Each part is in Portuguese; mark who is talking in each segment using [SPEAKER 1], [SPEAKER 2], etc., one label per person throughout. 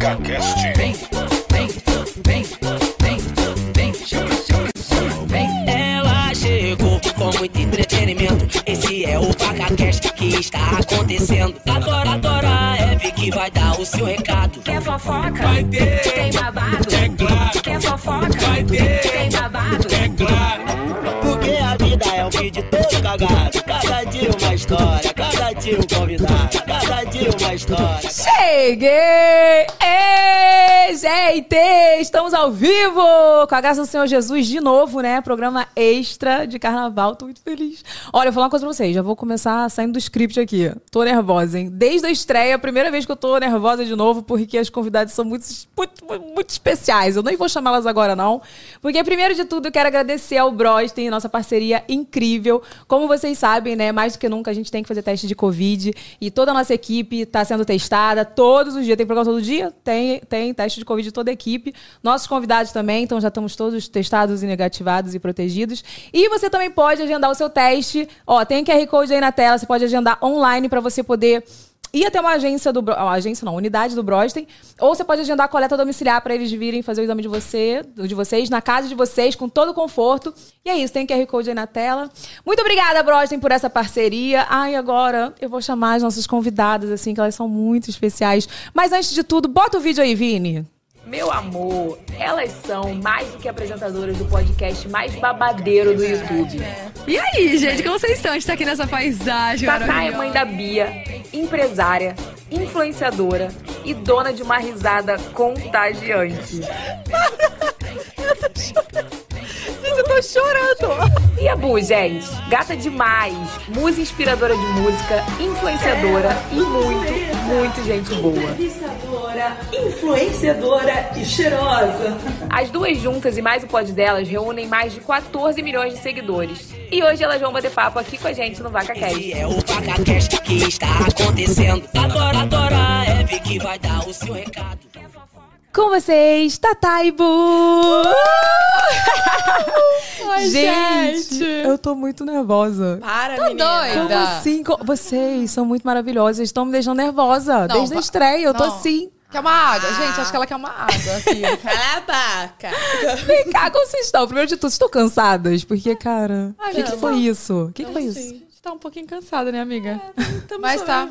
[SPEAKER 1] HCast.
[SPEAKER 2] Ela chegou com muito entretenimento. Esse é o PacaCast que está acontecendo. Adora, adora a Hebe que vai dar o seu recado.
[SPEAKER 3] Quer é fofoca? Vai ter. Tem babado? É claro. Quer fofoca? Vai ter. Tem babado?
[SPEAKER 2] Porque a vida é um vídeo todo cagado. Cada dia uma história, cada dia um convidado, cada dia uma história.
[SPEAKER 4] Cheguei! Ei, gente! Estamos ao vivo! Com a graça do Senhor Jesus de novo, né? Programa extra de carnaval. Tô muito feliz. Olha, eu vou falar uma coisa pra vocês. Já vou começar saindo do script aqui. Tô nervosa, hein? Desde a estreia, a primeira vez que eu tô nervosa de novo, porque as convidadas são muito, muito, muito especiais. Eu nem vou chamá-las agora, não. Porque, primeiro de tudo, eu quero agradecer ao Brostem, nossa parceria incrível. Como vocês sabem, né? Mais do que nunca a gente tem que fazer teste de Covid. E toda a nossa equipe está sendo testada todos os dias. Tem programa todo dia? Tem, tem teste de Covid de toda a equipe. Nossos convidados também, então já estamos todos testados e negativados e protegidos. E você também pode agendar o seu teste. Ó, tem QR Code aí na tela, você pode agendar online para você poder ir até uma agência do Bro- ó, agência não, unidade do Brosten, ou você pode agendar a coleta domiciliar para eles virem fazer o exame de você, de vocês na casa de vocês com todo o conforto. E é isso, tem QR Code aí na tela. Muito obrigada, Brosten, por essa parceria. Ai, agora eu vou chamar as nossas convidadas assim, que elas são muito especiais. Mas antes de tudo, bota o vídeo aí, Vini.
[SPEAKER 3] Meu amor, elas são mais do que apresentadoras do podcast mais babadeiro do YouTube.
[SPEAKER 5] E aí, gente, como vocês estão? A gente tá aqui nessa paisagem
[SPEAKER 3] Tatá é
[SPEAKER 5] maravilhosa.
[SPEAKER 3] mãe da Bia, empresária, influenciadora e dona de uma risada contagiante.
[SPEAKER 5] Gente, eu tô chorando.
[SPEAKER 3] E a Bu, gente, gata demais, musa inspiradora de música, influenciadora e muito, muito gente boa.
[SPEAKER 6] Entrevistadora, influenciadora e cheirosa.
[SPEAKER 3] As duas juntas e mais o pod delas reúnem mais de 14 milhões de seguidores. E hoje elas vão bater papo aqui com a gente no VacaCast.
[SPEAKER 2] Esse é o PacaCast que está acontecendo. Adora, adora a Hebe que vai dar o seu recado.
[SPEAKER 4] Com vocês, Tataibo!
[SPEAKER 5] Uh! Oi, gente.
[SPEAKER 4] eu tô muito nervosa.
[SPEAKER 6] Para,
[SPEAKER 5] Tô
[SPEAKER 4] Como
[SPEAKER 5] Tá doida.
[SPEAKER 4] assim? Co- Vocês são muito maravilhosas. Estão me deixando nervosa.
[SPEAKER 5] Não,
[SPEAKER 4] Desde a
[SPEAKER 5] pa-
[SPEAKER 4] estreia, eu tô
[SPEAKER 5] não.
[SPEAKER 4] assim.
[SPEAKER 5] Quer uma água?
[SPEAKER 7] Ah.
[SPEAKER 5] Gente, acho que ela quer uma água aqui.
[SPEAKER 6] Caraca!
[SPEAKER 4] Vem cá, como vocês estão? Primeiro de tudo, vocês estão cansadas? Porque, cara, o
[SPEAKER 5] Ai,
[SPEAKER 4] que, que
[SPEAKER 5] Ah, não.
[SPEAKER 4] foi isso? O que, que foi isso?
[SPEAKER 5] A gente tá um pouquinho cansada, né, amiga? Mas tá.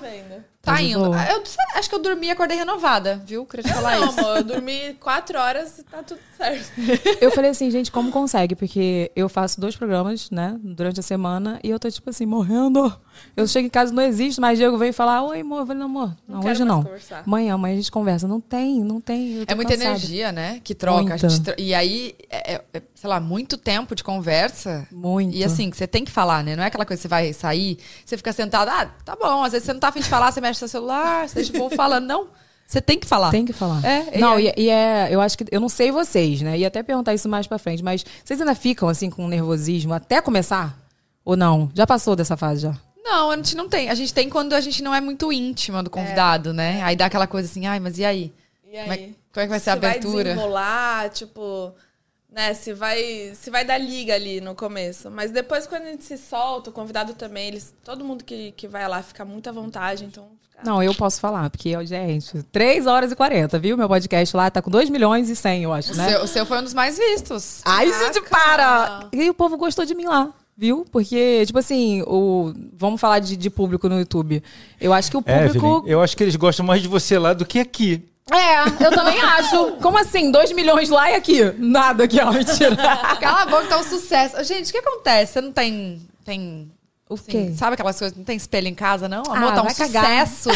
[SPEAKER 5] Tá
[SPEAKER 4] de
[SPEAKER 5] indo.
[SPEAKER 4] boa.
[SPEAKER 5] Ah, Eu sei- acho que eu dormi e acordei renovada, viu? Queria te falar isso.
[SPEAKER 7] Amor, eu dormi quatro horas e tá tudo certo.
[SPEAKER 4] Eu falei assim, gente, como consegue? Porque eu faço dois programas, né, durante a semana, e eu tô, tipo assim, morrendo. Eu chego em casa, não existe, mas Diego veio falar, oi, amor. Eu falei, não, amor, não,
[SPEAKER 7] quero
[SPEAKER 4] hoje
[SPEAKER 7] mais
[SPEAKER 4] não.
[SPEAKER 7] conversar.
[SPEAKER 4] Amanhã, amanhã a gente conversa. Não tem, não tem. eu tô
[SPEAKER 5] É muita
[SPEAKER 4] cansada.
[SPEAKER 5] energia, né? Que troca. A
[SPEAKER 4] Muita.
[SPEAKER 5] gente tro- E aí, é- é- é, sei lá, muito tempo de conversa.
[SPEAKER 4] Muito.
[SPEAKER 5] E assim, que você tem que falar, né? Não é aquela coisa que você vai sair, você fica sentado, ah, tá bom, às vezes você não tá afim de falar, você mexe seu celular, você deixa o povo falando. Não, você tem que falar.
[SPEAKER 4] Tem que falar.
[SPEAKER 5] É, e
[SPEAKER 4] não,
[SPEAKER 5] aí?
[SPEAKER 4] e, e é, eu acho que, eu não sei vocês, né? E até perguntar isso mais pra frente, mas vocês ainda ficam assim com nervosismo até começar? Ou não? Já passou dessa fase já?
[SPEAKER 5] Não, a gente não tem. A gente tem quando a gente não é muito íntima do convidado,
[SPEAKER 4] É.
[SPEAKER 5] né? Aí dá aquela coisa assim, ai, mas e aí?
[SPEAKER 7] E aí?
[SPEAKER 5] Como é, como é que vai ser a
[SPEAKER 7] se Vai
[SPEAKER 5] abertura?
[SPEAKER 7] desenrolar, tipo, né? Se vai, se vai dar liga ali no começo. Mas depois, quando a gente se solta, o convidado também, eles, todo mundo que, que vai lá fica muito à vontade, então. fica-
[SPEAKER 4] Não, eu posso falar, porque, ó, gente, 3 horas e 40, viu? Meu podcast lá tá com 2 milhões e 100, eu acho,
[SPEAKER 5] o,
[SPEAKER 4] né?
[SPEAKER 5] seu, o seu foi um dos mais vistos. Né?
[SPEAKER 4] Ai, gente, para! E aí o povo gostou de mim lá. Viu? Porque, tipo assim, o... vamos falar de, de público no YouTube. Eu acho que o
[SPEAKER 8] É,
[SPEAKER 4] público.
[SPEAKER 8] Evelyn, eu acho que eles gostam mais de você lá do que aqui.
[SPEAKER 4] É, eu também acho. Como assim? 2 milhões lá e aqui? Nada aqui, ó, mentira.
[SPEAKER 5] Cala a boca, tá um sucesso. Ô, Gente, o que acontece? Você não tem. tem
[SPEAKER 4] O
[SPEAKER 5] assim,
[SPEAKER 4] quê?
[SPEAKER 5] sabe aquelas coisas? Não tem espelho em casa, não?
[SPEAKER 4] Ah,
[SPEAKER 5] Amor, tá um
[SPEAKER 4] vai cagar.
[SPEAKER 5] sucesso.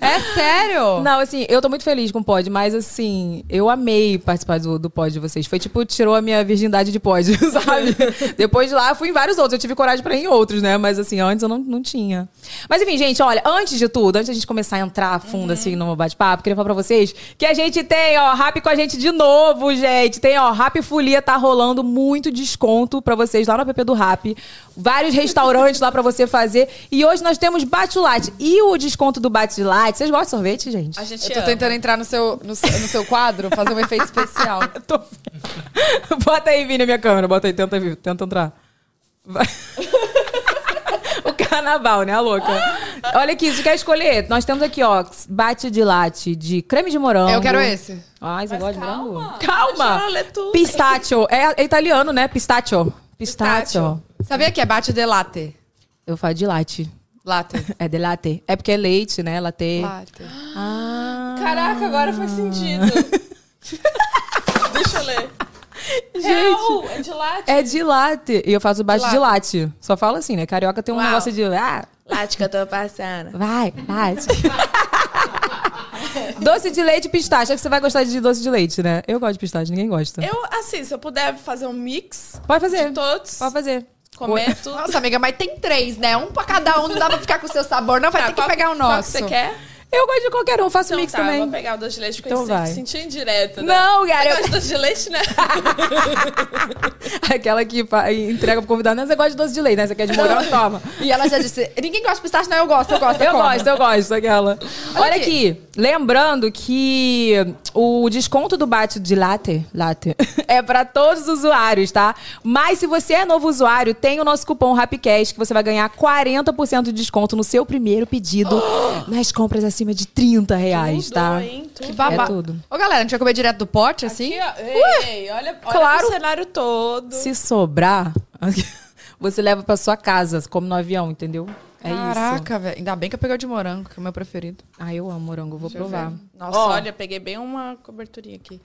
[SPEAKER 5] é sério?
[SPEAKER 4] Não, assim, eu tô muito feliz com o pod, mas assim, eu amei participar do, do pod de vocês. Foi tipo, tirou a minha virgindade de pod, sabe? Depois de lá, eu fui em vários outros. Eu tive coragem pra ir em outros, né? Mas assim, antes eu não, não tinha. Mas enfim, gente, olha, antes de tudo, antes da gente começar a entrar a fundo, assim, no bate-papo, queria falar pra vocês que a gente tem, ó, rap com a gente de novo, gente. Tem, ó, rap folia tá rolando muito desconto pra vocês lá no app do rap. Vários restaurantes lá pra você fazer. E hoje nós temos bate-latte. E o desconto do bate-latte, vocês gostam de sorvete, gente?
[SPEAKER 7] A gente
[SPEAKER 5] Eu tô
[SPEAKER 7] ama.
[SPEAKER 5] tentando entrar no seu, no, seu- no seu quadro, fazer um efeito especial.
[SPEAKER 4] Eu tô vendo. Bota aí, Vini, a minha câmera. Bota aí, tenta, tenta entrar. Vai. o carnaval, né, a louca? Olha aqui, você quer escolher? Nós temos aqui, ó, bate de latte de creme de morango.
[SPEAKER 5] Eu quero esse.
[SPEAKER 4] Ai, você
[SPEAKER 7] Mas
[SPEAKER 4] gosta de
[SPEAKER 7] calma,
[SPEAKER 4] morango?
[SPEAKER 7] deixa
[SPEAKER 4] Calma!
[SPEAKER 7] ela ler tudo.
[SPEAKER 4] Pistachio. É, é italiano, né? Pistachio. Pistachio.
[SPEAKER 7] Pistachio.
[SPEAKER 5] Sabia que é bate de latte?
[SPEAKER 4] Eu falo de latte.
[SPEAKER 5] Latte.
[SPEAKER 4] É de latte. É porque é leite, né? Latte.
[SPEAKER 5] Latte.
[SPEAKER 7] Caraca, agora faz sentido. Deixa eu ler. Real, é de latte.
[SPEAKER 4] É de latte. E eu faço bate de latte. Só falo assim, né? Carioca tem um
[SPEAKER 7] Uau.
[SPEAKER 4] negócio de... Ah,
[SPEAKER 7] Latte que eu tô passando.
[SPEAKER 4] vai, latte. doce de leite e pistache. É que você vai gostar de doce de leite, né? Eu gosto de pistache, ninguém gosta.
[SPEAKER 7] Eu, assim, se eu puder fazer um mix
[SPEAKER 4] Pode fazer.
[SPEAKER 7] de todos,
[SPEAKER 4] Pode fazer.
[SPEAKER 7] comer tudo.
[SPEAKER 5] Nossa, amiga, mas tem três, né? Um pra cada um, não dá pra ficar com o seu sabor, não. Vai
[SPEAKER 7] Tá,
[SPEAKER 5] ter que
[SPEAKER 7] qual-
[SPEAKER 5] pegar o
[SPEAKER 7] qual que
[SPEAKER 5] nosso.
[SPEAKER 7] você quer?
[SPEAKER 4] Eu gosto de qualquer um, faço
[SPEAKER 7] Então
[SPEAKER 4] mix
[SPEAKER 7] tá,
[SPEAKER 4] também.
[SPEAKER 7] vou pegar o doce de leite, porque
[SPEAKER 4] Então
[SPEAKER 7] eu
[SPEAKER 4] vai.
[SPEAKER 7] se senti indireta. Né?
[SPEAKER 4] Não,
[SPEAKER 7] Você
[SPEAKER 4] cara,
[SPEAKER 7] gosta de doce de leite, né?
[SPEAKER 4] eu- aquela que fa- entrega pro convidado, né? Você gosta de doce de leite, né? Você quer de morango, toma.
[SPEAKER 5] E ela já disse: ninguém gosta de pistache, não. Eu gosto, eu gosto.
[SPEAKER 4] Eu
[SPEAKER 5] como."
[SPEAKER 4] gosto, eu gosto daquela. Olha, aqui. lembrando que o desconto do bate de latte, latte é pra todos os usuários, tá? Mas se você é novo usuário, tem o nosso cupom RAPCAST que você vai ganhar 40% de desconto no seu primeiro pedido nas compras acima de 30 reais, tá?
[SPEAKER 7] hein? Tudo.
[SPEAKER 5] Que babado.
[SPEAKER 4] É tudo.
[SPEAKER 5] Ô, galera, a gente vai comer direto do pote, assim?
[SPEAKER 7] Aqui, ó. Ei, ei, olha, olha
[SPEAKER 4] claro.
[SPEAKER 7] o cenário todo.
[SPEAKER 4] Se sobrar, você leva pra sua casa, como no avião, entendeu? É isso.
[SPEAKER 5] Caraca, velho. Ainda bem que eu peguei o de morango, que é o meu preferido.
[SPEAKER 4] Ah, eu amo morango, vou provar.
[SPEAKER 7] Nossa,
[SPEAKER 4] Ó.
[SPEAKER 7] olha, peguei bem uma coberturinha aqui.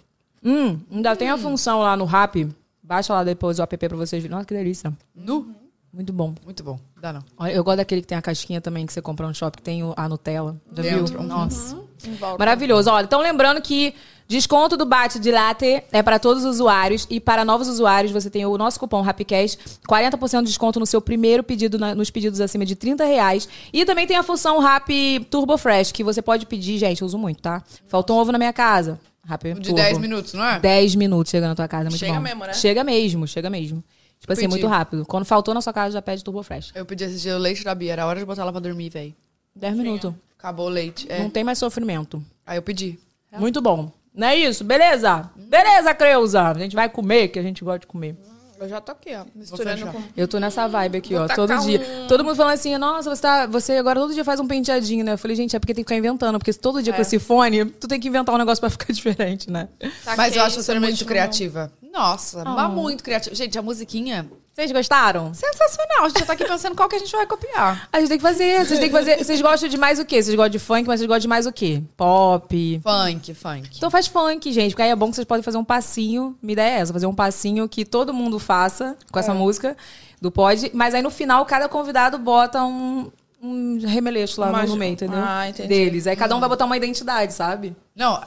[SPEAKER 4] Hum, ainda tem a função lá no Rap. Baixa lá depois o app pra vocês verem. Nossa, que delícia.
[SPEAKER 5] Nu?
[SPEAKER 4] Muito bom.
[SPEAKER 5] Muito bom. Dá não.
[SPEAKER 4] Olha, eu gosto daquele que tem a casquinha também que você compra no shopping, que tem o- a Nutella. Já
[SPEAKER 5] Dentro.
[SPEAKER 4] viu? Nossa.
[SPEAKER 5] Uhum.
[SPEAKER 7] Em volta.
[SPEAKER 4] Maravilhoso. Olha, então lembrando que desconto do Bate de Latte é para todos os usuários e para novos usuários você tem o nosso cupom RAPCAST, 40% de desconto no seu primeiro pedido, na- nos pedidos acima de 30 reais. E também tem a função Rap Turbo Fresh, que você pode pedir, gente, eu uso muito, tá? Faltou um ovo na minha casa. Rap
[SPEAKER 5] De
[SPEAKER 4] Turbo.
[SPEAKER 5] 10 minutos, não é?
[SPEAKER 4] 10 minutos chega na tua casa, é muito
[SPEAKER 7] Chega
[SPEAKER 4] bom.
[SPEAKER 7] mesmo, né?
[SPEAKER 4] Chega mesmo, chega mesmo. Tipo assim,
[SPEAKER 5] Pedi.
[SPEAKER 4] muito rápido. Quando faltou na sua casa, já pede Turbo Fresh.
[SPEAKER 5] Eu pedi esse dia o leite da Bia. Era hora de botar ela pra dormir, velho.
[SPEAKER 4] 10 minutos.
[SPEAKER 5] Acabou o leite. É.
[SPEAKER 4] Não tem mais sofrimento.
[SPEAKER 5] Aí eu pedi.
[SPEAKER 4] Muito bom. Não é isso? Beleza? Beleza, Creuza. A gente vai comer, que a gente gosta de comer.
[SPEAKER 7] Eu já tô aqui, ó. Misturando
[SPEAKER 5] fechar.
[SPEAKER 7] com.
[SPEAKER 4] Eu tô nessa vibe aqui, ó,
[SPEAKER 7] tacar
[SPEAKER 4] todo
[SPEAKER 7] um-
[SPEAKER 4] dia. Todo mundo falando assim, nossa, você, tá, você agora todo dia faz um penteadinho, né? Eu falei, gente, é porque tem que ficar inventando, porque todo
[SPEAKER 7] É.
[SPEAKER 4] dia com esse fone, tu tem que inventar um negócio pra ficar diferente, né?
[SPEAKER 5] Mas eu
[SPEAKER 7] Taquei
[SPEAKER 5] acho você
[SPEAKER 7] sorvete
[SPEAKER 5] muito
[SPEAKER 7] no
[SPEAKER 5] criativa. Ah. Nossa, mas muito criativa. Gente, a musiquinha.
[SPEAKER 4] Vocês gostaram?
[SPEAKER 5] Sensacional. A gente já tá aqui pensando qual que a gente vai copiar.
[SPEAKER 4] A gente tem que fazer, vocês têm que fazer. Vocês gostam de mais o quê? Vocês gostam de funk, mas vocês gostam de mais o quê? Pop.
[SPEAKER 5] Funk, funk.
[SPEAKER 4] Então faz funk, gente, porque aí é bom que vocês podem fazer um passinho. Minha ideia é essa, fazer um passinho que todo mundo faça com essa música do Pod. Mas aí no final, cada convidado bota um, um remeleixo lá
[SPEAKER 7] Uma
[SPEAKER 4] no
[SPEAKER 7] ju-
[SPEAKER 4] meio, entendeu?
[SPEAKER 7] Ah, entendi.
[SPEAKER 4] Deles. Aí cada um vai botar uma identidade, sabe?
[SPEAKER 5] Não,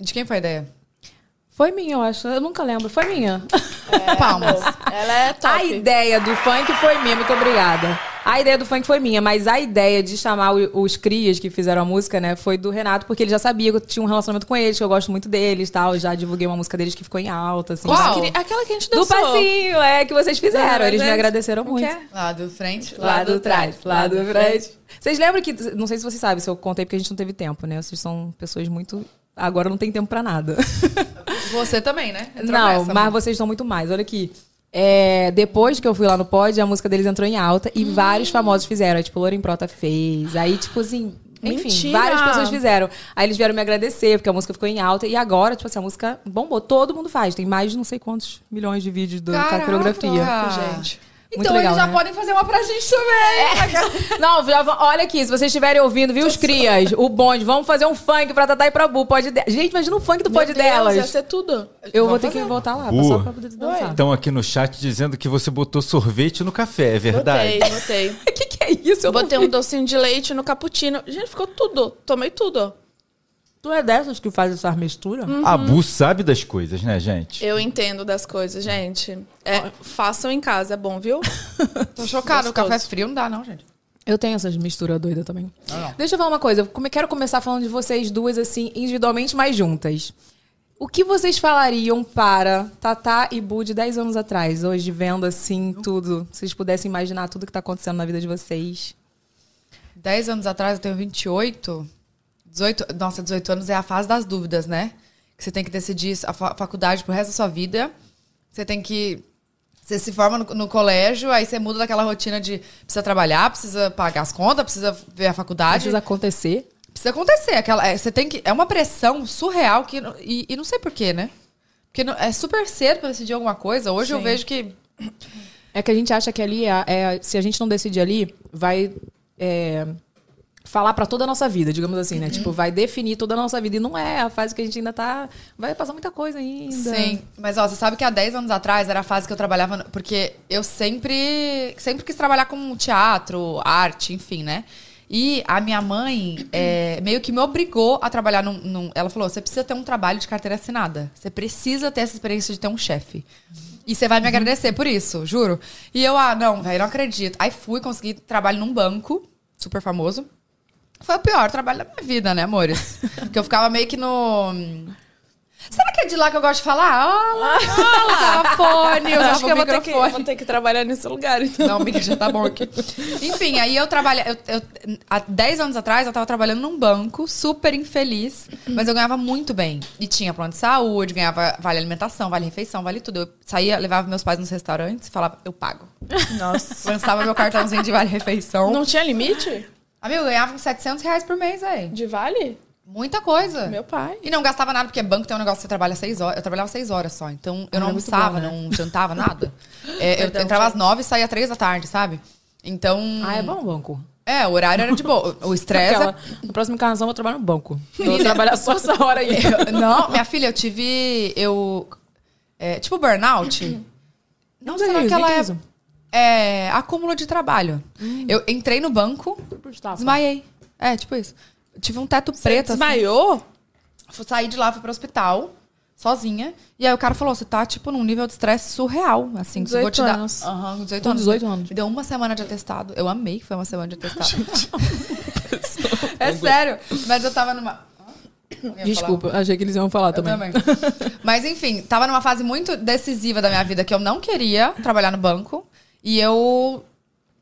[SPEAKER 5] de quem foi a ideia?
[SPEAKER 4] Foi minha, eu acho. Eu nunca lembro. Foi minha.
[SPEAKER 5] Palmas.
[SPEAKER 7] Ela é top.
[SPEAKER 4] A ideia do funk foi minha, muito obrigada. A ideia do funk foi minha, mas a ideia de chamar o- os crias que fizeram a música, né, foi do Renato, porque ele já sabia que eu tinha um relacionamento com eles, que eu gosto muito deles e tal. Eu já divulguei uma música deles que ficou em alta, assim.
[SPEAKER 5] Qual?
[SPEAKER 7] Aquele- Aquela que a gente
[SPEAKER 4] Do
[SPEAKER 7] dançou.
[SPEAKER 4] passinho, é, que vocês fizeram.
[SPEAKER 7] Não,
[SPEAKER 4] Eles me
[SPEAKER 7] mas-
[SPEAKER 4] agradeceram
[SPEAKER 7] Como que
[SPEAKER 4] muito.
[SPEAKER 7] é?
[SPEAKER 5] Lá do frente.
[SPEAKER 4] Lá do trás, lá do frente. Vocês lembram que, não sei se vocês sabem, se eu contei porque a gente não teve tempo, né? Vocês são pessoas muito... Agora não tem tempo pra nada.
[SPEAKER 5] Você também, né? Entrou
[SPEAKER 4] Não,
[SPEAKER 5] nessa,
[SPEAKER 4] mas
[SPEAKER 5] mano.
[SPEAKER 4] vocês são muito mais. Olha aqui. É, depois que eu fui lá no pod, a música deles entrou em alta e vários
[SPEAKER 5] Hum.
[SPEAKER 4] famosos fizeram. Aí, Tipo, Lorin Prota fez. Aí, tipo assim. Enfim,
[SPEAKER 7] Mentira!
[SPEAKER 4] várias pessoas fizeram. Aí eles vieram me agradecer, porque a música ficou em alta. E agora, tipo assim, a música bombou. Todo mundo faz. Tem mais de não sei quantos milhões de vídeos do, da
[SPEAKER 5] Caraca,
[SPEAKER 4] coreografia.
[SPEAKER 5] gente.
[SPEAKER 4] Muito
[SPEAKER 5] então
[SPEAKER 4] legal,
[SPEAKER 5] eles já
[SPEAKER 4] né?
[SPEAKER 5] podem fazer uma pra gente também.
[SPEAKER 4] Não, já va- olha aqui, se vocês estiverem ouvindo, viu, os crias, o bonde, vamos fazer um funk pra Tatá e pra Bu. Pode de... Gente, imagina um funk do
[SPEAKER 7] Meu
[SPEAKER 4] pod
[SPEAKER 7] Deus,
[SPEAKER 4] delas.
[SPEAKER 7] Ia ser tudo.
[SPEAKER 4] Eu vou
[SPEAKER 5] Vamos
[SPEAKER 4] ter
[SPEAKER 5] fazer.
[SPEAKER 4] que voltar lá,
[SPEAKER 8] Bu.
[SPEAKER 4] só pra poder dançar.
[SPEAKER 8] Estão aqui no chat dizendo que você botou sorvete no café, é verdade?
[SPEAKER 7] Botei, botei.
[SPEAKER 4] O que, que é isso? Eu não
[SPEAKER 7] Botei um docinho de leite no cappuccino. Gente, ficou tudo. Tomei tudo.
[SPEAKER 4] Tu é dessas que faz essas misturas?
[SPEAKER 8] A Bu sabe das coisas, né, gente?
[SPEAKER 7] Eu entendo das coisas, gente. É, façam em casa, é bom, viu?
[SPEAKER 5] Tô chocada. O
[SPEAKER 7] Gostoso.
[SPEAKER 5] café frio não dá, não, gente.
[SPEAKER 4] Eu tenho essas misturas doidas também. Deixa eu falar uma coisa. Eu come- quero começar falando de vocês duas, assim, individualmente, mas juntas. O que vocês falariam para Tatá e Bu de 10 anos atrás, hoje vendo assim tudo? Se vocês pudessem imaginar tudo que tá acontecendo na vida de vocês.
[SPEAKER 5] 10 anos atrás, eu tenho 28. 18, nossa, 18 anos é a fase das dúvidas, né? Que você tem que decidir a fa- faculdade pro resto da sua vida. Você tem que Você se forma no, no colégio, aí você muda daquela rotina de precisa trabalhar, precisa pagar as contas, precisa ver a faculdade.
[SPEAKER 4] Precisa acontecer.
[SPEAKER 5] Precisa acontecer. Aquela, é, você tem que, é uma pressão surreal que, não- e, e não sei porquê, né? Porque não- é super cedo pra decidir alguma coisa. Hoje eu
[SPEAKER 4] Sim.
[SPEAKER 5] vejo que.
[SPEAKER 4] É que a gente acha que ali, é a- é a- se a gente não decidir ali, vai é, falar pra toda a nossa vida, digamos assim,
[SPEAKER 5] Uhum.
[SPEAKER 4] né? Tipo, vai definir toda a nossa vida. E não é a fase que a gente ainda tá. Vai passar muita coisa ainda.
[SPEAKER 5] Sim. Mas, ó, você sabe que há 10 anos atrás era a fase que eu trabalhava. no- Porque eu sempre. Sempre quis trabalhar com teatro, arte, enfim, né? E a minha mãe é, meio que me obrigou a trabalhar num, num- Ela falou: você precisa ter um trabalho de carteira assinada. Você precisa ter essa experiência de ter um chefe. E você vai me agradecer por isso, juro. E eu, ah, não, velho, não acredito. Aí fui, consegui trabalho num banco, super famoso. Foi o pior trabalho da minha vida, né, amores? Porque eu ficava meio que no. Será que é de lá que eu gosto de falar? Olá, olá, usava fone, usava
[SPEAKER 7] acho que eu Ah. vou ter, que,
[SPEAKER 5] microfone.
[SPEAKER 7] vou ter que trabalhar nesse lugar, então.
[SPEAKER 5] Não, amiga, já tá bom aqui. Enfim, aí eu trabalhei. Eu, eu- há 10 anos atrás, eu tava trabalhando num banco, super infeliz, mas eu ganhava muito bem. E tinha plano de saúde, ganhava vale alimentação, vale refeição, vale tudo. Eu saía, levava meus pais nos restaurantes e falava, eu pago.
[SPEAKER 7] Nossa.
[SPEAKER 5] Lançava meu cartãozinho de vale refeição.
[SPEAKER 7] Não tinha limite
[SPEAKER 5] Amigo, eu ganhava uns 700 reais por mês, aí.
[SPEAKER 7] de vale?
[SPEAKER 5] Muita coisa.
[SPEAKER 7] Meu pai.
[SPEAKER 5] E não gastava nada, porque banco tem um negócio que você trabalha seis horas. Eu trabalhava seis horas só. Então eu não
[SPEAKER 4] muito bom,
[SPEAKER 5] almoçava,
[SPEAKER 4] né?
[SPEAKER 5] não jantava nada. É, eu entrava às nove e saía às três da tarde, sabe? Então.
[SPEAKER 4] Ah, é bom o banco.
[SPEAKER 5] É, o horário era de boa. O estresse.
[SPEAKER 4] Aquela, na próxima encarnação eu vou trabalhar no banco. Eu vou trabalhar só essa hora aí.
[SPEAKER 5] Eu- não, minha filha, eu tive. Eu. é, tipo burnout. Não,
[SPEAKER 4] sei
[SPEAKER 5] será
[SPEAKER 4] isso,
[SPEAKER 5] que ela
[SPEAKER 4] que
[SPEAKER 5] é,
[SPEAKER 4] isso?
[SPEAKER 5] é acúmulo de trabalho.
[SPEAKER 4] Hum.
[SPEAKER 5] Eu entrei no banco, desmaiei. É, tipo isso. Tive um teto preto. assim.
[SPEAKER 7] Desmaiou?
[SPEAKER 5] Fui- saí de lá, fui pro hospital, sozinha. E aí o cara falou: você tá, tipo, num nível de estresse surreal. Assim, que isso eu vou
[SPEAKER 4] 18
[SPEAKER 5] te dar.
[SPEAKER 4] anos.
[SPEAKER 5] Aham, com 18
[SPEAKER 4] Com
[SPEAKER 5] anos.
[SPEAKER 4] 18 anos.
[SPEAKER 5] Me deu uma semana de atestado. Eu amei que foi uma semana de atestado. é sério. Mas eu tava numa. Hã? Alguém ia
[SPEAKER 4] Desculpa, achei que eles iam falar
[SPEAKER 5] falar?
[SPEAKER 4] também.
[SPEAKER 5] Eu também. Mas enfim, tava numa fase muito decisiva da minha vida que eu não queria trabalhar no banco. E eu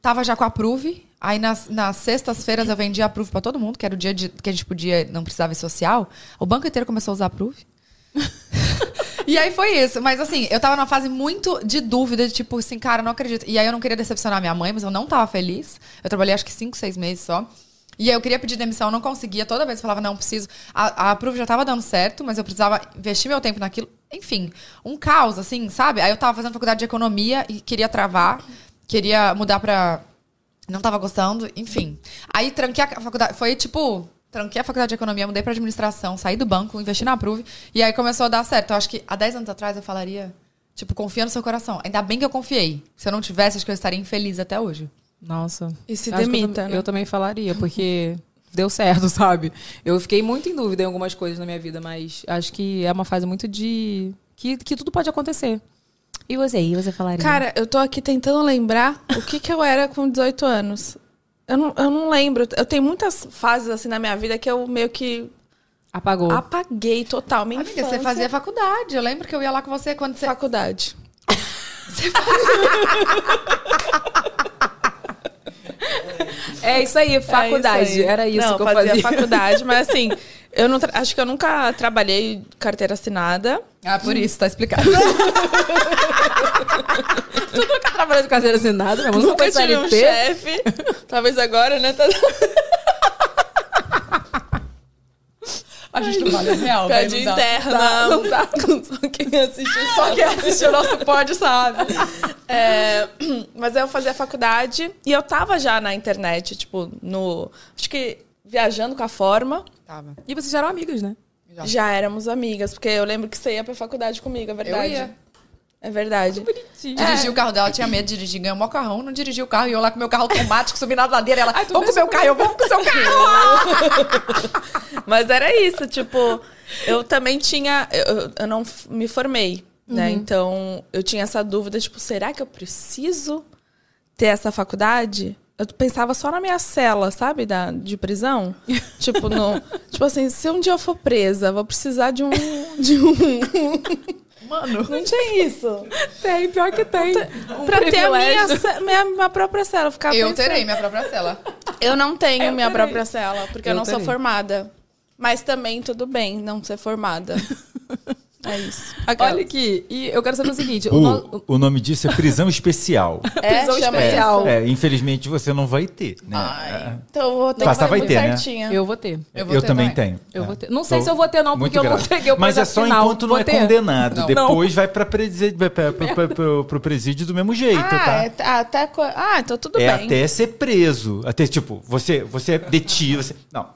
[SPEAKER 5] tava já com a Prove. Aí nas, nas sextas-feiras eu vendia a Prove pra todo mundo, que era o dia de- que a gente podia, não precisava ir social. O banco inteiro começou a usar a Prove. E aí foi isso. Mas assim, eu tava numa fase muito de dúvida, de tipo assim, cara, eu não acredito. E aí eu não queria decepcionar minha mãe, mas eu não tava feliz. Eu trabalhei acho que cinco, seis meses só. E aí eu queria pedir demissão, eu não conseguia. Toda vez eu falava, não, preciso. A, a prova já tava dando certo, mas eu precisava investir meu tempo naquilo. Enfim, um caos, assim, sabe? Aí eu tava fazendo faculdade de economia e queria travar, queria mudar pra. Não tava gostando, enfim. Aí tranquei a faculdade. Foi tipo. Tranquei a faculdade de economia, mudei pra administração, saí do banco, investi na Prove. E aí começou a dar certo. Eu acho que há 10 anos atrás eu falaria, tipo, confia no seu coração. Ainda bem que eu confiei. Se eu não tivesse, acho que eu estaria infeliz até hoje.
[SPEAKER 4] Nossa.
[SPEAKER 7] E se
[SPEAKER 4] Acho que eu
[SPEAKER 7] demita,
[SPEAKER 4] tam- eu,
[SPEAKER 7] né?
[SPEAKER 4] também falaria, porque deu certo, sabe? Eu fiquei muito em dúvida em algumas coisas na minha vida, mas acho que é uma fase muito de. que, que tudo pode acontecer. E você aí, você falaria?
[SPEAKER 7] Uhum. Cara, eu tô aqui tentando lembrar o que que eu era com 18 anos. Eu não, eu não lembro. Eu tenho muitas fases assim na minha vida que eu meio que
[SPEAKER 4] apagou.
[SPEAKER 7] apaguei total. Minha
[SPEAKER 5] Amiga,
[SPEAKER 7] infância,
[SPEAKER 5] você fazia faculdade. Eu lembro que eu ia lá com você quando você.
[SPEAKER 7] faculdade.
[SPEAKER 4] É isso aí, faculdade.
[SPEAKER 7] É aí.
[SPEAKER 4] Era isso
[SPEAKER 7] Não,
[SPEAKER 4] que eu fazia.
[SPEAKER 7] faculdade, mas assim, eu não tra- acho que eu nunca trabalhei carteira assinada.
[SPEAKER 5] Ah, por isso, tá explicado.
[SPEAKER 4] tu nunca trabalhou de carteira sem nada, né? Nunca foi
[SPEAKER 7] Nunca tive um
[SPEAKER 4] CLT.
[SPEAKER 7] chefe. Talvez agora, né? Tá...
[SPEAKER 5] A gente não fala real,
[SPEAKER 7] Piadinha interna.
[SPEAKER 4] Não dá.
[SPEAKER 7] Só quem assistiu
[SPEAKER 5] Só quem assistiu o nosso pod sabe.
[SPEAKER 7] É, mas eu fazia faculdade e eu tava já na internet, tipo, no. Acho que viajando com a forma.
[SPEAKER 5] Tava.
[SPEAKER 4] E vocês já eram amigos, né?
[SPEAKER 5] Já.
[SPEAKER 7] Já éramos amigas, porque eu lembro que você ia pra faculdade comigo, é verdade.
[SPEAKER 5] Eu ia.
[SPEAKER 7] É verdade. É.
[SPEAKER 5] Dirigi o carro dela, tinha medo de dirigir, ganhou o carrão, não dirigiu o carro, e eu lá com meu carro automático, subi na ladeira, ela, vamos com o meu carro, eu vamos com o seu carro!
[SPEAKER 7] Mas era isso, tipo, eu também tinha. Eu, eu- eu não f- me formei, né? Então eu tinha essa dúvida, tipo, será que eu preciso ter essa faculdade? Eu pensava só na minha cela, sabe? Da, de prisão. tipo, no, tipo assim, se um dia eu for presa, vou precisar de um. De um...
[SPEAKER 5] Mano,
[SPEAKER 7] Não tinha isso.
[SPEAKER 4] Tem, pior que tem. Um
[SPEAKER 7] pra ter a minha, ce- minha, minha própria cela. Eu, ficava
[SPEAKER 5] eu
[SPEAKER 7] pensando.
[SPEAKER 5] terei minha própria cela.
[SPEAKER 7] Eu não tenho minha
[SPEAKER 4] terei.
[SPEAKER 7] própria cela, porque eu,
[SPEAKER 4] Eu
[SPEAKER 7] não sou
[SPEAKER 4] terei.
[SPEAKER 7] formada. Mas também tudo bem não ser formada. É isso.
[SPEAKER 4] Olha aqui, e eu quero saber o seguinte:
[SPEAKER 8] Uh.
[SPEAKER 4] o no-
[SPEAKER 8] O, o nome disso é prisão especial.
[SPEAKER 7] É,
[SPEAKER 4] prisão
[SPEAKER 7] chama
[SPEAKER 8] É,
[SPEAKER 4] especial.
[SPEAKER 8] é, infelizmente você não vai ter, né?
[SPEAKER 7] Ai, então eu vou ter
[SPEAKER 8] Passar
[SPEAKER 7] que fazer
[SPEAKER 8] vai
[SPEAKER 7] muito
[SPEAKER 8] ter, né?
[SPEAKER 7] certinha.
[SPEAKER 4] eu vou ter.
[SPEAKER 8] É,
[SPEAKER 5] Eu
[SPEAKER 8] Eu,
[SPEAKER 5] vou ter,
[SPEAKER 8] também
[SPEAKER 5] vai.
[SPEAKER 8] tenho.
[SPEAKER 4] Eu
[SPEAKER 8] É.
[SPEAKER 4] vou ter. Não sei se eu vou ter, não, porque
[SPEAKER 8] Muito
[SPEAKER 4] eu não
[SPEAKER 8] grave.
[SPEAKER 4] peguei o
[SPEAKER 8] Mas é só
[SPEAKER 4] projeto final.
[SPEAKER 8] enquanto não
[SPEAKER 4] Vou
[SPEAKER 8] é
[SPEAKER 4] ter?
[SPEAKER 8] condenado.
[SPEAKER 5] Não.
[SPEAKER 8] Depois vai para pro, pro presídio do mesmo jeito, tá?
[SPEAKER 7] Ah, é, tá, até co- ah, então tudo
[SPEAKER 8] É
[SPEAKER 7] bem.
[SPEAKER 8] até ser preso. Até, tipo, você, você é detido. Você, não.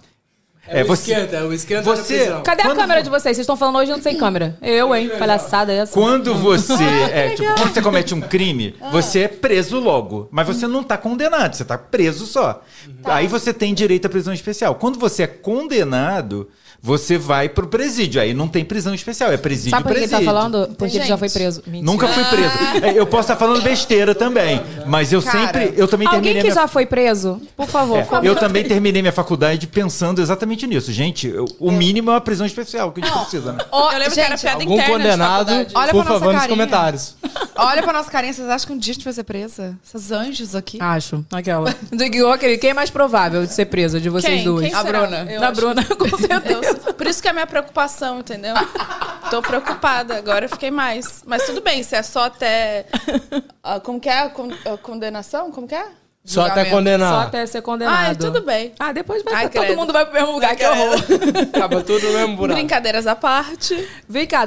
[SPEAKER 8] É,
[SPEAKER 1] o
[SPEAKER 8] você.
[SPEAKER 1] esquerda, é o esquerda
[SPEAKER 8] você-
[SPEAKER 1] da prisão.
[SPEAKER 4] Cadê
[SPEAKER 8] Quando-
[SPEAKER 4] a câmera de vocês? Vocês estão falando hoje, eu não sei câmera. Eu, hein? Palhaçada essa.
[SPEAKER 8] Quando
[SPEAKER 4] Ah,
[SPEAKER 8] você. é, tipo, quando você comete um crime, você é preso logo. Mas você não tá condenado, você tá preso só.
[SPEAKER 4] Uhum. Tá.
[SPEAKER 8] Aí você tem direito à prisão especial. Quando você é condenado, você vai pro presídio. Aí não tem prisão especial, é presídio
[SPEAKER 4] Sabe por que ele
[SPEAKER 8] presídio.
[SPEAKER 4] tá falando? Porque ele já
[SPEAKER 5] Gente.
[SPEAKER 4] foi preso. Mentira.
[SPEAKER 8] Nunca fui preso. É, Eu posso estar falando besteira também, mas eu
[SPEAKER 5] Cara,
[SPEAKER 8] sempre, eu também
[SPEAKER 4] Alguém
[SPEAKER 8] terminei
[SPEAKER 4] que
[SPEAKER 8] minha
[SPEAKER 4] já foi preso, por favor.
[SPEAKER 8] É, eu também terminei minha faculdade pensando exatamente nisso. Gente, eu- o mínimo é uma prisão especial que a gente precisa, né?
[SPEAKER 5] Ó,
[SPEAKER 7] Eu lembro que era
[SPEAKER 5] gente,
[SPEAKER 7] piada
[SPEAKER 1] Algum
[SPEAKER 7] interna
[SPEAKER 1] condenado,
[SPEAKER 7] de faculdade.
[SPEAKER 5] Olha pra
[SPEAKER 1] por
[SPEAKER 5] nossa
[SPEAKER 1] favor, nos
[SPEAKER 5] carinha.
[SPEAKER 1] comentários.
[SPEAKER 5] Olha pra nossa carinha, vocês acham que um dia a gente vai ser presa? Esses anjos aqui.
[SPEAKER 4] Acho. Aquela. Do Guiô, aquele. Quem é mais provável de ser presa de vocês
[SPEAKER 7] Quem?
[SPEAKER 4] dois?
[SPEAKER 7] Quem será?
[SPEAKER 5] Bruna.
[SPEAKER 7] Eu
[SPEAKER 4] da
[SPEAKER 7] acho-
[SPEAKER 4] Bruna, com
[SPEAKER 7] eu-
[SPEAKER 4] certeza.
[SPEAKER 7] por isso que é a minha preocupação, entendeu? Tô preocupada, agora eu fiquei mais. Mas tudo bem, se é só até. ah, como que é? a con- a condenação? Como que é?
[SPEAKER 1] Só até
[SPEAKER 5] Julgamento.
[SPEAKER 4] Só
[SPEAKER 1] condenar.
[SPEAKER 4] até ser condenado.
[SPEAKER 7] Ai, tudo bem.
[SPEAKER 4] Ah, depois vai.
[SPEAKER 7] Ai,
[SPEAKER 4] todo
[SPEAKER 7] credo.
[SPEAKER 4] mundo vai pro mesmo lugar, que horror.
[SPEAKER 1] Acaba tudo no mesmo buraco.
[SPEAKER 7] Brincadeiras à parte.
[SPEAKER 4] Vem cá,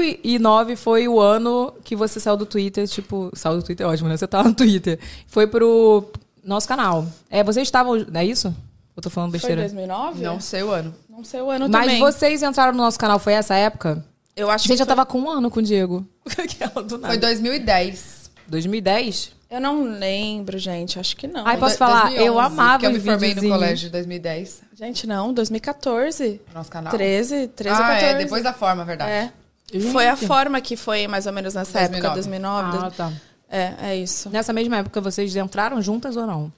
[SPEAKER 4] 2009 foi o ano que você saiu do Twitter, tipo, saiu do Twitter, é ótimo, né? Você tava no Twitter. Foi pro nosso canal. É, vocês estavam, é isso? Eu tô falando
[SPEAKER 7] Foi
[SPEAKER 4] besteira.
[SPEAKER 7] 2009?
[SPEAKER 5] Não sei o ano.
[SPEAKER 7] Não sei o ano
[SPEAKER 4] Mas
[SPEAKER 7] também.
[SPEAKER 4] vocês entraram no nosso canal, foi essa época?
[SPEAKER 7] Eu acho
[SPEAKER 4] Gente,
[SPEAKER 7] que
[SPEAKER 4] eu
[SPEAKER 7] foi-
[SPEAKER 4] tava com um ano com o Diego. Aquela do nada.
[SPEAKER 5] Foi 2010.
[SPEAKER 4] 2010?
[SPEAKER 7] Eu não lembro, gente. Acho que não.
[SPEAKER 4] Ai, posso
[SPEAKER 5] Do-
[SPEAKER 4] falar?
[SPEAKER 5] 2011,
[SPEAKER 4] eu amava
[SPEAKER 5] que eu me
[SPEAKER 4] os
[SPEAKER 5] formei no
[SPEAKER 4] videozinhos.
[SPEAKER 5] colégio em 2010.
[SPEAKER 7] Gente, não. 2014.
[SPEAKER 5] no Nosso canal.
[SPEAKER 7] 13, 13 ou
[SPEAKER 5] ah,
[SPEAKER 7] 14.
[SPEAKER 5] é, depois da forma, é verdade.
[SPEAKER 7] É. Foi a forma que foi mais ou menos nessa época, 2009.
[SPEAKER 4] Ah, tá.
[SPEAKER 7] É, é isso.
[SPEAKER 4] Nessa mesma época, vocês entraram juntas ou não?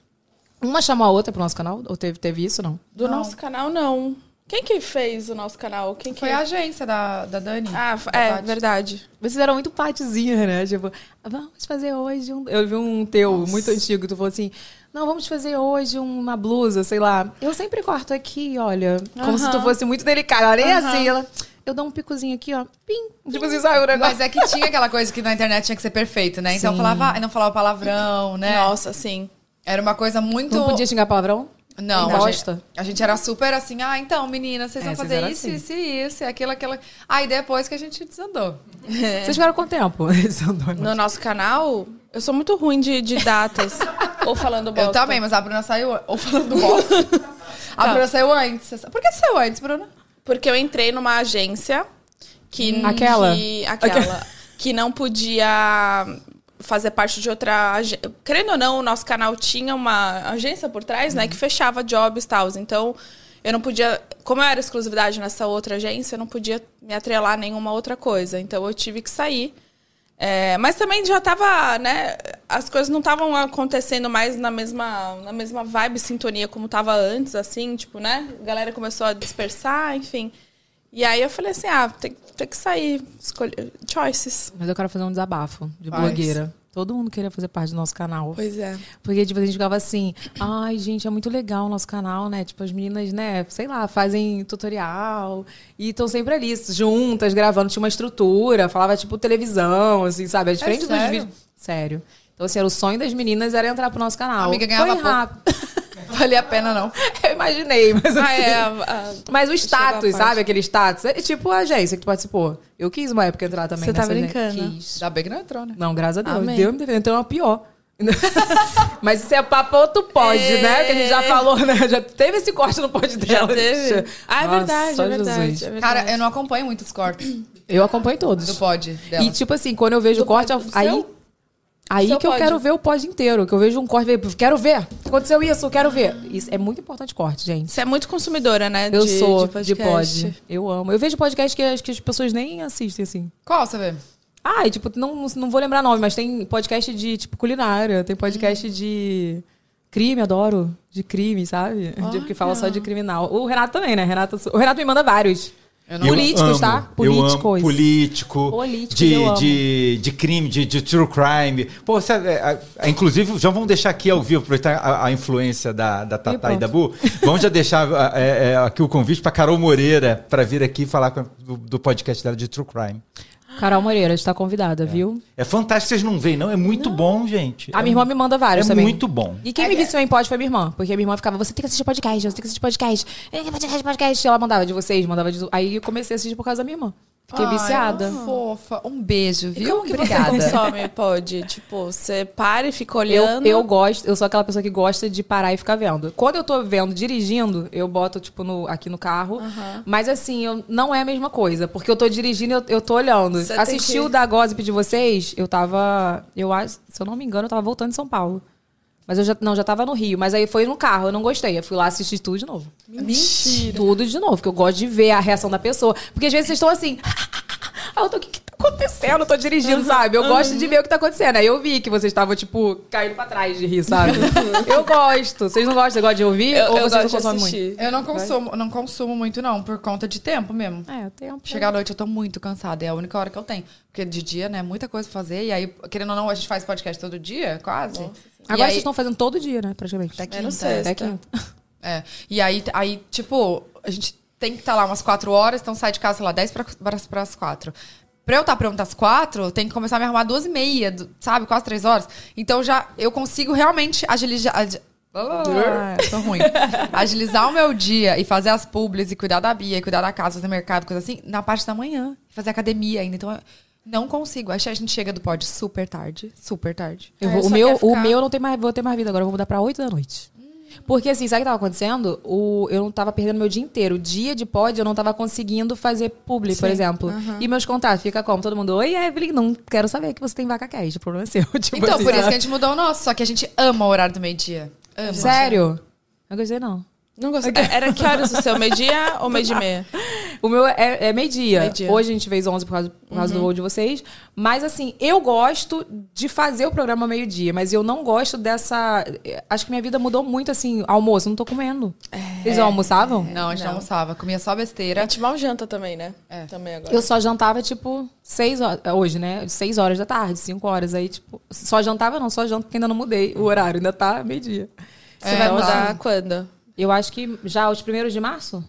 [SPEAKER 4] Uma chamou a outra pro nosso canal? Ou teve, teve isso, não?
[SPEAKER 7] Do nosso canal, não. Quem que fez o nosso canal? Quem que...
[SPEAKER 5] Foi a agência da, da Dani.
[SPEAKER 7] Ah, f-
[SPEAKER 5] Da
[SPEAKER 7] é,
[SPEAKER 5] Tati.
[SPEAKER 7] verdade.
[SPEAKER 4] Vocês eram muito partezinha, né? Tipo, vamos fazer hoje um. Eu vi um teu muito antigo, tu falou assim: não, vamos fazer hoje uma blusa, sei lá. Eu sempre corto aqui, olha. Como se tu fosse muito delicada. Olha nem assim, ela. Eu dou um picozinho aqui, ó. Pim. Tipo assim, saiu o negócio.
[SPEAKER 5] Mas é que tinha aquela coisa que na internet tinha que ser perfeito, né? Então
[SPEAKER 4] Sim.
[SPEAKER 5] falava, ah, não falava palavrão, né?
[SPEAKER 7] É. Nossa, sim.
[SPEAKER 5] Era uma coisa muito.
[SPEAKER 4] Não podia xingar palavrão?
[SPEAKER 5] Não,
[SPEAKER 4] Não.
[SPEAKER 5] a
[SPEAKER 4] Bosta.
[SPEAKER 5] gente, a gente era super assim, ah, então, menina, vocês
[SPEAKER 4] É,
[SPEAKER 5] vão
[SPEAKER 4] vocês
[SPEAKER 5] fazer
[SPEAKER 4] eram
[SPEAKER 5] isso,
[SPEAKER 4] assim.
[SPEAKER 5] isso e isso, e aquilo, aquilo. Aí depois que a gente desandou.
[SPEAKER 4] É. Vocês ficaram quanto tempo? Esse é Antônio?
[SPEAKER 7] No nosso canal, eu sou muito ruim de, de datas. ou falando bosta.
[SPEAKER 5] Eu também, mas a Bruna saiu. an- Ou falando bosta. a
[SPEAKER 4] Tá.
[SPEAKER 5] Bruna saiu antes. Por que você saiu antes, Bruna?
[SPEAKER 7] Porque eu entrei numa agência que.
[SPEAKER 4] Aquela?
[SPEAKER 7] Que, aquela. que não podia fazer parte de outra agência. Querendo ou não, o nosso canal tinha uma agência por trás, né? Que fechava jobs e tal. Então, eu não podia. Como eu era exclusividade nessa outra agência, eu não podia me atrelar a nenhuma outra coisa. Então, eu tive que sair. É, mas também já tava, né? As coisas não estavam acontecendo mais na mesma, na mesma vibe, sintonia como tava antes, assim, tipo, né? A galera começou a dispersar, enfim. E aí eu falei assim, ah, tem, tem que sair, escolher choices.
[SPEAKER 4] Mas eu quero fazer um desabafo de
[SPEAKER 5] Faz.
[SPEAKER 4] blogueira. Todo mundo queria fazer parte do nosso canal.
[SPEAKER 7] Pois é.
[SPEAKER 4] Porque, tipo, a gente ficava assim, ai, gente, é muito legal o nosso canal, né? Tipo, as meninas, né, sei lá, fazem tutorial e estão sempre ali, juntas, gravando, tinha uma estrutura, falava, tipo, televisão, assim, sabe? É diferente dos
[SPEAKER 5] sério?
[SPEAKER 4] vídeos. Sério. Então, assim, era o sonho das meninas era entrar pro nosso canal.
[SPEAKER 5] A amiga ganhava
[SPEAKER 4] Foi
[SPEAKER 5] pouco.
[SPEAKER 4] rápido.
[SPEAKER 5] Valia a pena, não.
[SPEAKER 4] Eu imaginei, mas
[SPEAKER 7] Ah,
[SPEAKER 4] assim.
[SPEAKER 7] é. a- a-
[SPEAKER 4] Mas o
[SPEAKER 7] Chegou a
[SPEAKER 4] status,
[SPEAKER 7] parte.
[SPEAKER 4] sabe? Aquele status. É tipo a agência que tu participou. Eu quis uma época entrar também.
[SPEAKER 7] Você tá
[SPEAKER 4] nessa
[SPEAKER 7] brincando?
[SPEAKER 4] agência. Quis.
[SPEAKER 5] Ainda bem que não entrou, né?
[SPEAKER 4] Não, graças a Deus.
[SPEAKER 7] Amém.
[SPEAKER 4] Deus me defenda, então é uma pior. Mas isso é papo outro pode, né? Que a gente já falou, né? Já teve esse corte no pod
[SPEAKER 7] É. Já
[SPEAKER 4] dela.
[SPEAKER 7] teve. Ah, é
[SPEAKER 4] Nossa,
[SPEAKER 7] verdade, é verdade,
[SPEAKER 4] Jesus.
[SPEAKER 7] é verdade.
[SPEAKER 5] Cara, eu não acompanho muitos cortes
[SPEAKER 4] Eu acompanho
[SPEAKER 5] do
[SPEAKER 4] todos.
[SPEAKER 5] pod dela.
[SPEAKER 4] E tipo assim, quando eu vejo o corte, eu-
[SPEAKER 7] pod- do
[SPEAKER 4] aí...
[SPEAKER 7] seu?
[SPEAKER 4] Aí
[SPEAKER 7] Seu
[SPEAKER 4] que eu
[SPEAKER 7] pod.
[SPEAKER 4] quero ver o pod inteiro. Que eu vejo um corte, vejo, quero ver. Aconteceu isso, eu quero ver. Isso é muito importante corte, gente.
[SPEAKER 7] Você é muito consumidora, né?
[SPEAKER 4] Eu
[SPEAKER 7] de-
[SPEAKER 4] sou
[SPEAKER 7] de,
[SPEAKER 4] de
[SPEAKER 7] podcast.
[SPEAKER 4] pod. Eu amo. Eu vejo podcast que, acho que as pessoas nem assistem, assim.
[SPEAKER 5] Qual você vê?
[SPEAKER 4] Ah, e, tipo, não, não- não vou lembrar nome, mas tem podcast de, tipo, culinária, tem podcast
[SPEAKER 5] Hum.
[SPEAKER 4] de crime, adoro. Tipo, De crime, sabe? De, que fala só de criminal. O Renato também, né? Renato, o Renato me manda vários.
[SPEAKER 5] Eu
[SPEAKER 8] Eu
[SPEAKER 4] Políticos,
[SPEAKER 8] amo,
[SPEAKER 4] tá?
[SPEAKER 8] eu amo
[SPEAKER 4] Políticos.
[SPEAKER 8] político.
[SPEAKER 4] Políticos,
[SPEAKER 8] de,
[SPEAKER 4] eu amo.
[SPEAKER 8] De, de crime, de, de true crime. Pô, sabe, é, é, inclusive, já vamos deixar aqui ao vivo, aproveitar a, a influência da, da Tatá e,
[SPEAKER 4] pronto.
[SPEAKER 8] da Bu. Vamos já deixar é, é, aqui o convite para Carol Moreira, para vir aqui falar com- do, do podcast dela de true crime.
[SPEAKER 4] Carol Moreira,
[SPEAKER 5] tá
[SPEAKER 4] está convidada, viu?
[SPEAKER 8] É fantástico, vocês não veem, não? É muito bom, gente.
[SPEAKER 4] A minha irmã me manda
[SPEAKER 8] é
[SPEAKER 4] vários também.
[SPEAKER 8] muito bom.
[SPEAKER 4] E
[SPEAKER 5] É,
[SPEAKER 4] quem me viciou em pod foi minha irmã, porque minha irmã ficava, você tem que assistir podcast, você tem que assistir podcast, eh, podcast, podcast. E ela mandava de vocês, mandava de. Aí eu comecei a assistir por causa da minha irmã. Fiquei
[SPEAKER 5] Ai,
[SPEAKER 4] viciada.
[SPEAKER 5] uma Fofa. Um beijo,
[SPEAKER 7] E
[SPEAKER 5] viu?
[SPEAKER 7] como que
[SPEAKER 5] Obrigada.
[SPEAKER 7] você consome, pode? Tipo, você para e fica
[SPEAKER 4] Eu,
[SPEAKER 7] olhando.
[SPEAKER 4] eu gosto, eu sou aquela pessoa que gosta de parar e ficar vendo. Quando eu tô vendo, dirigindo, eu boto, tipo, no, aqui no carro. Mas assim, eu, não é a mesma coisa. Porque eu tô dirigindo e eu, eu tô olhando.
[SPEAKER 7] Você tem
[SPEAKER 4] Assisti
[SPEAKER 7] que-
[SPEAKER 4] o da Gossip de vocês, eu tava. Eu acho, se eu não me engano, eu tava voltando de São Paulo. Mas eu já. Não, já tava no Rio. Mas aí foi no carro, eu não gostei. Eu fui lá assistir tudo de novo.
[SPEAKER 5] Mentira.
[SPEAKER 4] Tudo de novo, porque eu gosto de ver a reação da pessoa. Porque às vezes vocês estão assim. Aí eu tô, o que que tá acontecendo? Eu tô dirigindo, sabe? Eu gosto de ver o que tá acontecendo. Aí eu vi que vocês estavam, tipo, caindo pra trás de rir, sabe? eu gosto. Vocês não gostam? Vocês gostam de ouvir?
[SPEAKER 7] eu,
[SPEAKER 4] ou
[SPEAKER 7] eu
[SPEAKER 4] vocês
[SPEAKER 7] gosto de
[SPEAKER 4] não consomem
[SPEAKER 7] assistir.
[SPEAKER 5] Eu não consumo, não consumo muito, não, por conta de tempo mesmo.
[SPEAKER 4] muito? É, tempo.
[SPEAKER 5] Chegar à noite eu tô muito cansada, é a única hora que eu tenho. Porque de dia, né, muita coisa pra fazer. E aí, querendo ou não, a gente faz podcast todo dia, quase. E
[SPEAKER 4] Agora
[SPEAKER 5] aí-
[SPEAKER 4] vocês estão fazendo todo dia, né? Praticamente.
[SPEAKER 5] Até
[SPEAKER 7] Menos
[SPEAKER 5] quinta.
[SPEAKER 7] sexta.
[SPEAKER 4] Até quinta.
[SPEAKER 5] É. E aí, aí, tipo, a gente tem que estar lá umas 4 horas, então sai de casa, sei lá, 10 para as 4. Pra eu estar pronta às 4, tem que começar a me arrumar 12 e meia, do- sabe? Quase 3 horas. Então já eu consigo realmente agilizar. Ah, tô ruim. Agilizar o meu dia e fazer as publis e cuidar da Bia, e cuidar da casa, fazer mercado, coisa assim, na parte da manhã. Fazer academia ainda. Então eu não consigo. Aí a gente chega do pod super tarde, super tarde.
[SPEAKER 4] Eu
[SPEAKER 7] É,
[SPEAKER 4] vou- o
[SPEAKER 7] só
[SPEAKER 4] meu,
[SPEAKER 7] quer
[SPEAKER 4] o
[SPEAKER 7] ficar-
[SPEAKER 4] meu eu não tem mais, vou ter mais vida agora, eu vou mudar pra 8 da noite. Porque assim, sabe o que tava acontecendo? O, eu não tava perdendo meu dia inteiro. Dia de pod eu não tava conseguindo fazer publi, por exemplo. E meus contatos fica como? Todo mundo, oi Evelyn, não quero saber que você tem vaca cash, o problema é seu. Tipo
[SPEAKER 5] Então,
[SPEAKER 4] assim,
[SPEAKER 5] por isso que
[SPEAKER 4] sabe?
[SPEAKER 5] a gente mudou o nosso, só que a gente ama o horário do meio-dia. Ama.
[SPEAKER 4] Sério? Não gostei não.
[SPEAKER 7] Não gostei. É, Era que horas o seu? Meio-dia ou meio-dia e meia?
[SPEAKER 4] O meu é, é meio-dia.
[SPEAKER 7] Meio-dia. Uhum.
[SPEAKER 4] Hoje a gente fez 11 por causa, por causa do voo de vocês. Mas, assim, eu gosto de fazer o programa meio-dia, mas eu não gosto dessa. eh, Acho que minha vida mudou muito, assim, almoço. Não tô comendo.
[SPEAKER 7] É.
[SPEAKER 4] Vocês não almoçavam?
[SPEAKER 5] Não, a gente não. É. almoçava, comia só
[SPEAKER 7] A
[SPEAKER 5] besteira.
[SPEAKER 7] gente mal janta também, né? É. Também agora.
[SPEAKER 4] Eu só jantava, tipo, seis horas. Hoje, né? Seis horas da tarde, cinco horas. Aí, tipo, só jantava, não, só janto, porque ainda não mudei o horário, ainda tá meio-dia. Então, assim,
[SPEAKER 7] Você
[SPEAKER 4] É,
[SPEAKER 7] vai
[SPEAKER 5] tá.
[SPEAKER 7] mudar quando?
[SPEAKER 4] Eu acho que já os primeiros de março?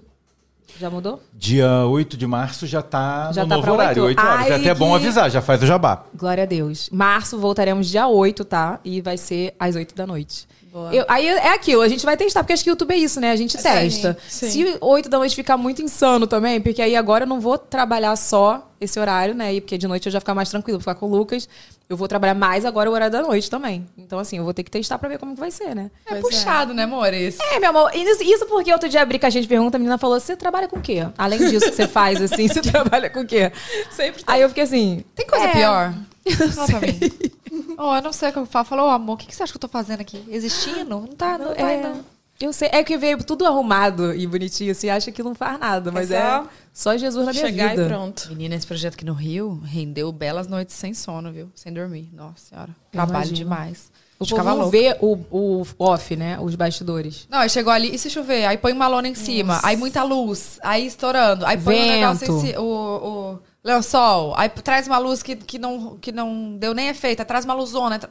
[SPEAKER 4] Já mudou?
[SPEAKER 8] Dia 8 de março já tá
[SPEAKER 4] Já
[SPEAKER 8] no
[SPEAKER 4] tá
[SPEAKER 8] novo
[SPEAKER 4] pra
[SPEAKER 8] horário,
[SPEAKER 4] 8?
[SPEAKER 8] 8 horas. é
[SPEAKER 4] Ai,
[SPEAKER 8] até bom
[SPEAKER 4] que-
[SPEAKER 8] avisar, já faz o jabá.
[SPEAKER 4] Glória a Deus. Março voltaremos dia 8, tá? E vai ser às 8 da noite.
[SPEAKER 7] Boa.
[SPEAKER 4] Eu- aí é aquilo, a gente vai testar, porque acho que o YouTube é isso, né? A gente testa.
[SPEAKER 7] sim.
[SPEAKER 4] Se 8 da noite ficar muito insano também, porque aí agora eu não vou trabalhar só esse horário, né? E porque de noite eu já ficar mais tranquilo, vou ficar com o Lucas. Eu vou trabalhar mais agora o horário da noite também. Então, assim, eu vou ter que testar pra ver como que vai ser, né?
[SPEAKER 5] É puxado, né, amores?
[SPEAKER 4] É, meu amor, isso, isso porque outro dia abri que a gente pergunta, a menina falou: você trabalha com o quê? Além disso que você faz, assim, você trabalha com o quê?
[SPEAKER 7] Sempre
[SPEAKER 4] Aí eu fiquei assim.
[SPEAKER 5] Tem coisa
[SPEAKER 4] é.
[SPEAKER 5] pior? Fala pra mim. Oh, eu não sei o que eu falo. Falou, amor, o que, que você acha que eu tô fazendo aqui? Existindo? Não tá, não tá,
[SPEAKER 4] É,
[SPEAKER 5] não.
[SPEAKER 4] eu sei. É que veio tudo arrumado e bonitinho, assim, acha que não faz nada, mas é
[SPEAKER 7] só
[SPEAKER 4] só, Jesus na minha
[SPEAKER 7] Chegar
[SPEAKER 4] vida.
[SPEAKER 7] e pronto.
[SPEAKER 5] Menina, esse projeto aqui no Rio rendeu belas noites sem sono, viu? Sem dormir. Nossa senhora. Trabalho
[SPEAKER 4] imagino.
[SPEAKER 5] demais.
[SPEAKER 4] O
[SPEAKER 5] Ficava
[SPEAKER 4] povo não
[SPEAKER 5] louca.
[SPEAKER 4] vê o, o off, né? Os bastidores.
[SPEAKER 5] Não, aí chegou ali, e se chover? Aí põe uma lona em cima, aí muita luz, aí estourando, aí põe o negócio em
[SPEAKER 4] Vento.
[SPEAKER 5] cima, o, o lençol, aí traz uma luz que, que, não, que não deu nem efeito, aí traz uma luzona. aí tra-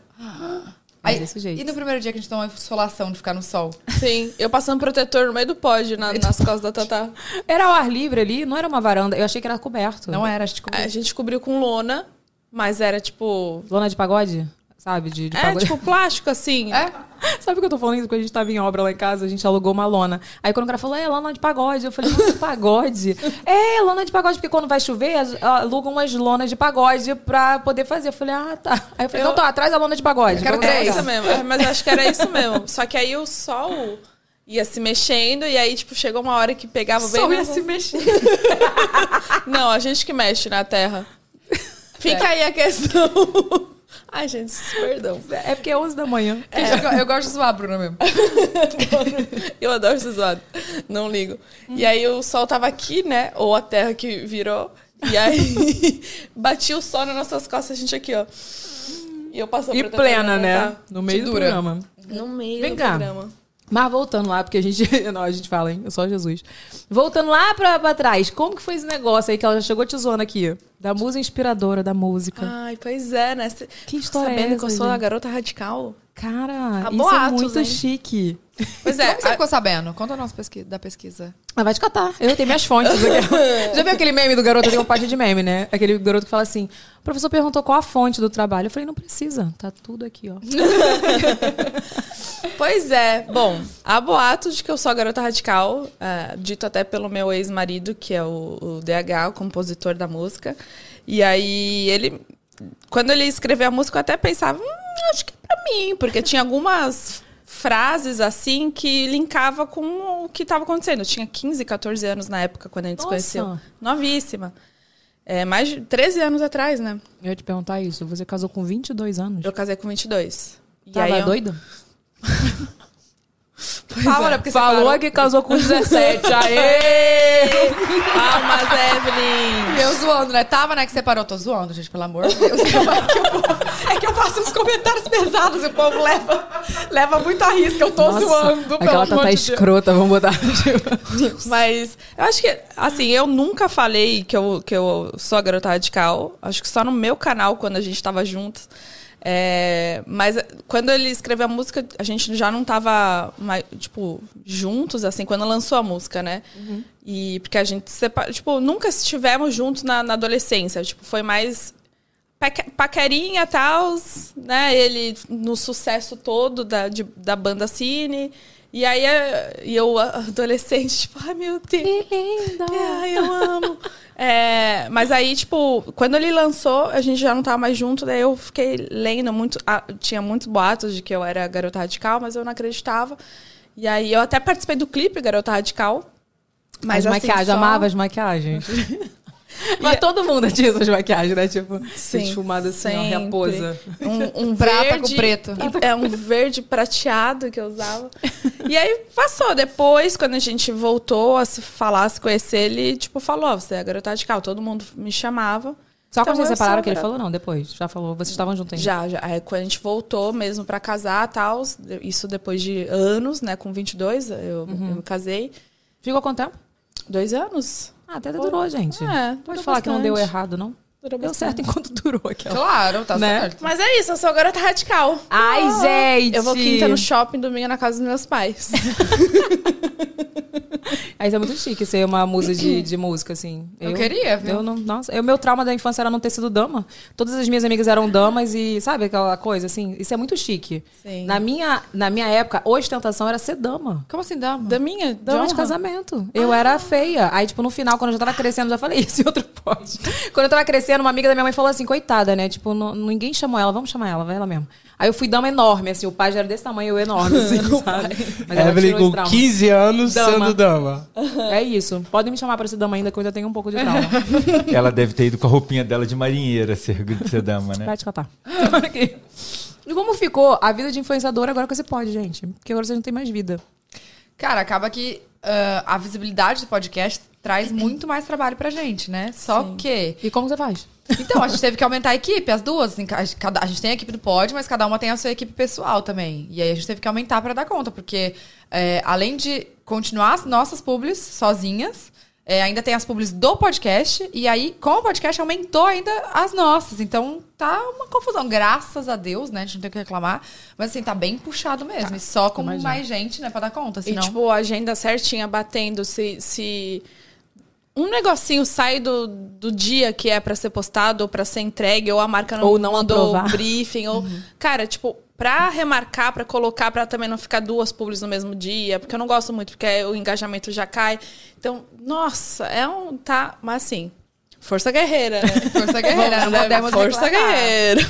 [SPEAKER 5] É
[SPEAKER 4] Mas desse jeito.
[SPEAKER 5] E no primeiro dia que a gente tomou uma insolação de ficar no sol?
[SPEAKER 7] Sim. Eu passando protetor no meio do pod, na- nas costas da Tatá.
[SPEAKER 4] Era ao ar livre ali, não era uma varanda. Eu achei que era coberto.
[SPEAKER 5] Não
[SPEAKER 7] é.
[SPEAKER 5] era, a gente comeu.
[SPEAKER 7] A gente cobriu com lona, mas era tipo.
[SPEAKER 4] Lona de pagode? Sabe? De, de
[SPEAKER 7] É,
[SPEAKER 4] pagode.
[SPEAKER 7] tipo plástico assim.
[SPEAKER 5] É?
[SPEAKER 4] Sabe o que eu tô falando? isso? Quando a gente tava em obra lá em casa, a gente alugou uma lona. Aí quando o cara falou, é lona de pagode. Eu falei, lona de pagode? é, lona de pagode, porque quando vai chover, as- alugam umas lonas de pagode pra poder fazer. Eu falei, ah, tá. Aí eu falei,
[SPEAKER 7] Eu-
[SPEAKER 4] então tá, atrás a lona de pagode.
[SPEAKER 5] quero
[SPEAKER 4] Então,
[SPEAKER 7] É
[SPEAKER 4] tá.
[SPEAKER 7] isso mesmo. É, mas eu acho que era isso mesmo. Só que aí o sol ia se mexendo e aí, tipo, chegou uma hora que pegava bem.
[SPEAKER 4] Sol ia
[SPEAKER 7] no-
[SPEAKER 4] se mexer.
[SPEAKER 7] Não, a gente que mexe na terra.
[SPEAKER 4] É.
[SPEAKER 7] Fica aí a questão. Ai, gente, perdão.
[SPEAKER 4] É porque é 11 da manhã.
[SPEAKER 5] Eu, eu gosto de zoar a Bruna mesmo.
[SPEAKER 7] Eu adoro ser zoado. Não ligo. E aí o sol tava aqui, né? Ou a terra que virou. E aí batia o sol nas nossas costas, a gente aqui, ó. E eu passando
[SPEAKER 4] E plena, né? No meio
[SPEAKER 5] Te
[SPEAKER 7] Tá.
[SPEAKER 4] do
[SPEAKER 5] dura.
[SPEAKER 4] programa.
[SPEAKER 7] No meio
[SPEAKER 4] Vem
[SPEAKER 7] do
[SPEAKER 4] cá.
[SPEAKER 7] programa.
[SPEAKER 4] Mas voltando lá, porque a gente. Não, a gente fala, hein? Eu sou Jesus. Voltando lá pra, pra trás, como que foi esse negócio aí que ela já chegou te zoando aqui? Da musa inspiradora, da música.
[SPEAKER 7] Ai, pois é, né? Cê-
[SPEAKER 4] Que
[SPEAKER 7] ficou
[SPEAKER 4] história é
[SPEAKER 7] sabendo que
[SPEAKER 4] essa,
[SPEAKER 7] eu sou a
[SPEAKER 4] gente?
[SPEAKER 7] garota radical?
[SPEAKER 4] Cara,
[SPEAKER 7] Há
[SPEAKER 4] isso é
[SPEAKER 7] boatos,
[SPEAKER 4] muito
[SPEAKER 7] hein?
[SPEAKER 4] chique.
[SPEAKER 7] Pois é,
[SPEAKER 5] Como que você
[SPEAKER 7] a-
[SPEAKER 5] ficou sabendo? Conta a nossa pesquisa, da pesquisa.
[SPEAKER 4] Ah, vai te catar. Eu tenho minhas fontes. aqui. Já viu aquele meme do garoto? Eu tenho uma parte de meme, né? Aquele garoto que fala assim: o professor perguntou qual a fonte do trabalho. Eu falei: não precisa, tá tudo aqui, ó.
[SPEAKER 7] Pois é. Bom, há boato de que eu sou a garota radical, ah, dito até pelo meu ex-marido, que é o, o DH, o compositor da música. E aí ele. Quando ele escreveu a música, eu até pensava, "Hum, acho que é pra mim, porque tinha algumas frases assim que linkava com o que estava acontecendo. Eu tinha 15, 14 anos na época quando a gente se
[SPEAKER 4] Nossa.
[SPEAKER 7] conheceu. Novíssima. É, mais de 13 anos atrás, né?
[SPEAKER 4] Eu ia te perguntar isso. Você casou com 22 anos?
[SPEAKER 7] Eu casei com 22. E
[SPEAKER 4] Tava
[SPEAKER 7] eu-
[SPEAKER 4] doida?
[SPEAKER 5] Fala,
[SPEAKER 7] é.
[SPEAKER 5] né? Porque
[SPEAKER 4] Falou
[SPEAKER 5] separou.
[SPEAKER 4] que casou com 17. Aê!
[SPEAKER 7] Palmas, Evelyn!
[SPEAKER 5] E eu zoando, né? Tava, né? Que separou. Tô zoando, gente, pelo amor de Deus. É que eu, é que eu faço uns comentários pesados e o povo leva, leva muito a risco. Eu tô
[SPEAKER 4] Nossa,
[SPEAKER 5] zoando, pelo
[SPEAKER 4] Aquela
[SPEAKER 5] amor
[SPEAKER 4] tá, tá
[SPEAKER 5] de Deus.
[SPEAKER 4] escrota, vamos botar. tipo,
[SPEAKER 7] Mas eu acho que, assim, eu nunca falei que eu, que eu sou a garota radical. Acho que só no meu canal, quando a gente tava juntos. É, mas eh, quando ele escreveu a música, a gente já não tava, mais, tipo, juntos, assim, quando lançou a música, né? E porque a gente separa, tipo, nunca estivemos juntos na, na adolescência. Tipo, foi mais paque- paquerinha e tal, né? Ele no sucesso todo da, de- da banda Cine. E aí eh, e eu, a- adolescente, tipo, ai meu Deus, ai, eu amo. É, mas aí, tipo, quando ele lançou, a gente já não tava mais junto, daí eu fiquei lendo muito. ah, tinha muitos boatos de que eu era garota radical, mas eu não acreditava. E aí eu até participei do clipe Garota Radical.
[SPEAKER 4] Mas
[SPEAKER 7] Mas
[SPEAKER 4] as
[SPEAKER 7] assim,
[SPEAKER 4] maquiagens,
[SPEAKER 7] só-
[SPEAKER 4] amava as maquiagens. Mas todo mundo é tinha essas maquiagens, né? Tipo,
[SPEAKER 7] Sim,
[SPEAKER 4] esfumada assim, ó,
[SPEAKER 7] sempre.
[SPEAKER 4] raposa.
[SPEAKER 7] Um, um
[SPEAKER 5] Prata com
[SPEAKER 7] verde,
[SPEAKER 5] preto.
[SPEAKER 7] e- É um verde prateado que eu usava. E aí passou. Depois, quando a gente voltou a se falar, a se conhecer, ele, tipo, falou: "Ó, você é a garota radical. Todo mundo me chamava.
[SPEAKER 4] Só quando
[SPEAKER 7] Então,
[SPEAKER 4] vocês
[SPEAKER 7] eu
[SPEAKER 4] separaram
[SPEAKER 7] sou
[SPEAKER 4] que ele
[SPEAKER 7] grata.
[SPEAKER 4] falou, não, depois. Já falou, vocês estavam juntos ainda.
[SPEAKER 7] Já, já. Aí quando a gente voltou mesmo pra casar tal, isso depois de anos, né? Com 22, eu, eu me casei.
[SPEAKER 4] Ficou quanto tempo?
[SPEAKER 7] Dois anos.
[SPEAKER 4] Ah, até durou, gente.
[SPEAKER 7] É,
[SPEAKER 4] Pode
[SPEAKER 7] durou
[SPEAKER 4] falar que não deu
[SPEAKER 7] bastante.
[SPEAKER 4] errado, não?
[SPEAKER 7] Durou
[SPEAKER 4] Deu certo enquanto durou aquela.
[SPEAKER 5] Claro, tá
[SPEAKER 4] Né?
[SPEAKER 5] certo.
[SPEAKER 7] Mas é isso, eu sou a garota radical.
[SPEAKER 4] Ai, gente!
[SPEAKER 7] Ah, Eu vou quinta no shopping, domingo na casa dos meus pais.
[SPEAKER 4] Ah, isso é muito chique ser uma musa de, de música, assim.
[SPEAKER 5] Eu queria, viu?
[SPEAKER 4] Eu não, nossa, o meu trauma da infância era não ter sido dama. Todas as minhas amigas eram damas e, sabe aquela coisa, assim? Isso é muito chique.
[SPEAKER 7] Sim.
[SPEAKER 4] Na minha, na minha época, ostentação era ser dama.
[SPEAKER 5] Como assim, dama?
[SPEAKER 7] da minha,
[SPEAKER 4] Dama de
[SPEAKER 7] honra.
[SPEAKER 4] casamento. Eu era feia. Aí, tipo, no final, quando eu já tava crescendo, eu já falei isso em outro pote. Quando eu tava crescendo, uma amiga da minha mãe falou assim, coitada, né? Tipo, não- ninguém chamou ela, vamos chamar ela, vai ela mesmo. Aí eu fui dama enorme, assim, o pai já era desse tamanho, eu enorme, assim, sabe? Mas ela
[SPEAKER 1] Evelyn
[SPEAKER 4] tirou esse
[SPEAKER 1] com
[SPEAKER 4] trauma.
[SPEAKER 1] 15 anos
[SPEAKER 4] Dama.
[SPEAKER 1] sendo dama.
[SPEAKER 4] É isso. Podem me chamar pra ser dama ainda, que eu ainda tenho um pouco de trauma.
[SPEAKER 8] Ela deve ter ido com a roupinha dela de marinheira ser, ser dama, né?
[SPEAKER 4] Vai te catar. Tomara que- E como ficou a vida de influenciadora agora que você pode, gente? Porque agora você não tem mais vida.
[SPEAKER 5] Cara, acaba que ah, a visibilidade do podcast
[SPEAKER 7] Uhum.
[SPEAKER 5] traz muito mais trabalho pra gente, né? Só que...
[SPEAKER 4] E como você faz?
[SPEAKER 5] Então, a gente teve que aumentar a equipe, as duas. assim, A gente- cada- a gente tem a equipe do pod, mas cada uma tem a sua equipe pessoal também. E aí a gente teve que aumentar pra dar conta, porque é, além de continuar as nossas publis sozinhas, é, ainda tem as publis do podcast, e aí com o podcast aumentou ainda as nossas. Então tá uma confusão, graças a Deus, né? A gente não tem o que reclamar. Mas assim, tá bem puxado mesmo. e só com
[SPEAKER 4] imagino.
[SPEAKER 5] mais gente, né, pra dar conta,
[SPEAKER 7] E,
[SPEAKER 5] senão...
[SPEAKER 7] tipo, a agenda certinha batendo. Se, se um negocinho sai do, do dia que é pra ser postado, ou pra ser entregue, ou a marca não,
[SPEAKER 4] Ou não
[SPEAKER 7] mandou
[SPEAKER 4] aprovar.
[SPEAKER 7] o briefing, ou. Cara, tipo, pra remarcar, pra colocar, pra também não ficar duas publis no mesmo dia, porque eu não gosto muito, porque aí o engajamento já cai. Então, nossa, é um. Tá, mas assim. Força guerreira, né?
[SPEAKER 5] Força guerreira,
[SPEAKER 7] Vamos,
[SPEAKER 5] não
[SPEAKER 7] né?
[SPEAKER 5] podemos
[SPEAKER 7] Força
[SPEAKER 5] reclamar.
[SPEAKER 7] guerreira.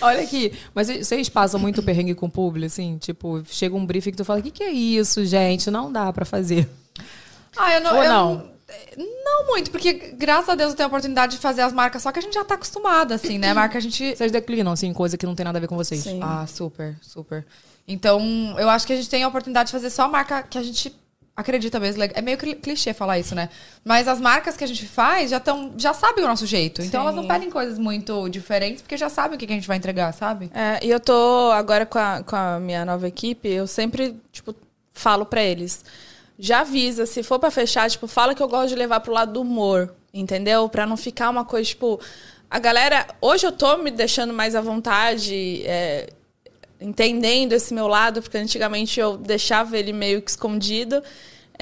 [SPEAKER 4] Olha aqui. Mas vocês passam muito perrengue com o público, assim? Tipo, chega um briefing que tu fala, o que, que é isso, gente? Não dá pra fazer.
[SPEAKER 5] Ah, eu não.
[SPEAKER 4] Ou
[SPEAKER 5] eu
[SPEAKER 4] não?
[SPEAKER 5] não? não muito, porque graças a Deus eu tenho a oportunidade de fazer as marcas, só que a gente já tá acostumada, assim, né? Marca a gente.
[SPEAKER 4] Vocês declinam, assim, coisa que não tem nada a ver com vocês.
[SPEAKER 7] Sim.
[SPEAKER 5] Ah, super, super. Então, eu acho que a gente tem a oportunidade de fazer só a marca que a gente acredita mesmo. É meio cli- clichê falar isso, né? Mas as marcas que a gente faz já estão. já sabem o nosso jeito. Então
[SPEAKER 7] Sim.
[SPEAKER 5] elas não pedem coisas muito diferentes, porque já sabem o que, que a gente vai entregar, sabe?
[SPEAKER 7] É, e eu tô agora com a, com a minha nova equipe, eu sempre, tipo, falo pra eles. Já avisa, se for pra fechar, tipo, fala que eu gosto de levar pro lado do humor, entendeu? Pra não ficar uma coisa, tipo. A galera, hoje eu tô me deixando mais à vontade, é, entendendo esse meu lado, porque antigamente eu deixava ele meio que escondido.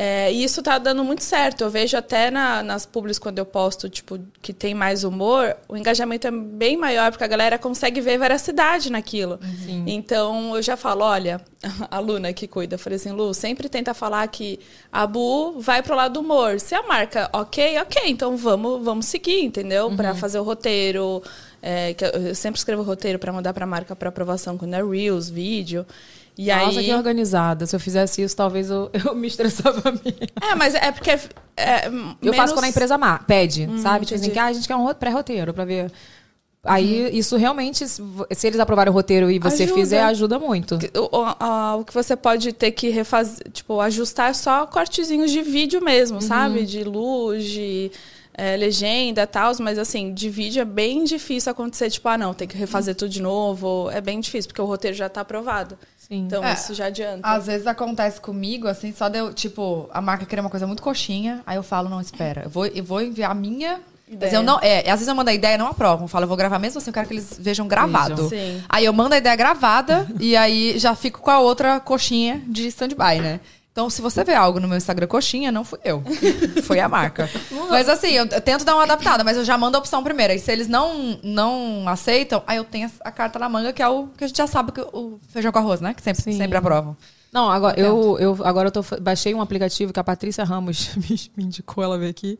[SPEAKER 7] É, e isso tá dando muito certo. Eu vejo até na- nas públicas quando eu posto, tipo, que tem mais humor, o engajamento é bem maior, porque a galera consegue ver veracidade naquilo. Então eu já falo, olha, a Luna que cuida, eu falei assim, Lu, sempre tenta falar que a Bu vai pro lado do humor. Se a marca, ok, ok, então vamos, vamos seguir, entendeu? Pra fazer o roteiro. é, que eu, eu sempre escrevo roteiro pra mandar pra marca pra aprovação quando é Reels, vídeo. E
[SPEAKER 4] Nossa,
[SPEAKER 7] aí...
[SPEAKER 4] que organizada. Se eu fizesse isso, talvez eu, eu me estressava mesmo.
[SPEAKER 7] É, mas é porque. É, é,
[SPEAKER 4] Eu faço
[SPEAKER 7] menos- Hum,
[SPEAKER 4] quando a empresa ma- pede, sabe? Tipo assim,
[SPEAKER 7] entendi. Uhum.
[SPEAKER 4] que ah, a gente quer um ro- pré-roteiro pra ver. Aí, isso realmente, se vo- se eles aprovarem o roteiro e você
[SPEAKER 7] Ajuda.
[SPEAKER 4] fizer, ajuda muito.
[SPEAKER 7] O, o- a- o que você pode ter que refazer, tipo, ajustar é só cortezinhos de vídeo mesmo,
[SPEAKER 4] Uhum.
[SPEAKER 7] sabe? De luz, de é, legenda e tal, mas assim, de vídeo é bem difícil acontecer, tipo, ah, não, tem que refazer
[SPEAKER 4] Uhum.
[SPEAKER 7] tudo de novo. É bem difícil, porque o roteiro já tá aprovado.
[SPEAKER 4] Sim.
[SPEAKER 7] Então,
[SPEAKER 5] É.
[SPEAKER 7] isso já adianta.
[SPEAKER 5] Às vezes acontece comigo, assim, só deu, tipo, a marca queria uma coisa muito coxinha, aí eu falo, não, espera, eu vou, eu vou enviar a minha. Mas eu não, é, às vezes eu mando a ideia e não aprovam. Eu falo, eu vou gravar mesmo assim, eu quero que eles vejam gravado.
[SPEAKER 7] Vejam. Sim.
[SPEAKER 5] Aí eu mando a ideia gravada e aí já fico com a outra coxinha de stand-by, né? Então, se você vê algo no meu Instagram coxinha, não fui eu. Foi a marca.
[SPEAKER 7] Uhum.
[SPEAKER 5] mas assim, eu, eu tento dar uma adaptada, mas eu já mando a opção primeiro. E se eles não, não aceitam, aí eu tenho a, a carta na manga, que é o que a gente já sabe que o feijão com arroz, né? Que sempre,
[SPEAKER 4] Sim.
[SPEAKER 5] sempre aprovam.
[SPEAKER 4] Não, agora eu, eu, agora eu tô, fa- baixei um aplicativo que a Patrícia Ramos me, me indicou, ela veio aqui.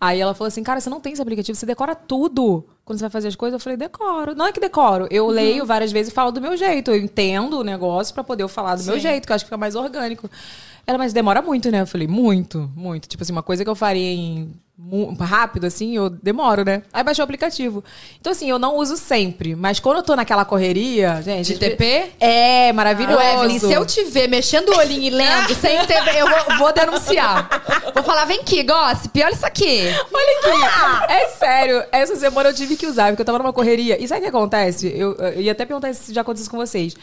[SPEAKER 4] Aí ela falou assim: Cara, você não tem esse aplicativo, você decora tudo quando você vai fazer as coisas. Eu falei: Decoro. Não é que decoro. Eu
[SPEAKER 5] Uhum.
[SPEAKER 4] leio várias vezes e falo do meu jeito. Eu entendo o negócio pra poder eu falar do meu jeito, que eu acho que fica mais orgânico. Ela, mas demora muito, né? Eu falei: Muito, muito. Tipo assim, uma coisa que eu faria em. mu- Rápido, assim, eu demoro, né? Aí baixei o aplicativo. Então, assim, eu não uso sempre, mas quando eu tô naquela correria, gente.
[SPEAKER 5] De
[SPEAKER 4] às vezes-
[SPEAKER 5] TP?
[SPEAKER 4] É, maravilhoso.
[SPEAKER 5] Ô, Evelyn, se eu te ver mexendo o olhinho e lendo sem ter. Eu vou, vou denunciar. Vou falar, vem aqui, gossip, olha isso aqui.
[SPEAKER 4] Olha aqui. É sério. Essa semana eu tive que usar, porque eu tava numa correria. E sabe o que acontece? Eu, eu ia até perguntar se já aconteceu isso com vocês.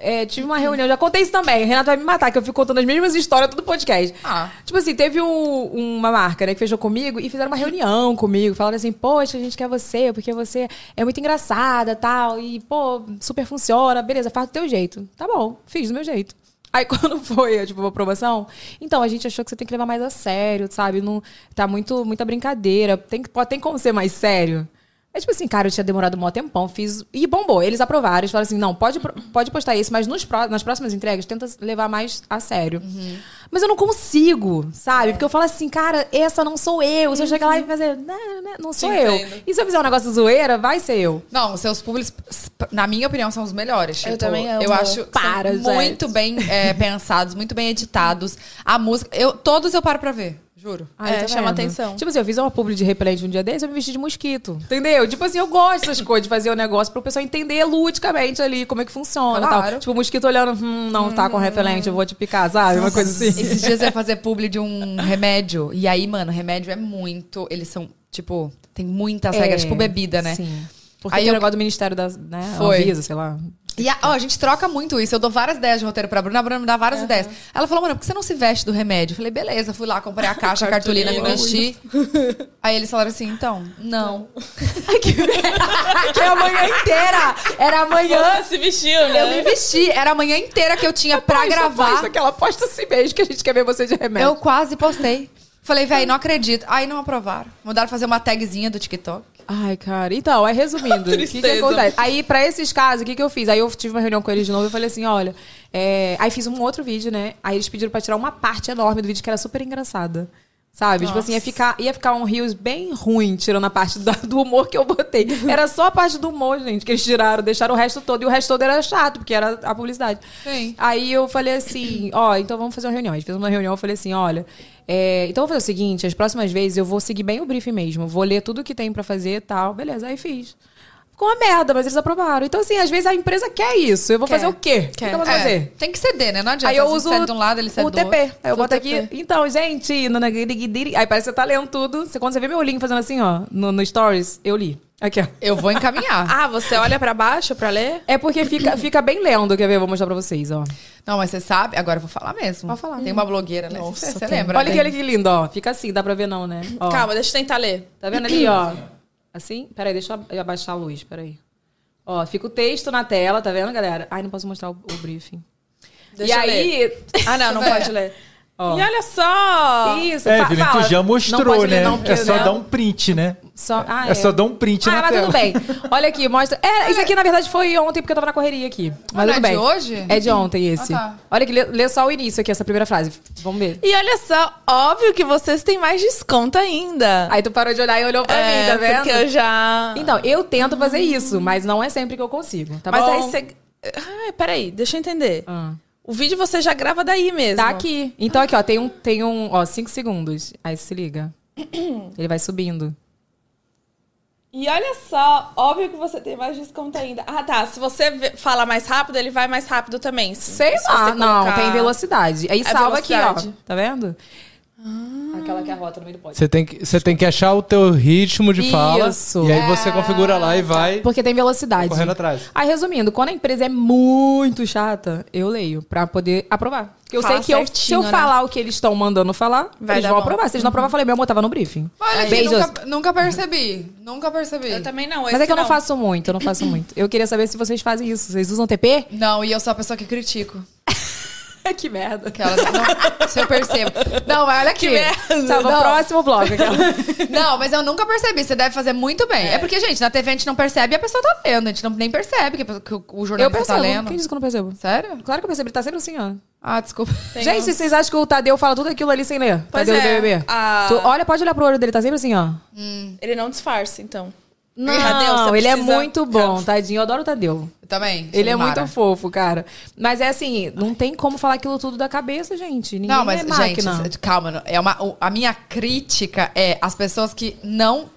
[SPEAKER 4] É, tive uma reunião, já contei isso também. O Renato vai me matar, que eu fico contando as mesmas histórias todo podcast.
[SPEAKER 5] Ah.
[SPEAKER 4] Tipo assim, teve um- uma marca, né, que fechou comigo e fizeram uma reunião comigo. Falaram assim, poxa, a gente quer você, porque você é muito engraçada tal. E, pô, super funciona, beleza, faz do teu jeito. Tá bom, fiz do meu jeito. Aí quando foi, tipo, a aprovação, então a gente achou que você tem que levar mais a sério, sabe? Não, tá muito, muita brincadeira. Tem, que- pode, tem como ser mais sério? É tipo assim, cara, eu tinha demorado um maior tempão, fiz. E bombou. Eles aprovaram, eles falaram assim: não, pode, pro- pode postar esse, mas nos pró- nas próximas entregas tenta levar mais a sério.
[SPEAKER 7] Uhum.
[SPEAKER 4] Mas eu não consigo, sabe? Porque eu falo assim, cara, essa não sou eu. Se eu chegar lá e fazer, não, não, não sou eu.
[SPEAKER 7] Uhum. entendo.
[SPEAKER 4] E se eu fizer um negócio zoeira, vai ser eu.
[SPEAKER 5] Não, os seus públicos, na minha opinião, são os melhores.
[SPEAKER 7] Eu
[SPEAKER 5] Tipo,
[SPEAKER 7] também amo.
[SPEAKER 5] Eu acho que são
[SPEAKER 4] Para, gente.
[SPEAKER 5] muito bem é, pensados, muito bem editados. A música. Eu, todos eu paro pra ver, juro.
[SPEAKER 4] Ai,
[SPEAKER 7] É,
[SPEAKER 4] tá
[SPEAKER 7] chama
[SPEAKER 4] vendo?
[SPEAKER 7] atenção.
[SPEAKER 4] Tipo assim, eu fiz uma publi de repelente um dia desse, eu me vesti de mosquito. Entendeu? Tipo assim, eu gosto dessas coisas, de fazer o negócio pro pessoal entender ludicamente ali como é que funciona e
[SPEAKER 5] Claro.
[SPEAKER 4] tal. Tipo, o mosquito olhando, hum, não tá com repelente, eu vou te picar, sabe? Uma coisa assim.
[SPEAKER 5] Esses dias eu ia fazer publi de um remédio. E aí, mano, remédio é muito. Eles são, tipo, tem muitas
[SPEAKER 4] É,
[SPEAKER 5] regras, tipo bebida, né?
[SPEAKER 4] Sim. Porque
[SPEAKER 5] Aí
[SPEAKER 4] tem
[SPEAKER 5] eu-
[SPEAKER 4] o negócio do Ministério da né,
[SPEAKER 5] Foi.
[SPEAKER 4] Anvisa, sei lá.
[SPEAKER 5] E a, ó, a gente troca muito isso. Eu dou várias ideias de roteiro pra Bruna, a Bruna me dá várias ideias. Ela falou, mano, por que você não se veste do remédio? Eu falei, beleza, fui lá, comprei a caixa, a cartolina, me vesti. Aí eles falaram assim, então, não.
[SPEAKER 4] Que a manhã inteira! Era amanhã.
[SPEAKER 7] se vestiu,
[SPEAKER 4] né?
[SPEAKER 5] Eu me vesti, era a manhã inteira que eu tinha pra
[SPEAKER 4] Posta,
[SPEAKER 5] gravar.
[SPEAKER 4] Posta, aquela posta assim mesmo que a gente quer ver você de remédio.
[SPEAKER 5] Eu quase postei. Falei, véi, não acredito. Aí não aprovaram. Mandaram fazer uma tagzinha do TikTok.
[SPEAKER 4] Ai, cara. Então, aí resumindo, o que, que
[SPEAKER 7] Tristeza.
[SPEAKER 4] acontece? Aí, pra esses casos, o que, que eu fiz? Aí eu tive uma reunião com eles de novo e falei assim: olha, é, aí fiz um outro vídeo, né? Aí eles pediram pra tirar uma parte enorme do vídeo que era super engraçada. Sabe? Tipo assim, ia ficar, ia ficar um rios bem ruim, tirando a parte da- do humor que eu botei. Era só a parte do humor, gente, que eles tiraram, deixaram o resto todo. E o resto todo era chato, porque era a publicidade.
[SPEAKER 5] Sim.
[SPEAKER 4] Aí eu falei assim, ó, então vamos fazer uma reunião. A gente fez uma reunião, eu falei assim, olha, é, então vamos fazer o seguinte, as próximas vezes eu vou seguir bem o briefing mesmo, vou ler tudo que tem pra fazer e tal. Beleza, aí fiz. Ficou uma merda, mas eles aprovaram. Então, assim, às vezes a empresa quer isso. Eu vou fazer o quê? O que que eu vou
[SPEAKER 5] É,
[SPEAKER 4] fazer?
[SPEAKER 5] tem que ceder, né? Não adianta.
[SPEAKER 4] Aí eu
[SPEAKER 5] Às vezes
[SPEAKER 4] uso
[SPEAKER 5] cede de um lado, ele cede
[SPEAKER 4] o
[SPEAKER 5] do
[SPEAKER 4] TP.
[SPEAKER 5] outro.
[SPEAKER 4] Aí eu boto
[SPEAKER 7] O TP.
[SPEAKER 4] aqui. Então, gente, no- na- aí parece que você tá lendo tudo. Você, quando você vê meu link fazendo assim, ó, no, no Stories, eu li. Aqui, ó.
[SPEAKER 5] Eu vou encaminhar.
[SPEAKER 7] Ah, você olha pra baixo pra ler?
[SPEAKER 4] É porque fica, fica bem lendo, quer ver? Eu Vou mostrar pra vocês, ó.
[SPEAKER 5] Não, mas você sabe, agora eu vou falar mesmo. Pode falar. Tem uma blogueira, né? Você- você lembra?
[SPEAKER 4] Olha
[SPEAKER 5] né?
[SPEAKER 4] que ele que lindo, ó. Fica assim, dá pra ver não, né? Ó,
[SPEAKER 7] Calma, deixa eu tentar ler.
[SPEAKER 4] Tá vendo ali, ó? Assim? Peraí, deixa eu ab- eu abaixar a luz, peraí. Ó, fica o texto na tela, tá vendo, galera? Ai, não posso mostrar o, o briefing.
[SPEAKER 7] Deixa
[SPEAKER 4] e
[SPEAKER 7] eu
[SPEAKER 4] aí...
[SPEAKER 7] Ah, não, não pode ler.
[SPEAKER 4] Ó.
[SPEAKER 7] E olha só!
[SPEAKER 4] Isso,
[SPEAKER 8] É,
[SPEAKER 4] fa-
[SPEAKER 8] Felipe,
[SPEAKER 4] fala.
[SPEAKER 8] tu já
[SPEAKER 4] Não
[SPEAKER 8] mostrou,
[SPEAKER 4] pode ler,
[SPEAKER 8] né?
[SPEAKER 4] não, porque
[SPEAKER 8] é só
[SPEAKER 4] não-
[SPEAKER 8] dar um print, né?
[SPEAKER 4] Só, ah,
[SPEAKER 8] é. só dar um print
[SPEAKER 4] ah,
[SPEAKER 8] na
[SPEAKER 4] mas
[SPEAKER 8] tela.
[SPEAKER 4] tudo bem. Olha aqui, mostra. É, isso aqui, na verdade, foi ontem, porque eu tava na correria aqui. Mas
[SPEAKER 5] não é
[SPEAKER 4] tudo bem.
[SPEAKER 5] de hoje?
[SPEAKER 4] É de ontem esse.
[SPEAKER 5] Ah, tá.
[SPEAKER 4] Olha aqui, lê, lê só o início aqui, essa primeira frase. Vamos ver.
[SPEAKER 7] E olha só, óbvio que vocês têm mais desconto ainda.
[SPEAKER 4] Aí tu parou de olhar e olhou pra mim, tá vendo?
[SPEAKER 7] É, Porque eu já.
[SPEAKER 4] Então, eu tento fazer isso, mas não é sempre que eu consigo, tá
[SPEAKER 7] Mas
[SPEAKER 4] bom?
[SPEAKER 7] aí você. Ai, peraí, deixa eu entender.
[SPEAKER 4] Ah.
[SPEAKER 7] O vídeo você já grava daí mesmo.
[SPEAKER 4] Tá aqui. Então aqui, ó, tem um, tem um, ó, 5 segundos. Aí se liga. Ele vai subindo.
[SPEAKER 7] E olha só, óbvio que você tem mais desconto ainda. Ah, tá. Se você vê- fala mais rápido, ele vai mais rápido também. Se-
[SPEAKER 4] Sei
[SPEAKER 7] se
[SPEAKER 4] lá,
[SPEAKER 7] você
[SPEAKER 4] não,
[SPEAKER 7] colocar- É
[SPEAKER 4] tem velocidade. Aí salva aqui,
[SPEAKER 7] velocidade. Ah.
[SPEAKER 4] ó. Tá vendo? Aquela que é a rota no meio do pódio.
[SPEAKER 1] Você tem, que, você tem que achar o teu ritmo de fala.
[SPEAKER 4] Isso.
[SPEAKER 1] E aí você configura lá e vai
[SPEAKER 4] Porque tem velocidade.
[SPEAKER 1] correndo atrás.
[SPEAKER 4] Aí, resumindo, quando a empresa é muito chata, eu leio pra poder aprovar. Porque eu
[SPEAKER 7] Fala
[SPEAKER 4] sei que eu- se eu
[SPEAKER 7] certinho, né?
[SPEAKER 4] falar o que eles estão mandando falar,
[SPEAKER 7] Vai
[SPEAKER 4] eles
[SPEAKER 7] dar
[SPEAKER 4] vão
[SPEAKER 7] bom.
[SPEAKER 4] aprovar. Se eles não aprovar, eu falei, meu amor, tava no briefing.
[SPEAKER 5] Olha aqui,
[SPEAKER 4] Beijos.
[SPEAKER 5] nunca, nunca percebi. Nunca percebi.
[SPEAKER 7] Eu também não.
[SPEAKER 4] Mas é que eu não faço muito, eu não faço muito. Eu queria saber se vocês fazem isso. Vocês usam TP?
[SPEAKER 5] Não, e eu sou a pessoa que critico.
[SPEAKER 4] que merda.
[SPEAKER 5] Que elas não, se eu percebo. Não, mas olha aqui.
[SPEAKER 4] Tá, vamos
[SPEAKER 5] Não.
[SPEAKER 4] pro próximo bloco. então. aquela.
[SPEAKER 5] Não, mas eu nunca percebi. Você deve fazer muito bem. É. porque, gente, na TV a gente não percebe e a pessoa tá lendo. A gente não, nem percebe que, que o- o
[SPEAKER 4] Eu
[SPEAKER 5] jornalista tá
[SPEAKER 4] percebo.
[SPEAKER 5] lendo.
[SPEAKER 4] Quem disse que eu não percebo?
[SPEAKER 5] Sério?
[SPEAKER 4] Claro que eu percebo, ele tá sempre assim, ó.
[SPEAKER 5] Ah, desculpa.
[SPEAKER 4] Gente, vocês acham que o Tadeu fala tudo aquilo ali sem ler?
[SPEAKER 7] Pois
[SPEAKER 4] Tadeu do
[SPEAKER 7] é,
[SPEAKER 4] BBB?
[SPEAKER 7] a-
[SPEAKER 4] Tu olha, pode olhar pro olho dele, tá sempre assim, ó.
[SPEAKER 7] Ele não disfarça, então.
[SPEAKER 4] Não,
[SPEAKER 7] Tadeu, você
[SPEAKER 4] ele é
[SPEAKER 7] precisa-
[SPEAKER 4] muito bom, tadinho. Eu adoro o Tadeu.
[SPEAKER 5] Eu também.
[SPEAKER 4] Ele é
[SPEAKER 5] Mara.
[SPEAKER 4] muito fofo, cara. Mas é assim, não tem como falar aquilo tudo da cabeça, gente. Ninguém
[SPEAKER 5] Não, mas,
[SPEAKER 4] é
[SPEAKER 5] gente,
[SPEAKER 4] máquina.
[SPEAKER 5] cê- calma. É uma, o- a minha crítica é as pessoas que não.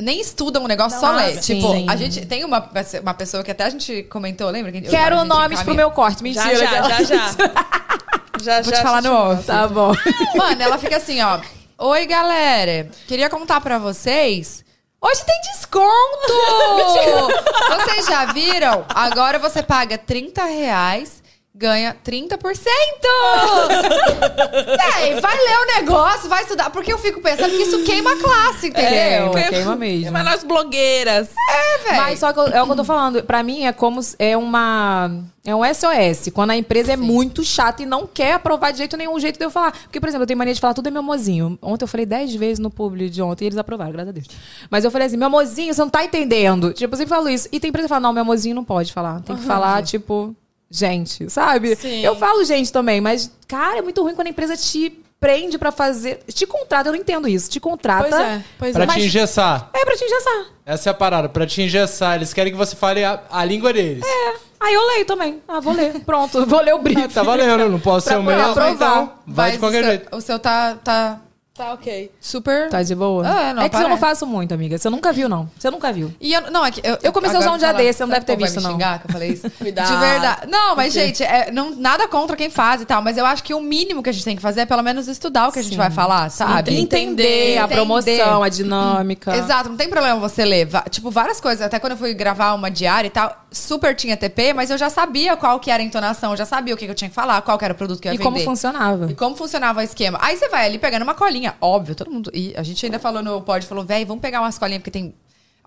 [SPEAKER 5] Nem estudam o negócio, só lê.
[SPEAKER 4] sim.
[SPEAKER 5] Tipo,
[SPEAKER 4] Sim.
[SPEAKER 5] a gente tem uma, uma pessoa que até a gente comentou, lembra? Que eu- a
[SPEAKER 4] Quero
[SPEAKER 5] gente
[SPEAKER 4] nomes pro
[SPEAKER 5] encaminha-
[SPEAKER 4] meu corte. Mentira.
[SPEAKER 7] Já, já, já, já. já,
[SPEAKER 5] Vou
[SPEAKER 7] já.
[SPEAKER 5] te falar no off.
[SPEAKER 4] Tá bom.
[SPEAKER 5] Mano, ela fica assim, ó. Oi, galera. Queria contar pra vocês. Hoje tem desconto! vocês já viram? Agora você paga 30 reais, ganha 30%! Véi, vai ler o negócio, vai estudar. Porque eu fico pensando que isso queima a classe, entendeu?
[SPEAKER 4] Queima, queima mesmo.
[SPEAKER 7] Mas é nós blogueiras.
[SPEAKER 5] É, véi.
[SPEAKER 4] Mas só que eu- é o que eu tô falando. Pra mim é como se- é uma é um SOS. Quando a empresa é muito chata e não quer aprovar de jeito nenhum o jeito de eu falar. Porque, por exemplo, eu tenho mania de falar tudo é meu mozinho. Ontem eu falei dez vezes no publi de ontem e eles aprovaram, graças a Deus. Mas eu falei assim, meu mozinho, você não tá entendendo. Tipo, eu sempre falo isso. E tem empresa que fala, não, meu mozinho não pode falar. Tem que falar, tipo, gente, sabe?
[SPEAKER 7] Sim.
[SPEAKER 4] Eu falo gente também, mas, cara, é muito ruim quando a empresa te prende pra fazer... Te contrata, eu não entendo isso. Te contrata...
[SPEAKER 7] Pois é, pois
[SPEAKER 1] Pra
[SPEAKER 4] mas-
[SPEAKER 1] te engessar.
[SPEAKER 4] É pra te engessar.
[SPEAKER 1] Essa é a parada, pra te engessar. Eles querem que você fale a, a língua deles.
[SPEAKER 4] Aí eu leio também. Ah, vou ler. Pronto, vou ler o
[SPEAKER 1] Ah,
[SPEAKER 4] brief.
[SPEAKER 1] tá valendo, não posso ser o
[SPEAKER 5] Não,
[SPEAKER 1] mesmo.
[SPEAKER 5] mas
[SPEAKER 1] Então, vai
[SPEAKER 5] mas
[SPEAKER 1] de qualquer
[SPEAKER 5] o seu,
[SPEAKER 1] jeito.
[SPEAKER 5] O seu tá, tá
[SPEAKER 7] Tá ok.
[SPEAKER 5] super.
[SPEAKER 4] Tá de boa?
[SPEAKER 5] Ah, não,
[SPEAKER 4] é que eu não
[SPEAKER 5] parece.
[SPEAKER 4] faço muito, amiga. Você nunca viu, não. Você nunca viu.
[SPEAKER 5] E eu, não, é que eu,
[SPEAKER 4] Eu comecei a usar
[SPEAKER 5] agora
[SPEAKER 4] um dia
[SPEAKER 5] falar-
[SPEAKER 4] desse, você não deve
[SPEAKER 5] sabe
[SPEAKER 4] ter
[SPEAKER 5] o povo
[SPEAKER 4] visto,
[SPEAKER 5] vai
[SPEAKER 4] não.
[SPEAKER 5] me xingar que eu falei isso.
[SPEAKER 7] Cuidado.
[SPEAKER 5] De verdade. Não, mas, gente, é, não, nada contra quem faz e tal, mas eu acho que o mínimo que a gente tem que fazer é pelo menos estudar o que a gente vai falar, sabe?
[SPEAKER 4] Entender, a
[SPEAKER 5] Entender.
[SPEAKER 4] promoção, a dinâmica.
[SPEAKER 5] Exato, não tem problema você ler. Va- Tipo, várias coisas. Até quando eu fui gravar uma diária e tal, super tinha TP, mas eu já sabia qual que era a entonação, eu já sabia o que, que eu tinha que falar, qual que era o produto que eu ia
[SPEAKER 4] E
[SPEAKER 5] vender.
[SPEAKER 4] como funcionava.
[SPEAKER 5] E como funcionava o esquema? Aí você vai ali pegando uma colinha, óbvio, todo mundo. E a gente ainda falou no pod, falou, véi, vamos pegar umas colinhas, porque tem.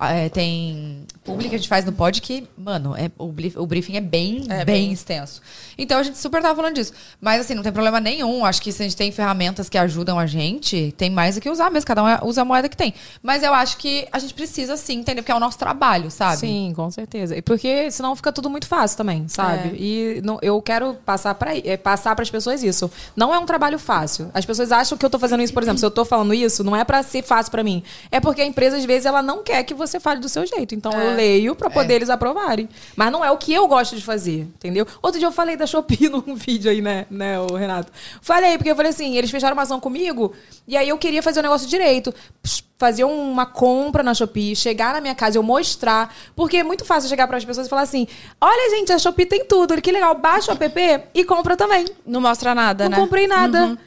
[SPEAKER 5] é, tem público que a gente faz no pod que, mano, é, o, bri- o briefing é bem, bem, extenso. Então a gente super tava falando disso. Mas assim, não tem problema nenhum. Acho que se a gente tem ferramentas que ajudam a gente, tem mais do que usar mesmo. Cada um usa a moeda que tem. Mas eu acho que a gente precisa sim entender, porque é o nosso trabalho, sabe?
[SPEAKER 4] Sim, com certeza. E Porque senão fica tudo muito fácil também, sabe? E não- eu quero passar para passar as pessoas isso. Não é um trabalho fácil. As pessoas acham que eu tô fazendo isso, por exemplo, se eu tô falando isso, não é pra ser fácil pra mim. É porque a empresa às vezes ela não quer que você fale do seu jeito. Então eu leio pra poder eles aprovarem. Mas não é o que eu gosto de fazer, entendeu? Outro dia eu falei da Shopee num vídeo aí, né, né, o Renato. Falei porque eu falei assim, eles fecharam uma ação comigo e aí eu queria fazer o negócio direito. Psh, fazer uma compra na Shopee, chegar na minha casa, eu mostrar. Porque é muito fácil chegar para as pessoas e falar assim: olha, gente, a Shopee tem tudo, que legal, baixa o app e compra também.
[SPEAKER 7] Não mostra nada,
[SPEAKER 4] não
[SPEAKER 7] né?
[SPEAKER 4] comprei nada.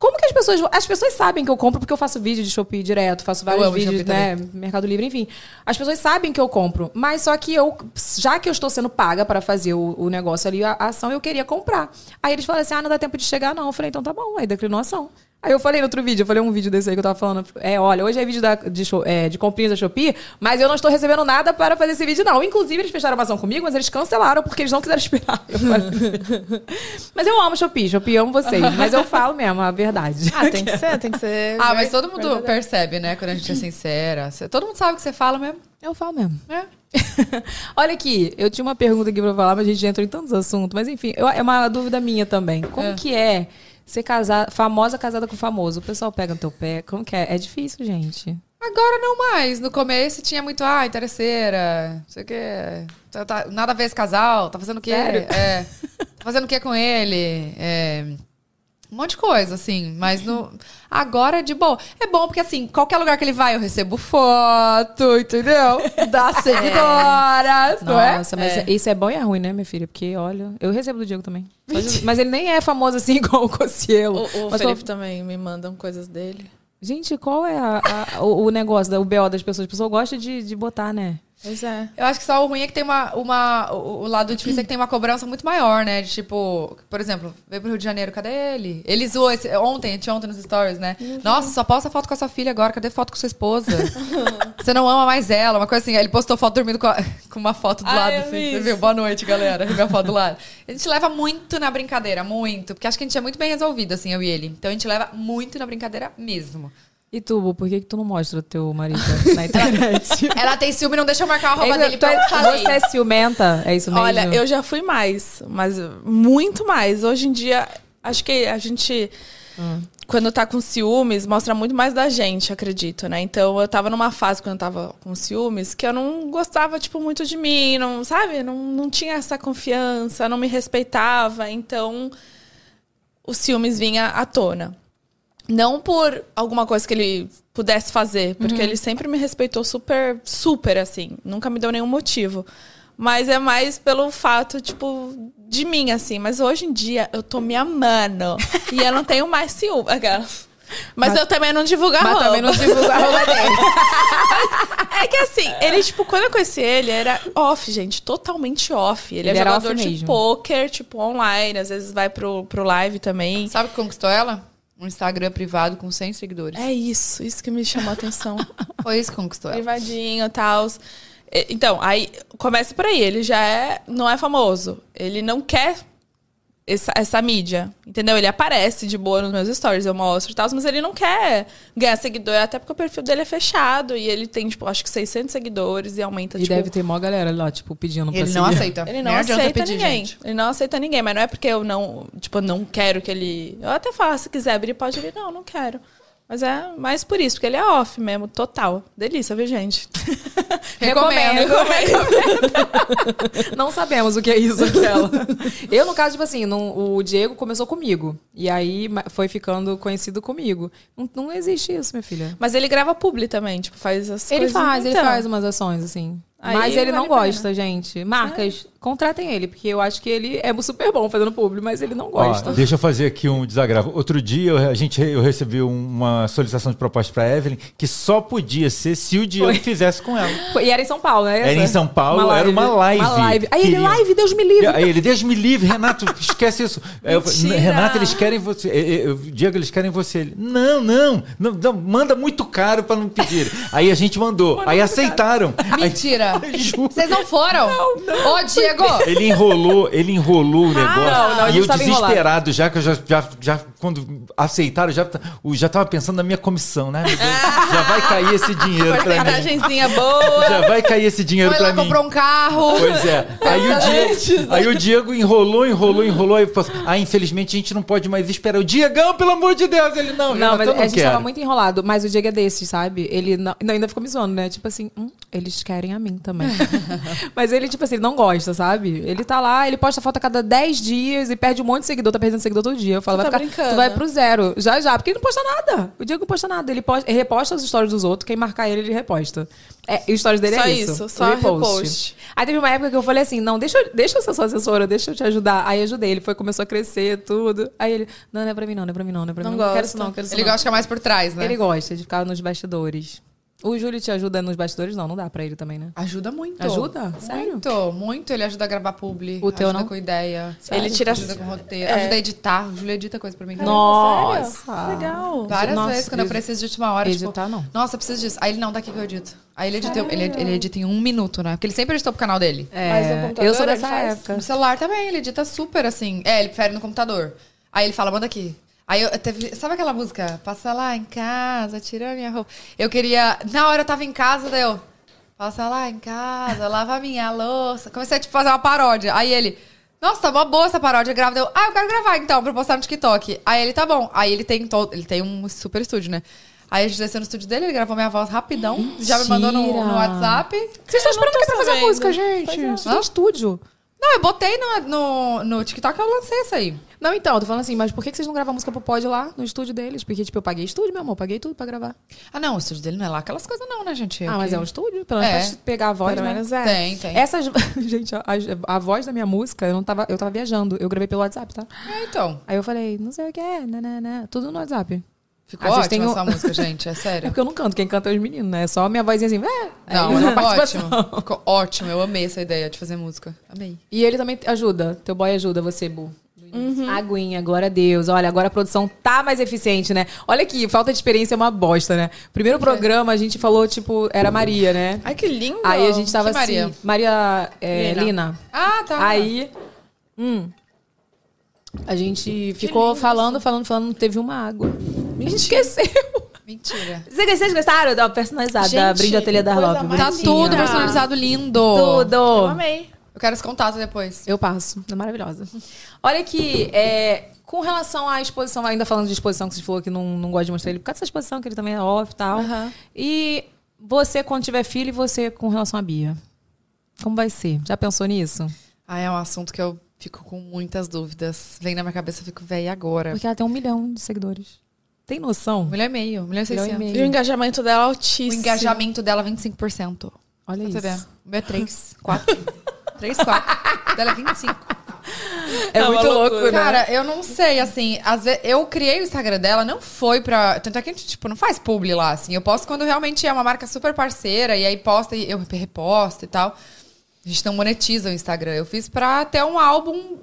[SPEAKER 4] Como que as pessoas. As pessoas sabem que eu compro porque eu faço vídeo de Shopee direto, faço vários
[SPEAKER 5] amo
[SPEAKER 4] vídeos,
[SPEAKER 5] Shopee
[SPEAKER 4] né? Mercado Livre, enfim. As pessoas sabem que eu compro, mas só que eu, já que eu estou sendo paga para fazer o, o negócio ali, a, a ação, eu queria comprar. Aí eles falaram assim: ah, não dá tempo de chegar, não. Eu falei, então tá bom, aí declinou a ação. Aí eu falei no outro vídeo, eu falei um vídeo desse aí que eu tava falando. É, olha, hoje é vídeo da- de, show- é, de comprinhas da Shopee, mas eu não estou recebendo nada para fazer esse vídeo, não. Inclusive, eles fecharam uma ação comigo, mas eles cancelaram porque eles não quiseram esperar. Eu falei- mas eu amo Shopee, Shopee eu amo vocês. Mas eu falo mesmo, a verdade.
[SPEAKER 9] Ah, tem que
[SPEAKER 4] É,
[SPEAKER 9] ser, tem que ser.
[SPEAKER 5] Ah, mas todo mundo percebe, né? Quando a gente é sincera. Cê- Todo mundo sabe o que você fala mesmo.
[SPEAKER 4] Eu falo mesmo.
[SPEAKER 5] É.
[SPEAKER 4] Olha aqui, eu tinha uma pergunta aqui pra falar, mas a gente já entrou em tantos assuntos. Mas enfim, eu- é uma dúvida minha também. Como que é ser casada, famosa casada com famoso? O pessoal pega no teu pé. Como que é? É difícil, gente.
[SPEAKER 5] Agora não mais. No começo tinha muito, ah, interesseira, não sei o quê. Tá- tá- nada a ver esse casal, tá fazendo o quê?
[SPEAKER 4] Sério?
[SPEAKER 5] É. Tá fazendo o quê com ele? É, Um monte de coisa, assim. Mas no, agora é de boa. É bom porque, assim, qualquer lugar que ele vai, eu recebo foto, entendeu? Da seguidoras, não é?
[SPEAKER 4] É. Nossa, mas isso é bom e é ruim, né, minha filha? Porque, olha, eu recebo do Diego também. Mas, mas ele nem é famoso assim igual o Cossielo.
[SPEAKER 7] O, o
[SPEAKER 4] Mas
[SPEAKER 7] Felipe também me mandam coisas dele.
[SPEAKER 4] Gente, qual é a- a- o, o negócio, da- o BO das pessoas? A pessoa gosta de, de botar, né?
[SPEAKER 7] Pois é.
[SPEAKER 5] Eu acho que só o ruim é que tem uma. uma o, o lado difícil é que tem uma cobrança muito maior, né? De tipo, por exemplo, veio pro Rio de Janeiro, cadê ele? Ele zoou esse, ontem, tinha ontem nos stories, né? Nossa, só posta foto com a sua filha agora, cadê foto com sua esposa? você não ama mais ela, uma coisa assim. Aí ele postou foto dormindo com, a- com uma foto do
[SPEAKER 7] Ai,
[SPEAKER 5] lado,
[SPEAKER 7] eu
[SPEAKER 5] assim.
[SPEAKER 7] vi
[SPEAKER 5] Você
[SPEAKER 7] isso.
[SPEAKER 5] viu? Boa noite, galera. Minha foto do lado. A gente leva muito na brincadeira, muito. Porque acho que a gente é muito bem resolvido, assim, eu e ele. Então a gente leva muito na brincadeira mesmo.
[SPEAKER 4] E tu, Bu, por que, que tu não mostra o teu marido na internet?
[SPEAKER 5] Ela tem ciúme, não deixa eu marcar a roupa
[SPEAKER 4] É
[SPEAKER 5] dele
[SPEAKER 4] isso, tu
[SPEAKER 5] pra eu
[SPEAKER 4] é-
[SPEAKER 5] falei.
[SPEAKER 4] você é ciumenta? É isso mesmo?
[SPEAKER 7] Olha, eu já fui mais, mas muito mais. Hoje em dia, acho que a gente,
[SPEAKER 4] Hum.
[SPEAKER 7] quando tá com ciúmes, mostra muito mais da gente, acredito, né? Então, eu tava numa fase quando eu tava com ciúmes que eu não gostava, tipo, muito de mim, não, sabe? Não, não tinha essa confiança, não me respeitava. Então, os ciúmes vinha à tona. Não por alguma coisa que ele pudesse fazer, porque ele sempre me respeitou super, super assim. Nunca me deu nenhum motivo. Mas é mais pelo fato, tipo, de mim, assim. Mas hoje em dia eu tô me amando. e eu não tenho mais ciúme. Aquela. Mas, eu também não divulgo a
[SPEAKER 5] Mas também não
[SPEAKER 7] roupa.
[SPEAKER 5] divulga a roupa dele.
[SPEAKER 7] É que assim, ele, tipo, quando eu conheci ele, era off, gente, totalmente off. Ele,
[SPEAKER 4] Ele
[SPEAKER 7] é
[SPEAKER 4] era
[SPEAKER 7] jogador
[SPEAKER 4] off
[SPEAKER 7] de
[SPEAKER 4] mesmo.
[SPEAKER 7] pôquer, tipo, online, às vezes vai pro, pro live também.
[SPEAKER 5] Sabe o que conquistou ela? Um Instagram privado com 100 seguidores.
[SPEAKER 7] É isso, isso que me chamou a atenção.
[SPEAKER 4] Tá.
[SPEAKER 5] Foi isso que conquistou ela.
[SPEAKER 7] Privadinho e tal. Então, aí começa por aí. Ele já é, não é famoso. Ele não quer essa, essa mídia. Entendeu? Ele aparece de boa nos meus stories, eu mostro e tal, mas ele não quer ganhar seguidor, até porque o perfil dele é fechado e ele tem, tipo, acho que 600 seguidores e aumenta,
[SPEAKER 4] E
[SPEAKER 7] tipo,
[SPEAKER 4] deve ter mó galera lá, tipo, pedindo pra
[SPEAKER 5] Ele não
[SPEAKER 4] seguir.
[SPEAKER 5] aceita.
[SPEAKER 7] Ele não
[SPEAKER 5] Nem adianta
[SPEAKER 7] aceita
[SPEAKER 5] pedir,
[SPEAKER 7] ninguém.
[SPEAKER 5] gente.
[SPEAKER 7] Ele não aceita ninguém, mas não é porque eu não, tipo, não quero que ele. Eu até falo, se quiser abrir, pode abrir. Não, não quero. Mas é mais por isso, porque ele é off mesmo, total. Delícia, viu, gente?
[SPEAKER 5] Recomendo.
[SPEAKER 4] Não sabemos o que é isso, aquela. eu, no caso, tipo assim, não- o Diego começou comigo. E aí ma- foi ficando conhecido comigo. Não, não existe isso, minha filha.
[SPEAKER 7] Mas ele grava publi também, tipo, faz as
[SPEAKER 4] Ele
[SPEAKER 7] coisas.
[SPEAKER 4] faz, ele
[SPEAKER 7] Então,
[SPEAKER 4] faz umas ações, assim.
[SPEAKER 7] Aí
[SPEAKER 4] mas ele não
[SPEAKER 7] vale a pena.
[SPEAKER 4] gosta, gente. Marcas, contratem ele, porque eu acho que ele é super bom fazendo público, mas ele não gosta.
[SPEAKER 8] Ó, deixa eu fazer aqui um desagravo. Outro dia eu, a gente, eu recebi um, uma solicitação de proposta pra Evelyn que só podia ser se o Diego fizesse com ela.
[SPEAKER 4] E era em São Paulo, né?
[SPEAKER 8] Era em São Paulo, era uma live.
[SPEAKER 4] Uma live. Aí ele,
[SPEAKER 8] Queria-
[SPEAKER 4] live, Deus me livre.
[SPEAKER 8] E Aí ele, Deus me livre, Renato, esquece isso. Aí eu falei,
[SPEAKER 7] Mentira.
[SPEAKER 8] Renato, eles querem você. Eu- eu- Diego, eles querem você. Ele, não, não, não, não, manda muito caro pra não pedir. Aí a gente mandou, aí aceitaram. Aí-
[SPEAKER 5] Mentira.
[SPEAKER 8] Juro.
[SPEAKER 5] Vocês não foram? Ô, Diego!
[SPEAKER 8] Ele enrolou, ele enrolou o negócio.
[SPEAKER 4] não, não, a
[SPEAKER 8] e
[SPEAKER 4] gente
[SPEAKER 8] eu
[SPEAKER 4] tava
[SPEAKER 8] desesperado já, que eu já, já, já- quando aceitaram, já, eu já tava pensando na minha comissão, né? Meu Deus, já vai cair esse dinheiro pra mim.
[SPEAKER 7] Porcentagenzinha boa.
[SPEAKER 8] Já vai cair esse dinheiro
[SPEAKER 5] Foi
[SPEAKER 8] pra
[SPEAKER 5] lá,
[SPEAKER 8] mim.
[SPEAKER 5] comprou um carro.
[SPEAKER 8] Pois é. Aí o,
[SPEAKER 4] né?
[SPEAKER 8] Diego, aí o Diego enrolou, enrolou, enrolou. Aí falou assim, ah, infelizmente a gente não pode mais esperar. O Diegão, pelo amor de Deus. Ele, não,
[SPEAKER 4] Não, mas
[SPEAKER 8] eu não
[SPEAKER 4] a gente
[SPEAKER 8] quero.
[SPEAKER 4] tava muito enrolado. Mas o Diego é desse, sabe? Ele não, não, ainda ficou me zoando, né? Tipo assim, hum, eles querem a mim também. mas ele, tipo assim, ele não gosta, sabe? Ele tá lá, ele posta foto a cada 10 dias e perde um monte de seguidor, tá perdendo seguidor todo dia. Eu falo,
[SPEAKER 7] Tu
[SPEAKER 4] vai
[SPEAKER 7] tá
[SPEAKER 4] ficar,
[SPEAKER 7] brincando.
[SPEAKER 4] tu vai pro zero. Já, já, porque ele não posta nada. O Diego não posta nada. Ele, posta, ele reposta as histórias dos outros, quem marcar ele, ele reposta. É, e o stories dele
[SPEAKER 7] Só
[SPEAKER 4] é
[SPEAKER 7] isso,
[SPEAKER 4] isso.
[SPEAKER 7] só
[SPEAKER 4] repost.
[SPEAKER 7] repost.
[SPEAKER 4] Aí teve uma época que eu falei assim, não, deixa eu, deixa eu ser sua assessora, deixa eu te ajudar. Aí eu ajudei, ele foi, começou a crescer, tudo. Aí ele, não, não é pra mim não, não é pra mim não, não é pra
[SPEAKER 7] Não
[SPEAKER 4] mim não. Não quero
[SPEAKER 7] gosta.
[SPEAKER 4] isso não, não quero isso
[SPEAKER 5] Ele
[SPEAKER 4] não.
[SPEAKER 5] gosta de ficar mais por trás, né?
[SPEAKER 4] Ele gosta de ficar nos bastidores. O Júlio te ajuda nos bastidores? Não, não dá pra ele também, né?
[SPEAKER 5] Ajuda muito.
[SPEAKER 4] Ajuda? Sério?
[SPEAKER 5] Muito, muito. Ele ajuda a gravar publi.
[SPEAKER 4] O teu
[SPEAKER 5] ajuda
[SPEAKER 4] não?
[SPEAKER 5] com ideia.
[SPEAKER 7] Ele tira-
[SPEAKER 5] Ajuda com roteiro. Ajuda a editar. O Júlio edita coisa pra mim.
[SPEAKER 4] Nossa!
[SPEAKER 7] Legal.
[SPEAKER 5] Várias
[SPEAKER 4] Nossa,
[SPEAKER 5] vezes, quando eu
[SPEAKER 4] edi-
[SPEAKER 5] preciso de última hora.
[SPEAKER 4] editar,
[SPEAKER 5] tipo,
[SPEAKER 4] não.
[SPEAKER 5] Nossa, eu preciso disso. Aí ele, não, daqui que eu edito. Aí ele edita, ele, ele edita em um minuto, né? Porque ele sempre editou pro canal dele.
[SPEAKER 4] É,
[SPEAKER 7] Mas no computador
[SPEAKER 4] eu sou
[SPEAKER 7] ele
[SPEAKER 4] dessa
[SPEAKER 7] faz?
[SPEAKER 4] época.
[SPEAKER 5] No celular também, ele edita super assim. É, ele prefere no computador. Aí ele fala, manda aqui. Aí eu teve. Sabe aquela música? Passa lá em casa, tirando minha roupa. Eu queria. Na hora eu tava em casa, daí eu. Passa lá em casa, lava minha louça. Comecei a tipo, fazer uma paródia. Aí ele. Nossa, tá mó boa essa paródia, grava. Daí Eu, ah, eu quero gravar então, pra postar no TikTok. Aí ele, tá bom. Aí ele tem todo. Ele tem um super estúdio, né? Aí a gente desceu no estúdio dele, ele gravou minha voz rapidão. Já me mandou no,
[SPEAKER 4] Mentira.
[SPEAKER 5] no WhatsApp.
[SPEAKER 4] Vocês estão esperando o que pra fazer a
[SPEAKER 7] sabendo.
[SPEAKER 4] música, gente? Isso é
[SPEAKER 5] Hã?
[SPEAKER 4] estúdio.
[SPEAKER 5] Não, eu botei no, no, no TikTok, eu lancei isso aí.
[SPEAKER 4] Não, então, eu tô falando assim, mas por que que vocês não gravam a música pro pod lá, no estúdio deles? Porque, tipo, eu paguei estúdio, meu amor, eu paguei tudo pra gravar.
[SPEAKER 5] Ah, não, o estúdio dele não é lá aquelas coisas, não, né, gente?
[SPEAKER 4] ah, mas é um estúdio, pelo menos
[SPEAKER 5] É.
[SPEAKER 4] pra te pegar a voz,
[SPEAKER 7] Pelo
[SPEAKER 4] né?
[SPEAKER 7] menos é.
[SPEAKER 5] Tem, tem.
[SPEAKER 4] Essas. Gente, a, a- a voz da minha música, eu não tava. Eu tava viajando. Eu gravei pelo WhatsApp, tá?
[SPEAKER 5] É, então.
[SPEAKER 4] Aí eu falei, não sei o que é, nananã. Tudo no WhatsApp.
[SPEAKER 5] Ficou
[SPEAKER 4] Ah, vocês
[SPEAKER 5] ótima
[SPEAKER 4] têm um-
[SPEAKER 5] essa música, gente, é
[SPEAKER 4] É
[SPEAKER 5] sério.
[SPEAKER 4] porque eu não canto, quem canta é os meninos, né? É só a minha vozinha assim, é.
[SPEAKER 5] Não,
[SPEAKER 4] é
[SPEAKER 5] é
[SPEAKER 4] uma participação.
[SPEAKER 5] ótimo. Ficou ótimo, eu amei essa ideia de fazer música. Amei.
[SPEAKER 4] E ele também te ajuda, teu boy ajuda você, Bu.
[SPEAKER 5] Uhum.
[SPEAKER 4] Aguinha, glória a Deus. Olha, agora a produção tá mais eficiente, né? Olha aqui, falta de experiência é uma bosta, né?
[SPEAKER 5] É.
[SPEAKER 4] Primeiro programa a gente falou, tipo, era Maria, né?
[SPEAKER 7] Ai, que lindo.
[SPEAKER 4] Aí a gente tava
[SPEAKER 5] Que Maria?
[SPEAKER 4] assim. Maria é,
[SPEAKER 7] Lina.
[SPEAKER 4] Lina.
[SPEAKER 5] Ah, tá.
[SPEAKER 4] Aí. Hum. A gente ficou falando, falando, falando, não teve uma água. A gente esqueceu.
[SPEAKER 5] Mentira.
[SPEAKER 4] Vocês vocês gostaram da personalizada, da
[SPEAKER 7] Gente,
[SPEAKER 4] brinde ateliê da
[SPEAKER 7] coisa
[SPEAKER 4] Arlop?
[SPEAKER 7] mais
[SPEAKER 5] Tá
[SPEAKER 7] Linda.
[SPEAKER 5] tudo personalizado lindo.
[SPEAKER 7] Eu
[SPEAKER 4] ah. Tudo!
[SPEAKER 7] amei.
[SPEAKER 5] Eu quero esse contato depois.
[SPEAKER 4] Eu passo, é maravilhosa. Olha aqui, é, com relação à exposição, ainda falando de exposição, que você falou que não, não gosta de mostrar ele, por causa dessa exposição, que ele também é off e tal.
[SPEAKER 7] Aham.
[SPEAKER 4] E você, quando tiver filho, e você com relação à Bia? Como vai ser? Já pensou nisso?
[SPEAKER 5] Ah, é um assunto que eu fico com muitas dúvidas. Vem na minha cabeça, eu fico velha agora.
[SPEAKER 4] Porque ela tem um milhão de seguidores. Tem noção?
[SPEAKER 5] Mulher e meio, mulher e
[SPEAKER 4] Milhão e
[SPEAKER 5] 600.
[SPEAKER 4] meio.
[SPEAKER 7] E o engajamento dela é
[SPEAKER 5] O
[SPEAKER 7] altíssimo.
[SPEAKER 5] engajamento dela, 25%.
[SPEAKER 4] Olha
[SPEAKER 5] Pra
[SPEAKER 4] isso.
[SPEAKER 5] você ver. O meu é 3, 4. 3, 4. O dela é 25.
[SPEAKER 4] É,
[SPEAKER 7] uma
[SPEAKER 4] muito
[SPEAKER 7] loucura.
[SPEAKER 4] louco, né?
[SPEAKER 5] Cara, eu não sei, assim, às vezes eu criei o Instagram dela, não foi pra. Tanto é que a gente, tipo, não faz publi lá, assim. Eu posto quando realmente é uma marca super parceira, e aí posta e eu reposto e tal. A gente não monetiza o Instagram. Eu fiz pra ter um álbum,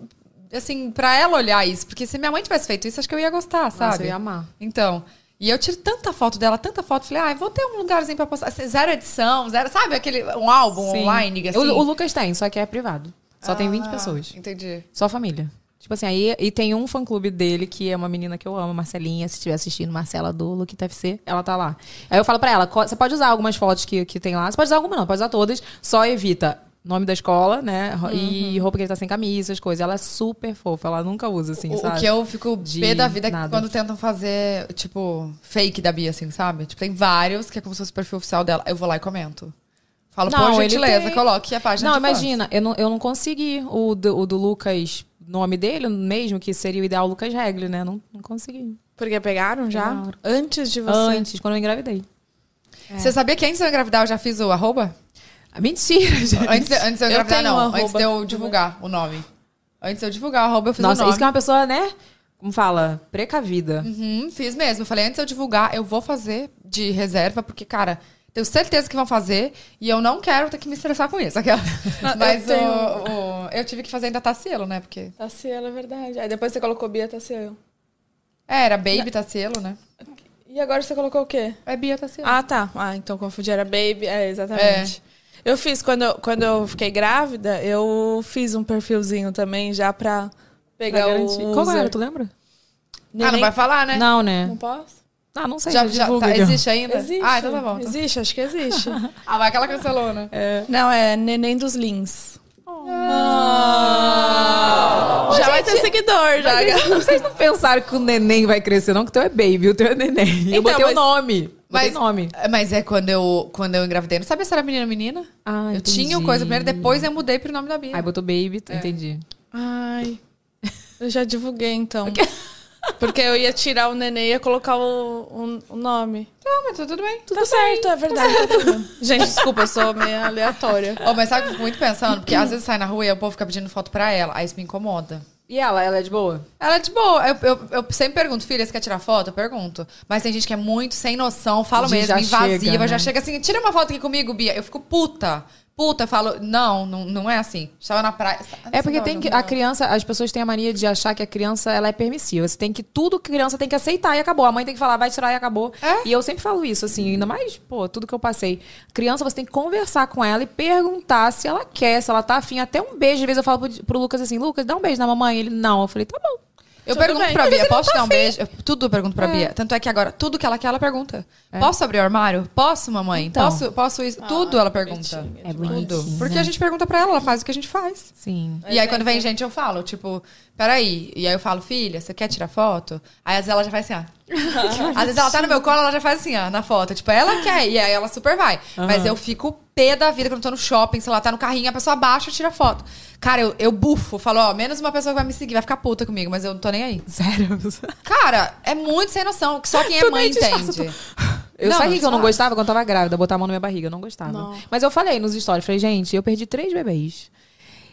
[SPEAKER 5] assim, pra ela olhar isso. Porque se minha mãe tivesse feito isso, acho que eu ia gostar, sabe?
[SPEAKER 4] eu ia amar.
[SPEAKER 5] Então. E eu tiro tanta foto dela, tanta foto, falei, ah, eu vou ter um lugarzinho pra postar. assim, Zero edição, zero. Sabe aquele. Um álbum
[SPEAKER 4] Sim.
[SPEAKER 5] online, assim. Ah.
[SPEAKER 4] O, o Lucas tem, só que é privado. Só tem 20 pessoas.
[SPEAKER 5] Entendi.
[SPEAKER 4] Só família. Tipo assim, aí e tem um fã-clube dele que é uma menina que eu amo, Marcelinha, se estiver assistindo, Marcela do Lookita FC, ela tá lá. Aí eu falo pra ela, co- você pode usar algumas fotos que, que tem lá, você pode usar alguma não, pode usar todas, só evita nome da escola, né, ro-
[SPEAKER 5] Uhum.
[SPEAKER 4] e roupa que ele tá sem camisa, essas coisas. Ela é super fofa, ela nunca usa assim,
[SPEAKER 5] O, o
[SPEAKER 4] sabe?
[SPEAKER 5] que eu fico
[SPEAKER 4] De
[SPEAKER 5] pé da vida é que
[SPEAKER 4] nada.
[SPEAKER 5] quando tentam fazer, tipo, fake da Bia, assim, sabe? Tipo, tem vários que é como se fosse o perfil oficial dela. Eu vou lá e comento. Falo,
[SPEAKER 4] Não,
[SPEAKER 5] por
[SPEAKER 4] ele
[SPEAKER 5] gentileza,
[SPEAKER 4] tem.
[SPEAKER 5] coloque a página
[SPEAKER 4] Não,
[SPEAKER 5] de fãs.
[SPEAKER 4] imagina, eu não, eu não consegui o do, o do Lucas, nome dele mesmo, que seria o ideal Lucas Regli, né, não, não consegui.
[SPEAKER 7] Porque pegaram já?
[SPEAKER 4] Pegaram.
[SPEAKER 7] Antes de você.
[SPEAKER 4] Antes, quando eu engravidei.
[SPEAKER 5] É. Você sabia que antes de eu engravidar eu já fiz o arroba?
[SPEAKER 4] Ah, Mentira, gente.
[SPEAKER 5] Antes de, antes de eu
[SPEAKER 7] Eu
[SPEAKER 5] engravidar,
[SPEAKER 7] tenho um
[SPEAKER 5] não.
[SPEAKER 7] arroba.
[SPEAKER 5] Antes de eu divulgar o nome. Antes de eu divulgar o arroba, eu fiz o
[SPEAKER 4] Nossa,
[SPEAKER 5] nome.
[SPEAKER 4] isso que é uma pessoa, né? Como fala? Precavida.
[SPEAKER 5] Uhum, fiz mesmo. Eu falei, antes de eu divulgar, eu vou fazer de reserva, porque, cara, tenho certeza que vão fazer e eu não quero ter que me estressar com isso. Aquela. Mas eu,
[SPEAKER 7] tenho-
[SPEAKER 5] o, eu tive que fazer ainda Tacielo, né? Porque.
[SPEAKER 7] Tassielo, é verdade. Aí depois você colocou Bia Tassielo.
[SPEAKER 5] É, era Baby Tacielo, né?
[SPEAKER 7] E agora você colocou o quê?
[SPEAKER 5] É Bia Tacielo.
[SPEAKER 7] Ah, tá. Ah, então confundi. Era Baby. É, exatamente. Eu fiz, quando eu, quando eu fiquei grávida, eu fiz um perfilzinho também já pra pegar
[SPEAKER 4] Pra
[SPEAKER 7] o
[SPEAKER 4] garantir.
[SPEAKER 7] user.
[SPEAKER 4] Qual era, tu lembra?
[SPEAKER 5] Ah, não vai falar, né?
[SPEAKER 4] Não, né?
[SPEAKER 7] Não posso?
[SPEAKER 4] Ah, não sei.
[SPEAKER 5] Já, já
[SPEAKER 4] divulga,
[SPEAKER 5] tá-
[SPEAKER 4] Igor.
[SPEAKER 5] existe ainda?
[SPEAKER 7] Existe.
[SPEAKER 5] Ah, então tá bom. Então.
[SPEAKER 7] Existe, acho que existe.
[SPEAKER 5] Ah, vai que ela cancelou, né?
[SPEAKER 7] Não, é Neném dos Lins.
[SPEAKER 5] Já
[SPEAKER 7] já vai ter seguidor, já.
[SPEAKER 4] Vocês não pensaram que o neném vai crescer, não? Que o teu é baby, o teu é neném. eu
[SPEAKER 7] Então,
[SPEAKER 4] botei o
[SPEAKER 7] mas-
[SPEAKER 4] nome. Botei
[SPEAKER 5] Mas-
[SPEAKER 4] nome.
[SPEAKER 5] É, Mas é quando eu, quando eu engravidei. Não sabia se era menina ou menina.
[SPEAKER 4] Ah,
[SPEAKER 5] eu
[SPEAKER 4] entendi.
[SPEAKER 5] tinha o coisa primeiro, depois É. eu mudei pro nome da Bia.
[SPEAKER 4] Aí botou baby, entendi.
[SPEAKER 7] Ai. Eu já divulguei, então. Porque eu ia tirar o nenê e ia colocar o, o, o nome.
[SPEAKER 5] Não, mas tá tudo bem.
[SPEAKER 7] Tudo certo, é verdade.
[SPEAKER 4] tá
[SPEAKER 7] Gente, desculpa, eu sou meio aleatória.
[SPEAKER 5] Ô, mas sabe o que eu fico muito pensando? Porque às vezes sai na rua e o povo fica pedindo foto pra ela. Aí isso me incomoda.
[SPEAKER 4] E ela, ela é de boa?
[SPEAKER 5] Ela é de boa. Eu, eu, eu sempre pergunto, filha, você quer tirar foto? Eu pergunto. Mas tem gente que é muito sem noção, fala
[SPEAKER 4] De-
[SPEAKER 5] mesmo,
[SPEAKER 4] já
[SPEAKER 5] invasiva,
[SPEAKER 4] chega, né?
[SPEAKER 5] já chega assim, tira uma foto aqui comigo, Bia. Eu fico puta. Puta, eu falo, não, não, não é assim. Estava na praia.
[SPEAKER 4] É porque
[SPEAKER 5] Não,
[SPEAKER 4] tem que.
[SPEAKER 5] não,
[SPEAKER 4] A criança, as pessoas têm a mania de achar que a criança ela é permissiva. Você tem que. Tudo que criança tem que aceitar e acabou. A mãe tem que falar, vai tirar e acabou.
[SPEAKER 5] É?
[SPEAKER 4] E eu sempre falo isso, assim, ainda mais, pô, tudo que eu passei. Criança, você tem que conversar com ela e perguntar se ela quer, se ela tá afim. Até um beijo. Às vezes eu falo pro, pro Lucas assim, Lucas, dá um beijo na mamãe. Ele, não. Eu falei, tá bom.
[SPEAKER 5] Eu
[SPEAKER 7] Tudo
[SPEAKER 5] pergunto
[SPEAKER 7] bem.
[SPEAKER 5] pra
[SPEAKER 7] Mas
[SPEAKER 5] Bia, posso te dar um beijo? Eu- tudo eu pergunto pra Bia. Tanto é que agora, tudo que ela quer, ela pergunta. Posso abrir o armário? Posso, mamãe?
[SPEAKER 4] É. Então.
[SPEAKER 5] Posso, posso isso? tudo ela pergunta.
[SPEAKER 4] É
[SPEAKER 5] Tudo.
[SPEAKER 4] bonitinho.
[SPEAKER 5] Porque a gente pergunta pra ela, ela faz o que a gente faz.
[SPEAKER 4] Sim.
[SPEAKER 5] E aí, quando vem gente, eu falo, tipo, peraí. E aí eu falo, filha, você quer tirar foto? Aí às vezes ela já faz assim, ó. às vezes ela tá no meu colo, ela já faz assim, ó, na foto. Tipo, ela quer, e aí ela super vai. Mas eu fico pé da vida quando eu tô no shopping, sei lá, tá no carrinho, a pessoa baixa e tira foto. Cara, eu, eu bufo, falo, ó, menos uma pessoa que vai me seguir, vai ficar puta comigo, mas eu não tô nem aí.
[SPEAKER 4] Sério.
[SPEAKER 5] Cara, é muito sem noção, que só quem é
[SPEAKER 4] Tu
[SPEAKER 5] mãe
[SPEAKER 4] nem disfarça,
[SPEAKER 5] entende.
[SPEAKER 4] Eu
[SPEAKER 5] Não,
[SPEAKER 4] sabia
[SPEAKER 5] não
[SPEAKER 4] que eu não
[SPEAKER 5] fala.
[SPEAKER 4] gostava quando tava grávida, botar a mão na minha barriga, eu não gostava. Mas eu falei nos stories, falei, gente, eu perdi três bebês.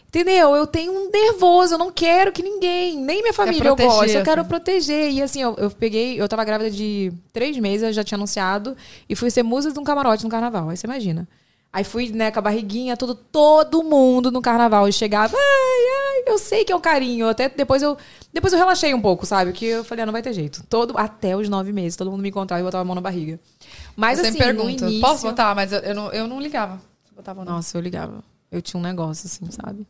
[SPEAKER 4] Entendeu? Eu tenho um nervoso, eu não quero que ninguém, nem minha família eu
[SPEAKER 5] proteger,
[SPEAKER 4] gosto, eu quero
[SPEAKER 5] assim.
[SPEAKER 4] proteger. E assim, eu, eu peguei, eu tava grávida de três meses, eu já tinha anunciado, e fui ser musa de um camarote no carnaval, aí você imagina. Aí fui, né, com a barriguinha, tudo, todo mundo no carnaval. E chegava, ai, ai, eu sei que é um carinho. Até depois eu, depois eu relaxei um pouco, sabe? Que eu falei, ah, não vai ter jeito. Todo, até os nove meses, todo mundo me encontrava e botava a mão na barriga. Mas
[SPEAKER 5] eu
[SPEAKER 4] assim,
[SPEAKER 5] sempre
[SPEAKER 4] no
[SPEAKER 5] pergunto,
[SPEAKER 4] início...
[SPEAKER 5] posso botar? Mas eu, eu não, eu não ligava. se Botava ou não.
[SPEAKER 4] Nossa, eu ligava. Eu tinha um negócio, assim, sabe?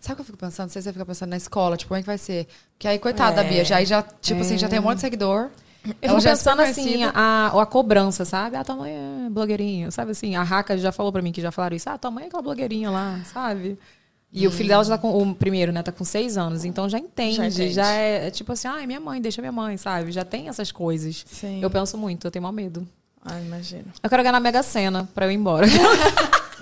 [SPEAKER 5] Sabe o que eu fico pensando? Não sei se você fica pensando na escola, tipo, como é que vai ser? Porque aí, coitada da Bia, já, aí já, tipo assim, já tem um monte de seguidor.
[SPEAKER 4] Eu fico
[SPEAKER 5] Ela já é
[SPEAKER 4] pensando
[SPEAKER 5] super
[SPEAKER 4] assim,
[SPEAKER 5] conhecida.
[SPEAKER 4] a, a cobrança, sabe? Ah, tua mãe é blogueirinha, sabe assim? A Raca já falou pra mim que já falaram isso. Ah, tua mãe é aquela blogueirinha lá, sabe? E o filho dela já tá com. O primeiro, né? Tá com seis anos, então já entende. Já,
[SPEAKER 7] Já entende.
[SPEAKER 4] é, é tipo assim, ai, minha mãe, deixa minha mãe, sabe? Já tem essas coisas.
[SPEAKER 7] Sim.
[SPEAKER 4] Eu penso muito, eu tenho maior medo.
[SPEAKER 7] Ai, imagino.
[SPEAKER 4] Eu quero ganhar na Mega Sena pra eu ir embora.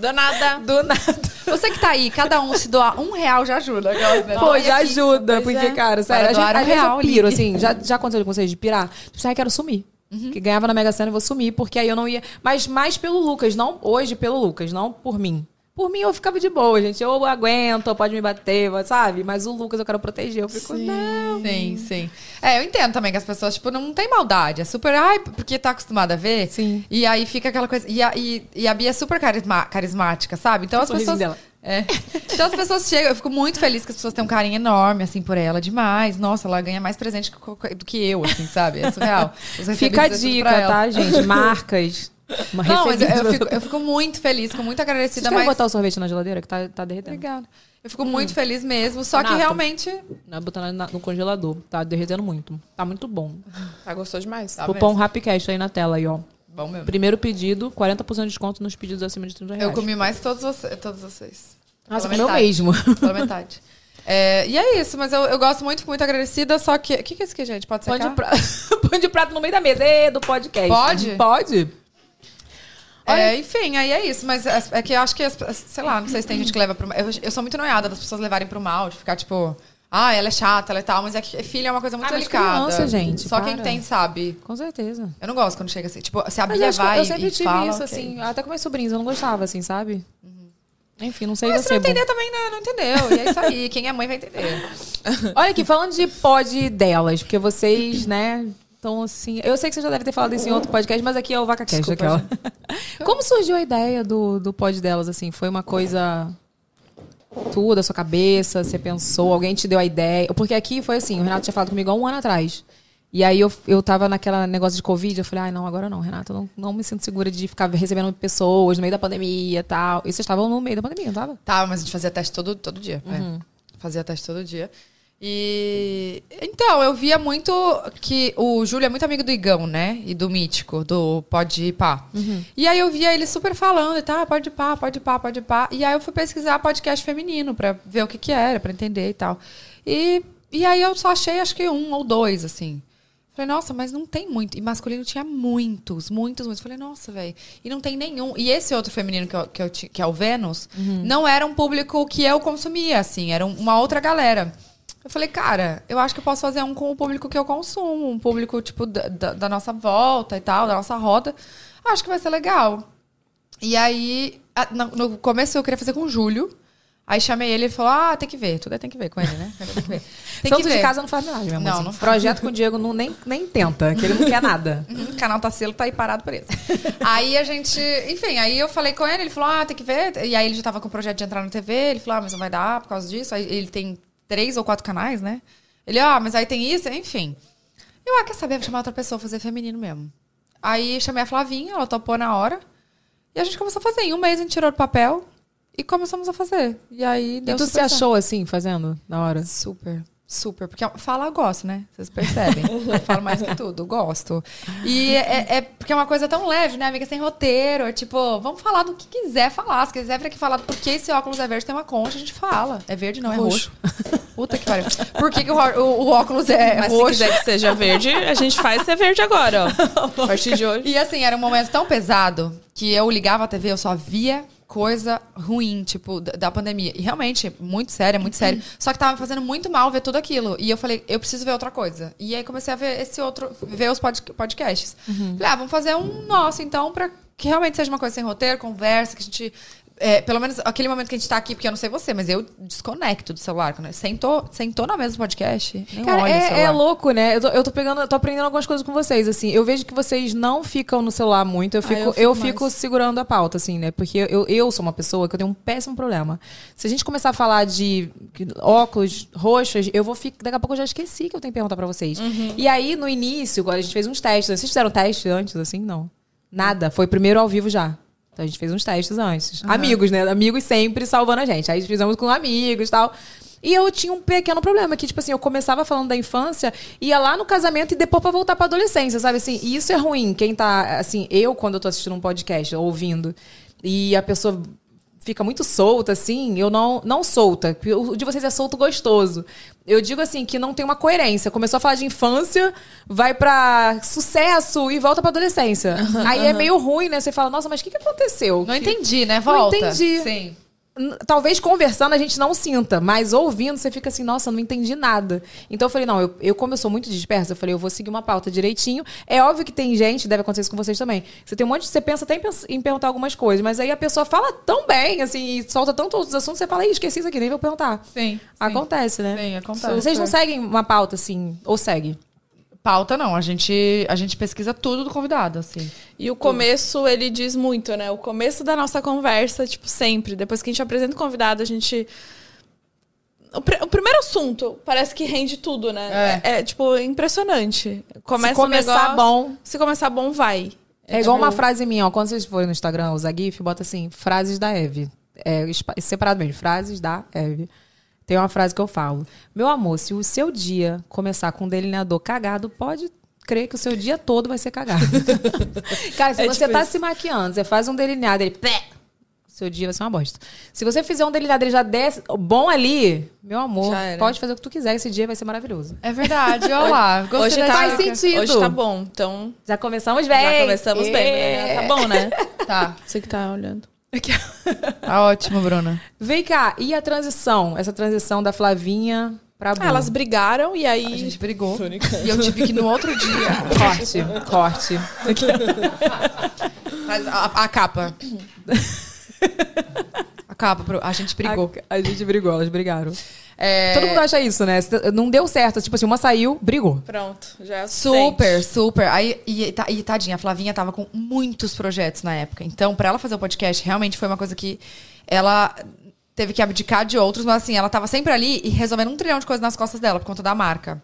[SPEAKER 7] Do nada.
[SPEAKER 4] Do nada.
[SPEAKER 5] Você que tá aí, cada um se doar um real já ajuda. aquelas, né?
[SPEAKER 4] Pô, já ajuda, porque, cara, sério,
[SPEAKER 5] Para
[SPEAKER 4] a gente,
[SPEAKER 5] doar um
[SPEAKER 4] às vezes
[SPEAKER 5] real,
[SPEAKER 4] eu piro,
[SPEAKER 5] Lili.
[SPEAKER 4] assim, já, já aconteceu com vocês de pirar? Tipo, sai, quero sumir.
[SPEAKER 5] Uhum.
[SPEAKER 4] Que ganhava na Mega Sena, eu vou sumir, porque aí eu não ia. Mas mais pelo Lucas, não hoje pelo Lucas, não por mim. Por mim eu ficava de boa, gente. Eu aguento, pode me bater, sabe? Mas o Lucas eu quero proteger. Eu fico, não.
[SPEAKER 5] Sim, sim. É, eu entendo também que as pessoas, tipo, não tem maldade. É super, ai, porque tá acostumada a ver.
[SPEAKER 4] Sim.
[SPEAKER 5] E aí fica aquela coisa. E a, e, e a Bia é super carisma- carismática, sabe? Então as
[SPEAKER 4] sorrisinho
[SPEAKER 5] pessoas.
[SPEAKER 4] dela.
[SPEAKER 5] É. Então as pessoas chegam, eu fico muito feliz que as pessoas têm um carinho enorme, assim, por ela, demais. Nossa, ela ganha mais presente que co- do que eu, assim, sabe? É surreal. Os
[SPEAKER 4] Fica a
[SPEAKER 5] recebidos é tudo pra
[SPEAKER 4] dica,
[SPEAKER 5] ela.
[SPEAKER 4] tá, gente? Marcas. Uma
[SPEAKER 5] Não, mas eu,
[SPEAKER 4] recebida.
[SPEAKER 5] eu fico, eu fico muito feliz, fico muito
[SPEAKER 4] Vocês
[SPEAKER 5] agradecida,
[SPEAKER 4] querem
[SPEAKER 5] mas...
[SPEAKER 4] botar um Hum. o sorvete na geladeira que tá, tá derretendo?
[SPEAKER 5] Obrigada. Eu fico muito feliz mesmo, só que
[SPEAKER 4] Nato.
[SPEAKER 5] realmente...
[SPEAKER 4] Não, botando na- no congelador. Tá derretendo muito. Tá muito bom.
[SPEAKER 7] Tá gostou demais.
[SPEAKER 5] Tá
[SPEAKER 4] Cupom
[SPEAKER 5] mesmo.
[SPEAKER 4] Rapcast aí na tela, aí, ó.
[SPEAKER 5] Bom mesmo.
[SPEAKER 4] Primeiro pedido, 40% de desconto nos pedidos acima de 30 reais.
[SPEAKER 5] Eu comi mais que todos, você- todos vocês.
[SPEAKER 4] Nossa,
[SPEAKER 5] Pela
[SPEAKER 4] comeu
[SPEAKER 5] metade.
[SPEAKER 4] mesmo.
[SPEAKER 5] Pela metade. É, e é isso, mas eu, eu gosto muito, fico muito agradecida, só que... O que, que é isso aqui, gente? Pode ser
[SPEAKER 4] Pão de, pra... Pão de prato no meio da mesa. Ê, do podcast.
[SPEAKER 5] Pode?
[SPEAKER 4] Pode.
[SPEAKER 5] É, enfim, aí é isso. Mas é, é que eu acho que, as- sei lá, não sei se tem gente que leva pro mal. Eu, eu sou muito noiada das pessoas levarem pro mal, de ficar tipo, ah, ela é chata, ela é tal. Mas é que filha é uma coisa muito
[SPEAKER 4] Ah, mas
[SPEAKER 5] delicada.
[SPEAKER 4] criança, gente,
[SPEAKER 5] Só quem
[SPEAKER 4] para.
[SPEAKER 5] tem sabe.
[SPEAKER 4] Com certeza.
[SPEAKER 5] Eu não gosto quando chega assim. Tipo, se a
[SPEAKER 4] Mas
[SPEAKER 5] Bia
[SPEAKER 4] acho que
[SPEAKER 5] vai
[SPEAKER 4] eu sempre
[SPEAKER 5] e
[SPEAKER 4] tive
[SPEAKER 5] fala,
[SPEAKER 4] isso,
[SPEAKER 5] ok.
[SPEAKER 4] assim. Até com meus sobrinhos, eu não gostava, assim, sabe? Enfim, não sei
[SPEAKER 5] Mas se
[SPEAKER 4] você.
[SPEAKER 5] não
[SPEAKER 4] Bom.
[SPEAKER 5] entender também, não, não entendeu. E é isso aí. Quem é mãe vai entender.
[SPEAKER 4] Olha aqui, falando de pod delas, porque vocês, né... Então, assim, eu sei que você já deve ter falado isso em outro podcast, mas aqui é o VacaCast, aquela. Como surgiu a ideia do, do pod delas, assim? Foi uma coisa tudo da sua cabeça, você pensou, alguém te deu a ideia. Porque aqui foi assim, o Renato tinha falado comigo há um ano atrás. E aí eu, eu tava naquela negócio de Covid, eu falei, ai, não, agora não, Renato, eu não, não me sinto segura de ficar recebendo pessoas no meio da pandemia e tal. E vocês estavam no meio da pandemia, não tava?
[SPEAKER 5] Tá, mas a gente fazia teste todo, todo dia. é. Fazia teste todo dia. E. Então, eu via muito que o Júlio é muito amigo do Igão, né? E do Mítico, do Pode Ir Pá. E aí eu via ele super falando, tá? Pode ir pá, pode ir pá, pode ir pá. E aí eu fui pesquisar podcast feminino pra ver o que que era, pra entender e tal. E, e aí eu só achei, acho que um ou dois, assim. Falei, Falei, nossa, mas não tem muito. E masculino tinha muitos, muitos, muitos. Falei, nossa, velho. E não tem nenhum. E esse outro feminino que, eu, que, eu ti- que é o Vênus, não era um público que eu consumia, assim. Era um- uma outra galera. Eu falei, cara, eu acho que eu posso fazer um com o público que eu consumo. Um público, tipo, da, da- da nossa volta e tal, da nossa roda. Acho que vai ser legal. E aí, a- no, no começo eu queria fazer com o Júlio. Aí chamei ele e ele falou, ah, tem que ver. Tudo é tem que ver com ele, né? Tem que ver. Tem
[SPEAKER 4] Santo
[SPEAKER 5] que ver.
[SPEAKER 4] de casa não faz milagre, meu amor.
[SPEAKER 5] é. Não,
[SPEAKER 4] Assim,
[SPEAKER 5] não faz.
[SPEAKER 4] Projeto com o Diego não, nem, nem tenta, que ele não quer nada.
[SPEAKER 5] Uhum, O canal tá selo, tá aí parado por isso. aí a gente, enfim, aí eu falei com ele, ele falou, ah, tem que ver. E aí ele já tava com o projeto de entrar na TV, ele falou, ah, mas não vai dar por causa disso. Aí ele tem três ou quatro canais, né? Ele, ah, mas aí tem isso, enfim. Eu, ah, quer saber, vou chamar outra pessoa, fazer feminino mesmo. Aí chamei a Flavinha, ela topou na hora. E a gente começou a fazer. Em um mês a gente tirou do papel e começamos a fazer. E aí deu
[SPEAKER 4] e tu se
[SPEAKER 5] super certo.
[SPEAKER 4] achou assim, fazendo, na hora?
[SPEAKER 5] Super, super. Porque falar eu gosto, né? Vocês percebem. eu falo mais que tudo, gosto. E é, é porque é uma coisa tão leve, né, amiga? Sem roteiro. É tipo, vamos falar do que quiser falar. Se quiser vir aqui falar do porquê esse óculos é verde, tem uma concha, a gente fala. É verde, não, é roxo. Puta que pariu. Por que, que o, ro- o- o óculos é
[SPEAKER 7] Mas se
[SPEAKER 5] roxo?
[SPEAKER 7] quiser que seja verde, a gente faz ser verde agora, ó. A partir de hoje.
[SPEAKER 5] E assim, era um momento tão pesado que eu ligava a TV, eu só via coisa ruim, tipo, da, da pandemia. E realmente, muito sério, é muito sério. Só que tava me fazendo muito mal ver tudo aquilo. E eu falei, eu preciso ver outra coisa. E aí comecei a ver esse outro, ver os pod- podcasts. Falei, ah, vamos fazer um nosso, então, pra que realmente seja uma coisa sem roteiro, conversa, que a gente. é, pelo menos aquele momento que a gente tá aqui, porque eu não sei você, mas eu desconecto do celular. Quando eu- Sentou, sentou na mesa do podcast? Nem
[SPEAKER 4] Cara,
[SPEAKER 5] olho o
[SPEAKER 4] é,
[SPEAKER 5] celular.
[SPEAKER 4] é louco, né? Eu tô, eu tô pegando, tô aprendendo algumas coisas com vocês, assim. Eu vejo que vocês não ficam no celular muito.
[SPEAKER 5] Ah,
[SPEAKER 4] Eu fico,
[SPEAKER 7] eu
[SPEAKER 4] eu
[SPEAKER 7] fico
[SPEAKER 4] fico, segurando a pauta, assim, né? Porque eu, eu sou uma pessoa que eu tenho um péssimo problema. Se a gente começar a falar de óculos roxos, eu vou ficar. Daqui a pouco eu já esqueci que eu tenho que perguntar pra vocês.
[SPEAKER 5] Uhum.
[SPEAKER 4] E aí, no início, a gente fez uns testes. né? Vocês fizeram teste antes, assim? Não. Nada. Foi primeiro ao vivo já. Então a gente fez uns testes antes. Amigos, né? Amigos sempre salvando a gente. Aí fizemos com amigos e tal. E eu tinha um pequeno problema, que, tipo assim, eu começava falando da infância, ia lá no casamento e depois pra voltar pra adolescência, sabe? Assim, e isso é ruim. Quem tá, assim, eu, quando eu tô assistindo um podcast, ou ouvindo, e a pessoa fica muito solta, assim, eu não, não solta. porque O de vocês é solto gostoso. Eu digo assim, que não tem uma coerência. Começou a falar de infância, vai pra sucesso e volta pra adolescência. Aí é meio ruim, né? Você fala, nossa, mas o que, que aconteceu?
[SPEAKER 5] Não
[SPEAKER 4] Que-
[SPEAKER 5] entendi, né? Volta.
[SPEAKER 4] entendi.
[SPEAKER 5] Sim.
[SPEAKER 4] N- talvez conversando a gente não sinta, mas ouvindo você fica assim, nossa, não entendi nada. Então eu falei, não, eu, eu como eu sou muito dispersa, eu falei, eu vou seguir uma pauta direitinho. É óbvio que tem gente, deve acontecer isso com vocês também. Você tem um monte, de- você pensa até em, pens- em perguntar algumas coisas, mas aí a pessoa fala tão bem, assim, e solta tanto outros assuntos, você fala, ih, esqueci isso aqui, nem vou perguntar.
[SPEAKER 5] Sim.
[SPEAKER 4] Acontece, né?
[SPEAKER 5] Sim, acontece. É.
[SPEAKER 4] Vocês não seguem uma pauta assim, ou segue?
[SPEAKER 5] Pauta não, a gente, a gente pesquisa tudo do convidado, assim.
[SPEAKER 7] E o começo, ele diz muito, né? O começo da nossa conversa, tipo, sempre. Depois que a gente apresenta o convidado, a gente. O, pr- o primeiro assunto parece que rende tudo, né? É, é, tipo, impressionante. Começa
[SPEAKER 4] Se começar
[SPEAKER 7] o negócio,
[SPEAKER 4] bom.
[SPEAKER 7] Se começar bom, vai.
[SPEAKER 4] É igual uma frase minha, ó. Quando vocês forem no Instagram usar GIF, bota assim, frases da Eve. É, espa- separado mesmo, frases da Eve. Tem uma frase que eu falo. Meu amor, se o seu dia começar com um delineador cagado, pode crer que o seu dia todo vai ser cagado. Cara, se
[SPEAKER 7] É
[SPEAKER 4] você
[SPEAKER 7] tipo
[SPEAKER 4] tá
[SPEAKER 7] isso.
[SPEAKER 4] se maquiando, você faz um delineado, ele... Pé, seu dia vai ser uma bosta. Se você fizer um delineado, ele já desce... Bom ali, meu amor,
[SPEAKER 7] Já era.
[SPEAKER 4] pode fazer o que tu quiser, esse dia vai ser maravilhoso.
[SPEAKER 5] É verdade, olha lá. Gostei
[SPEAKER 7] Hoje tá,
[SPEAKER 5] dessa
[SPEAKER 4] Faz
[SPEAKER 5] dica.
[SPEAKER 4] sentido.
[SPEAKER 7] Hoje tá bom, então.
[SPEAKER 4] Já começamos bem. é.
[SPEAKER 7] Já começamos bem, né? Tá bom, né?
[SPEAKER 5] Tá,
[SPEAKER 7] Você que tá olhando.
[SPEAKER 5] tá ótimo, Bruna.
[SPEAKER 4] Vem cá, e a transição? Essa transição da Flavinha pra Bruna?
[SPEAKER 7] Ah, elas brigaram e aí.
[SPEAKER 5] A gente brigou e eu tive que no outro dia.
[SPEAKER 4] Corte, corte.
[SPEAKER 5] Mas a, a capa. A capa, pro- a gente brigou.
[SPEAKER 4] A, a gente brigou, elas brigaram.
[SPEAKER 5] É,
[SPEAKER 4] Todo mundo acha isso, né? Não deu certo. Tipo assim, uma saiu, brigou.
[SPEAKER 7] Pronto, já
[SPEAKER 5] Super,
[SPEAKER 7] sente.
[SPEAKER 5] super. Aí, e, ta- e tadinha, a Flavinha tava com muitos projetos na época. Então, pra ela fazer o podcast, realmente foi uma coisa que ela teve que abdicar de outros, mas assim, ela tava sempre ali e resolvendo um trilhão de coisas nas costas dela por conta da marca.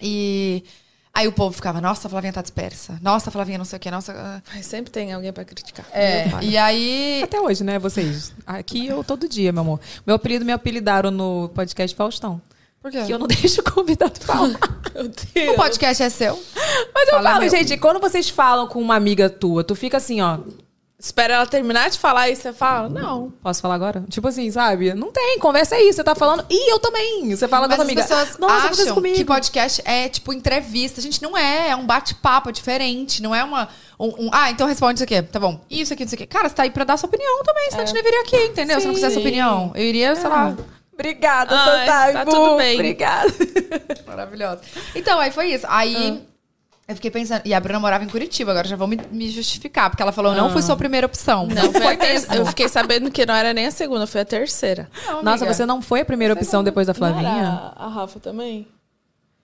[SPEAKER 5] E aí o povo ficava, nossa, a Flavinha tá dispersa. Nossa, a Flavinha não sei o quê, nossa.
[SPEAKER 7] Ai, sempre tem alguém pra criticar.
[SPEAKER 5] É. E aí.
[SPEAKER 4] Até hoje, né, vocês? Aqui eu todo dia, meu amor. Meu apelido me apelidaram no podcast Faustão.
[SPEAKER 5] Por quê?
[SPEAKER 4] Que eu não deixo o convidado falar.
[SPEAKER 7] É. Meu Deus.
[SPEAKER 5] O podcast é seu.
[SPEAKER 4] Mas eu
[SPEAKER 5] Fala
[SPEAKER 4] falo,
[SPEAKER 5] meu.
[SPEAKER 4] gente, quando vocês falam com uma amiga tua, tu fica assim, ó.
[SPEAKER 7] Espera ela terminar de falar e você fala? Não.
[SPEAKER 4] Posso falar agora? Tipo assim, sabe? Não tem, conversa aí. Você tá falando. Ih, eu também. Você fala
[SPEAKER 5] Mas
[SPEAKER 4] da
[SPEAKER 5] as
[SPEAKER 4] amiga.
[SPEAKER 5] pessoas
[SPEAKER 4] Nossa, acontece
[SPEAKER 5] acham
[SPEAKER 4] comigo.
[SPEAKER 5] que podcast é tipo entrevista. Gente, não é. É um bate-papo é diferente. Não é uma. Um, um, ah, então responde isso aqui. Tá bom. Isso aqui, isso aqui. Cara, você tá aí pra dar sua opinião também.
[SPEAKER 4] É.
[SPEAKER 5] Senão a gente não viria aqui, entendeu? Se não quisesse sua opinião. Eu iria, sei lá.
[SPEAKER 4] Obrigada,
[SPEAKER 7] Ai,
[SPEAKER 4] Santaibo.
[SPEAKER 7] tá tudo bem.
[SPEAKER 4] Obrigada. É.
[SPEAKER 5] Maravilhosa. Então, aí foi isso. Aí
[SPEAKER 4] Ah.
[SPEAKER 5] eu fiquei pensando. E a Bruna morava em Curitiba, agora já vão me, me justificar. Porque ela falou: não
[SPEAKER 4] Ah.
[SPEAKER 5] fui sua primeira opção.
[SPEAKER 7] Não, foi a ter... Eu fiquei sabendo que não era nem a segunda, foi a terceira.
[SPEAKER 5] Não,
[SPEAKER 4] Nossa,
[SPEAKER 5] amiga.
[SPEAKER 4] você não foi a primeira opção depois da Flavinha?
[SPEAKER 7] A Rafa também?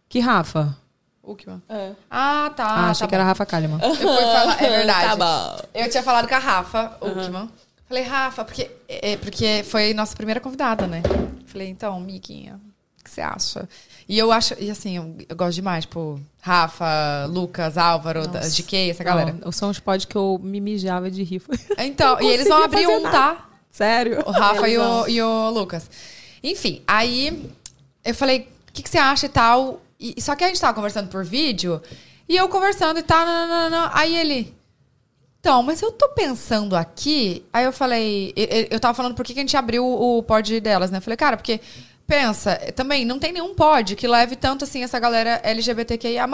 [SPEAKER 4] Que Rafa?
[SPEAKER 5] Uckmann.
[SPEAKER 7] É.
[SPEAKER 5] Ah, tá.
[SPEAKER 4] Ah,
[SPEAKER 5] tá
[SPEAKER 4] achei que
[SPEAKER 5] bom.
[SPEAKER 4] era Rafa Kalimann.
[SPEAKER 5] Eu fui falar, é
[SPEAKER 7] Tá
[SPEAKER 5] verdade.
[SPEAKER 7] bom.
[SPEAKER 5] Eu tinha falado com a Rafa Uckmann. Falei, Rafa, porque, é, porque foi nossa primeira convidada, né? Falei, então, Miquinha, o que você acha? E eu acho, e assim, eu, eu gosto demais, tipo, Rafa, Lucas, Álvaro, da- GK, essa galera.
[SPEAKER 4] Não, são os pods que eu me mijava de rir.
[SPEAKER 5] Então, e eles vão abrir um, tá?
[SPEAKER 4] Sério?
[SPEAKER 5] O Rafa e o, e o Lucas. Enfim, aí eu falei, o que, que você acha e tal? E, só que a gente tava conversando por vídeo, e eu conversando e tal, nananana, aí ele... Então, mas eu tô pensando aqui. Aí eu falei. e- e- Eu tava falando por que que a gente abriu o pod delas, né? Eu falei, cara, porque. Pensa, eh, também não tem nenhum pod que leve tanto assim essa galera LGBTQIA.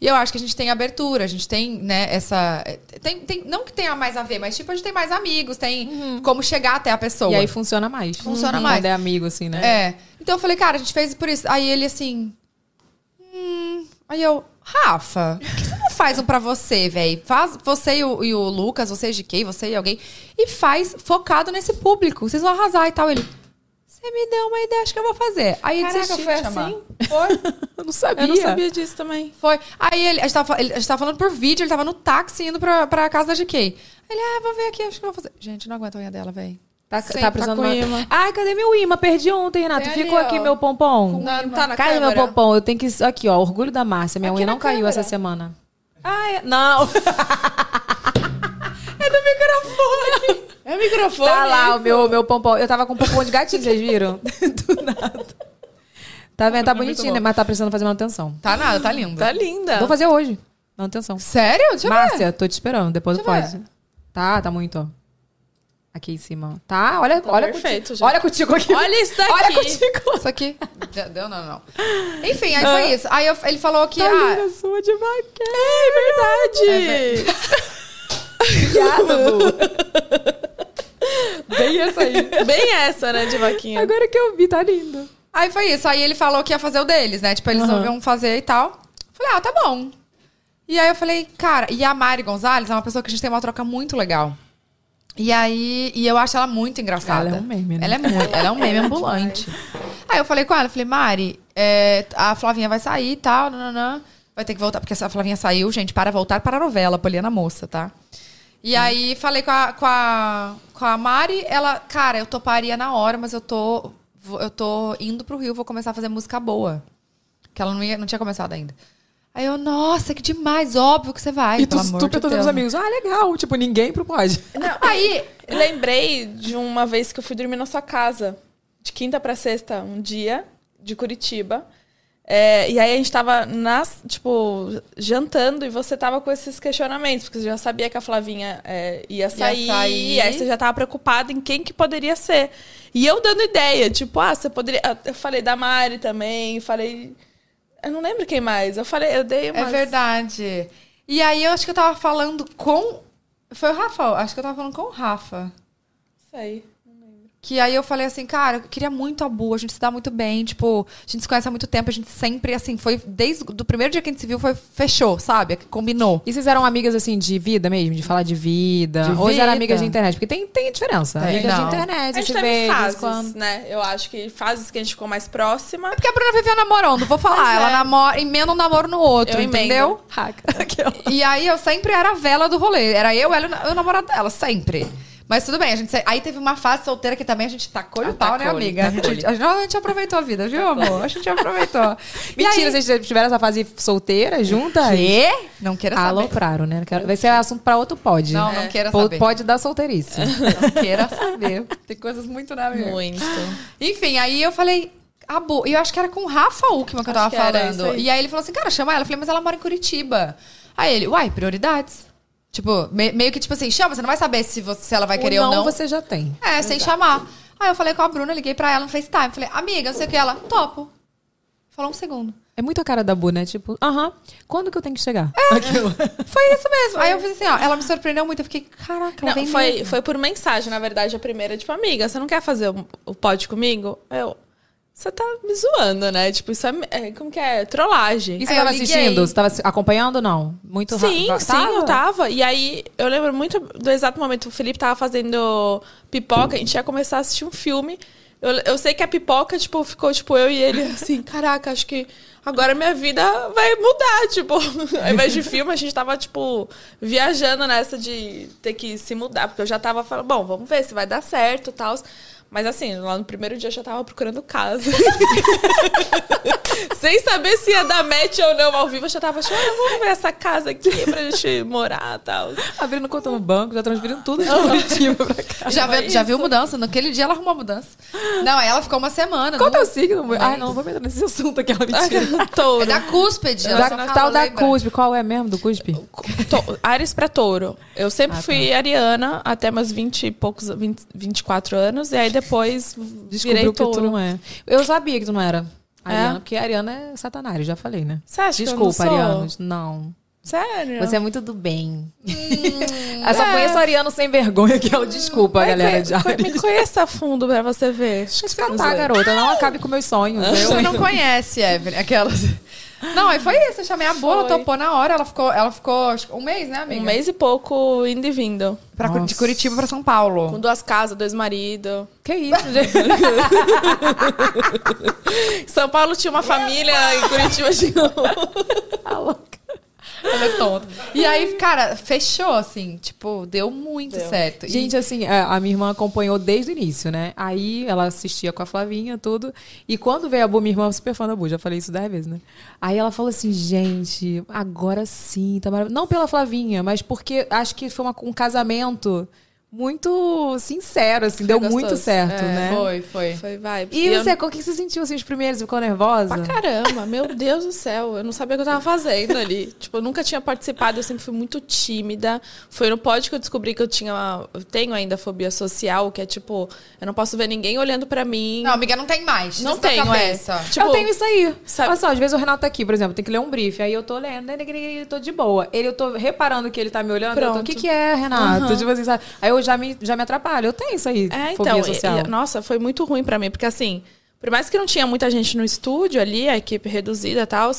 [SPEAKER 5] E eu acho que a gente tem abertura, a gente tem, né, essa. Tem, tem- não que tenha mais a ver, mas tipo, a gente tem mais amigos, tem como chegar até a pessoa.
[SPEAKER 4] Uhum. E aí funciona mais.
[SPEAKER 5] Funciona
[SPEAKER 4] Uhum.
[SPEAKER 5] mais.
[SPEAKER 4] Quando é amigo, assim, né?
[SPEAKER 5] É. Então eu falei, cara, a gente fez por isso. Aí ele assim. Hum. Aí eu, Rafa, por que você não faz um pra você, velho? Faz você e o, e o Lucas, você e GK, você e alguém. E faz focado nesse público. Vocês vão arrasar e tal. Ele. Você me deu uma ideia, acho que eu vou fazer. Aí
[SPEAKER 7] Caraca,
[SPEAKER 5] desisti de
[SPEAKER 7] foi
[SPEAKER 5] chamar.
[SPEAKER 7] assim?
[SPEAKER 5] Foi.
[SPEAKER 4] Eu não sabia.
[SPEAKER 7] Eu não sabia disso também.
[SPEAKER 5] Foi. Aí ele a, gente tava, fa- ele- a gente tava falando por vídeo, ele tava no táxi indo pra, pra casa da GK. Ele, ah, vou ver aqui, acho que eu vou fazer. Gente, não aguento a unha dela, velho.
[SPEAKER 4] Tá,
[SPEAKER 7] Sim,
[SPEAKER 4] tá precisando
[SPEAKER 7] tá com
[SPEAKER 4] de uma-
[SPEAKER 7] imã.
[SPEAKER 4] Ai, cadê meu imã? Perdi ontem, Renato.
[SPEAKER 5] Tem ali,
[SPEAKER 4] Ficou
[SPEAKER 5] ó.
[SPEAKER 4] aqui meu pompom.
[SPEAKER 5] Não, não tá na
[SPEAKER 4] Cadê meu
[SPEAKER 5] câmera?
[SPEAKER 4] pompom? Eu tenho que. Aqui, ó. Orgulho da Márcia. Minha unha não caiu essa semana. Ai, não.
[SPEAKER 7] É microfone.
[SPEAKER 4] Tá lá o meu, meu pompom. Eu tava com um pompom de gatinho, vocês viram? Do nada. Tá vendo? Tá bonitinho, né? Mas tá precisando fazer manutenção.
[SPEAKER 5] Tá nada, tá lindo.
[SPEAKER 7] Tá linda.
[SPEAKER 4] Vou fazer hoje. Manutenção.
[SPEAKER 5] Sério? Deixa eu ver.
[SPEAKER 4] Márcia, tô te esperando. Depois eu
[SPEAKER 5] É. Deixa eu
[SPEAKER 4] pode. Tá, tá muito, ó. Aqui em cima. ó. Tá, olha, olha
[SPEAKER 7] perfeito
[SPEAKER 4] contigo.
[SPEAKER 7] já.
[SPEAKER 4] Olha contigo aqui.
[SPEAKER 7] Olha isso daqui.
[SPEAKER 4] Olha contigo.
[SPEAKER 5] Isso aqui. Deu- Deu, não, não. Enfim, aí foi isso. Aí eu- ele falou que. ah,
[SPEAKER 4] Olha, sua de maquiagem.
[SPEAKER 7] É verdade.
[SPEAKER 4] Bem essa aí.
[SPEAKER 7] Bem essa, né, de vaquinha.
[SPEAKER 4] Agora que eu vi, tá lindo.
[SPEAKER 5] aí foi isso. Aí ele falou que ia fazer o deles, né? Tipo, eles iam fazer e tal. Falei, ah, tá bom. E aí eu falei, cara, e a Mari Gonzalez é uma pessoa que a gente tem uma troca muito legal. E aí, e eu acho ela muito engraçada.
[SPEAKER 4] Ela é um meme, né?
[SPEAKER 5] Ela é muito, ela é um meme ambulante. Aí eu falei com ela, falei, Mari, é, a Flavinha vai sair e tal, nananã. Vai ter que voltar, porque essa Flavinha saiu, gente, para voltar para a novela, Poliana Moça, tá? E
[SPEAKER 4] Hum.
[SPEAKER 5] aí falei com a, com a, com a Mari, ela, cara, eu toparia na hora, mas eu tô, vou- eu tô indo pro Rio, vou começar a fazer música boa. Que ela não, ia, não tinha começado ainda. Aí eu, nossa, que demais, óbvio que você vai.
[SPEAKER 4] E tu
[SPEAKER 5] pelo amor
[SPEAKER 4] estupra
[SPEAKER 5] de
[SPEAKER 4] todos os
[SPEAKER 5] Deus.
[SPEAKER 4] amigos. Ah, legal. Tipo, ninguém propode.
[SPEAKER 5] Aí,
[SPEAKER 7] Lembrei de uma vez que eu fui dormir na sua casa, de quinta pra sexta, um dia, de Curitiba. É, e aí a gente tava, nas, tipo, jantando e você tava com esses questionamentos, porque você já sabia que a Flavinha é, ia, sair,
[SPEAKER 5] sair.
[SPEAKER 7] e aí você já tava preocupada em quem que poderia ser. E eu dando ideia, tipo, ah, você poderia... Eu falei da Mari também, falei... Eu não lembro quem mais, eu falei, eu dei
[SPEAKER 5] É
[SPEAKER 7] umas...
[SPEAKER 5] verdade. E aí eu acho que eu tava falando com. Foi o Rafa, acho que eu tava falando com o Rafa.
[SPEAKER 7] Isso aí.
[SPEAKER 5] Que aí eu falei assim, cara, eu queria muito a Bu, a gente se dá muito bem, tipo, a gente se conhece há muito tempo, a gente sempre, assim, foi desde do primeiro dia que a gente se viu, foi, fechou, sabe? Combinou.
[SPEAKER 4] E vocês eram amigas, assim, de vida mesmo? De falar de vida?
[SPEAKER 5] De
[SPEAKER 4] Ou vocês eram
[SPEAKER 5] vida.
[SPEAKER 4] amigas de internet? Porque tem, tem diferença.
[SPEAKER 5] Tem,
[SPEAKER 4] amigas de
[SPEAKER 5] não.
[SPEAKER 4] internet,
[SPEAKER 7] A
[SPEAKER 4] você
[SPEAKER 7] gente
[SPEAKER 4] vê de
[SPEAKER 7] teve
[SPEAKER 4] vez em
[SPEAKER 7] fases,
[SPEAKER 4] quando.
[SPEAKER 7] né? Eu acho que fases que a gente ficou mais próxima.
[SPEAKER 5] É porque a Bruna vivia namorando, vou falar,
[SPEAKER 7] Pois
[SPEAKER 5] ela
[SPEAKER 7] é.
[SPEAKER 5] namora, emenda um namoro no outro,
[SPEAKER 7] Eu emendo.
[SPEAKER 5] entendeu?
[SPEAKER 4] Haca.
[SPEAKER 5] E aí eu sempre era a vela do rolê. Era eu, ela e o na- o namorado dela, sempre. Mas tudo bem, a gente se- aí teve uma fase solteira que também a gente tacou o pau, né, amiga? A gente, a, gente, a gente aproveitou a vida, viu, amor? A gente aproveitou. E
[SPEAKER 4] Mentira,
[SPEAKER 5] aí-
[SPEAKER 4] vocês já tiveram essa fase solteira juntas?
[SPEAKER 5] Quê? Não queira saber.
[SPEAKER 4] Alopraram, né? Não quero- Vai ser assunto pra outro pod.
[SPEAKER 5] Não, não queira
[SPEAKER 4] Po-
[SPEAKER 5] saber.
[SPEAKER 4] Pod da solteirice.
[SPEAKER 5] Não queira saber. Tem coisas muito na minha.
[SPEAKER 7] Muito.
[SPEAKER 5] Enfim, aí eu falei. A Bu, e eu acho que era com o Rafa Uckmann que eu tava
[SPEAKER 7] que era isso
[SPEAKER 5] falando.
[SPEAKER 7] aí.
[SPEAKER 5] E aí ele falou assim, cara, chama ela. Eu falei, mas ela mora em Curitiba. Aí ele, uai, prioridades. Tipo, me- meio que tipo assim, chama, você não vai saber se, você- se ela vai querer
[SPEAKER 4] ou não,
[SPEAKER 5] ou não.
[SPEAKER 4] você já tem.
[SPEAKER 5] É, sem chamar. Aí eu falei com a Bruna, liguei pra ela no FaceTime. Falei, amiga, não sei o que. Ela, topo. Falou um segundo.
[SPEAKER 4] É muito a cara da Bu, né? Tipo, aham, quando que eu tenho que chegar? Aquilo.
[SPEAKER 5] Foi isso mesmo. Aí eu fiz assim, ó. Ela me surpreendeu muito. Eu fiquei, caraca, ela
[SPEAKER 7] Não,
[SPEAKER 5] vem
[SPEAKER 7] foi,
[SPEAKER 5] mesmo.
[SPEAKER 7] foi por mensagem, na verdade, a primeira. Tipo, amiga, você não quer fazer o, o pod comigo? Eu... Você tá me zoando, né? Tipo, isso é... é, como que é? Trollagem.
[SPEAKER 4] E você
[SPEAKER 5] Aí eu
[SPEAKER 4] tava
[SPEAKER 5] liguei.
[SPEAKER 4] assistindo? Você tava assi- acompanhando ou não? Muito ra-
[SPEAKER 7] Sim,
[SPEAKER 4] va-
[SPEAKER 7] sim, tá. eu tava. E aí, eu lembro muito do exato momento. O Felipe tava fazendo pipoca, a gente ia começar a assistir um filme. Eu, eu sei que a pipoca, tipo, ficou, tipo, eu e ele assim, caraca, acho que agora minha vida vai mudar, tipo. Ao invés de filme, a gente tava, tipo, viajando nessa de ter que se mudar. Porque eu já tava falando, bom, vamos ver se vai dar certo e tal. Mas assim, lá no primeiro dia eu já tava procurando casa. Sem saber se ia dar match ou não ao vivo, eu já tava achando, "Ah, vamos ver essa casa aqui pra gente morar e tal.
[SPEAKER 4] Abrindo conta no banco, já transferindo tudo de Curitiba pra cá.
[SPEAKER 5] Já, viu- já viu mudança? Naquele dia ela arrumou a mudança. Não, aí ela ficou uma semana.
[SPEAKER 4] Qual
[SPEAKER 5] não-
[SPEAKER 4] é o signo? amor? Ai, não, vou entrar nesse assunto aqui, ela mentira.
[SPEAKER 5] É
[SPEAKER 7] Touro.
[SPEAKER 5] da cúspide. ela só
[SPEAKER 4] da,
[SPEAKER 5] fala,
[SPEAKER 4] tal da
[SPEAKER 5] lembra?
[SPEAKER 4] cuspe. Qual é mesmo do cuspe?
[SPEAKER 7] To- Ares pra touro. Eu
[SPEAKER 4] Ah,
[SPEAKER 7] sempre
[SPEAKER 4] tá.
[SPEAKER 7] fui ariana até meus 20 e poucos, 20, 24 anos. E aí depois virei
[SPEAKER 4] Descobriu que tu
[SPEAKER 7] touro.
[SPEAKER 4] não é. Eu sabia que tu não era.
[SPEAKER 7] É?
[SPEAKER 4] Ariana, porque a Ariana é satanário, já falei, né?
[SPEAKER 7] Você acha
[SPEAKER 4] Desculpa,
[SPEAKER 7] que eu não sou?
[SPEAKER 4] Arianos. Não.
[SPEAKER 7] Sério?
[SPEAKER 4] Você é muito do bem. eu só conheço a Ariano sem vergonha, que é o desculpa,
[SPEAKER 7] Vai
[SPEAKER 4] galera.
[SPEAKER 7] conhe-
[SPEAKER 4] de Ares.
[SPEAKER 7] Me conheça a fundo pra você ver.
[SPEAKER 4] Mas cantar, garota. Não acabe com meus sonhos. Eu,
[SPEAKER 5] Você não conhece, Evelyn. Aquelas. Não, aí foi isso. Eu chamei a bola,
[SPEAKER 7] Foi.
[SPEAKER 5] topou na hora. Ela ficou, ela ficou acho que um mês, né, amiga?
[SPEAKER 7] Um mês e pouco indo e vindo.
[SPEAKER 5] Pra, Cu- de Curitiba pra São Paulo.
[SPEAKER 7] Com duas casas, dois maridos.
[SPEAKER 4] Que isso, gente?
[SPEAKER 7] São Paulo tinha uma família, em Curitiba tinha outra.
[SPEAKER 4] Tá louca.
[SPEAKER 5] Ela é tonta. E aí, cara, fechou, assim. Tipo, deu muito certo. E-
[SPEAKER 4] Gente, assim, é, a minha irmã acompanhou desde o início, né? Aí ela assistia com a Flavinha, tudo. E quando veio a Bu, minha irmã é super fã da Bu, já falei isso dez vezes, né? Aí ela falou assim, gente, agora sim, tá maravilhoso. Não pela Flavinha, mas porque acho que foi uma- um casamento muito sincero, assim, deu
[SPEAKER 7] gostoso.
[SPEAKER 4] muito certo,
[SPEAKER 5] É,
[SPEAKER 4] né?
[SPEAKER 5] Foi, foi.
[SPEAKER 7] Foi vibe.
[SPEAKER 4] E
[SPEAKER 7] eu
[SPEAKER 4] você, como que você sentiu, assim, os primeiros? Você Ficou nervosa?
[SPEAKER 7] Pra caramba, meu Deus do céu, eu não sabia o que eu tava fazendo ali. Tipo, eu nunca tinha participado, eu sempre fui muito tímida. Foi no pod que eu descobri que eu tinha, eu tenho ainda fobia social, que é tipo, eu não posso ver ninguém olhando pra mim.
[SPEAKER 5] Não, amiga, não tem mais.
[SPEAKER 7] Não
[SPEAKER 5] Isso da
[SPEAKER 7] tenho, é.
[SPEAKER 5] cabeça.
[SPEAKER 7] Tipo,
[SPEAKER 4] eu tenho isso aí.
[SPEAKER 7] sabe-
[SPEAKER 4] Olha só, às vezes o Renato tá aqui, por exemplo, tem que ler um brief. Aí eu tô lendo, né, né, né, eu tô de boa. Ele, eu tô reparando que ele tá me olhando. eu tô, o
[SPEAKER 7] Pronto.
[SPEAKER 4] que que é, Renato? Tipo assim, sabe? Aí eu já me, já me atrapalho. Eu tenho isso aí,
[SPEAKER 7] É,
[SPEAKER 4] fobia
[SPEAKER 7] então, e-
[SPEAKER 4] social.
[SPEAKER 7] e- nossa, foi muito ruim pra mim, porque assim, por mais que não tinha muita gente no estúdio ali, a equipe reduzida e tal,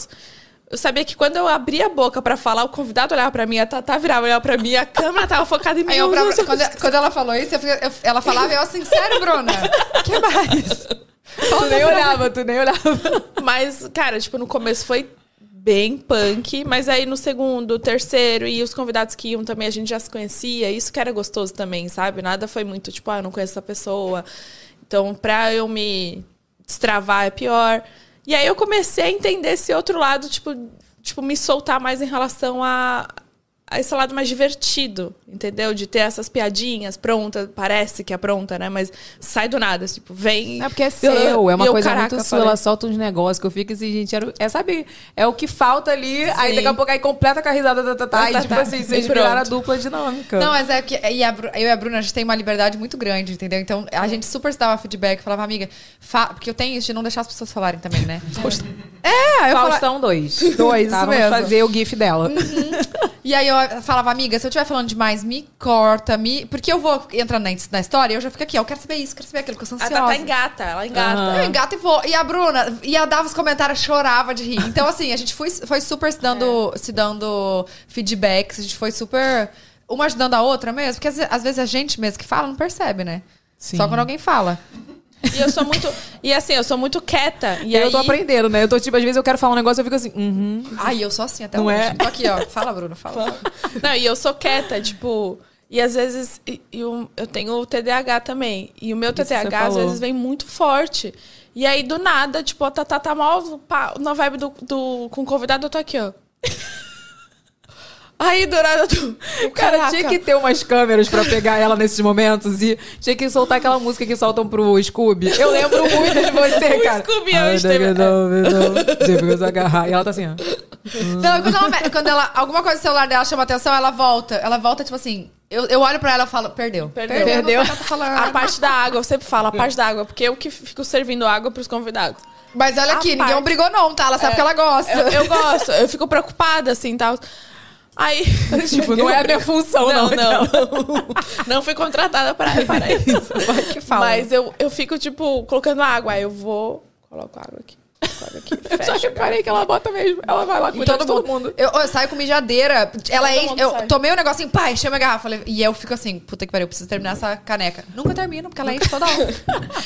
[SPEAKER 7] eu sabia que quando eu abria a boca pra falar, o convidado olhava pra mim, a Tatá virava, olhava pra mim, a câmera tava focada em mim.
[SPEAKER 5] Aí eu,
[SPEAKER 7] Meu Deus,
[SPEAKER 5] pra-
[SPEAKER 7] eu-
[SPEAKER 5] quando, quando ela falou isso, eu fiquei- eu- ela falava, eu assim, sério, Bruna? que mais?
[SPEAKER 4] tu nem olhava, tu nem olhava.
[SPEAKER 7] Mas, cara, tipo, no começo foi bem punk, mas aí no segundo, terceiro e os convidados que iam também a gente já se conhecia, isso que era gostoso também, sabe? Nada foi muito tipo, ah, eu não conheço essa pessoa. Então, pra eu me destravar é pior. E aí eu comecei a entender esse outro lado, tipo, tipo me soltar mais em relação a, a esse lado mais divertido, entendeu? De ter essas piadinhas prontas, parece que é pronta, né? Mas sai do nada, tipo, vem.
[SPEAKER 4] É porque é seu, é uma
[SPEAKER 7] E eu,
[SPEAKER 4] coisa
[SPEAKER 7] caraca,
[SPEAKER 4] muito sua.
[SPEAKER 7] falei,
[SPEAKER 4] Ela solta uns negócios que eu fico assim, gente, era, é, sabe? É o que falta ali. Aí daqui a pouco aí completa com a risada da Tatá.
[SPEAKER 7] Da
[SPEAKER 4] e tipo
[SPEAKER 7] Tatá.
[SPEAKER 4] assim, vocês
[SPEAKER 7] E
[SPEAKER 4] viraram a
[SPEAKER 7] pronto.
[SPEAKER 4] dupla dinâmica.
[SPEAKER 5] Não, mas é que e a Bru- eu e a Bruna, a gente tem uma liberdade muito grande, entendeu? Então, a gente super se dava feedback, falava, amiga, fa- porque eu tenho isso de não deixar as pessoas falarem também, né? é, eu falava,
[SPEAKER 4] Faustão 2.
[SPEAKER 5] Dois,
[SPEAKER 4] tá,
[SPEAKER 5] isso
[SPEAKER 4] vamos
[SPEAKER 5] mesmo.
[SPEAKER 4] fazer o gif dela.
[SPEAKER 5] E aí eu falava, amiga, se eu estiver falando demais, me corta, me. Porque eu vou entrando na, na história e eu já fico aqui, ó, eu quero saber isso, quero saber aquilo, que eu sou
[SPEAKER 7] A
[SPEAKER 5] ansiosa.
[SPEAKER 7] Tatá engata, ela engata.
[SPEAKER 5] Eu engato e vou. E a Bruna, e ela dava os comentários, chorava de rir. Então, assim, a gente foi, foi super se dando, se dando feedbacks, a gente foi super. Uma ajudando a outra mesmo, porque às, ve- às vezes a gente mesmo que fala não percebe, né?
[SPEAKER 4] Sim.
[SPEAKER 5] Só quando alguém fala.
[SPEAKER 7] E eu sou muito. E assim, eu sou muito quieta. E
[SPEAKER 4] E eu
[SPEAKER 7] aí,
[SPEAKER 4] tô aprendendo, né? Eu tô tipo, às vezes eu quero falar um negócio, eu fico assim, uhum.
[SPEAKER 5] Ai, eu sou assim até
[SPEAKER 4] Não
[SPEAKER 5] hoje.
[SPEAKER 4] é?
[SPEAKER 5] Tô aqui, ó. Fala, Bruna, fala.
[SPEAKER 7] Não, e eu sou quieta, tipo. E às vezes. E, e o- eu tenho o TDAH também. E o meu
[SPEAKER 4] que você
[SPEAKER 7] TDAH às
[SPEAKER 4] falou.
[SPEAKER 7] vezes vem muito forte. E aí, do nada, tipo, a Tatá tá mal pá, na vibe do, do- com o convidado, eu tô aqui, ó. Aí, Dourada, tu...
[SPEAKER 4] Cara,
[SPEAKER 7] Caraca.
[SPEAKER 4] tinha que ter umas câmeras pra pegar ela nesses momentos e tinha que soltar aquela música que soltam pro Scooby. Eu lembro muito de você,
[SPEAKER 7] O
[SPEAKER 4] cara.
[SPEAKER 7] Scooby é o
[SPEAKER 4] Ai,
[SPEAKER 7] Instagram.
[SPEAKER 4] não, não, não, depois eu agarrar. E ela tá assim, ó.
[SPEAKER 5] Não, é quando, ela, quando ela- alguma coisa do celular dela chama atenção, ela volta. Ela volta, tipo assim. Eu, eu olho pra ela e falo, perdeu.
[SPEAKER 7] Perdeu.
[SPEAKER 5] não sei o que ela tá falando.
[SPEAKER 7] A parte da água, eu sempre falo a parte da água, porque eu que fico servindo água pros convidados.
[SPEAKER 5] Mas olha
[SPEAKER 7] a
[SPEAKER 5] aqui, ninguém
[SPEAKER 7] parte- É.
[SPEAKER 5] obrigou, não, tá? Ela sabe que ela gosta.
[SPEAKER 7] Eu, eu gosto, eu fico preocupada, assim, tal. Aí...
[SPEAKER 4] Tipo, não é a minha função, não.
[SPEAKER 7] Não, não, não. Não fui contratada pra, para isso.
[SPEAKER 4] que fala.
[SPEAKER 7] Mas eu, eu fico, tipo, colocando água. Aí eu vou, coloco água aqui. Coloco aqui
[SPEAKER 4] Só
[SPEAKER 7] fecho.
[SPEAKER 4] que parei que ela bota mesmo. Ela vai lá
[SPEAKER 5] E
[SPEAKER 4] cuidar de todo mundo.
[SPEAKER 5] Eu, eu saio com mijadeira. Ela
[SPEAKER 7] Todo
[SPEAKER 5] é,
[SPEAKER 7] mundo
[SPEAKER 5] eu
[SPEAKER 7] sai.
[SPEAKER 5] tomei um negocinho, pá, enchei minha garrafa. Falei- E eu fico assim, puta que pariu, eu preciso terminar essa caneca. Nunca termino, porque ela enche toda hora.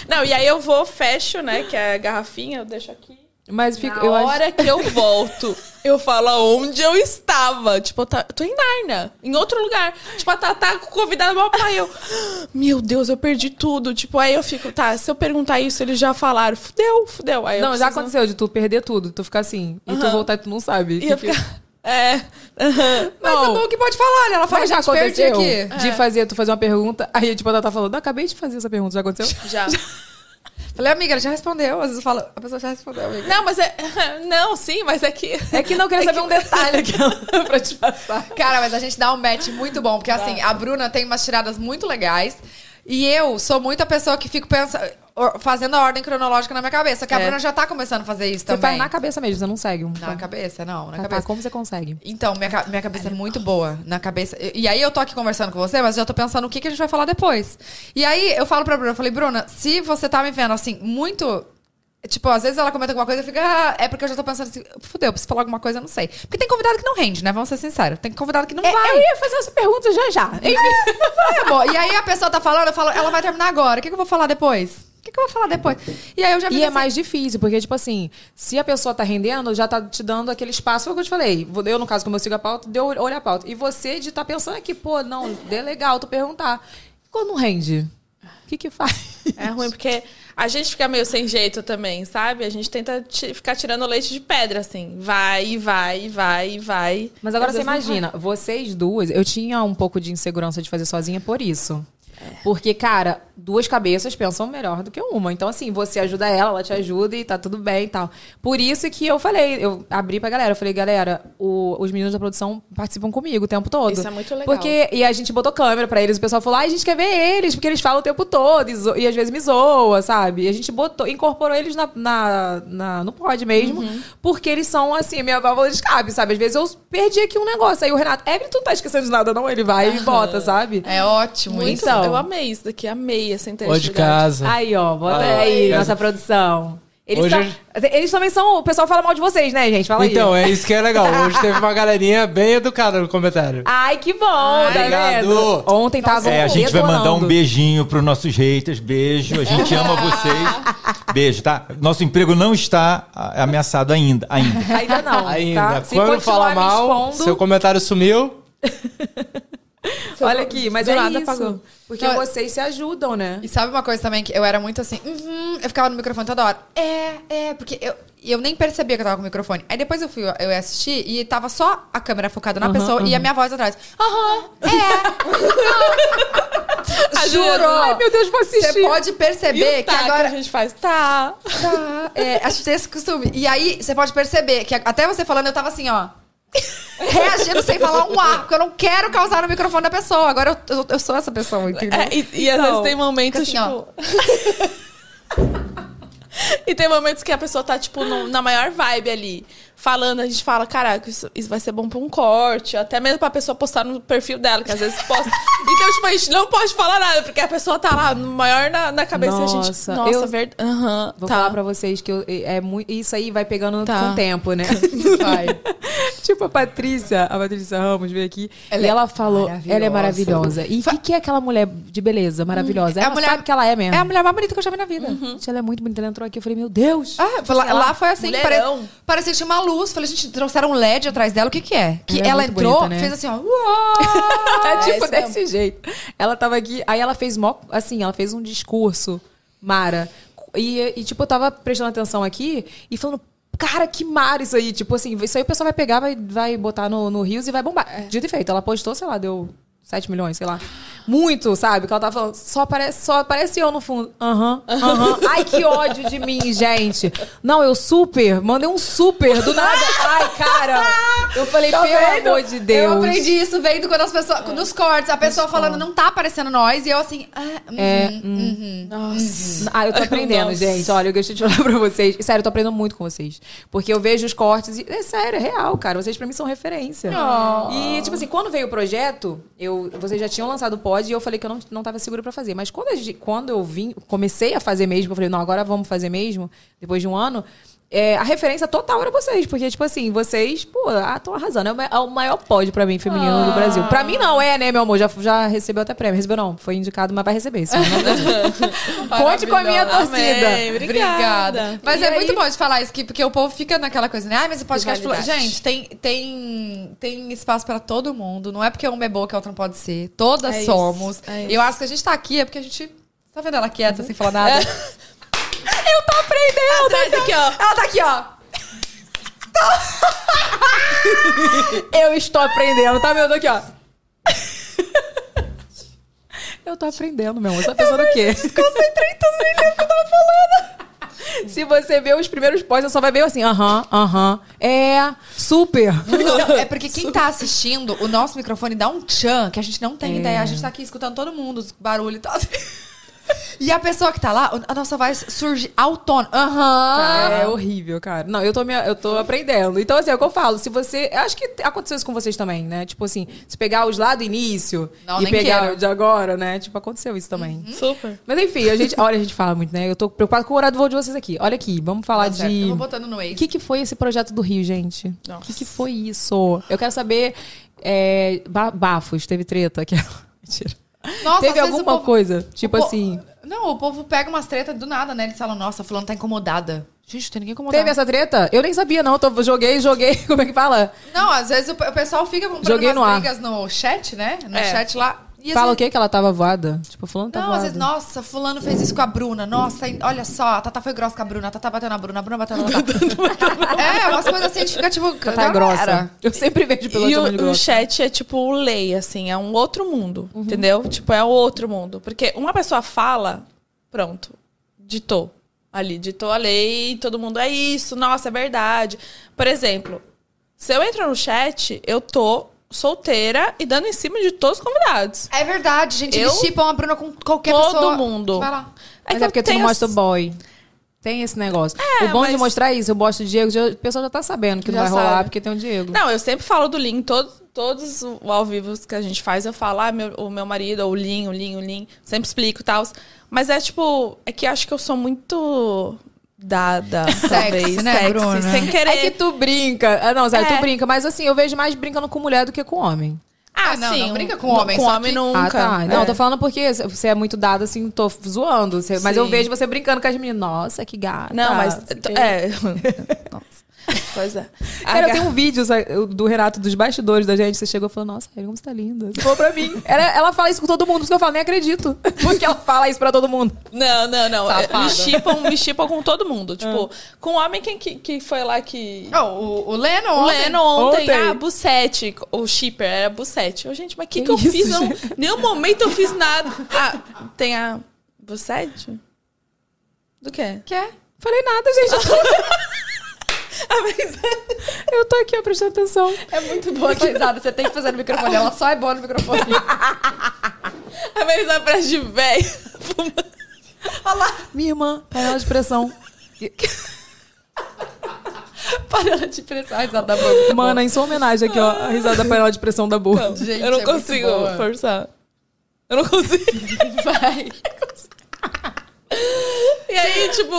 [SPEAKER 7] Não, e aí eu vou, fecho, né? Que é a garrafinha, eu deixo aqui.
[SPEAKER 4] Mas fica.
[SPEAKER 7] Na
[SPEAKER 4] eu acho-
[SPEAKER 7] hora que eu volto, eu falo aonde eu estava. Tipo, eu tá- tô em Narnia, em outro lugar. Tipo, a Tatá convidada meu pai. Eu, meu Deus, eu perdi tudo. Tipo, aí eu fico, tá, se eu perguntar isso, eles já falaram. Fudeu, fudeu. Aí eu
[SPEAKER 4] Não, já
[SPEAKER 7] preciso-
[SPEAKER 4] aconteceu de tu perder tudo, tu ficar assim, e tu voltar e tu não sabe.
[SPEAKER 7] E eu
[SPEAKER 4] Que-
[SPEAKER 7] ficar. É. aham.
[SPEAKER 5] Mas é bom que pode falar, né? Ela fala,
[SPEAKER 4] Mas já
[SPEAKER 5] já perdi
[SPEAKER 4] aconteceu
[SPEAKER 5] aqui.
[SPEAKER 4] de fazer, tu fazer uma pergunta, aí tipo, ela tá falando, "Não, acabei de fazer essa pergunta, já aconteceu?
[SPEAKER 7] Já.
[SPEAKER 5] Falei, amiga, ela já respondeu. Às vezes fala, a pessoa já respondeu, amiga.
[SPEAKER 7] Não, mas é. Não, sim, mas é que.
[SPEAKER 4] É que não, eu queria saber um detalhe aquela pra te passar.
[SPEAKER 5] é Cara, mas a gente dá um match muito bom, porque assim, a Bruna tem umas tiradas muito legais. E eu sou muito a pessoa que fico pensando, or- fazendo a ordem cronológica na minha cabeça. Só que a
[SPEAKER 4] É.
[SPEAKER 5] Bruna já tá começando a fazer isso
[SPEAKER 4] Você
[SPEAKER 5] também.
[SPEAKER 4] faz na cabeça mesmo, você não segue um.
[SPEAKER 5] Na cabeça, não,
[SPEAKER 4] Tá,
[SPEAKER 5] na
[SPEAKER 4] tá,
[SPEAKER 5] cabeça.
[SPEAKER 4] como você consegue?
[SPEAKER 5] Então, minha, ca- minha cabeça é muito boa. Na cabeça. E e aí eu tô aqui conversando com você, mas já tô pensando o que, que a gente vai falar depois. E aí eu falo pra Bruna, eu falei, Bruna, se você tá me vendo assim, muito. Tipo, às vezes ela comenta alguma coisa e fica, ah, é porque eu já tô pensando assim, fudeu, preciso falar alguma coisa, eu não sei. Porque tem convidado que não rende, né? Vamos ser sinceros. Tem convidado que não vai.
[SPEAKER 4] Eu ia fazer essa pergunta já já.
[SPEAKER 5] É, amor. E aí a pessoa tá falando, eu falo, ela vai terminar agora. O que, que eu vou falar depois? O que, que eu vou falar depois? E aí eu já
[SPEAKER 4] E
[SPEAKER 5] fico
[SPEAKER 4] é
[SPEAKER 5] assim,
[SPEAKER 4] mais difícil, porque, tipo assim, se a pessoa tá rendendo, já tá te dando aquele espaço, foi o que eu te falei. Eu, no caso, como eu sigo a pauta, deu olho a pauta. E você de tá pensando aqui, pô, não, é legal tu perguntar. Quando não rende, o que que faz?
[SPEAKER 7] É ruim, porque a gente fica meio sem jeito também, sabe? A gente tenta ti- ficar tirando leite de pedra, assim. Vai, e vai, e vai, e vai.
[SPEAKER 4] Mas agora
[SPEAKER 7] Às
[SPEAKER 4] você
[SPEAKER 7] vezes não é.
[SPEAKER 4] imagina, vocês duas, eu tinha um pouco de insegurança de fazer sozinha por isso. Porque, cara, duas cabeças pensam melhor do que uma. Então, assim, você ajuda ela, ela te ajuda e tá tudo bem e tal. Por isso que eu falei, eu abri pra galera, eu falei, galera, o- os meninos da produção participam comigo o tempo todo.
[SPEAKER 7] Isso é muito legal.
[SPEAKER 4] Porque, e a gente botou câmera pra eles, o pessoal falou, ai, a gente quer ver eles, porque eles falam o tempo todo, e, zo- e às vezes me zoa, sabe? E a gente botou, incorporou eles na, na, na- no pod mesmo, porque eles são, assim, minha válvula de escape, sabe? Às vezes eu perdi aqui um negócio, aí o Renato, Evelyn, tu não tá esquecendo de nada não, ele vai e bota, sabe?
[SPEAKER 5] É ótimo.
[SPEAKER 7] Muito,
[SPEAKER 4] Então.
[SPEAKER 7] eu amei isso daqui, amei essa
[SPEAKER 4] É,
[SPEAKER 1] Ou de
[SPEAKER 7] interatividade.
[SPEAKER 1] casa.
[SPEAKER 4] Aí, ó, bota
[SPEAKER 1] Ah,
[SPEAKER 4] aí,
[SPEAKER 1] é.
[SPEAKER 4] nossa produção. Eles,
[SPEAKER 1] Hoje
[SPEAKER 4] são- eles também são, o pessoal fala mal de vocês, né, gente? Fala
[SPEAKER 1] Então,
[SPEAKER 4] aí.
[SPEAKER 1] é isso que é legal. Hoje teve uma galerinha bem educada no comentário.
[SPEAKER 4] Ai, que bom, tá
[SPEAKER 1] obrigado.
[SPEAKER 4] vendo? Ontem tava
[SPEAKER 8] É, a gente vai mandar um
[SPEAKER 4] detonando.
[SPEAKER 8] beijinho pros nossos haters. Beijo, a gente ama vocês. Beijo, tá? Nosso emprego não está ah, ameaçado ainda. ainda.
[SPEAKER 4] Ainda não,
[SPEAKER 1] Ainda.
[SPEAKER 4] tá? Se
[SPEAKER 1] Quando
[SPEAKER 4] continuar
[SPEAKER 1] falar
[SPEAKER 4] me
[SPEAKER 1] mal,
[SPEAKER 4] expondo-
[SPEAKER 1] seu comentário sumiu.
[SPEAKER 4] Olha aqui, mas
[SPEAKER 7] Do
[SPEAKER 4] é
[SPEAKER 7] nada
[SPEAKER 4] isso. Então,
[SPEAKER 7] apagou.
[SPEAKER 4] Porque
[SPEAKER 5] Não,
[SPEAKER 4] vocês se ajudam, né?
[SPEAKER 5] E sabe uma coisa também que eu era muito assim, uhum, eu ficava no microfone toda hora. É, é, porque eu, eu nem percebia que eu tava com o microfone. Aí depois eu fui, eu ia assistir e tava só a câmera focada na pessoa e a minha voz atrás. Aham, é. Juro.
[SPEAKER 4] Ai, meu Deus, vou assistir.
[SPEAKER 5] Você pode perceber
[SPEAKER 7] E
[SPEAKER 5] que
[SPEAKER 7] o tá que
[SPEAKER 5] agora.
[SPEAKER 7] a gente faz, tá.
[SPEAKER 5] Tá, é, a gente tem esse costume. E aí, você pode perceber que a- até você falando, eu tava assim, ó. Reagindo sem falar um ar, porque eu não quero causar no microfone da pessoa. Agora eu, eu, eu sou essa pessoa, entendeu?
[SPEAKER 7] É, e, e às
[SPEAKER 4] Então,
[SPEAKER 7] vezes tem momentos,
[SPEAKER 5] fica assim,
[SPEAKER 7] tipo. e tem momentos que a pessoa tá, tipo, no- na maior vibe ali. Falando, a gente fala, caraca, isso, isso vai ser bom pra um corte, até mesmo pra pessoa postar no perfil dela, que às vezes posta. então, tipo, a gente não pode falar nada, porque a pessoa tá lá no maior na, na cabeça e a gente.
[SPEAKER 4] Nossa,
[SPEAKER 7] Nossa,
[SPEAKER 4] eu-
[SPEAKER 7] verdade. Aham,
[SPEAKER 4] Vou
[SPEAKER 7] tá.
[SPEAKER 4] falar pra vocês que eu- é muito, isso aí vai pegando
[SPEAKER 7] Tá.
[SPEAKER 4] com o tempo, né?
[SPEAKER 5] Vai.
[SPEAKER 4] tipo a Patrícia, a Patrícia Ramos veio aqui
[SPEAKER 5] Ela
[SPEAKER 4] e
[SPEAKER 5] é
[SPEAKER 4] ela falou, ela é
[SPEAKER 5] maravilhosa.
[SPEAKER 4] maravilhosa. E o que, que é aquela mulher de beleza maravilhosa?
[SPEAKER 5] É a
[SPEAKER 4] ela
[SPEAKER 5] mulher-
[SPEAKER 4] sabe que ela é mesmo.
[SPEAKER 5] É a mulher mais bonita que eu já vi na vida.
[SPEAKER 4] Gente, ela é muito bonita. Ela entrou aqui, eu falei, meu Deus.
[SPEAKER 5] Ah, foi lá, lá foi assim, pare,
[SPEAKER 7] mulherão.
[SPEAKER 5] parecia que tinha uma luz. Falei, gente, trouxeram um LED atrás dela, o que que é? Que
[SPEAKER 4] Ela é
[SPEAKER 5] ela,
[SPEAKER 4] muito
[SPEAKER 5] entrou,
[SPEAKER 4] bonita, né?
[SPEAKER 5] fez assim, ó. uau!
[SPEAKER 4] É tipo
[SPEAKER 7] isso mesmo.
[SPEAKER 4] desse jeito. Ela tava aqui, aí ela fez mó, assim, ela fez um discurso, Mara. E, e, tipo, eu tava prestando atenção aqui e falando, Cara, que mar isso aí. Tipo assim, isso aí o pessoal vai pegar, vai, vai botar no, no Rios e vai bombar.
[SPEAKER 5] É.
[SPEAKER 4] Dito e feito, ela postou, sei lá, deu 7 milhões, sei lá. Muito, sabe? Que ela tava falando, só aparece, só aparece eu no fundo. Aham, aham. Ai, que ódio de mim, gente. Não, eu super, mandei um super do nada. Ai, cara. Eu falei,
[SPEAKER 5] Tá vendo?
[SPEAKER 4] pelo amor de Deus.
[SPEAKER 5] Eu aprendi isso vendo quando as pessoas. Nos cortes, a pessoa falando não tá aparecendo nós. E eu assim. ah, hum,
[SPEAKER 4] É,
[SPEAKER 5] uhum.
[SPEAKER 4] Ah, eu tô aprendendo,
[SPEAKER 7] Nossa.
[SPEAKER 4] gente. Olha, eu gostei de falar pra vocês. Sério, eu tô aprendendo muito com vocês. Porque eu vejo os cortes e. É sério, é real, cara. Vocês pra mim são referência. E, tipo assim, quando veio o projeto, eu, vocês já tinham lançado o pod e eu falei que eu não, não tava segura pra fazer. Mas quando, a gente- quando eu vim, comecei a fazer mesmo, eu falei, não, agora vamos fazer mesmo, depois de um ano. é, a referência total era vocês, porque, tipo assim, vocês, pô, ah, tô arrasando. É o ma- É o maior pod pra mim, feminino do Brasil. Pra mim não é, né, meu amor? Já, já recebeu até prêmio. Recebeu não, foi indicado, mas vai receber. é senão não Conte com a minha
[SPEAKER 5] Maravilhosa.
[SPEAKER 4] torcida.
[SPEAKER 7] Amém. Obrigada.
[SPEAKER 5] Mas
[SPEAKER 4] E
[SPEAKER 5] é
[SPEAKER 4] aí-
[SPEAKER 5] muito bom de falar isso, que- porque o povo fica naquela coisa, né? Ah, mas o podcast. Falou...
[SPEAKER 7] Rivalidade.
[SPEAKER 5] Gente, tem, tem, tem espaço pra todo mundo. Não é porque uma é boa que a outra não pode ser. Todas
[SPEAKER 7] É isso,
[SPEAKER 5] somos.
[SPEAKER 7] é
[SPEAKER 5] E eu acho que a gente tá aqui é porque a gente. Tá vendo ela quieta, sem falar nada?
[SPEAKER 7] Atrás aqui, ó.
[SPEAKER 5] Ela tá aqui, ó.
[SPEAKER 4] Eu estou aprendendo, tá vendo aqui, ó? Eu tô aprendendo, meu amor. Você tá pensando o quê? Desconcentrei tudo nem lembro o que eu tava falando. Se você ver os primeiros posts, você só vai ver assim, aham, aham. É, super.
[SPEAKER 5] Não, é porque quem tá assistindo, o nosso microfone dá um tchan, que a gente não
[SPEAKER 4] É.
[SPEAKER 5] tem ideia. A gente tá aqui escutando todo mundo, os barulhos e tal. E a pessoa que tá lá, a nossa voz surge autônoma. Aham.
[SPEAKER 4] Cara, é horrível, cara. Não, eu tô, me, eu tô aprendendo. Então, assim, é o que eu falo. Se você. eu Acho que aconteceu isso com vocês também, né? Tipo assim, se pegar os lá do início
[SPEAKER 5] Não,
[SPEAKER 4] e
[SPEAKER 5] nem
[SPEAKER 4] pegar
[SPEAKER 5] quero. Uhum.
[SPEAKER 4] o de agora, né? Tipo, aconteceu isso também.
[SPEAKER 7] Super.
[SPEAKER 4] Mas enfim, a gente, olha, a gente fala muito, né? Eu tô preocupada com o horário do voo de vocês aqui. Olha aqui, vamos falar
[SPEAKER 5] Tá certo,
[SPEAKER 4] de.
[SPEAKER 5] eu vou botando no
[SPEAKER 4] O
[SPEAKER 5] Waze.
[SPEAKER 4] que, que foi esse projeto do Rio, gente? O
[SPEAKER 7] Nossa.
[SPEAKER 4] que, que foi isso? Eu quero saber. é, ba- bafos, teve treta aqui. Mentira.
[SPEAKER 5] Nossa, às
[SPEAKER 4] teve
[SPEAKER 5] vezes o
[SPEAKER 4] alguma
[SPEAKER 5] povo-
[SPEAKER 4] coisa? Tipo
[SPEAKER 5] o po-
[SPEAKER 4] assim.
[SPEAKER 5] Não, o povo pega umas tretas do nada, né? Eles falam, nossa, fulano tá incomodada. Gente, não tem ninguém incomodada.
[SPEAKER 4] Teve essa treta? Eu nem sabia, não. Eu tô- joguei, joguei. Como é que fala?
[SPEAKER 5] Não, às vezes o, o pessoal fica comprando
[SPEAKER 4] Joguei
[SPEAKER 5] umas
[SPEAKER 4] no ar. É.
[SPEAKER 5] brigas no chat, né? No chat lá. E às
[SPEAKER 4] Fala o
[SPEAKER 5] vezes-
[SPEAKER 4] quê? Que ela tava voada? Tipo, falando tá
[SPEAKER 5] Não, às
[SPEAKER 4] voada.
[SPEAKER 5] vezes, nossa, fulano fez isso com a Bruna. Nossa, e- olha só, a Tata foi grossa com a Bruna. A Tata bateu na Bruna, a Bruna bateu na Tata. é, umas coisas assim, a gente fica tipo...
[SPEAKER 4] Tá
[SPEAKER 5] galera.
[SPEAKER 4] grossa. Eu sempre vejo pelo
[SPEAKER 7] E
[SPEAKER 4] chamando de
[SPEAKER 7] o, o
[SPEAKER 4] grossa.
[SPEAKER 7] chat é tipo o lei, assim, é um outro mundo, entendeu? Tipo, é outro mundo. Porque uma pessoa fala, pronto, ditou. Ali, ditou a lei, todo mundo é isso, nossa, é verdade. Por exemplo, se eu entro no chat, eu tô solteira e dando em cima de todos os convidados.
[SPEAKER 5] É verdade, gente. Eles
[SPEAKER 7] Eu-
[SPEAKER 5] chipam a Bruna com qualquer
[SPEAKER 7] Todo
[SPEAKER 5] pessoa.
[SPEAKER 7] mundo.
[SPEAKER 5] Vai lá.
[SPEAKER 4] Mas é
[SPEAKER 7] eu
[SPEAKER 4] porque tu não
[SPEAKER 7] tenho-
[SPEAKER 4] mostra o boy. Tem esse negócio. o bom de
[SPEAKER 7] É, mas-
[SPEAKER 4] mostrar isso, eu mostro o Diego, já- o pessoal já tá sabendo que não
[SPEAKER 5] Já
[SPEAKER 4] vai rolar
[SPEAKER 5] sabe.
[SPEAKER 4] porque tem o Diego.
[SPEAKER 7] Não, eu sempre falo do Lin. Todo, todos o ao vivo que a gente faz, eu falo, ah, meu- o meu marido, ou o Lin, o Lin, o Lin. Sempre explico e tal. Mas é tipo, é que acho que eu sou muito dada. Sexy, talvez,
[SPEAKER 5] né,
[SPEAKER 7] sexy,
[SPEAKER 5] Bruna?
[SPEAKER 7] Sem querer.
[SPEAKER 4] É que tu brinca. Ah, não, Zé,
[SPEAKER 7] É.
[SPEAKER 4] tu brinca, mas assim, eu vejo mais brincando com mulher do que com homem.
[SPEAKER 5] Ah, não, não brinca com
[SPEAKER 7] no-
[SPEAKER 5] homem,
[SPEAKER 7] Com
[SPEAKER 5] só
[SPEAKER 7] um homem
[SPEAKER 5] que-
[SPEAKER 7] nunca.
[SPEAKER 4] Ah, tá. Não,
[SPEAKER 7] É.
[SPEAKER 4] eu tô falando porque você é muito dada, assim, tô zoando. Você- mas eu
[SPEAKER 7] Sim.
[SPEAKER 4] vejo você brincando com as meninas. Nossa, que gata.
[SPEAKER 7] Não, mas.
[SPEAKER 4] sei
[SPEAKER 7] t-
[SPEAKER 4] que-
[SPEAKER 7] É. Nossa. Pois é.
[SPEAKER 4] Cara,
[SPEAKER 7] A-
[SPEAKER 4] eu tenho um vídeo sabe, do Renato dos bastidores da gente. Você chegou e falou, nossa, Raíra, como você tá linda. Você falou pra mim. Ela, ela fala isso com todo mundo, porque eu falo, nem acredito. Porque ela fala isso pra todo mundo.
[SPEAKER 7] Não, não, não. é,
[SPEAKER 5] Safada.
[SPEAKER 7] Me chipam, me chipam com todo mundo. Tipo, com o homem quem que, que foi lá que.
[SPEAKER 5] Não, o, o Leno
[SPEAKER 7] O
[SPEAKER 5] ontem-
[SPEAKER 7] Leno ontem,
[SPEAKER 4] Ontem.
[SPEAKER 7] ah, Bussete, o shipper era Bussete. Eu, gente, mas o que,
[SPEAKER 4] Que
[SPEAKER 7] que eu
[SPEAKER 4] isso,
[SPEAKER 7] fiz? Eu Não,
[SPEAKER 4] gente?
[SPEAKER 7] nenhum momento eu fiz nada. Ah, tem a Bussete? Do quê?
[SPEAKER 5] Que é?
[SPEAKER 4] Falei nada, gente. Eu tô,
[SPEAKER 7] Ah, mas...
[SPEAKER 4] eu tô aqui, ó, prestando atenção.
[SPEAKER 5] É muito boa essa risada. Você tem que fazer no microfone. Ela só é boa no microfone.
[SPEAKER 7] A Marisa parece de velho.
[SPEAKER 4] Minha irmã, panela de pressão.
[SPEAKER 5] Panela de pressão. A risada da Bruna.
[SPEAKER 4] Mana, em sua homenagem aqui, ó. A risada da panela de pressão da boa.
[SPEAKER 5] Gente,
[SPEAKER 7] eu não
[SPEAKER 5] é muito
[SPEAKER 7] consigo
[SPEAKER 5] boa.
[SPEAKER 7] forçar. Eu não consigo.
[SPEAKER 5] Vai.
[SPEAKER 7] E aí, tipo.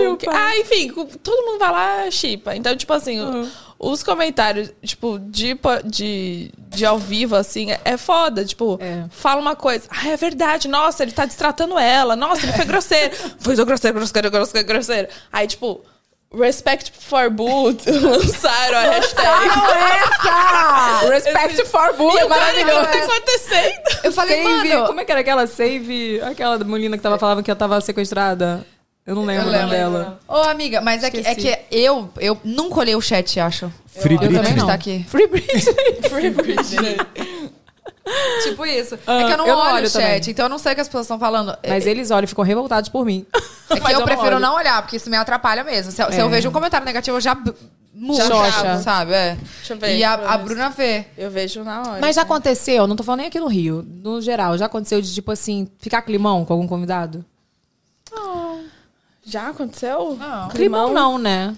[SPEAKER 4] meu pai.
[SPEAKER 7] ah, enfim, cu- todo mundo vai lá chipa. Então, tipo assim, o- os comentários, tipo, de, po- de, de ao vivo, assim, é- é foda. Tipo,
[SPEAKER 4] É.
[SPEAKER 7] fala uma coisa. Ah, é verdade. Nossa, ele tá destratando ela. Nossa, ele foi grosseiro. foi grosseiro, grosseiro, grosseiro, grosseiro. Aí, tipo. Respect for Boot lançaram a hashtag.
[SPEAKER 4] essa! Respect for Bull,
[SPEAKER 7] E
[SPEAKER 4] é
[SPEAKER 7] o cara, o que tá
[SPEAKER 4] maravilhoso.
[SPEAKER 7] acontecendo?
[SPEAKER 5] Eu falei,
[SPEAKER 4] Save,
[SPEAKER 5] mano...
[SPEAKER 4] como é que era aquela? Save, aquela menina que tava falando que eu tava sequestrada. Eu não lembro o nome dela.
[SPEAKER 5] Ô, amiga, mas é que, é que eu, eu nunca olhei o chat, acho. Eu
[SPEAKER 4] Britney.
[SPEAKER 5] também
[SPEAKER 4] não.
[SPEAKER 5] está aqui.
[SPEAKER 4] Free Britney.
[SPEAKER 5] Tipo isso.
[SPEAKER 4] Ah,
[SPEAKER 5] é que eu não
[SPEAKER 4] eu não
[SPEAKER 5] olho
[SPEAKER 4] olho
[SPEAKER 5] o chat,
[SPEAKER 4] também.
[SPEAKER 5] então eu não sei o que as pessoas estão falando.
[SPEAKER 4] Mas
[SPEAKER 5] é,
[SPEAKER 4] eles olham, ficam revoltados por mim.
[SPEAKER 5] é que
[SPEAKER 4] Mas
[SPEAKER 5] eu, prefiro
[SPEAKER 4] olho.
[SPEAKER 5] não olhar, porque isso me atrapalha mesmo. Se, eu- se eu
[SPEAKER 4] É.
[SPEAKER 5] vejo um comentário negativo, eu já b- mudo,
[SPEAKER 4] Xoxa.
[SPEAKER 5] sabe? É.
[SPEAKER 7] Deixa eu ver.
[SPEAKER 5] E a, a Bruna vê.
[SPEAKER 7] Eu vejo na hora.
[SPEAKER 4] Mas já aconteceu, não tô falando nem aqui no Rio, no geral, já aconteceu de, tipo assim, ficar climão com algum convidado?
[SPEAKER 7] Já aconteceu?
[SPEAKER 5] Não.
[SPEAKER 4] Climão, não, né?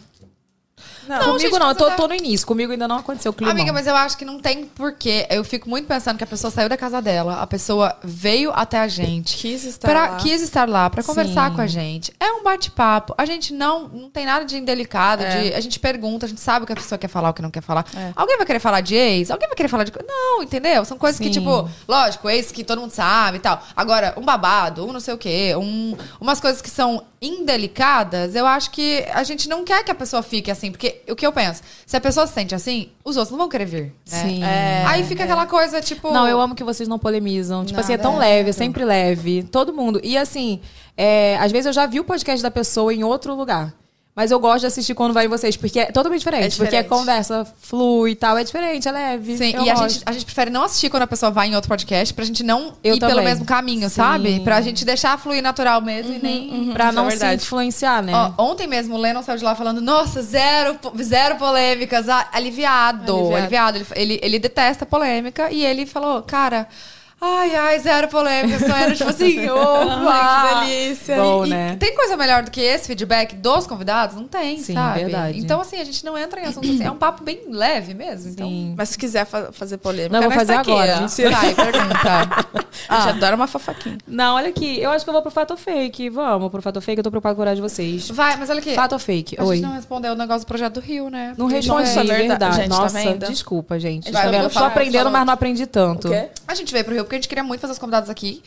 [SPEAKER 7] Não.
[SPEAKER 4] comigo
[SPEAKER 5] gente,
[SPEAKER 4] não, é- eu
[SPEAKER 5] mas
[SPEAKER 4] tô,
[SPEAKER 5] até-
[SPEAKER 4] tô no início, comigo ainda não aconteceu climão.
[SPEAKER 5] Amiga, mas eu acho que não tem porquê. Eu fico muito pensando que a pessoa saiu da casa dela, a pessoa veio até a gente.
[SPEAKER 7] Quis estar
[SPEAKER 5] pra,
[SPEAKER 7] lá.
[SPEAKER 5] Quis estar lá, pra conversar
[SPEAKER 4] Sim.
[SPEAKER 5] com a gente. É um bate-papo. A gente não, não tem nada de indelicado.
[SPEAKER 4] É.
[SPEAKER 5] de- a gente pergunta, a gente sabe o que a pessoa quer falar, o que não quer falar. Alguém vai querer falar de ex? Alguém vai querer falar de. co- Não, entendeu? São coisas que,
[SPEAKER 4] Sim.
[SPEAKER 5] tipo, lógico, ex que todo mundo sabe e tal. Agora, um babado, um não sei o quê, um, umas coisas que são indelicadas, eu acho que a gente não quer que a pessoa fique assim. Porque o que eu penso? Se a pessoa se sente assim, os outros não vão querer vir. Né?
[SPEAKER 4] Sim. É.
[SPEAKER 5] Aí fica aquela coisa, tipo.
[SPEAKER 4] Não, eu amo que vocês não polemizam. Tipo assim, é
[SPEAKER 5] Nada,
[SPEAKER 4] tão
[SPEAKER 5] é.
[SPEAKER 4] leve, é sempre leve. Todo mundo. E assim, é, às vezes eu já vi o podcast da pessoa em outro lugar. Mas eu gosto de assistir quando vai em vocês, porque é totalmente diferente.
[SPEAKER 7] É
[SPEAKER 4] Porque a
[SPEAKER 7] diferente.
[SPEAKER 4] conversa flui e tal, é diferente, é leve.
[SPEAKER 5] Sim,
[SPEAKER 4] Eu
[SPEAKER 5] e a
[SPEAKER 4] gosto.
[SPEAKER 5] gente, a gente prefere não assistir quando a pessoa vai em outro podcast, pra gente não
[SPEAKER 4] Eu
[SPEAKER 5] ir pelo
[SPEAKER 4] também.
[SPEAKER 5] mesmo caminho,
[SPEAKER 4] Sim. Uhum,
[SPEAKER 5] sabe? Pra gente deixar fluir natural mesmo e nem.
[SPEAKER 4] Pra
[SPEAKER 7] Isso é
[SPEAKER 4] não se
[SPEAKER 7] verdade.
[SPEAKER 4] influenciar, né?
[SPEAKER 5] Ó, ontem mesmo o Lennon saiu de lá falando, nossa, zero, po- zero polêmicas, ah, aliviado, aliviado. Ele, ele, ele detesta polêmica e ele falou, cara, ai, ai, zero polêmicas, não era tipo assim, opa!
[SPEAKER 7] Ai, que delícia.
[SPEAKER 4] Bom,
[SPEAKER 5] E-
[SPEAKER 4] né?
[SPEAKER 5] e tem coisa melhor do que esse feedback dos convidados? Não tem,
[SPEAKER 4] Sim,
[SPEAKER 5] sabe?
[SPEAKER 4] verdade.
[SPEAKER 5] Então, assim, a gente não entra em assuntos assim. É um papo bem leve mesmo. Então,
[SPEAKER 4] Sim.
[SPEAKER 7] Mas se quiser fa- fazer polêmica,
[SPEAKER 4] Não, eu vou
[SPEAKER 7] nós
[SPEAKER 4] fazer
[SPEAKER 7] tá aqui,
[SPEAKER 4] agora. Ah.
[SPEAKER 7] ó.
[SPEAKER 4] Mentira.
[SPEAKER 5] vai, pergunta.
[SPEAKER 7] A gente adora uma fofoquinha.
[SPEAKER 4] Não, olha aqui. Eu acho que eu vou pro fato ou fake. Vamos pro fato ou fake. Eu tô preocupada com o horário de vocês.
[SPEAKER 5] Vai, mas olha aqui.
[SPEAKER 4] Fato ou fake?
[SPEAKER 5] A
[SPEAKER 4] Oi.
[SPEAKER 5] gente não respondeu o negócio do projeto do Rio, né?
[SPEAKER 4] Não
[SPEAKER 5] Porque
[SPEAKER 4] responde
[SPEAKER 5] não
[SPEAKER 4] só
[SPEAKER 5] é-
[SPEAKER 4] verdade.
[SPEAKER 7] verdade. Gente, tá
[SPEAKER 4] Nossa,
[SPEAKER 7] vendo?
[SPEAKER 4] desculpa, gente.
[SPEAKER 7] gente
[SPEAKER 4] Tá
[SPEAKER 5] tá
[SPEAKER 4] vendo?
[SPEAKER 5] vendo?
[SPEAKER 4] Estou aprendendo, mas não aprendi tanto.
[SPEAKER 7] O quê?
[SPEAKER 5] A gente veio pro Rio porque a gente queria muito fazer os convidados aqui.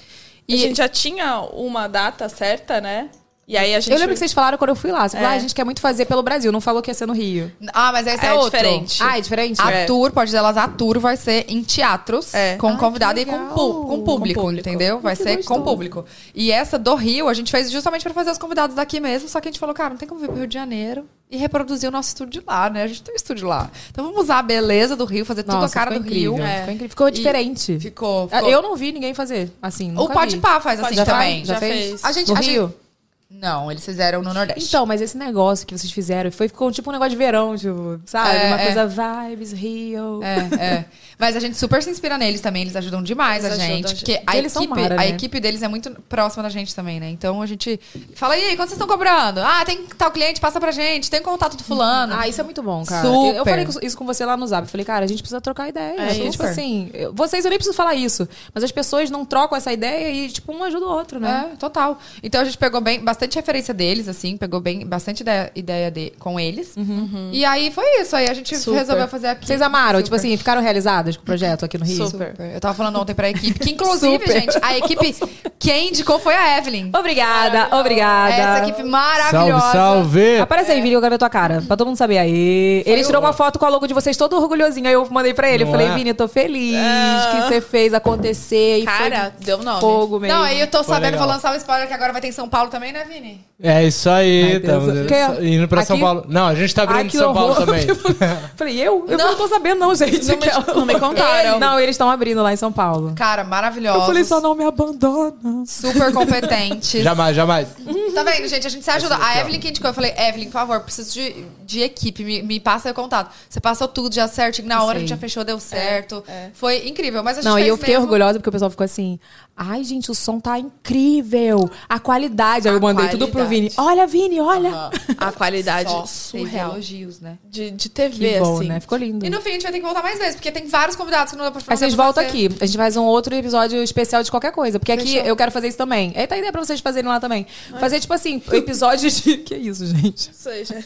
[SPEAKER 7] E a
[SPEAKER 5] E
[SPEAKER 7] gente já tinha uma data certa, né? E aí a gente.
[SPEAKER 4] Eu lembro que vocês falaram quando eu fui lá. Você falou,
[SPEAKER 7] É.
[SPEAKER 4] ah, a gente quer muito fazer pelo Brasil. Não falou que ia ser no Rio.
[SPEAKER 5] Ah, mas esse é,
[SPEAKER 7] É
[SPEAKER 5] outro.
[SPEAKER 7] diferente.
[SPEAKER 4] Ah, é diferente?
[SPEAKER 5] A
[SPEAKER 7] É.
[SPEAKER 5] tour, pode delas, a tour vai ser em teatros,
[SPEAKER 7] É.
[SPEAKER 5] com
[SPEAKER 7] Ai,
[SPEAKER 5] convidado
[SPEAKER 4] que
[SPEAKER 5] e com,
[SPEAKER 4] legal.
[SPEAKER 5] pu- com público,
[SPEAKER 4] Com público.
[SPEAKER 5] entendeu? Vai
[SPEAKER 4] Que
[SPEAKER 5] ser
[SPEAKER 4] gostoso.
[SPEAKER 5] com público. E essa do Rio, a gente fez justamente pra fazer os convidados daqui mesmo, só que a gente falou, cara, não tem como vir pro Rio de Janeiro e reproduzir o nosso estúdio de lá, né? A gente tem um estúdio lá. Então vamos usar a beleza do Rio, fazer tudo a
[SPEAKER 4] Nossa,
[SPEAKER 5] cara do
[SPEAKER 4] ficou incrível.
[SPEAKER 5] Rio. É.
[SPEAKER 4] Ficou incrível. Ficou
[SPEAKER 5] E-
[SPEAKER 4] diferente.
[SPEAKER 5] Ficou,
[SPEAKER 4] Ah,
[SPEAKER 5] ficou.
[SPEAKER 4] Eu não vi ninguém fazer, assim,
[SPEAKER 5] O
[SPEAKER 4] nunca
[SPEAKER 5] Pode
[SPEAKER 4] vi.
[SPEAKER 5] Pá faz assim
[SPEAKER 4] Já
[SPEAKER 5] também.
[SPEAKER 4] faz? Já,
[SPEAKER 7] Já
[SPEAKER 4] fez?
[SPEAKER 7] fez.
[SPEAKER 5] A gente,
[SPEAKER 4] No
[SPEAKER 5] a
[SPEAKER 4] Rio?
[SPEAKER 5] gente- Não, eles fizeram no Nordeste.
[SPEAKER 4] Então, mas esse negócio que vocês fizeram foi ficou tipo um negócio de verão, tipo, sabe?
[SPEAKER 5] É,
[SPEAKER 4] Uma
[SPEAKER 5] é.
[SPEAKER 4] coisa vibes, Rio.
[SPEAKER 5] É, é. Mas a gente super se inspira neles também, eles ajudam demais
[SPEAKER 7] Eles
[SPEAKER 5] a gente.
[SPEAKER 7] ajudam a gente.
[SPEAKER 5] porque a,
[SPEAKER 4] Eles são
[SPEAKER 5] equipe,
[SPEAKER 4] mara,
[SPEAKER 5] a
[SPEAKER 4] né?
[SPEAKER 5] equipe deles é muito próxima da gente também, né? Então a gente fala, e aí, quanto vocês estão cobrando? Ah, tem tal cliente, passa pra gente, tem contato do fulano.
[SPEAKER 4] Ah, isso é muito bom, cara.
[SPEAKER 5] Super.
[SPEAKER 4] Eu falei isso com você lá no Zap. Eu Falei, cara, a gente precisa trocar ideia.
[SPEAKER 5] É,
[SPEAKER 4] Porque, tipo
[SPEAKER 5] super.
[SPEAKER 4] assim, eu- vocês eu nem preciso falar isso. Mas as pessoas não trocam essa ideia e, tipo, um ajuda o outro, né?
[SPEAKER 5] É, total. Então a gente pegou bem, bastante referência deles, assim, pegou bem, bastante ideia, ideia de, com eles. Uhum. E aí foi isso, aí a gente
[SPEAKER 7] Super.
[SPEAKER 5] resolveu fazer aqui.
[SPEAKER 4] Uhum. Vocês amaram,
[SPEAKER 5] Super.
[SPEAKER 4] tipo assim, ficaram realizadas com o projeto aqui no Rio?
[SPEAKER 5] Super. Eu tava falando ontem pra equipe, que inclusive, gente, a equipe, quem indicou foi a Evelyn.
[SPEAKER 4] Obrigada, obrigada.
[SPEAKER 5] Essa é. equipe maravilhosa.
[SPEAKER 4] Aparece aí, vídeo que eu quero ver tua cara. Pra todo mundo saber. Aí. Ele tirou uma foto com a logo de vocês todo orgulhosinho. Aí eu mandei pra ele. Eu
[SPEAKER 1] Não
[SPEAKER 4] falei,
[SPEAKER 1] é?
[SPEAKER 4] Vini, tô feliz
[SPEAKER 5] Ah.
[SPEAKER 4] que você fez acontecer. E
[SPEAKER 7] Cara,
[SPEAKER 4] foi
[SPEAKER 7] deu nome.
[SPEAKER 4] fogo mesmo.
[SPEAKER 5] Não, aí eu tô
[SPEAKER 1] Foi
[SPEAKER 5] sabendo,
[SPEAKER 1] legal.
[SPEAKER 5] vou lançar o spoiler que agora vai ter em São Paulo também, né, Vini?
[SPEAKER 1] É isso
[SPEAKER 4] Ai,
[SPEAKER 1] aí,
[SPEAKER 4] Deus.
[SPEAKER 1] estamos
[SPEAKER 4] Quê?
[SPEAKER 1] indo pra São
[SPEAKER 4] Aqui?
[SPEAKER 1] Paulo. Não, a gente tá
[SPEAKER 4] Ai,
[SPEAKER 1] abrindo
[SPEAKER 4] que
[SPEAKER 1] São Paulo
[SPEAKER 4] horror.
[SPEAKER 1] também.
[SPEAKER 4] Falei, eu? Eu não, tô sabendo, não, gente.
[SPEAKER 7] Não me- não me contaram.
[SPEAKER 4] Não, eles estão abrindo lá em São Paulo.
[SPEAKER 5] Cara, maravilhosa.
[SPEAKER 4] Eu falei, só não me abandona.
[SPEAKER 5] Super competente.
[SPEAKER 1] jamais, jamais.
[SPEAKER 5] Tá vendo, gente? A gente se ajuda. A Evelyn que indicou, eu falei, Evelyn, por favor, preciso de, de equipe, me, me passa o contato. Você passou tudo já certinho, na hora a gente já fechou, deu certo. Foi incrível, mas a gente
[SPEAKER 4] É, Não, e
[SPEAKER 5] fez
[SPEAKER 4] eu fiquei
[SPEAKER 5] mesmo.
[SPEAKER 4] orgulhosa porque o pessoal ficou assim: ai, gente, o som tá incrível. A qualidade. Aí eu
[SPEAKER 5] A
[SPEAKER 4] mandei tudo pro Vini.
[SPEAKER 5] qualidade.
[SPEAKER 4] Olha, Vini, olha.
[SPEAKER 7] A qualidade
[SPEAKER 5] Só teve
[SPEAKER 7] surreal.
[SPEAKER 5] elogios, né?
[SPEAKER 7] De,
[SPEAKER 4] Que
[SPEAKER 7] de TV,
[SPEAKER 4] bom,
[SPEAKER 7] assim.
[SPEAKER 4] né? Ficou lindo.
[SPEAKER 5] E no fim a gente vai ter que voltar mais vezes, porque tem vários convidados que não dá pra
[SPEAKER 4] Aí vocês
[SPEAKER 5] não dá pra
[SPEAKER 4] voltam
[SPEAKER 5] fazer.
[SPEAKER 4] aqui. A gente faz um outro episódio especial de qualquer coisa. Porque aqui
[SPEAKER 5] Fechou.
[SPEAKER 4] eu quero fazer isso também. É, Eita, ideia pra vocês fazerem lá também. Fazer, tipo assim, episódios de. Que isso, gente?
[SPEAKER 7] Ou seja,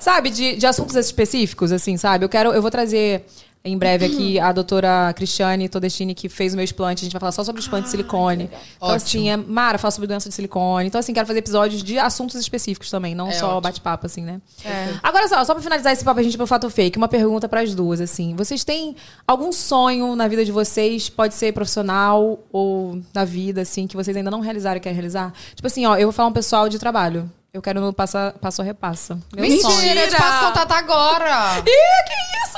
[SPEAKER 4] Sabe, de, de assuntos específicos, assim, sabe? Eu quero. Eu vou trazer. Em breve aqui a doutora Cristiane Todestini, que fez o meu explante, a gente vai falar só sobre explante de silicone. Então,
[SPEAKER 5] Ótimo.
[SPEAKER 4] assim, é Mara fala sobre doença de silicone. Então, assim, quero fazer episódios de assuntos específicos também, não só bate-papo, assim, né? Agora só, só pra finalizar esse papo, a gente pro fato fake, uma pergunta pras duas, assim. Vocês têm algum sonho na vida de vocês? Pode ser profissional ou na vida, assim, que vocês ainda não realizaram e querem realizar? Tipo assim, ó, eu vou falar um pessoal de trabalho. Eu quero no passa, passo ou repassa. Meu sonho.
[SPEAKER 5] Mentira, eu te passo contato agora.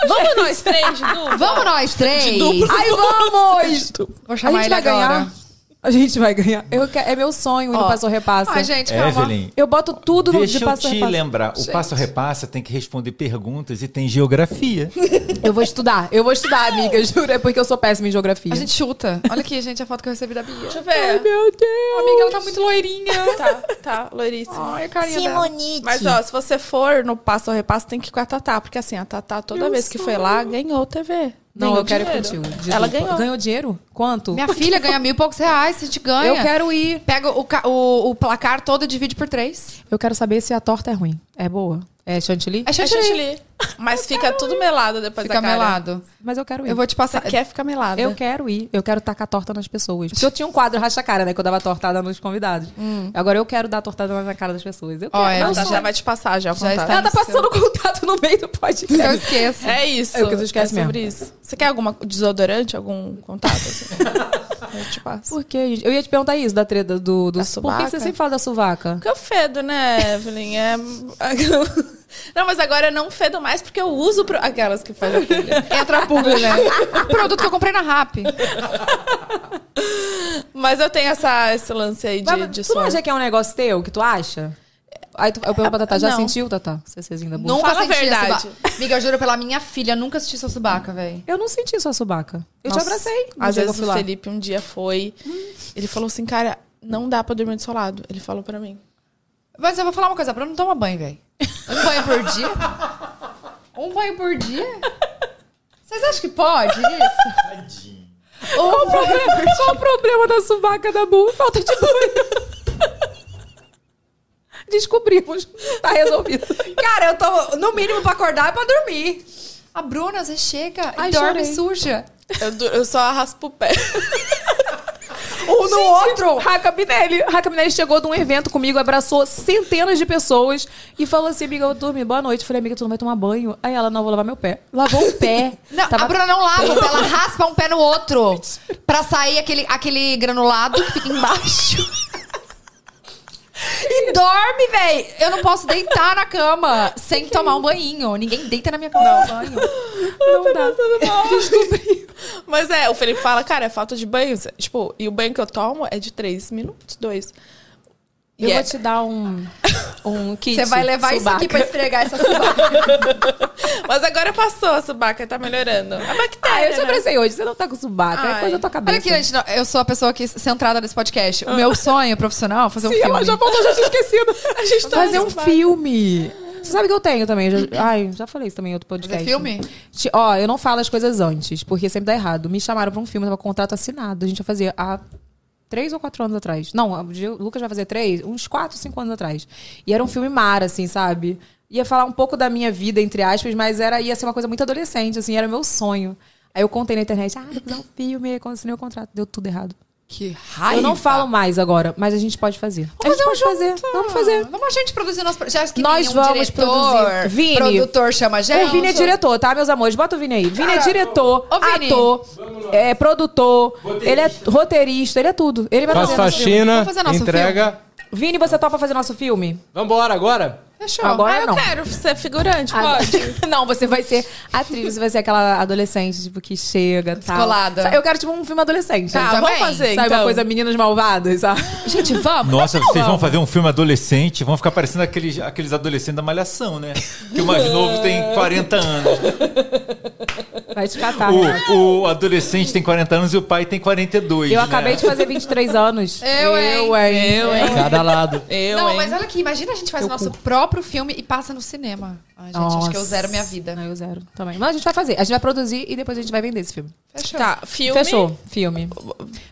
[SPEAKER 7] Vamos nós três, Dudu?
[SPEAKER 5] Vamos nós três.
[SPEAKER 4] Ai, vamos!
[SPEAKER 5] Vou chamar
[SPEAKER 4] a gente
[SPEAKER 5] ele
[SPEAKER 4] vai
[SPEAKER 5] agora.
[SPEAKER 4] ganhar. A gente vai ganhar. Eu que- é meu sonho ir no
[SPEAKER 5] Ó.
[SPEAKER 4] passo ou repassa.
[SPEAKER 5] Ai, gente, calma.
[SPEAKER 8] Evelyn,
[SPEAKER 4] Eu boto é tudo no de
[SPEAKER 8] deixa eu
[SPEAKER 4] passo ou
[SPEAKER 8] te
[SPEAKER 4] repassa.
[SPEAKER 8] lembrar. O passo repassa tem que responder perguntas e tem geografia.
[SPEAKER 4] Eu vou estudar. Eu vou estudar, amiga. Juro, é porque eu sou péssima em geografia.
[SPEAKER 5] A gente chuta. Olha aqui, gente, a foto que eu recebi da Bia.
[SPEAKER 7] Deixa eu ver.
[SPEAKER 4] Meu Deus!
[SPEAKER 5] Amiga, ela tá muito loirinha.
[SPEAKER 7] Tá, tá, loiríssima.
[SPEAKER 5] Olha a carinha dela.
[SPEAKER 7] Mas, ó, se você for no Passo ao Repasso, tem que ir com a Tatá. Porque, assim, a Tatá, toda vez que foi lá, ganhou TV.
[SPEAKER 4] Não, eu
[SPEAKER 7] Ganhou
[SPEAKER 4] quero ir
[SPEAKER 7] dinheiro.
[SPEAKER 4] contigo. Desculpa.
[SPEAKER 7] Ela ganhou.
[SPEAKER 4] Ganhou dinheiro? Quanto?
[SPEAKER 5] Minha filha ganha mil e poucos reais, se a gente ganha.
[SPEAKER 4] Eu quero ir.
[SPEAKER 5] Pega o, ca- o, o placar todo e divide por três.
[SPEAKER 4] Eu quero saber se a torta é ruim. É boa? É chantilly?
[SPEAKER 5] É
[SPEAKER 7] É
[SPEAKER 5] chantilly.
[SPEAKER 7] chantilly. Mas fica tudo melado depois
[SPEAKER 5] Fica
[SPEAKER 7] da cara.
[SPEAKER 5] melado.
[SPEAKER 4] Mas eu quero ir.
[SPEAKER 5] Eu vou te
[SPEAKER 7] Você
[SPEAKER 5] passar.
[SPEAKER 7] quer ficar melada.
[SPEAKER 4] Eu quero ir. Eu quero tacar torta nas pessoas. Porque eu tinha um quadro racha-cara, né? Que eu dava tortada nos convidados. Agora eu quero dar tortada na cara das pessoas. Eu quero.
[SPEAKER 5] Ó, é,
[SPEAKER 7] Não,
[SPEAKER 5] eu
[SPEAKER 7] Hum. já
[SPEAKER 5] sou-
[SPEAKER 7] vai te passar já o
[SPEAKER 5] Já
[SPEAKER 7] contato.
[SPEAKER 5] está-
[SPEAKER 4] Ela tá
[SPEAKER 5] isso.
[SPEAKER 4] passando o contato no meio do podcast.
[SPEAKER 5] Eu esqueço.
[SPEAKER 7] É isso.
[SPEAKER 4] É o que tu esquece
[SPEAKER 7] é sobre isso. Você quer alguma desodorante, algum contato? Assim? eu te passo.
[SPEAKER 4] Por que, gente? Eu ia te perguntar isso da treta do... do
[SPEAKER 7] Da
[SPEAKER 4] por que
[SPEAKER 7] suvaca?
[SPEAKER 4] você sempre fala da suvaca?
[SPEAKER 7] Porque eu fedo, né, Evelyn? É... Não, mas agora eu não fedo mais porque eu uso pro- aquelas que fazem aquilo.
[SPEAKER 5] Entra pulga, né? Produto que eu comprei na RAP.
[SPEAKER 7] Mas eu tenho essa, esse lance aí de,
[SPEAKER 4] Mas
[SPEAKER 7] de
[SPEAKER 4] tu não
[SPEAKER 7] suor.
[SPEAKER 4] acha que é um negócio teu, que tu acha? Aí tu, eu pergunto pra Tatá, já
[SPEAKER 7] Não.
[SPEAKER 4] sentiu, Tatá? CCzinho da boca?
[SPEAKER 5] Nunca
[SPEAKER 7] Fala a
[SPEAKER 5] senti
[SPEAKER 7] verdade.
[SPEAKER 5] essa ba- Amiga, eu juro pela minha filha, eu nunca assisti essa subaca, velho.
[SPEAKER 4] Eu não senti sua subaca. Eu te
[SPEAKER 7] Nossa,
[SPEAKER 4] abracei. no
[SPEAKER 7] Às
[SPEAKER 4] dia que eu
[SPEAKER 7] vezes
[SPEAKER 4] fui
[SPEAKER 7] o
[SPEAKER 4] lá.
[SPEAKER 7] Felipe um dia foi.
[SPEAKER 4] Hum.
[SPEAKER 7] Ele falou assim, cara, não dá pra dormir do seu lado. Ele falou pra mim.
[SPEAKER 5] Mas eu vou falar uma coisa, a Bruna não toma banho, velho. Um banho por dia? Um banho por dia? Vocês acham que pode isso? Um banho por dia.
[SPEAKER 4] Qual o problema da subaca da Bu? Falta de banho. Descobrimos. Tá resolvido.
[SPEAKER 5] Cara, eu tô no mínimo pra acordar e pra dormir. A Bruna, você chega e
[SPEAKER 4] Ai,
[SPEAKER 5] dorme
[SPEAKER 4] chorei.
[SPEAKER 5] suja.
[SPEAKER 7] Eu, du- eu só raspo o pé.
[SPEAKER 5] Um no outro.
[SPEAKER 4] Raca Minelli. Raca Minelli chegou de um evento comigo, abraçou centenas de pessoas e falou assim, amiga, eu dormi, boa noite. Eu falei, amiga, tu não vai tomar banho? Aí ela, não, eu vou lavar meu pé. Lavou o pé.
[SPEAKER 5] Não,
[SPEAKER 4] Tava-
[SPEAKER 5] a Bruna não lava, o pé, ela raspa um pé no outro. Pra sair aquele, aquele granulado que fica embaixo. E dorme, véi! Eu não posso deitar na cama sem tomar um
[SPEAKER 4] é
[SPEAKER 5] banhinho. Ninguém deita na minha cama sem tomar banho.
[SPEAKER 4] Não dá.
[SPEAKER 7] Mas é, o Felipe fala, cara, é falta de banho. Tipo, e o banho que eu tomo é de três minutos, dois.
[SPEAKER 4] Eu
[SPEAKER 7] E é-
[SPEAKER 4] vou te dar um, um kit.
[SPEAKER 5] Você vai levar isso aqui pra esfregar essa subaca.
[SPEAKER 7] Mas agora passou a subaca, tá melhorando. A
[SPEAKER 4] Ah,
[SPEAKER 7] bactéria,
[SPEAKER 4] eu te
[SPEAKER 7] né?
[SPEAKER 4] abracei hoje. Você não tá com subaca. É
[SPEAKER 7] Ai.
[SPEAKER 4] coisa da tua cabeça.
[SPEAKER 5] Olha aqui, gente, não, eu sou a pessoa aqui centrada nesse podcast. O meu sonho profissional é fazer um
[SPEAKER 4] Ah. Sim, ela
[SPEAKER 5] filme.
[SPEAKER 4] já voltou, já tinha esquecido. A gente
[SPEAKER 7] tá
[SPEAKER 4] Fazer um
[SPEAKER 7] nessa
[SPEAKER 4] filme. Você sabe que eu tenho também. eu Já, ai, já falei isso também em outro podcast.
[SPEAKER 5] Fazer filme?
[SPEAKER 4] Ti- Ó, eu não falo as coisas antes, porque sempre dá errado. Me chamaram pra um filme, tava com contrato assinado. A gente ia fazer há três ou quatro anos atrás. Não, o Gil- o Lucas vai fazer três, uns quatro, cinco anos atrás. E era um filme mar, assim, sabe? Ia falar um pouco da minha vida, entre aspas, mas era, ia ser uma coisa muito adolescente, assim, era meu sonho. Aí eu contei na internet, ah, vou fazer um filme, quando assinei o contrato, deu tudo errado.
[SPEAKER 5] Que raiva.
[SPEAKER 4] Eu não falo mais agora, mas a gente pode fazer. a gente pode fazer. tá. Vamos um fazer.
[SPEAKER 5] Vamos a gente produzir nosso... pro- Já acho que
[SPEAKER 4] Nós
[SPEAKER 5] nenhum
[SPEAKER 4] vamos
[SPEAKER 5] diretor,
[SPEAKER 4] produzir. Vini.
[SPEAKER 5] produtor chama a gente.
[SPEAKER 4] o Vini é diretor, tá, meus amores? Bota o Vini aí. Vini é diretor,
[SPEAKER 5] Ô, Vini.
[SPEAKER 4] ator, é produtor, ele é roteirista, ele é tudo. Ele vai
[SPEAKER 1] Faz
[SPEAKER 4] fazer. nosso filme.
[SPEAKER 1] faxina,
[SPEAKER 5] Vamos fazer nosso
[SPEAKER 1] entrega.
[SPEAKER 4] Vini, você topa fazer nosso filme?
[SPEAKER 1] Vambora agora?
[SPEAKER 5] Fechou.
[SPEAKER 4] Agora
[SPEAKER 7] Ah, eu
[SPEAKER 4] não.
[SPEAKER 7] quero ser figurante, pode.
[SPEAKER 4] Agora- Não, você vai ser atriz, você vai ser aquela adolescente, tipo, que chega, tal.
[SPEAKER 5] Descolada.
[SPEAKER 4] Eu quero, tipo, um filme adolescente.
[SPEAKER 5] Tá,
[SPEAKER 4] sabe?
[SPEAKER 5] vamos
[SPEAKER 7] fazer,
[SPEAKER 4] Sabe uma
[SPEAKER 7] então.
[SPEAKER 4] coisa, meninas malvadas, sabe?
[SPEAKER 5] Gente, vamos.
[SPEAKER 8] Nossa, vocês vão fazer um filme adolescente, vão ficar parecendo aqueles, aqueles adolescentes da Malhação, né? Que o mais novo tem 40 anos.
[SPEAKER 4] Vai te catar. né?
[SPEAKER 8] O, o adolescente tem 40 anos e o pai tem 42.
[SPEAKER 4] Eu
[SPEAKER 8] né?
[SPEAKER 4] acabei de fazer 23 anos.
[SPEAKER 5] Eu, hein?
[SPEAKER 4] Eu, hein? Eu, hein?
[SPEAKER 1] Cada lado.
[SPEAKER 7] Eu,
[SPEAKER 5] não,
[SPEAKER 7] hein?
[SPEAKER 5] mas olha aqui, imagina a gente faz o nosso próprio filme e passa no cinema. Ai, gente, acho que eu zero minha vida.
[SPEAKER 4] Não, eu zero também. Mas a gente vai fazer. A gente vai produzir e depois a gente vai vender esse filme.
[SPEAKER 5] Fechou.
[SPEAKER 7] Tá, filme.
[SPEAKER 4] Fechou. Filme.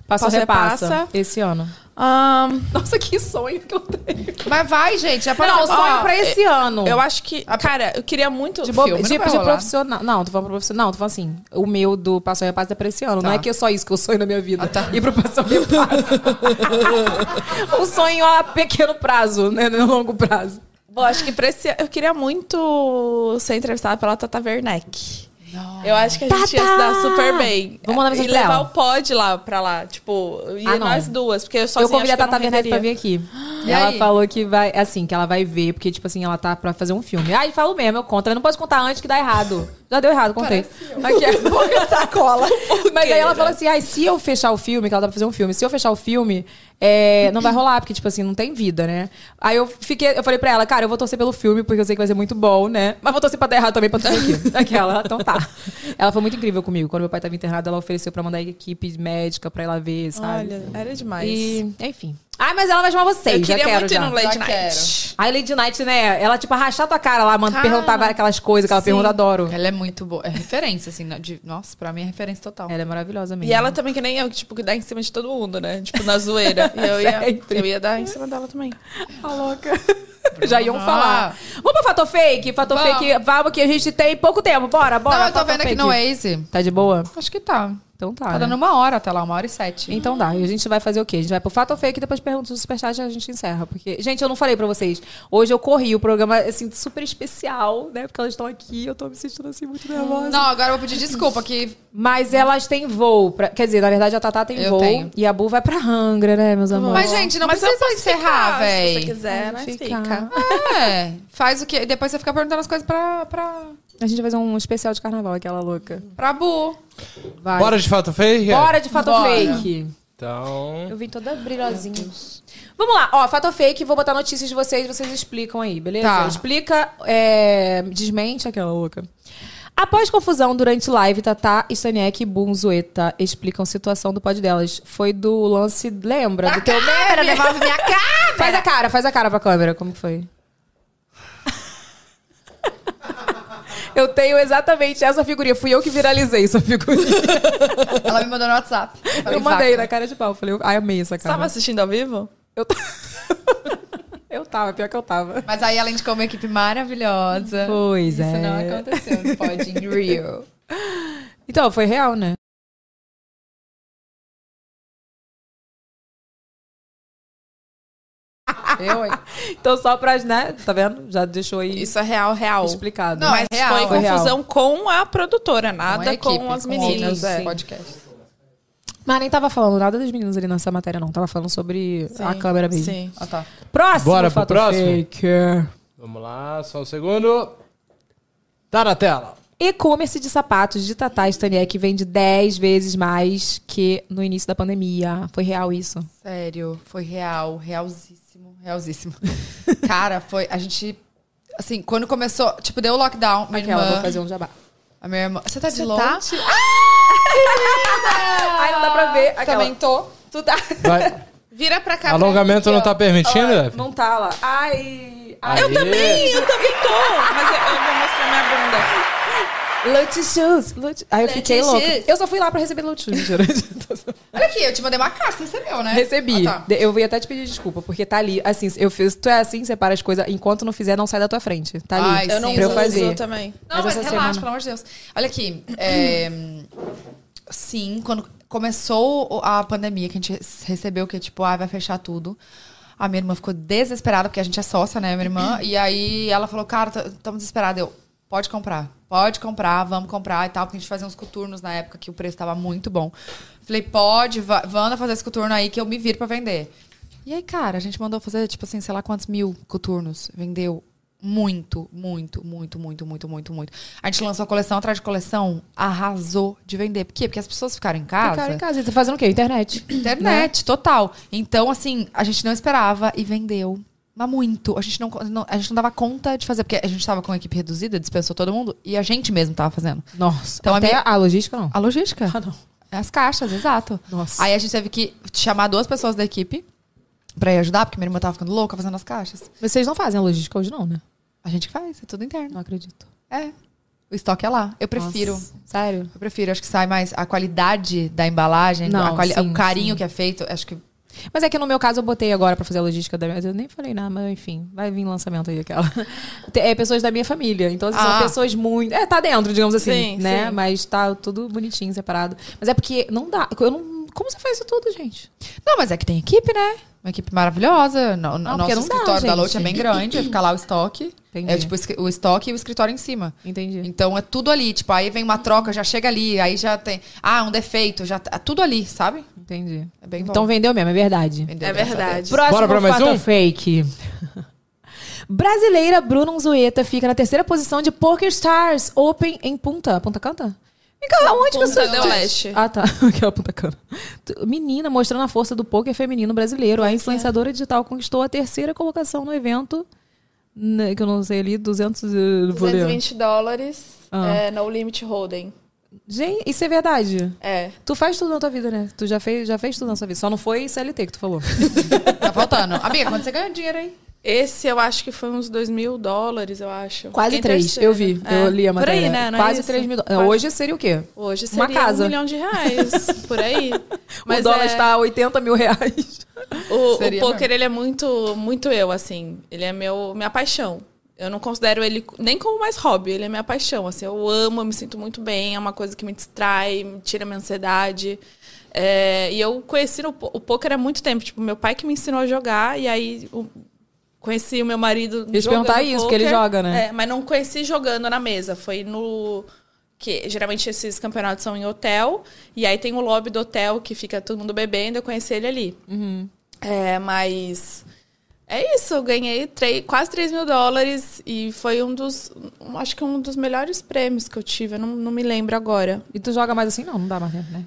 [SPEAKER 4] Passou
[SPEAKER 7] Passa,
[SPEAKER 4] repassa
[SPEAKER 7] repassa.
[SPEAKER 4] esse ano.
[SPEAKER 7] Ahn,
[SPEAKER 3] Nossa, que sonho que eu tenho.
[SPEAKER 5] Mas vai, gente. Já pode
[SPEAKER 4] Não,
[SPEAKER 5] ser-
[SPEAKER 4] sonho
[SPEAKER 5] ó,
[SPEAKER 4] pra esse ano.
[SPEAKER 7] Ah, eu acho que. Cara, eu queria muito. um
[SPEAKER 4] De, bo...
[SPEAKER 5] filme, não
[SPEAKER 4] de,
[SPEAKER 5] vai
[SPEAKER 4] de
[SPEAKER 5] rolar.
[SPEAKER 4] profissional. Não, tô falando pro profissional. Não, tô falando assim. O meu do Passou e Passa é pra esse ano. Não é que é só isso que eu sonho na minha vida.
[SPEAKER 5] Tá. Ah, tá.
[SPEAKER 4] E pro Passou e Passa. um sonho a pequeno prazo, né? No longo prazo.
[SPEAKER 7] Bom, acho que pra esse- eu queria muito ser entrevistada pela Tata Werneck. Eu acho que a gente ia se dar super bem.
[SPEAKER 4] Vamos mandar
[SPEAKER 7] E
[SPEAKER 4] mensagem pra
[SPEAKER 7] levar
[SPEAKER 4] ela.
[SPEAKER 7] o pod lá pra lá. Tipo, e
[SPEAKER 4] Ah, não.
[SPEAKER 7] nós duas. Porque eu sozinha
[SPEAKER 4] eu convidei a
[SPEAKER 7] acho que
[SPEAKER 4] Tata
[SPEAKER 7] não
[SPEAKER 4] Werneck pra vir
[SPEAKER 7] renderia.
[SPEAKER 4] aqui.
[SPEAKER 5] E
[SPEAKER 4] ela
[SPEAKER 5] aí?
[SPEAKER 4] falou que vai, assim, que ela vai ver, porque, tipo assim, ela tá pra fazer um filme. Aí falo mesmo, eu conto. Eu não posso contar antes que dá errado. Já deu errado, contei. Aqui é pouca sacola. Mas aí ela fala assim: ai, se eu fechar o filme, que ela tá pra fazer um filme, se eu fechar o filme, é, não vai rolar, porque, tipo assim, não tem vida, né? Aí eu fiquei, eu falei pra ela, cara, eu vou torcer pelo filme, porque eu sei que vai ser muito bom, né? Mas vou torcer pra dar errado também pra tu vir aqui. Aquela, então tá. Ela foi muito incrível comigo. Quando meu pai tava internado, ela ofereceu pra mandar a equipe médica pra ela ver, sabe?
[SPEAKER 7] Olha, era demais.
[SPEAKER 4] E, enfim. Ah, mas ela vai chamar vocês.
[SPEAKER 7] eu
[SPEAKER 4] já
[SPEAKER 7] queria
[SPEAKER 4] quero,
[SPEAKER 7] muito
[SPEAKER 4] já.
[SPEAKER 7] ir no Late
[SPEAKER 5] Já
[SPEAKER 7] Night.
[SPEAKER 5] quero.
[SPEAKER 4] Aí Lady Night, né? Ela, tipo, arrastar tua cara lá, mano, perguntava aquelas coisas que ela pergunta, adoro.
[SPEAKER 5] Ela é muito boa. É referência, assim. na- de- nossa, pra mim é referência total.
[SPEAKER 4] Ela é maravilhosa mesmo.
[SPEAKER 7] E ela também, que nem eu, que, tipo, que dá em cima de todo mundo, né? Tipo, na zoeira. E eu ia,
[SPEAKER 4] Sempre.
[SPEAKER 7] eu ia dar em cima dela também.
[SPEAKER 4] tá louca. Já iam
[SPEAKER 7] Ah.
[SPEAKER 5] Bruna.
[SPEAKER 4] falar. Vamos pro Fator Fake? Fator
[SPEAKER 5] Vamos.
[SPEAKER 4] Fake, vamos que a gente tem pouco tempo. Bora, bora.
[SPEAKER 5] Não, eu tô
[SPEAKER 4] fator
[SPEAKER 5] vendo aqui
[SPEAKER 4] fake.
[SPEAKER 5] no Waze.
[SPEAKER 4] Tá de boa?
[SPEAKER 5] Acho que tá.
[SPEAKER 4] Então tá.
[SPEAKER 5] Tá
[SPEAKER 4] né?
[SPEAKER 5] dando uma hora até lá, uma hora e sete.
[SPEAKER 4] Então dá. E a gente vai fazer o quê? A gente vai pro Fato ou Fake e depois pergunta do Superchat e a gente encerra. Porque, gente, eu não falei pra vocês. Hoje eu corri o programa, assim, super especial, né? Porque elas estão aqui, eu tô me sentindo, assim, muito nervosa.
[SPEAKER 5] Não, agora eu vou pedir desculpa que
[SPEAKER 4] Mas elas têm voo. Pra... Quer dizer, na verdade a Tatá tem
[SPEAKER 5] Eu
[SPEAKER 4] voo.
[SPEAKER 5] tenho.
[SPEAKER 4] E a Bu vai pra Angra, né, meus amores?
[SPEAKER 5] Mas, gente, não
[SPEAKER 7] eu
[SPEAKER 5] precisa
[SPEAKER 7] posso
[SPEAKER 5] encerrar,
[SPEAKER 7] ficar, Se você
[SPEAKER 5] véi.
[SPEAKER 7] quiser,
[SPEAKER 4] Vai
[SPEAKER 7] mas
[SPEAKER 4] ficar.
[SPEAKER 7] fica.
[SPEAKER 5] É, faz o quê? Depois você fica perguntando as coisas pra, pra,
[SPEAKER 4] A gente vai fazer um especial de carnaval, aquela louca.
[SPEAKER 5] pra Bu.
[SPEAKER 4] Vai.
[SPEAKER 1] Bora de fato feio?
[SPEAKER 4] Bora de fato
[SPEAKER 5] Bora.
[SPEAKER 4] fake.
[SPEAKER 1] Então.
[SPEAKER 4] Eu vim toda brilhosinha. Vamos lá, ó, fato ou fake, vou botar notícias de vocês, vocês explicam aí, beleza?
[SPEAKER 5] Tá.
[SPEAKER 4] Explica, é, desmente aquela louca. Após confusão durante live, Tatá, Staniek e Bunzueta explicam situação do pod delas. Foi do lance, lembra?
[SPEAKER 5] Ah,
[SPEAKER 4] do teu
[SPEAKER 5] Câmera, devolve minha cara!
[SPEAKER 4] Faz a cara, faz a cara pra câmera, como que foi? Eu tenho exatamente essa figurinha. Fui eu que viralizei essa figurinha.
[SPEAKER 5] Ela me mandou no WhatsApp.
[SPEAKER 4] Eu
[SPEAKER 7] né?
[SPEAKER 4] mandei na cara de pau. Falei, ai, amei essa
[SPEAKER 7] Você tava
[SPEAKER 4] cara.
[SPEAKER 7] assistindo ao vivo?
[SPEAKER 4] Eu, t- eu tava, pior que eu tava.
[SPEAKER 5] Mas aí ela indicou uma equipe maravilhosa.
[SPEAKER 4] Pois
[SPEAKER 5] Isso não
[SPEAKER 4] é.
[SPEAKER 5] aconteceu no Pod in Rio.
[SPEAKER 4] Então, foi real, né?
[SPEAKER 5] Eu, hein?
[SPEAKER 4] Então, só pras, né? Tá vendo? Já deixou aí
[SPEAKER 7] Isso é real, real.
[SPEAKER 4] explicado.
[SPEAKER 5] Não,
[SPEAKER 7] Mas
[SPEAKER 5] é real,
[SPEAKER 7] foi
[SPEAKER 5] é real.
[SPEAKER 7] confusão Então, com a produtora,
[SPEAKER 5] Não
[SPEAKER 7] nada
[SPEAKER 5] é
[SPEAKER 7] com,
[SPEAKER 5] equipe,
[SPEAKER 7] as meninas.
[SPEAKER 5] outras
[SPEAKER 7] é.
[SPEAKER 5] podcast.
[SPEAKER 4] Mas nem tava falando nada das meninas ali nessa matéria, não. Tava falando sobre a câmera mesmo.
[SPEAKER 7] Sim.
[SPEAKER 5] Ah, tá.
[SPEAKER 4] Próximo,
[SPEAKER 1] Bora pro
[SPEAKER 4] fato
[SPEAKER 1] próximo?
[SPEAKER 4] fake.
[SPEAKER 1] Vamos lá, só um segundo. Tá na tela.
[SPEAKER 4] E-commerce de sapatos de Tatá Staniek vende 10 vezes mais que no início da pandemia. Foi real isso?
[SPEAKER 5] Sério, foi real, realzíssimo, realzíssimo. Cara, foi. A gente. Assim, quando começou, tipo, deu o lockdown. Minha
[SPEAKER 4] Aquela,
[SPEAKER 5] irmã.
[SPEAKER 4] vou fazer um jabá. Ah!
[SPEAKER 5] A minha irmã. Você tá de
[SPEAKER 7] Você
[SPEAKER 5] longe?
[SPEAKER 7] tá?
[SPEAKER 4] Ai, não dá pra ver. Aquela.
[SPEAKER 5] Também tô. Tu tá.
[SPEAKER 1] Vai.
[SPEAKER 7] Vira pra cá.
[SPEAKER 1] Alongamento não tá permitindo, Eve?
[SPEAKER 4] Não tá lá. Ai. Ai.
[SPEAKER 1] Eu também!
[SPEAKER 7] Eu também tô, mas eu, eu vou mostrar minha bunda.
[SPEAKER 4] Lute shoes. Lute... Aí eu
[SPEAKER 5] Lute
[SPEAKER 4] fiquei louca.
[SPEAKER 5] shoes.
[SPEAKER 4] Eu só fui lá pra receber Lute shoes. geralmente.
[SPEAKER 5] Olha aqui, eu te mandei uma carta, você recebeu, né?
[SPEAKER 4] Recebi.
[SPEAKER 5] Ah, tá.
[SPEAKER 4] De- Eu ia até te pedir desculpa, porque tá ali. Assim, eu fiz. Tu é assim, separa as coisas. Enquanto não fizer, não sai da tua frente. Tá ali.
[SPEAKER 5] Ai,
[SPEAKER 7] Eu não
[SPEAKER 5] sim,
[SPEAKER 4] pra eu
[SPEAKER 7] uso,
[SPEAKER 4] fazer.
[SPEAKER 7] uso também.
[SPEAKER 5] Não,
[SPEAKER 4] Mas
[SPEAKER 5] mas,
[SPEAKER 4] essa
[SPEAKER 5] relaxa,
[SPEAKER 4] semana-
[SPEAKER 5] pelo amor de Deus. Olha aqui. é, sim, quando começou o- a pandemia, que a gente re- recebeu que, tipo, ah, vai fechar tudo. A minha irmã ficou desesperada, porque a gente é sócia, né, minha irmã? E aí ela falou, cara, estamos desesperada. Eu, pode comprar, pode comprar, vamos comprar e tal. Porque a gente fazia uns coturnos na época que o preço tava muito bom. Falei, pode, va- vanda fazer esse coturno aí que eu me viro pra vender. E aí, cara, a gente mandou fazer, tipo assim, sei lá quantos mil coturnos. Vendeu muito, muito, muito, muito, muito, muito, muito. A gente lançou coleção atrás de coleção, arrasou de vender. Por quê? Porque as pessoas ficaram em casa.
[SPEAKER 4] Ficaram em casa. Né? E tá fazendo o quê? Internet.
[SPEAKER 5] Internet, total. Então, assim, a gente não esperava e vendeu. Mas muito. A gente não, não- a gente não dava conta de fazer, porque a gente tava com a equipe reduzida, dispensou todo mundo, e a gente mesmo tava fazendo.
[SPEAKER 4] Nossa.
[SPEAKER 5] Então, a
[SPEAKER 4] até
[SPEAKER 5] minha-
[SPEAKER 4] a logística, não.
[SPEAKER 5] A logística.
[SPEAKER 4] Ah, não.
[SPEAKER 5] As caixas, exato.
[SPEAKER 4] Nossa.
[SPEAKER 5] Aí a gente teve que chamar duas pessoas da equipe pra ir ajudar, porque minha irmã tava ficando louca fazendo as caixas.
[SPEAKER 4] Vocês não fazem a logística hoje, não, né?
[SPEAKER 5] A gente que faz, é tudo interno.
[SPEAKER 4] Não acredito.
[SPEAKER 5] É. O estoque é lá. Eu prefiro.
[SPEAKER 4] Nossa, Sério?
[SPEAKER 5] Eu prefiro, acho que sai mais a qualidade da embalagem,
[SPEAKER 4] Não,
[SPEAKER 5] a quali-
[SPEAKER 4] sim,
[SPEAKER 5] o carinho que é feito, acho que
[SPEAKER 4] Mas é que no meu caso eu botei agora pra fazer a logística da minha. Eu nem falei nada, mas enfim, vai vir lançamento aí aquela. Te- É pessoas da minha família. Então assim,
[SPEAKER 5] Ah.
[SPEAKER 4] são pessoas muito. É, tá dentro, digamos assim.
[SPEAKER 7] Sim,
[SPEAKER 4] né?
[SPEAKER 7] sim.
[SPEAKER 4] Mas tá tudo bonitinho, separado. Mas é porque não dá. Eu não... Como você faz isso tudo, gente?
[SPEAKER 5] Não, mas é que tem equipe, né? Uma equipe maravilhosa. No, no-
[SPEAKER 4] Não, porque
[SPEAKER 5] nosso
[SPEAKER 4] não dá,
[SPEAKER 5] escritório da
[SPEAKER 4] gente.
[SPEAKER 5] Lote é bem grande, aí fica lá o estoque.
[SPEAKER 4] Entendi.
[SPEAKER 5] É tipo o escri- o estoque e o escritório em cima.
[SPEAKER 4] Entendi.
[SPEAKER 5] Então é tudo ali, tipo, aí vem uma troca, já chega ali, aí já tem. Ah, um defeito, já tá é tudo ali, sabe?
[SPEAKER 4] Entendi.
[SPEAKER 5] É bem bom.
[SPEAKER 4] Então vendeu mesmo, é verdade.
[SPEAKER 5] Vendeu,
[SPEAKER 7] É
[SPEAKER 5] graças a Deus.
[SPEAKER 7] verdade.
[SPEAKER 4] Próximo
[SPEAKER 1] Bora pra mais
[SPEAKER 4] fato
[SPEAKER 1] um?
[SPEAKER 4] fake. Brasileira Bruna Unzueta fica na terceira posição de Poker Stars Open em Punta. Punta Canta? Mica, onde que
[SPEAKER 7] Punta
[SPEAKER 4] você...
[SPEAKER 7] del Leste.
[SPEAKER 4] Ah, tá. Aquela Punta Canta. Tu- Menina mostrando a força do poker feminino brasileiro.
[SPEAKER 5] é.
[SPEAKER 4] A influenciadora digital conquistou a terceira colocação no evento... né, Que eu não sei ali, 200... e- vou ler.
[SPEAKER 7] 220 dólares,
[SPEAKER 4] Ah.
[SPEAKER 7] é, no limit holding.
[SPEAKER 4] Gente, isso é verdade.
[SPEAKER 7] É.
[SPEAKER 4] Tu faz tudo na tua vida, né? Tu já fez, já fez tudo na sua vida. Só não foi CLT que tu falou.
[SPEAKER 5] Tá faltando. Amiga, quando você ganha dinheiro aí?
[SPEAKER 7] Esse eu acho que foi uns 2 mil dólares, eu acho.
[SPEAKER 4] Quase
[SPEAKER 7] Fiquei em
[SPEAKER 4] três, eu vi.
[SPEAKER 7] terceiro.
[SPEAKER 4] Eu li a
[SPEAKER 7] Por
[SPEAKER 4] matéria.
[SPEAKER 7] aí, né? Não é
[SPEAKER 4] Quase
[SPEAKER 7] isso?
[SPEAKER 4] três mil dólares.
[SPEAKER 7] Quase-
[SPEAKER 4] Hoje seria o quê?
[SPEAKER 7] Hoje seria
[SPEAKER 4] Uma casa.
[SPEAKER 7] um milhão de reais, por aí.
[SPEAKER 4] o dólar
[SPEAKER 7] é,
[SPEAKER 4] está a 80 mil reais.
[SPEAKER 7] O, o
[SPEAKER 5] Seria
[SPEAKER 7] poker, ele é muito, muito eu, assim. Ele é meu, minha paixão. Eu não considero ele nem como mais hobby, ele é minha paixão. Assim, eu amo, eu me sinto muito bem, é uma coisa que me distrai, me tira minha ansiedade. É, e eu conheci no po- o poker há muito tempo. Tipo, meu pai que me ensinou a jogar, e aí o- conheci o meu marido.
[SPEAKER 4] ia te
[SPEAKER 7] jogando
[SPEAKER 4] perguntar isso, porque ele
[SPEAKER 7] pôquer.
[SPEAKER 4] joga, né?
[SPEAKER 7] É, mas não conheci jogando na mesa. Foi no. Que geralmente esses campeonatos são em hotel. E aí tem o lobby do hotel que fica todo mundo bebendo. Eu conheci ele ali.
[SPEAKER 4] Uhum.
[SPEAKER 7] É, mas. É isso, eu ganhei três- quase 3 mil dólares e foi um dos. um- acho que um dos melhores prêmios que eu tive. Eu não, não me lembro agora.
[SPEAKER 4] E tu joga mais assim? Não, não dá mais tempo, né?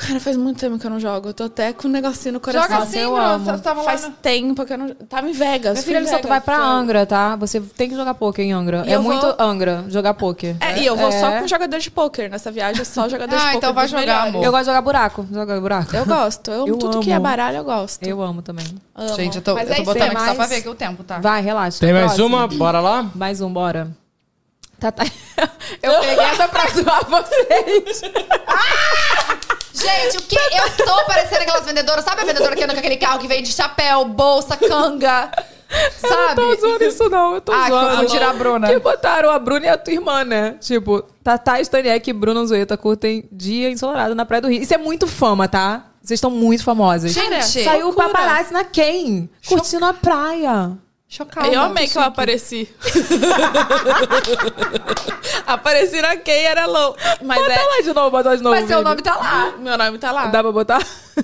[SPEAKER 7] Cara, faz muito tempo que eu não jogo. Eu tô até com um negocinho no coração.
[SPEAKER 5] Joga assim,
[SPEAKER 4] eu
[SPEAKER 5] Bruno.
[SPEAKER 4] amo.
[SPEAKER 5] Você tava
[SPEAKER 7] faz
[SPEAKER 5] lá. no-
[SPEAKER 7] tempo que eu não. Tava em Vegas.
[SPEAKER 4] Meu
[SPEAKER 7] fui
[SPEAKER 4] filho,
[SPEAKER 7] em
[SPEAKER 4] olha só, tu
[SPEAKER 7] Vegas,
[SPEAKER 4] vai pra
[SPEAKER 7] então-
[SPEAKER 4] Angra, tá? Você tem que jogar poker em Angra.
[SPEAKER 7] E
[SPEAKER 4] é
[SPEAKER 7] eu
[SPEAKER 4] muito
[SPEAKER 7] vou-
[SPEAKER 4] Angra jogar poker.
[SPEAKER 7] É, e eu vou só
[SPEAKER 4] É.
[SPEAKER 7] com jogador de pôquer. Nessa viagem é só jogador de
[SPEAKER 5] Ah,
[SPEAKER 7] pôquer.
[SPEAKER 5] então vai
[SPEAKER 7] dos
[SPEAKER 5] jogar,
[SPEAKER 7] melhores.
[SPEAKER 5] amor.
[SPEAKER 4] Eu gosto de jogar buraco. Joga buraco.
[SPEAKER 7] Eu gosto. Eu amo
[SPEAKER 4] Eu
[SPEAKER 7] tudo que é
[SPEAKER 4] amo.
[SPEAKER 7] baralho, eu gosto.
[SPEAKER 4] Eu amo também.
[SPEAKER 7] Amo.
[SPEAKER 5] Gente, eu tô,
[SPEAKER 7] Mas
[SPEAKER 5] eu tô
[SPEAKER 7] é isso,
[SPEAKER 5] botando
[SPEAKER 4] tem
[SPEAKER 5] aqui só
[SPEAKER 4] mais?
[SPEAKER 5] pra ver que o tempo tá.
[SPEAKER 4] Vai, relaxa.
[SPEAKER 1] Tem mais
[SPEAKER 4] Próximo.
[SPEAKER 1] uma? Bora lá?
[SPEAKER 4] Mais um, bora. Tata... Eu peguei essa pra zoar vocês.
[SPEAKER 5] Gente, o que? Eu tô parecendo aquelas vendedoras. Sabe a vendedora que anda com aquele carro que vende chapéu, bolsa, canga? Sabe?
[SPEAKER 4] Não tô zoando isso, não. Eu tô
[SPEAKER 5] Ah, que
[SPEAKER 4] zoando.
[SPEAKER 5] eu vou tirar a Bruna.
[SPEAKER 4] Que botaram a Bruna e a tua irmã, né? Tipo, Tatá Staniek e Bruna Zoeta curtem dia ensolarado na Praia do Rio. Isso é muito fama, tá? Vocês estão muito famosas.
[SPEAKER 5] Gente,
[SPEAKER 4] Saiu o paparazzi na quem? Curtindo a praia.
[SPEAKER 5] Chocada.
[SPEAKER 7] eu amei que
[SPEAKER 4] é
[SPEAKER 7] eu apareci. apareci na quem era low. Mas
[SPEAKER 4] Bota
[SPEAKER 7] é.
[SPEAKER 4] lá de novo, bota lá de novo.
[SPEAKER 5] Mas seu
[SPEAKER 4] vídeo.
[SPEAKER 5] nome tá lá.
[SPEAKER 7] Meu nome tá lá.
[SPEAKER 4] Dá pra botar?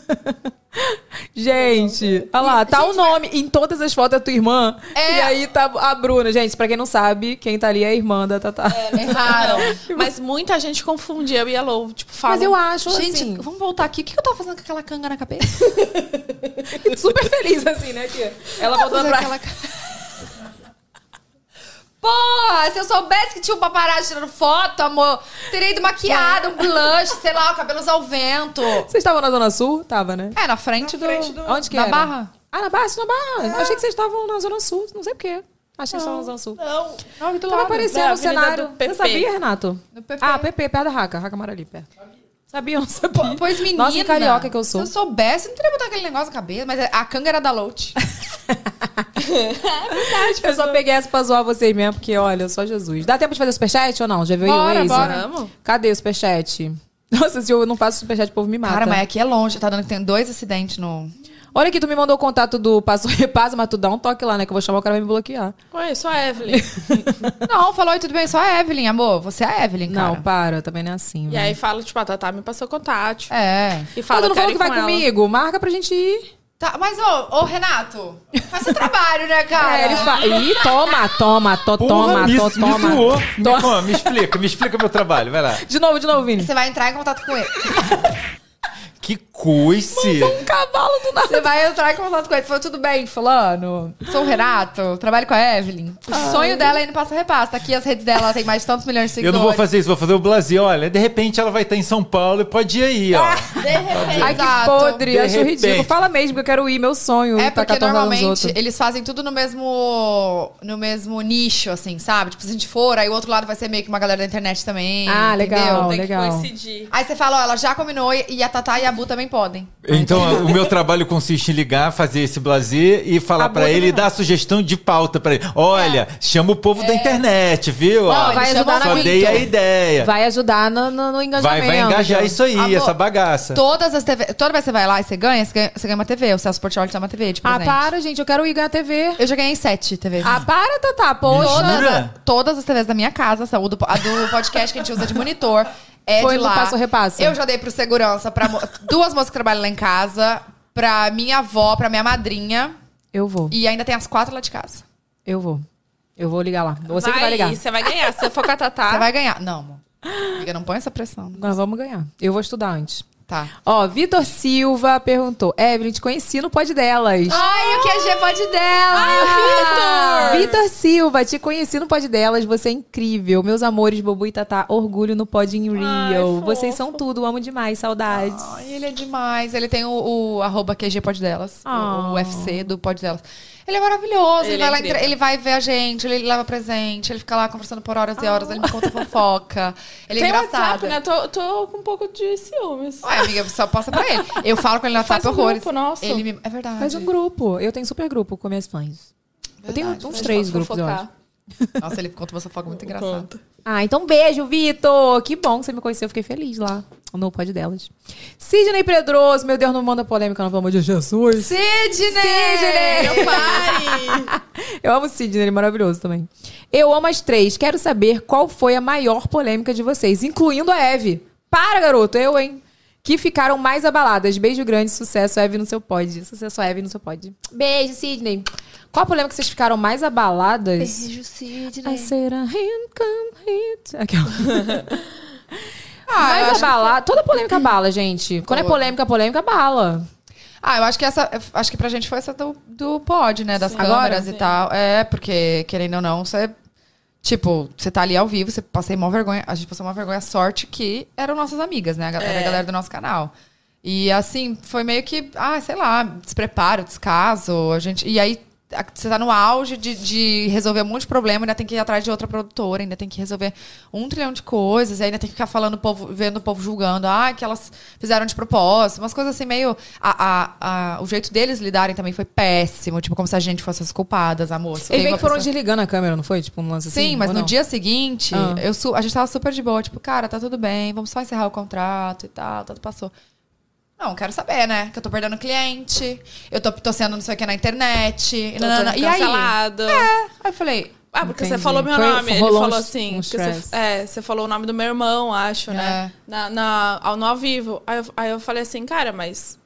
[SPEAKER 4] gente, olha lá, tá o nome em todas as fotos da tua irmã.
[SPEAKER 5] É.
[SPEAKER 4] E aí tá a Bruna. Gente, pra quem não sabe, quem tá ali é a irmã da Tatá.
[SPEAKER 5] Erraram.
[SPEAKER 7] Mas muita gente confunde eu e a low. Tipo, fala.
[SPEAKER 4] Mas eu acho,
[SPEAKER 5] Gente,
[SPEAKER 4] assim...
[SPEAKER 5] vamos voltar aqui. O que que eu tava fazendo com aquela canga na cabeça?
[SPEAKER 4] super feliz, assim, né? Que ela voltou
[SPEAKER 5] Fazer
[SPEAKER 4] pra.
[SPEAKER 5] aquela ca- Porra, se eu soubesse que tinha um paparazzi tirando foto, amor, teria ido maquiada, um blush, sei lá, o cabelos ao vento.
[SPEAKER 4] Vocês estavam na Zona Sul? Tava, né?
[SPEAKER 5] É, na frente, do...
[SPEAKER 4] Onde que
[SPEAKER 5] na
[SPEAKER 4] era?
[SPEAKER 5] barra.
[SPEAKER 4] Ah, na Barra? Na Barra. Achei que vocês estavam na Zona Sul. Não sei porquê. Achei que estavam na Zona Sul.
[SPEAKER 7] Não.
[SPEAKER 5] Não, do
[SPEAKER 4] Tava
[SPEAKER 5] lado.
[SPEAKER 4] aparecendo
[SPEAKER 7] da
[SPEAKER 4] no
[SPEAKER 7] Avenida
[SPEAKER 4] cenário.
[SPEAKER 7] do
[SPEAKER 4] Você
[SPEAKER 7] PP.
[SPEAKER 4] sabia, Renato?
[SPEAKER 5] Do PP.
[SPEAKER 4] Ah, PP, perto da Raca. Raca Marali, perto. Sabia, ou não sabia.
[SPEAKER 5] Pois menina.
[SPEAKER 4] Nossa, que carioca que eu sou.
[SPEAKER 5] Se eu soubesse, eu não teria botado aquele negócio na cabeça, mas a canga era da Lout.
[SPEAKER 4] Eu só peguei essa pra zoar vocês mesmo, porque olha, só Jesus. Dá tempo de fazer superchat ou não? Já veio
[SPEAKER 5] Bora,
[SPEAKER 4] o Waze?
[SPEAKER 5] bora.
[SPEAKER 7] Vamos.
[SPEAKER 4] Cadê o superchat? Nossa, se eu não faço superchat, o povo me mata.
[SPEAKER 5] Cara, mas aqui é longe, tá dando que tem dois acidentes no.
[SPEAKER 4] Olha aqui, tu me mandou o contato do Passo Repasso, mas tu dá um toque lá, né? Que eu vou chamar o cara vai me bloquear.
[SPEAKER 7] Oi, sou a Evelyn.
[SPEAKER 5] Não, falou, oi, tudo bem? Só a Evelyn, amor. Você é a Evelyn, cara.
[SPEAKER 4] Não, para, também não é assim.
[SPEAKER 7] e aí fala, tipo, a Tatá me passou contato.
[SPEAKER 5] É.
[SPEAKER 7] E
[SPEAKER 4] Fala,
[SPEAKER 7] fala,
[SPEAKER 4] tu não
[SPEAKER 7] eu
[SPEAKER 4] falou que
[SPEAKER 7] quero
[SPEAKER 4] vai
[SPEAKER 7] ir com ela.
[SPEAKER 4] comigo? Marca pra gente ir.
[SPEAKER 5] Tá, mas ô, ô Renato, faz seu trabalho, né, cara?
[SPEAKER 4] É, ele fala. Ih, toma, toma, to, toma,
[SPEAKER 8] me,
[SPEAKER 4] to,
[SPEAKER 8] me
[SPEAKER 4] toma.
[SPEAKER 8] zoou.
[SPEAKER 4] To-
[SPEAKER 8] Me, como? me explica, me explica meu trabalho, vai lá.
[SPEAKER 4] De novo, de novo, Vini.
[SPEAKER 5] Você vai entrar em contato com ele.
[SPEAKER 8] Que coice.
[SPEAKER 4] Cavalo do nada.
[SPEAKER 5] Você vai entrar em contato com ele. Falou, tudo bem, fulano? Sou o Renato, trabalho com a Evelyn. O sonho dela é ir no Passa Repassa. Aqui as redes dela tem mais de tantos
[SPEAKER 4] é
[SPEAKER 5] milhões
[SPEAKER 4] um
[SPEAKER 5] de
[SPEAKER 8] Eu
[SPEAKER 5] seguidores.
[SPEAKER 8] não vou fazer isso, vou fazer o Blasi. Olha, de repente ela vai estar em São Paulo e pode ir aí, ó.
[SPEAKER 4] Ai, que
[SPEAKER 5] Exato.
[SPEAKER 4] podre,
[SPEAKER 8] De
[SPEAKER 4] acho
[SPEAKER 8] repente.
[SPEAKER 4] ridículo. Fala mesmo que eu quero ir, meu sonho.
[SPEAKER 5] É
[SPEAKER 4] tacar
[SPEAKER 5] porque
[SPEAKER 4] torrada nos
[SPEAKER 5] normalmente
[SPEAKER 4] outros.
[SPEAKER 5] eles fazem tudo no mesmo no mesmo nicho, assim, sabe? Tipo, se a gente for, aí o outro lado vai ser meio que uma galera da internet também.
[SPEAKER 4] Ah, legal,
[SPEAKER 5] entendeu?
[SPEAKER 7] Tem que
[SPEAKER 4] legal.
[SPEAKER 7] coincidir.
[SPEAKER 5] Aí você fala, ó, ela já combinou e a Tatá e a Bu também podem.
[SPEAKER 8] Então, o meu trabalho consiste em ligar, fazer esse blazer e falar pra ele e dar sugestão de pauta pra ele. Olha, chama o povo da internet, viu? Ah,
[SPEAKER 4] Ó, É. vai
[SPEAKER 8] Só
[SPEAKER 4] ajudar na
[SPEAKER 8] dei a
[SPEAKER 5] Victor.
[SPEAKER 8] ideia.
[SPEAKER 4] Vai ajudar no, no- no
[SPEAKER 8] Vai,
[SPEAKER 4] engajamento.
[SPEAKER 8] vai engajar isso aí,
[SPEAKER 5] Amor,
[SPEAKER 8] essa bagaça.
[SPEAKER 5] Todas as TV. Toda vez que você vai lá e você ganha, você ganha, você ganha uma TV. O Celso Portioli tem uma TV de
[SPEAKER 4] Ah,
[SPEAKER 5] presente.
[SPEAKER 4] para, gente. Eu quero ir ganhar TV.
[SPEAKER 5] Eu já ganhei sete TVs.
[SPEAKER 4] Ah, para, Tatá. Poxa.
[SPEAKER 5] todas,
[SPEAKER 8] jura?
[SPEAKER 5] todas as TVs da minha casa, são. O do, a do podcast que a gente usa de monitor. É
[SPEAKER 4] Foi
[SPEAKER 5] de
[SPEAKER 4] no
[SPEAKER 5] lá.
[SPEAKER 4] Passo Repasso.
[SPEAKER 5] Eu já dei pro segurança, pra mo- duas moças que trabalham lá em casa, pra minha avó, pra minha madrinha.
[SPEAKER 4] Eu vou.
[SPEAKER 5] E ainda tem as quatro lá de casa.
[SPEAKER 4] Eu vou. Eu vou ligar lá. Você
[SPEAKER 7] vai,
[SPEAKER 4] que vai ligar.
[SPEAKER 7] Você vai ganhar. Se você for com a Tatá.
[SPEAKER 5] Você vai ganhar. Não, amor. Amiga, não põe essa pressão.
[SPEAKER 4] Nós vamos ganhar. Eu vou estudar antes.
[SPEAKER 5] Tá.
[SPEAKER 4] Ó, Vitor Silva perguntou. Evelyn, te conheci no Pod Delas.
[SPEAKER 5] Ai, o QG pode dela! Ah,
[SPEAKER 4] Vitor Silva, te conheci no Pod Delas. Você é incrível. Meus amores, Bobu e Tatá, orgulho no Pod in Rio. Vocês são tudo. Amo demais. Saudades.
[SPEAKER 5] é Ai, ele é demais. Ele tem o, o arroba QG Pode Delas. o-
[SPEAKER 4] Ah.
[SPEAKER 5] O UFC do Pode Delas. Ele é maravilhoso. Ele,
[SPEAKER 7] Ele é
[SPEAKER 5] vai lá,
[SPEAKER 7] incrível.
[SPEAKER 5] entre- ele vai ver a gente, ele leva presente, ele fica lá conversando por horas e horas, ele me conta fofoca. Ele é
[SPEAKER 7] Tem
[SPEAKER 5] engraçado.
[SPEAKER 7] WhatsApp, né? Tô, tô com um pouco de ciúmes.
[SPEAKER 5] Ué, amiga, só passa pra ele. Eu falo com ele no WhatsApp
[SPEAKER 7] Faz um
[SPEAKER 5] horrores.
[SPEAKER 7] grupo nosso.
[SPEAKER 5] Ele me... É verdade.
[SPEAKER 4] Faz um grupo. Eu tenho super grupo com minhas fãs. eu tenho um
[SPEAKER 5] Verdade,
[SPEAKER 4] uns
[SPEAKER 5] faz
[SPEAKER 4] três
[SPEAKER 7] Vou
[SPEAKER 4] grupos, eu acho.
[SPEAKER 7] focar.
[SPEAKER 5] Nossa, ele conta uma fofoca muito engraçada.
[SPEAKER 4] Ah, então beijo, Vitor! Que bom que você me conheceu, eu fiquei feliz lá no pod delas. Sidney Pedroso, meu Deus, não manda polêmica, não, pelo amor de Jesus.
[SPEAKER 5] Sidney!
[SPEAKER 4] Sidney! Eu amo o Sidney, ele é maravilhoso também. Eu amo as três, quero saber qual foi a maior polêmica de vocês, incluindo a Eve. Para, garoto, eu, hein? Que ficaram mais abaladas. Beijo grande, sucesso, Eve no seu pod. Sucesso, Eve no seu pod. Beijo, Sidney. Qual a polêmica que vocês ficaram mais abaladas?
[SPEAKER 5] né?
[SPEAKER 4] I said I ain't come here. Aquela.
[SPEAKER 5] Ah, eu
[SPEAKER 4] Mas
[SPEAKER 5] acho-
[SPEAKER 4] abala. Toda polêmica abala, gente. Quando é
[SPEAKER 5] Toda.
[SPEAKER 4] polêmica, polêmica abala.
[SPEAKER 5] Ah, eu acho que essa. Acho que pra gente foi essa do, do pod, né? Das
[SPEAKER 7] Sim.
[SPEAKER 5] câmeras
[SPEAKER 7] Agora?
[SPEAKER 5] e tal. É, porque, querendo ou não, você. Tipo, você tá ali ao vivo, você passei mó vergonha. A gente passou uma vergonha sorte que eram nossas amigas, né? a gal- Era a
[SPEAKER 7] É.
[SPEAKER 5] galera do nosso canal. E assim, foi meio que, ah, sei lá, despreparo, descaso. A gente, e aí a- você tá no auge de, de resolver um monte de problema, ainda tem que ir atrás de outra produtora, ainda tem que resolver um trilhão de coisas, e ainda tem que ficar falando o povo, vendo o povo julgando, ah, que elas fizeram de propósito, umas coisas assim, meio. a- a- a- o jeito deles lidarem também foi péssimo, tipo, como se a gente fosse as culpadas, a moça.
[SPEAKER 4] Eles
[SPEAKER 5] Tem
[SPEAKER 4] meio
[SPEAKER 5] uma
[SPEAKER 4] que foram
[SPEAKER 5] pessoa-
[SPEAKER 4] desligando a câmera, não foi? Tipo, um lance assim.
[SPEAKER 5] Sim, mas
[SPEAKER 4] ou
[SPEAKER 5] no
[SPEAKER 4] não?
[SPEAKER 5] dia seguinte,
[SPEAKER 4] Ah.
[SPEAKER 5] eu su- a gente tava super de boa. Tipo, cara, tá tudo bem, vamos só encerrar o contrato e tal, tudo passou. Não, quero saber, né? Que eu tô perdendo cliente, eu tô, tô sendo não sei o que na internet. E,
[SPEAKER 7] Tô
[SPEAKER 5] nanana.
[SPEAKER 7] sendo
[SPEAKER 5] e aí? É. Aí
[SPEAKER 7] cancelado.
[SPEAKER 5] eu falei,
[SPEAKER 7] Ah, porque
[SPEAKER 4] Entendi.
[SPEAKER 7] você falou meu
[SPEAKER 4] Foi-
[SPEAKER 7] nome. Ele
[SPEAKER 4] rolou
[SPEAKER 7] falou
[SPEAKER 4] um-
[SPEAKER 7] assim.
[SPEAKER 4] um
[SPEAKER 7] porque você-
[SPEAKER 4] stress.
[SPEAKER 7] é, você falou o nome do meu irmão, acho,
[SPEAKER 5] É.
[SPEAKER 7] né? Na, na- ao, no ao vivo. Aí eu, aí eu falei assim, cara, mas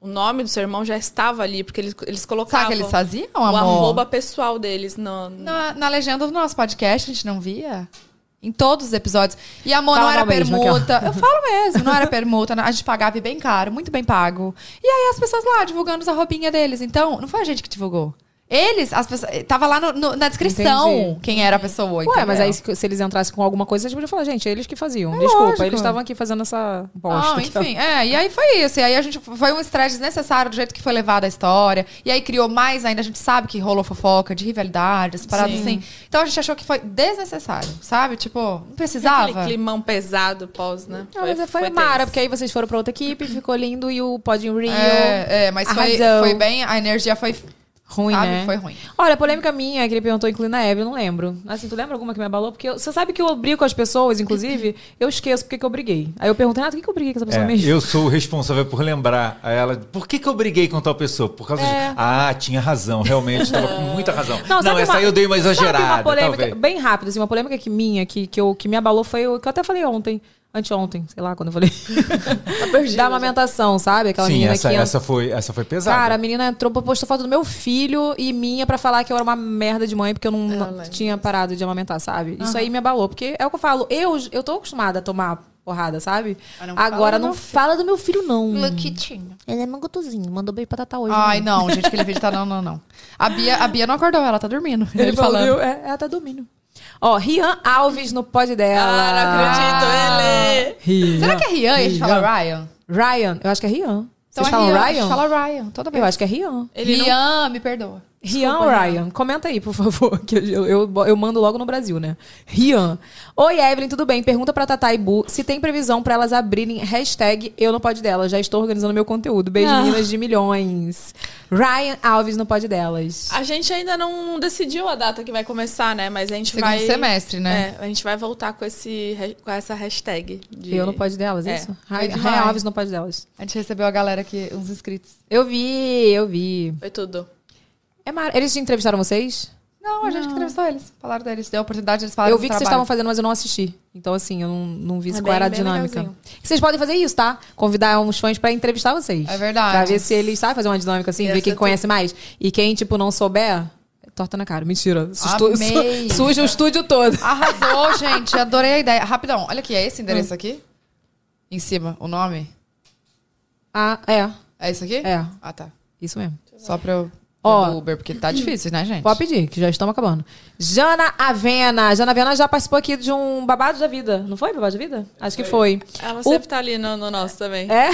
[SPEAKER 7] o nome do seu irmão já estava ali, porque eles, eles
[SPEAKER 5] sabe o
[SPEAKER 7] colocavam
[SPEAKER 5] que eles faziam,
[SPEAKER 7] o
[SPEAKER 5] amor?
[SPEAKER 7] arroba pessoal deles no. no-
[SPEAKER 5] Na, na legenda do nosso podcast, a gente não via? Em todos os episódios. E amor,
[SPEAKER 4] Fala
[SPEAKER 5] não era
[SPEAKER 4] mal mesmo,
[SPEAKER 5] permuta. Eu falo mesmo, não era permuta. não- A gente pagava e bem caro, muito bem pago. E aí as pessoas lá divulgando os arrobinha deles. Então, não foi a gente que divulgou. Eles, as pessoas. Tava lá no- no- na descrição
[SPEAKER 4] Entendi.
[SPEAKER 5] quem era a pessoa.
[SPEAKER 4] Ué,
[SPEAKER 5] entendeu?
[SPEAKER 4] mas é aí se se eles entrassem com alguma coisa, a gente podia falar, gente, eles que faziam.
[SPEAKER 5] É
[SPEAKER 4] Desculpa,
[SPEAKER 5] lógico.
[SPEAKER 4] eles estavam aqui fazendo essa bosta. então."
[SPEAKER 5] Não, enfim, é, e aí foi isso. E aí a gente foi um estresse desnecessário do jeito que foi levada a história. E aí criou mais ainda, a gente sabe que rolou fofoca de rivalidade, essas paradas assim. Então a gente achou que foi desnecessário, sabe? Tipo, não
[SPEAKER 7] Aquele
[SPEAKER 5] precisava.
[SPEAKER 7] climão pesado pós, né?
[SPEAKER 4] Não, mas foi,
[SPEAKER 7] tenso.
[SPEAKER 4] mara, porque aí vocês foram pra outra equipe, ficou lindo e o Pod in Rio.
[SPEAKER 5] É, é, mas foi,
[SPEAKER 4] Arrasou.
[SPEAKER 5] foi bem, a energia foi,
[SPEAKER 4] Ruim,
[SPEAKER 5] sabe?
[SPEAKER 4] né?
[SPEAKER 5] Foi ruim.
[SPEAKER 4] Olha, a polêmica minha que ele perguntou, incluindo a Eve, eu não lembro. Assim, tu lembra alguma que me abalou? Porque eu- você sabe que eu brigo com as pessoas, inclusive, eu esqueço porque que eu briguei. Aí eu perguntei, ah, por que, que eu briguei com essa pessoa
[SPEAKER 8] É,
[SPEAKER 4] mesmo?
[SPEAKER 8] eu sou o responsável por lembrar a ela. Por que, que eu briguei com tal pessoa? Por causa de. Ah, tinha razão, realmente. Tava com muita razão. Não,
[SPEAKER 4] É. sabe
[SPEAKER 8] essa
[SPEAKER 4] uma-
[SPEAKER 8] aí eu dei uma
[SPEAKER 4] sabe
[SPEAKER 8] exagerada.
[SPEAKER 4] uma polêmica,
[SPEAKER 8] talvez.
[SPEAKER 4] bem rápida, assim, uma polêmica que minha, que, que, eu, que me abalou foi o que eu até falei ontem, anteontem, sei lá, quando eu falei. da amamentação, sabe? Aquela
[SPEAKER 8] Tá Sim,
[SPEAKER 4] menina
[SPEAKER 8] essa,
[SPEAKER 4] que entra-
[SPEAKER 8] essa, foi, essa foi pesada.
[SPEAKER 4] Cara, a menina entrou, postou foto do meu filho e minha pra falar que eu era uma merda de mãe porque eu
[SPEAKER 8] Ah,
[SPEAKER 4] não tinha parado de amamentar, sabe? Isso aí me abalou, porque é o que eu falo. Eu, eu tô acostumada a tomar porrada, sabe?
[SPEAKER 5] Mas não fala
[SPEAKER 4] Agora
[SPEAKER 5] do
[SPEAKER 4] não
[SPEAKER 5] meu
[SPEAKER 4] fala do meu filho, não.
[SPEAKER 5] Luquitinho.
[SPEAKER 4] Ele é mangotuzinho, mandou beijo pra Tatá hoje.
[SPEAKER 5] Ai,
[SPEAKER 4] né?
[SPEAKER 5] não, gente, aquele vídeo tá não, não, não. A Bia, a Bia não acordou, ela tá dormindo. Ele,
[SPEAKER 4] Ele, falou,
[SPEAKER 5] falando.
[SPEAKER 4] viu? É, ela tá dormindo. Ó, Rian Alves no pod dela.
[SPEAKER 7] Ah, não acredito, ele.
[SPEAKER 4] Rian.
[SPEAKER 5] Será que é Rian e a gente fala Ryan?
[SPEAKER 4] Ryan, eu acho que é Rian. Vocês
[SPEAKER 5] é
[SPEAKER 4] falam
[SPEAKER 5] Rian, a gente
[SPEAKER 4] Ryan?
[SPEAKER 5] fala Ryan, toda vez.
[SPEAKER 4] Eu acho que é Rian.
[SPEAKER 7] Ele não-
[SPEAKER 5] Rian, me perdoa.
[SPEAKER 4] Rian ou Ryan? Comenta aí, por favor, que eu, eu, eu mando logo no Brasil, né? Rian. Oi, Evelyn, tudo bem? Pergunta pra Tatá e Bu se tem previsão pra elas abrirem hashtag Eu no Pode Delas. Já estou organizando meu conteúdo. Beijo, meninas de milhões. Ryan Alves no Pode Delas.
[SPEAKER 7] A gente ainda não decidiu a data que vai começar, né? Mas a gente
[SPEAKER 5] Segundo
[SPEAKER 7] vai.
[SPEAKER 5] semestre, né?
[SPEAKER 7] É, a gente vai voltar com, esse, com essa hashtag. De...
[SPEAKER 4] Eu no Pode Delas, é
[SPEAKER 7] É.
[SPEAKER 4] isso?
[SPEAKER 5] Foi
[SPEAKER 4] Ryan,
[SPEAKER 5] demais.
[SPEAKER 4] Ryan Alves no Pode Delas.
[SPEAKER 5] A gente recebeu a galera aqui, uns inscritos.
[SPEAKER 4] Eu vi, eu vi.
[SPEAKER 7] Foi tudo.
[SPEAKER 4] É mar... Eles te entrevistaram vocês?
[SPEAKER 5] Não, a gente que entrevistou eles. Falaram deles, deu a oportunidade, eles falaram
[SPEAKER 4] Eu vi que
[SPEAKER 5] do
[SPEAKER 4] vocês estavam
[SPEAKER 5] trabalho.
[SPEAKER 4] fazendo, mas eu não assisti. Então, assim, eu não, não vi
[SPEAKER 7] É
[SPEAKER 4] qual era a
[SPEAKER 7] bem- bem
[SPEAKER 4] dinâmica.
[SPEAKER 7] legalzinho.
[SPEAKER 4] E vocês podem fazer isso, tá? Convidar uns fãs pra entrevistar vocês.
[SPEAKER 5] É verdade.
[SPEAKER 4] Pra ver se eles sabem fazer uma dinâmica assim,
[SPEAKER 7] Ia
[SPEAKER 4] ver quem
[SPEAKER 7] ser tu-
[SPEAKER 4] conhece mais. E quem, tipo, não souber, é torta na cara. Mentira. Su- estu-
[SPEAKER 5] Amei.
[SPEAKER 4] su- Suja o estúdio todo.
[SPEAKER 5] Arrasou, gente. Adorei a ideia. Rapidão, olha aqui, é esse
[SPEAKER 4] Hum.
[SPEAKER 5] endereço aqui? Em cima, o nome?
[SPEAKER 4] Ah, é.
[SPEAKER 5] É isso aqui?
[SPEAKER 4] É.
[SPEAKER 5] Ah, tá.
[SPEAKER 4] Isso mesmo.
[SPEAKER 5] Só pra eu
[SPEAKER 4] Ó.
[SPEAKER 5] pegar o Uber, porque tá difícil, né, gente?
[SPEAKER 4] Pode pedir, que já estamos acabando. Jana Avena. Jana Avena já participou aqui de um babado da vida. Não foi babado da vida? Acho que foi.
[SPEAKER 7] Ela
[SPEAKER 4] O
[SPEAKER 7] sempre tá ali no, no nosso também.
[SPEAKER 4] É?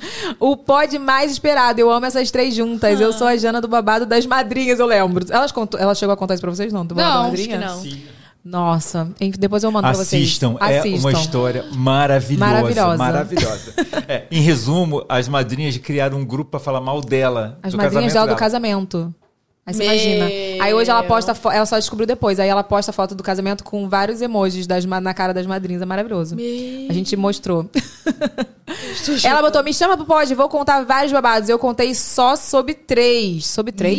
[SPEAKER 4] o pod mais esperado. Eu amo essas três juntas. Eu sou a Jana do Babado das Madrinhas, eu lembro. Elas contou, ela chegou a contar isso pra vocês, não? Do Babado
[SPEAKER 5] Não,
[SPEAKER 4] da
[SPEAKER 5] acho
[SPEAKER 4] Madrinha?
[SPEAKER 7] não.
[SPEAKER 4] Nossa. Enfim, Depois eu mando
[SPEAKER 8] Assistam,
[SPEAKER 4] pra vocês.
[SPEAKER 8] é uma história maravilhosa.
[SPEAKER 4] Maravilhosa.
[SPEAKER 8] Maravilhosa. É, em resumo, as madrinhas criaram um grupo pra falar mal dela.
[SPEAKER 4] As
[SPEAKER 8] do
[SPEAKER 4] madrinhas
[SPEAKER 8] casamento
[SPEAKER 4] dela
[SPEAKER 8] dela
[SPEAKER 4] do casamento. Aí você
[SPEAKER 7] Meu.
[SPEAKER 4] imagina. Aí hoje ela posta, fo- ela só descobriu depois. Aí ela posta a foto do casamento com vários emojis das, ma- na cara das madrinhas. É maravilhoso. A gente mostrou. ela botou, me chama pro pod, vou contar vários babados. Eu contei só sobre três. Sobre três?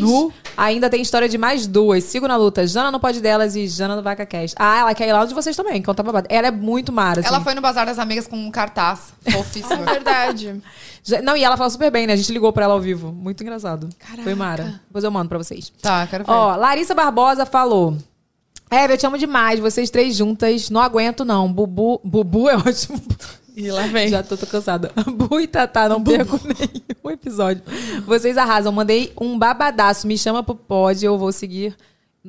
[SPEAKER 4] Ainda tem história de mais duas. Sigo na luta. Jana no pod delas e Jana no VacaCast. Ah, ela quer ir lá onde vocês também, contar babado. Ela é muito mara, assim.
[SPEAKER 5] Ela foi no Bazar das Amigas com um cartaz fofíssimo.
[SPEAKER 7] É Verdade.
[SPEAKER 4] Já- Não, e ela fala super bem, né? A gente ligou pra ela ao vivo. Muito engraçado. Foi mara. Depois eu mando pra vocês.
[SPEAKER 5] tá, quero ver.
[SPEAKER 4] Ó, Larissa Barbosa falou. É, eu te amo demais, vocês três juntas. Não aguento, não. Bubu. Bubu é ótimo.
[SPEAKER 7] E lá vem.
[SPEAKER 4] Já tô, tô cansada. Bu e Tatá, não perco nenhum episódio. Vocês arrasam. Mandei um babadaço. Me chama pro pod, eu vou seguir.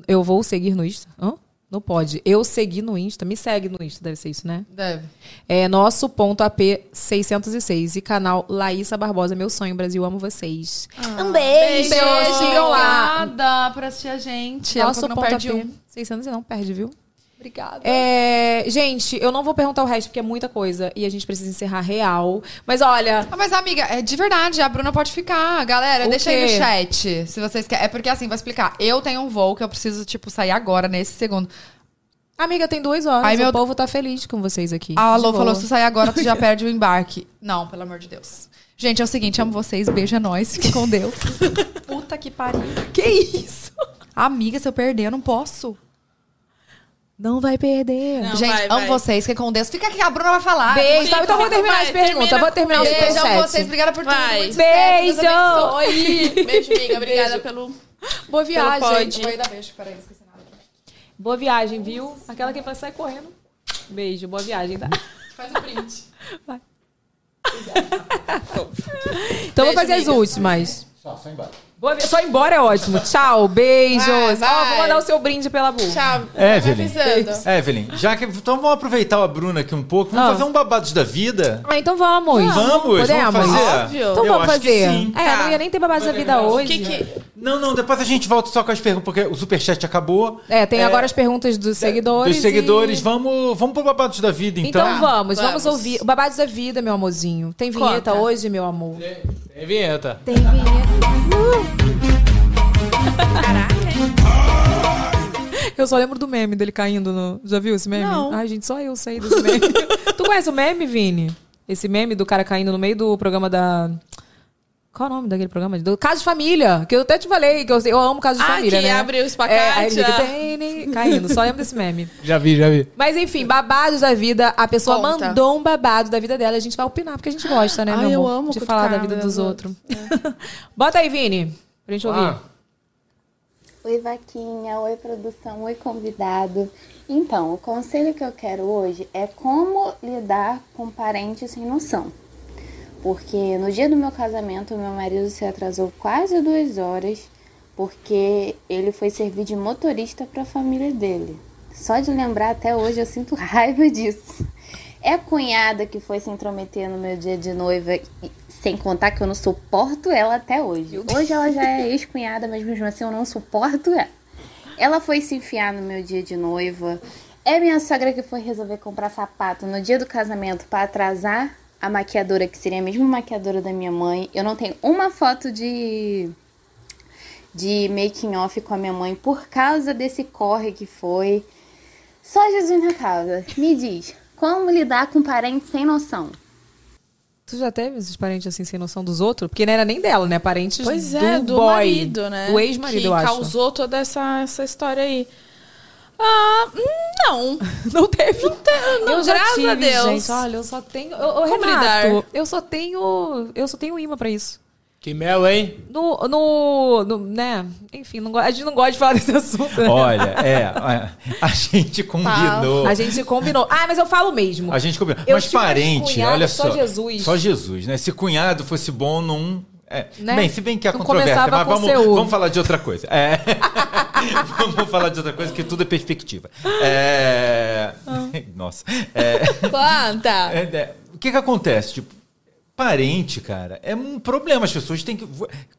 [SPEAKER 4] Eu vou seguir no Insta? Hã? No pod. Eu segui no Insta. Me segue no Insta, deve ser isso, né?
[SPEAKER 5] Deve.
[SPEAKER 4] É nosso ponto AP 606 e canal Laísa Barbosa. Meu sonho, Brasil. Amo vocês. um beijo. Sigam lá.
[SPEAKER 5] Obrigada por assistir a gente. Ela
[SPEAKER 4] Nosso
[SPEAKER 5] falou que
[SPEAKER 4] ponto
[SPEAKER 5] não perde
[SPEAKER 4] AP.
[SPEAKER 5] um.
[SPEAKER 4] 600 e não perde, viu?
[SPEAKER 5] Obrigada.
[SPEAKER 4] É, gente, eu não vou perguntar o resto, porque é muita coisa. E a gente precisa encerrar real. Mas olha,
[SPEAKER 5] Ah, mas, amiga, é de verdade, a Bruna pode ficar. Galera,
[SPEAKER 4] O
[SPEAKER 5] deixa aí
[SPEAKER 4] quê?
[SPEAKER 5] no chat, se vocês querem. É porque, assim, vou explicar. Eu tenho um voo que eu preciso, tipo, sair agora, nesse segundo.
[SPEAKER 4] amiga, tem duas horas.
[SPEAKER 5] Ai,
[SPEAKER 4] o
[SPEAKER 5] meu-
[SPEAKER 4] povo tá feliz com vocês aqui.
[SPEAKER 5] A
[SPEAKER 4] De
[SPEAKER 5] Alô
[SPEAKER 4] boa.
[SPEAKER 5] falou, assim, se sair agora, tu já perde o embarque. Não, pelo amor de Deus. Gente, é o seguinte, amo vocês, beijo, é nóis, fique com Deus. Puta que pariu.
[SPEAKER 4] Que isso?
[SPEAKER 5] Amiga, se eu perder, eu não posso.
[SPEAKER 4] Não vai perder.
[SPEAKER 7] Não,
[SPEAKER 5] gente,
[SPEAKER 7] vai,
[SPEAKER 5] amo
[SPEAKER 7] vai.
[SPEAKER 5] vocês, fiquem com Deus. Fica aqui, a Bruna vai falar.
[SPEAKER 4] Beijo,
[SPEAKER 7] Fica,
[SPEAKER 4] tá? Então vou
[SPEAKER 7] fica,
[SPEAKER 4] terminar
[SPEAKER 7] vai,
[SPEAKER 4] as perguntas.
[SPEAKER 7] termina.
[SPEAKER 4] vou terminar o
[SPEAKER 5] Beijo, amo vocês,
[SPEAKER 4] superchat.
[SPEAKER 5] obrigada por tudo.
[SPEAKER 7] Vai.
[SPEAKER 5] Muito sucesso, Deus
[SPEAKER 4] Beijo.
[SPEAKER 5] abençoe.
[SPEAKER 7] Beijo, amiga. Obrigada pelo.
[SPEAKER 4] Boa viagem.
[SPEAKER 7] Pelo pod.
[SPEAKER 5] Eu vou aí dar beijo, peraí, não esqueci nada.
[SPEAKER 4] Boa viagem, viu? Aquela que vai sair correndo. Beijo, boa viagem, tá?
[SPEAKER 5] Faz o print.
[SPEAKER 4] Então vou fazer as últimas. Boa vi- Só embora é ótimo. Tchau, beijos.
[SPEAKER 7] Vai,
[SPEAKER 4] Ó, vou
[SPEAKER 7] vai.
[SPEAKER 4] mandar o seu brinde pela Bu.
[SPEAKER 7] Tchau.
[SPEAKER 8] É, Evelyn.
[SPEAKER 4] é-
[SPEAKER 8] É,
[SPEAKER 7] Tá me avisando.
[SPEAKER 8] Evelyn, já que. Então vamos aproveitar a Bruna aqui um pouco. Vamos
[SPEAKER 4] Ah.
[SPEAKER 8] fazer um babados da vida?
[SPEAKER 4] Ah, então vamos.
[SPEAKER 8] Vamos,
[SPEAKER 4] Podemos?
[SPEAKER 8] vamos fazer.
[SPEAKER 7] Óbvio.
[SPEAKER 4] Então
[SPEAKER 8] Eu
[SPEAKER 4] vamos
[SPEAKER 8] acho que
[SPEAKER 4] fazer.
[SPEAKER 8] sim.
[SPEAKER 4] É,
[SPEAKER 7] Tá.
[SPEAKER 4] não ia nem ter babado da vida
[SPEAKER 7] O
[SPEAKER 4] hoje.
[SPEAKER 7] que que.
[SPEAKER 8] Não, não, depois a gente volta só com as perguntas, porque o superchat acabou.
[SPEAKER 4] É, tem agora as perguntas dos seguidores.
[SPEAKER 8] Dos seguidores,
[SPEAKER 4] e-
[SPEAKER 8] vamos, vamos pro babados da vida, então.
[SPEAKER 4] Então vamos, vamos,
[SPEAKER 7] Vamos.
[SPEAKER 4] ouvir. O babado da vida, meu amorzinho. Tem vinheta
[SPEAKER 7] Conta.
[SPEAKER 4] hoje, meu amor?
[SPEAKER 1] Tem vinheta.
[SPEAKER 4] Tem vinheta. Eu só lembro do meme dele caindo no. Já viu esse meme?
[SPEAKER 7] Não.
[SPEAKER 4] Ai, gente, só eu sei desse meme. tu conhece o meme, Vini? Esse meme do cara caindo no meio do programa da. Qual é o nome daquele programa? Do Caso de Família, que eu até te falei, que eu, eu amo Caso de
[SPEAKER 7] Ah,
[SPEAKER 4] Família,
[SPEAKER 7] que
[SPEAKER 4] né?
[SPEAKER 7] abre o espacate,
[SPEAKER 4] É, aí ele
[SPEAKER 7] ah.
[SPEAKER 4] fica, "Tem, nem", caindo, só lembro desse meme.
[SPEAKER 1] Já vi, já vi.
[SPEAKER 4] Mas enfim, babados da vida. A pessoa
[SPEAKER 7] Conta.
[SPEAKER 4] mandou um babado da vida dela. A gente vai opinar, porque a gente gosta, né,
[SPEAKER 7] Ai,
[SPEAKER 4] meu
[SPEAKER 7] eu
[SPEAKER 4] amor?
[SPEAKER 7] amo
[SPEAKER 4] de falar da
[SPEAKER 7] cutucar
[SPEAKER 4] vida
[SPEAKER 7] a vida
[SPEAKER 4] dos
[SPEAKER 7] dos
[SPEAKER 4] outros. Bota aí, Vini, pra gente ouvir.
[SPEAKER 1] Ah,
[SPEAKER 9] Oi, Vaquinha. Oi, produção. Oi, convidado. Então, o conselho que eu quero hoje é como lidar com parentes sem noção. Porque no dia do meu casamento, meu marido se atrasou quase duas horas porque ele foi servir de motorista para a família dele. Só de lembrar até hoje eu sinto raiva disso. É a cunhada que foi se intrometer no meu dia de noiva, e- sem contar que eu não suporto ela até hoje. Hoje ela já é ex-cunhada, mas mesmo assim eu não suporto ela. Ela foi se enfiar no meu dia de noiva. É minha sogra que foi resolver comprar sapato no dia do casamento pra atrasar a maquiadora, que seria a mesma maquiadora da minha mãe. Eu não tenho uma foto de de making off com a minha mãe por causa desse corre que foi. Só Jesus na causa. Me diz, como lidar com parentes sem noção?
[SPEAKER 4] Tu já teve esses parentes assim, sem noção dos outros? Porque não era nem dela, né? Parentes
[SPEAKER 7] Pois
[SPEAKER 4] do
[SPEAKER 7] é, do,
[SPEAKER 4] boy,
[SPEAKER 7] marido, né?
[SPEAKER 4] Do ex-marido,
[SPEAKER 7] que
[SPEAKER 4] eu acho.
[SPEAKER 7] causou toda essa, essa história aí. Ah, hum, não.
[SPEAKER 4] Não teve. Não
[SPEAKER 7] não, graças a Deus.
[SPEAKER 4] Gente, olha, eu só tenho. Eu, eu,
[SPEAKER 7] Como
[SPEAKER 4] Renato,
[SPEAKER 7] lidar?
[SPEAKER 4] eu só tenho. Eu só tenho um imã pra isso.
[SPEAKER 1] Que mel, hein?
[SPEAKER 4] No, no, no- né? Enfim, não go- a gente não gosta de falar desse assunto. né?
[SPEAKER 8] Olha, é, a- a gente combinou.
[SPEAKER 4] Tá. A gente combinou. Ah, mas eu falo mesmo.
[SPEAKER 8] A gente combinou.
[SPEAKER 4] Eu
[SPEAKER 8] Mas
[SPEAKER 4] tinha
[SPEAKER 8] parente,
[SPEAKER 4] cunhado,
[SPEAKER 8] olha
[SPEAKER 4] só
[SPEAKER 8] só.
[SPEAKER 4] Jesus.
[SPEAKER 8] Só Jesus, né? Se cunhado fosse bom num. é.
[SPEAKER 4] Né?
[SPEAKER 8] Bem, se bem que há
[SPEAKER 4] Não
[SPEAKER 8] controvérsia,
[SPEAKER 4] começava
[SPEAKER 8] mas
[SPEAKER 4] com
[SPEAKER 8] vamos,
[SPEAKER 4] seu.
[SPEAKER 8] vamos falar de outra coisa. É. vamos falar de outra coisa, que tudo é perspectiva. É...
[SPEAKER 4] Ah.
[SPEAKER 8] Nossa. É...
[SPEAKER 7] Planta.
[SPEAKER 8] É, é, o que que acontece? Tipo, parente, cara, é um problema. As pessoas têm que.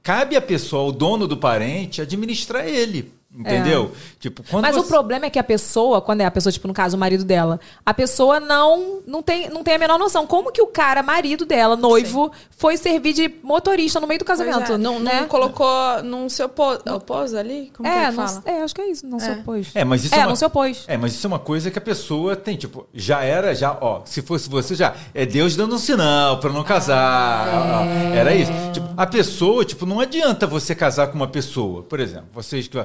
[SPEAKER 8] Cabe à pessoa, ao dono do parente, administrar ele. Entendeu? Tipo, quando
[SPEAKER 4] É. Mas o
[SPEAKER 8] você-
[SPEAKER 4] problema é que a pessoa, quando é a pessoa, tipo, no caso, o marido dela, a pessoa não não tem, não tem a menor noção. Como que o cara, marido dela, noivo, foi servir de motorista no meio do
[SPEAKER 7] Pois é,
[SPEAKER 4] casamento?
[SPEAKER 7] Não, não
[SPEAKER 4] né?
[SPEAKER 7] colocou, não se opôs, opôs é ali? Como que
[SPEAKER 4] É,
[SPEAKER 7] ele
[SPEAKER 4] não-
[SPEAKER 7] fala?
[SPEAKER 4] é, acho que é isso. Não se opôs.
[SPEAKER 8] É, mas isso
[SPEAKER 4] é,
[SPEAKER 8] é uma-
[SPEAKER 4] não se opôs.
[SPEAKER 8] É, mas isso é uma coisa que a pessoa tem, tipo, já era, já, ó, se fosse você, já, é Deus dando um sinal pra não casar. ó, ó, Era isso. Tipo, a pessoa, tipo, não adianta você casar com uma pessoa. Por exemplo, vocês que.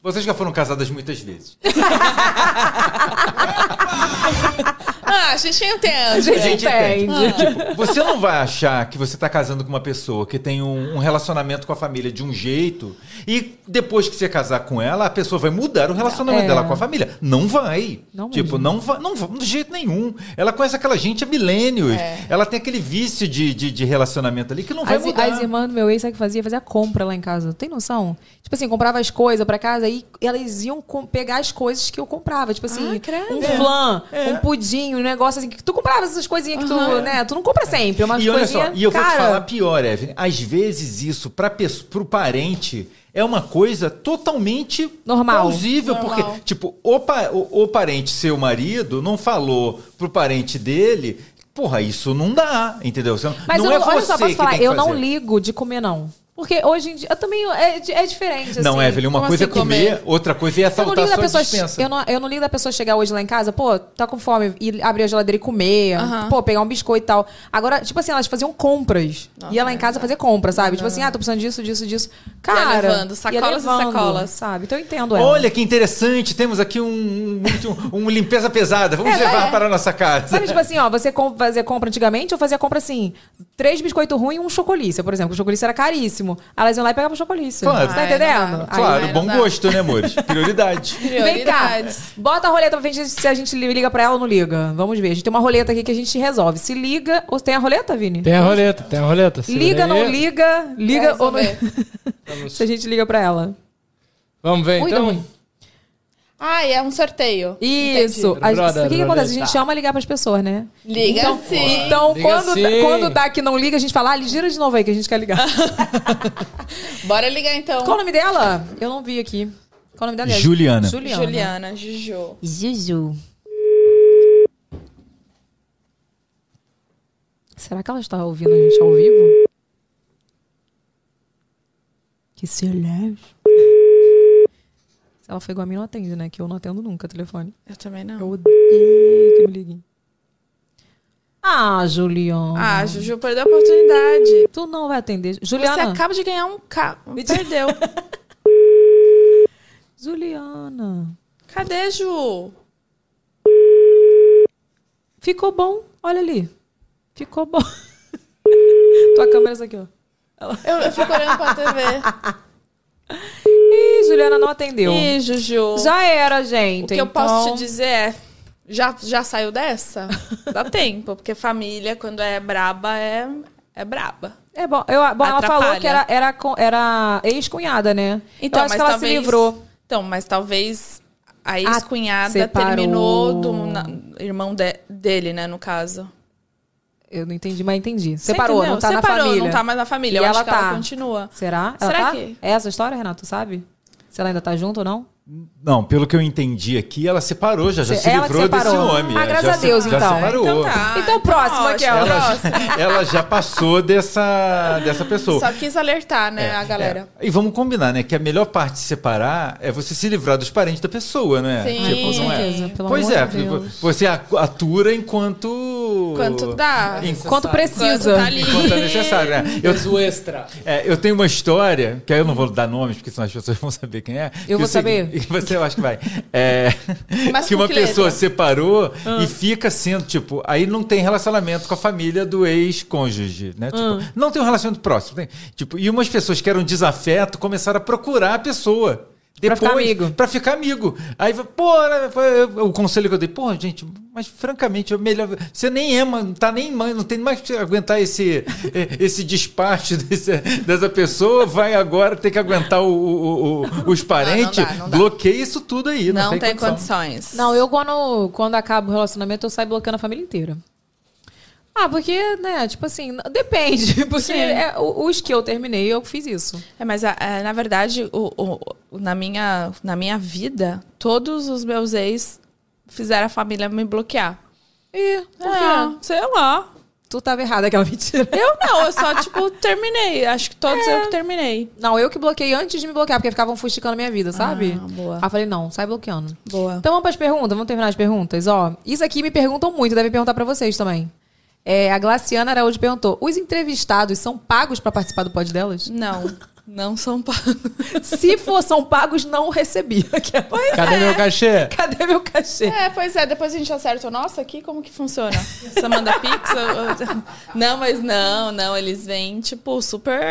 [SPEAKER 8] Vocês já foram casadas muitas vezes.
[SPEAKER 7] Ah, a gente entende.
[SPEAKER 4] Gente,
[SPEAKER 8] entende.
[SPEAKER 4] entende.
[SPEAKER 8] Tipo, você não vai achar que você tá casando com uma pessoa que tem um, um relacionamento com a família de um jeito e depois que você casar com ela, a pessoa vai mudar o relacionamento
[SPEAKER 4] É.
[SPEAKER 8] dela com a família. Não vai.
[SPEAKER 4] Não mesmo.
[SPEAKER 8] tipo, não vai, não vai, de jeito nenhum. Ela conhece aquela gente há milênios. Ela tem aquele vício de, de, de relacionamento ali que não vai
[SPEAKER 4] É. As,
[SPEAKER 8] mudar.
[SPEAKER 4] as irmãs do meu ex, sabe o que fazia? Fazia compra lá em casa. Tem noção? Tipo assim, comprava as coisas pra casa e elas iam com- pegar as coisas que eu comprava. Tipo assim,
[SPEAKER 7] Ah,
[SPEAKER 4] um flan,
[SPEAKER 8] É.
[SPEAKER 4] um pudim, um negócio assim. Que tu comprava essas coisinhas que tu, né? Tu não compra sempre. Umas
[SPEAKER 8] E olha
[SPEAKER 4] coisinhas,
[SPEAKER 8] só, e eu vou te
[SPEAKER 4] cara,
[SPEAKER 8] falar pior, Evelyn. Às vezes isso, para pro parente, é uma coisa totalmente
[SPEAKER 4] Normal.
[SPEAKER 8] plausível. Porque, tipo, o, pa- o, o parente, seu marido, não falou pro parente dele, porra, isso não dá, entendeu? Você não,
[SPEAKER 4] Mas
[SPEAKER 8] não
[SPEAKER 4] eu,
[SPEAKER 8] é
[SPEAKER 4] olha só,
[SPEAKER 8] você
[SPEAKER 4] posso
[SPEAKER 8] que
[SPEAKER 4] falar,
[SPEAKER 8] tem que
[SPEAKER 4] eu não
[SPEAKER 8] fazer.
[SPEAKER 4] ligo de comer, não. Porque hoje em dia, eu também, é, di- é diferente,
[SPEAKER 8] Não,
[SPEAKER 4] assim.
[SPEAKER 8] Evelyn, uma
[SPEAKER 7] como
[SPEAKER 8] coisa é
[SPEAKER 7] assim
[SPEAKER 8] comer,
[SPEAKER 7] comer?
[SPEAKER 8] outra coisa
[SPEAKER 4] Eu
[SPEAKER 8] é
[SPEAKER 4] não,
[SPEAKER 8] assaltar
[SPEAKER 4] ligo da
[SPEAKER 8] sua
[SPEAKER 4] pessoa,
[SPEAKER 8] dispensa.
[SPEAKER 4] eu, não, eu não ligo da pessoa chegar hoje lá em casa, pô, tá com fome, e abrir a geladeira e comer, pô, pegar um biscoito e tal. Agora, tipo assim, elas faziam compras. ia lá em casa fazer compra, sabe? Tipo assim, ah, tô precisando disso, disso, disso. Cara,
[SPEAKER 7] Uhum. Ia levando,
[SPEAKER 4] ia
[SPEAKER 7] sacolas e sacolas.
[SPEAKER 4] Sabe? Então eu entendo ela.
[SPEAKER 8] Olha que interessante, temos aqui um, um, um limpeza pesada, vamos levar para a nossa casa.
[SPEAKER 4] É, Sabe, tipo assim, ó, você com- fazia compra antigamente, eu fazia compra assim, três biscoitos ruins e um chocolícia, por exemplo. O chocolícia era caríssimo. Elas iam lá e pegavam chocolíce.
[SPEAKER 8] Claro.
[SPEAKER 4] Você tá
[SPEAKER 7] Ai, não
[SPEAKER 4] entendendo?
[SPEAKER 7] dá.
[SPEAKER 4] Aí-
[SPEAKER 8] Claro,
[SPEAKER 7] não
[SPEAKER 8] bom
[SPEAKER 7] dá.
[SPEAKER 8] gosto, né, amores? Prioridade.
[SPEAKER 4] Vem cá,
[SPEAKER 7] Prioridades.
[SPEAKER 4] bota a roleta pra gente se a gente li- liga pra ela ou não liga. Vamos ver. A gente tem uma roleta aqui que a gente resolve. Se liga ou tem a roleta, Vini?
[SPEAKER 1] Tem a roleta, tem a roleta. Segura
[SPEAKER 4] Liga,
[SPEAKER 1] aí.
[SPEAKER 4] não liga, liga ou não Se a gente liga pra ela.
[SPEAKER 1] Vamos ver,
[SPEAKER 4] Ui, dá
[SPEAKER 1] então.
[SPEAKER 4] ruim.
[SPEAKER 7] Ah, é um sorteio.
[SPEAKER 4] Isso.
[SPEAKER 1] Entendi.
[SPEAKER 4] A gente-
[SPEAKER 1] Brother,
[SPEAKER 4] o que, que acontece? A
[SPEAKER 1] brother,
[SPEAKER 4] gente
[SPEAKER 1] tá.
[SPEAKER 4] ama ligar pras pessoas, né?
[SPEAKER 7] Liga sim.
[SPEAKER 4] Então,
[SPEAKER 1] Liga
[SPEAKER 4] quando,
[SPEAKER 1] sim.
[SPEAKER 4] dá- quando dá que não liga, a gente fala, ah, gira de novo aí que a gente quer ligar.
[SPEAKER 7] Bora ligar então.
[SPEAKER 4] Qual o nome dela? Eu não vi aqui. Qual o nome dela?
[SPEAKER 8] Juliana.
[SPEAKER 4] Juliana.
[SPEAKER 7] é, Juliana, Juju.
[SPEAKER 4] Juju. Será que ela está ouvindo a gente ao vivo? Que silêncio. Se ela foi igual a mim, não atende, né? Que eu não atendo nunca o telefone.
[SPEAKER 7] Eu também não.
[SPEAKER 4] Eu odeio que me liguem. Ah, Juliana.
[SPEAKER 7] Ah, Juju perdeu a oportunidade.
[SPEAKER 4] Tu não vai atender.
[SPEAKER 7] Você
[SPEAKER 4] Juliana.
[SPEAKER 7] acaba de ganhar um carro.
[SPEAKER 4] Me diz-
[SPEAKER 7] Perdeu.
[SPEAKER 4] Juliana.
[SPEAKER 7] Cadê, Ju?
[SPEAKER 4] Ficou bom. Olha ali. Ficou bom. Tua câmera é essa aqui, ó.
[SPEAKER 7] Eu, eu fico olhando pra TV.
[SPEAKER 4] Ih, Juliana não atendeu.
[SPEAKER 7] Ih, Juju.
[SPEAKER 4] Já era, gente. Então,
[SPEAKER 7] o que eu posso te dizer é. Já, já saiu dessa? Dá tempo, porque família, quando é braba, é, é braba.
[SPEAKER 4] É bom, eu, bom ela
[SPEAKER 7] Atrapalha.
[SPEAKER 4] falou que era, era, co- era ex-cunhada, né? eu acho que ela se livrou.
[SPEAKER 7] Então, mas talvez a
[SPEAKER 4] Ah,
[SPEAKER 7] ex-cunhada
[SPEAKER 4] separou.
[SPEAKER 7] terminou do, na- irmão de- dele, né, no caso.
[SPEAKER 4] Eu não entendi, mas entendi.
[SPEAKER 7] Você
[SPEAKER 4] Separou,
[SPEAKER 7] entendeu?
[SPEAKER 4] não tá
[SPEAKER 7] Separou,
[SPEAKER 4] na família.
[SPEAKER 7] não tá mais na
[SPEAKER 4] E
[SPEAKER 7] família. Eu acho
[SPEAKER 4] ela
[SPEAKER 7] que ela
[SPEAKER 4] tá.
[SPEAKER 7] continua.
[SPEAKER 4] Será? Ela
[SPEAKER 7] Será
[SPEAKER 4] tá?
[SPEAKER 7] que-
[SPEAKER 4] É essa a história, Renato, tu sabe? Se ela ainda tá junto ou não?
[SPEAKER 8] Não, pelo que eu entendi aqui, ela separou já, já
[SPEAKER 4] Se-
[SPEAKER 8] se
[SPEAKER 4] ela
[SPEAKER 8] livrou
[SPEAKER 4] separou.
[SPEAKER 8] desse homem.
[SPEAKER 4] Ah,
[SPEAKER 8] é,
[SPEAKER 4] graças
[SPEAKER 8] já
[SPEAKER 4] a Deus,
[SPEAKER 8] se, Já
[SPEAKER 4] então.
[SPEAKER 8] separou.
[SPEAKER 7] Então tá.
[SPEAKER 4] Então, próximo,
[SPEAKER 7] ótimo.
[SPEAKER 4] Raquel.
[SPEAKER 8] Ela, já, ela já passou dessa, dessa pessoa.
[SPEAKER 7] Só quis alertar, né,
[SPEAKER 8] É,
[SPEAKER 7] a galera.
[SPEAKER 8] é. E vamos combinar, né? Que a melhor parte de separar é você se livrar dos parentes da pessoa, né?
[SPEAKER 7] Sim.
[SPEAKER 8] Tipo, não é?
[SPEAKER 4] Certeza, pelo
[SPEAKER 8] pois
[SPEAKER 4] amor
[SPEAKER 8] é,
[SPEAKER 4] de Deus.
[SPEAKER 8] você atura enquanto.
[SPEAKER 7] Quanto dá.
[SPEAKER 8] Enquanto,
[SPEAKER 4] Quanto precisa.
[SPEAKER 7] Quanto tá ali.
[SPEAKER 8] enquanto é necessário, né? Eu,
[SPEAKER 1] Peso extra.
[SPEAKER 8] é, eu tenho uma história, que aí eu não vou dar nomes, porque senão as pessoas vão saber quem é. Que
[SPEAKER 4] vou
[SPEAKER 8] o seguinte-
[SPEAKER 4] saber.
[SPEAKER 8] e Você eu acho que vai. É,
[SPEAKER 7] Mas
[SPEAKER 8] que
[SPEAKER 7] com
[SPEAKER 8] uma
[SPEAKER 7] que
[SPEAKER 8] pessoa
[SPEAKER 7] letra?
[SPEAKER 8] separou e fica sendo, tipo, aí não tem relacionamento com a família do ex-cônjuge, né? Tipo, não tem um relacionamento próximo. Tem, tipo, e umas pessoas que eram desafeto começaram a procurar a pessoa. Depois,
[SPEAKER 4] ficar amigo.
[SPEAKER 8] Pra ficar amigo. Aí, pô, né, foi eu- o conselho que eu dei, pô, gente, mas francamente, eu melhor. Você nem ama, não tá nem mãe, não tem mais que aguentar esse, eh, esse despacho desse- dessa pessoa, vai agora ter que aguentar o- o- o- os parentes.
[SPEAKER 7] dá, não dá.
[SPEAKER 8] Bloqueia isso tudo aí, não,
[SPEAKER 7] Não, tem,
[SPEAKER 8] condição.
[SPEAKER 7] condições.
[SPEAKER 4] Não, eu quando, quando acaba o relacionamento, eu saio bloqueando a família inteira. Ah, porque, né, tipo assim, n- depende. Porque é, o- os que eu terminei, eu fiz isso.
[SPEAKER 7] É, mas a- a- na verdade, o- o- o- na, minha, na minha vida, todos os meus ex fizeram a família me bloquear.
[SPEAKER 4] E por quê?
[SPEAKER 7] É, sei lá.
[SPEAKER 4] Tu tava errada, aquela mentira.
[SPEAKER 7] Eu não, eu só, tipo, terminei. Acho que todos eu que terminei.
[SPEAKER 4] Não, eu que bloqueei antes de me bloquear, porque ficavam fusticando a minha vida, sabe?
[SPEAKER 7] Ah, boa.
[SPEAKER 4] Aí eu falei, não, sai bloqueando.
[SPEAKER 7] Boa.
[SPEAKER 4] Então vamos pras perguntas, vamos terminar as perguntas. Ó, isso aqui me perguntam muito, devem perguntar pra vocês também. É, a Glaciana Araújo perguntou: os entrevistados são pagos pra participar do pod delas?
[SPEAKER 7] Não, não são pagos.
[SPEAKER 4] Se for, são pagos, não recebi. Pois é.
[SPEAKER 1] Cadê meu cachê?
[SPEAKER 4] Cadê meu cachê?
[SPEAKER 7] É, pois é, depois a gente acerta o nosso aqui, como que funciona? Você manda pix? Eu- eu- Não, mas não, não, eles vêm, tipo, super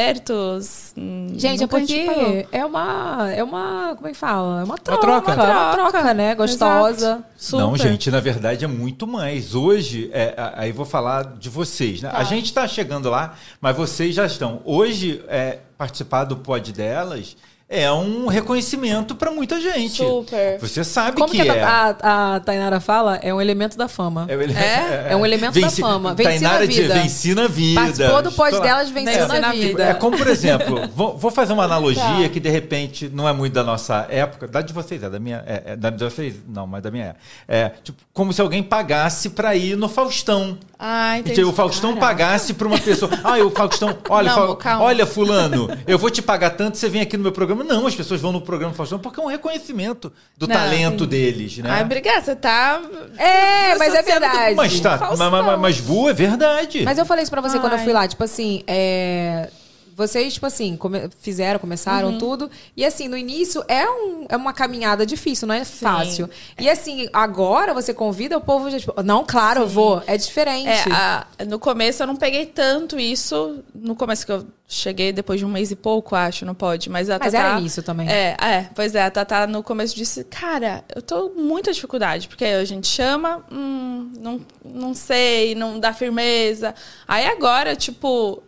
[SPEAKER 7] abertos. Hum,
[SPEAKER 4] Gente, é
[SPEAKER 7] nunca a
[SPEAKER 4] porque
[SPEAKER 7] pagou.
[SPEAKER 4] é uma, é uma, como é que fala? É uma troca,
[SPEAKER 1] troca.
[SPEAKER 4] uma troca, uma troca, né? Gostosa.
[SPEAKER 7] Super.
[SPEAKER 8] Não, gente, na verdade é muito mais. Hoje, é, a- aí vou falar de vocês. Né? A gente está chegando lá, mas vocês já estão. Hoje, é, participar do pod delas é um reconhecimento para muita gente.
[SPEAKER 7] Super.
[SPEAKER 8] Você sabe
[SPEAKER 4] Como que,
[SPEAKER 8] é.
[SPEAKER 4] a, Ah, a- a Tainara fala? É um elemento da fama.
[SPEAKER 8] um ele-
[SPEAKER 4] É um elemento da fama. Venci
[SPEAKER 8] Tainara
[SPEAKER 4] na
[SPEAKER 8] de-
[SPEAKER 4] vida.
[SPEAKER 8] venci na vida.
[SPEAKER 4] Participou do pod
[SPEAKER 8] Estou lá.
[SPEAKER 4] delas, venceu
[SPEAKER 7] É,
[SPEAKER 4] na, vida. Tá.
[SPEAKER 7] na vida.
[SPEAKER 8] É como, por exemplo, vou, vou fazer uma analogia que de repente não é muito da nossa época, da de vocês, é da minha, é, é, da de vocês, não, mas da minha é. É, tipo, como se alguém pagasse pra ir no Faustão.
[SPEAKER 7] Ah, entendi.
[SPEAKER 8] Então, o Faustão pagasse pra uma pessoa. Ah, o Faustão, olha,
[SPEAKER 7] Não,
[SPEAKER 8] Fa-
[SPEAKER 7] calma.
[SPEAKER 8] olha, fulano, eu vou te pagar tanto, você vem aqui no meu programa. Não, as pessoas vão no programa do Faustão porque é um reconhecimento do
[SPEAKER 7] Não,
[SPEAKER 8] talento deles, né?
[SPEAKER 4] Ah,
[SPEAKER 7] Ai, obrigada, você tá...
[SPEAKER 4] É, mas é
[SPEAKER 7] Associando com-
[SPEAKER 4] verdade.
[SPEAKER 8] mas tá, mas, mas, mas- mas boa, é verdade.
[SPEAKER 4] Mas eu falei isso pra você quando eu
[SPEAKER 7] Ai.
[SPEAKER 4] fui lá, tipo assim, é, Vocês, tipo assim, come- fizeram, começaram
[SPEAKER 7] Uhum.
[SPEAKER 4] tudo. E assim, no início é, um- é uma caminhada difícil, não é fácil. E assim, agora você convida o povo, já, tipo, não, claro, eu vou. É diferente.
[SPEAKER 7] É, a- no começo eu não peguei tanto isso. No começo que eu cheguei depois de um mês e pouco, acho, não pode. Mas a
[SPEAKER 4] Mas
[SPEAKER 7] Tatá-
[SPEAKER 4] era isso também.
[SPEAKER 7] É, é, pois é, a Tatá no começo disse, cara, eu tô com muita dificuldade, porque a gente chama, hum, não, não sei, não dá firmeza. Aí agora, tipo.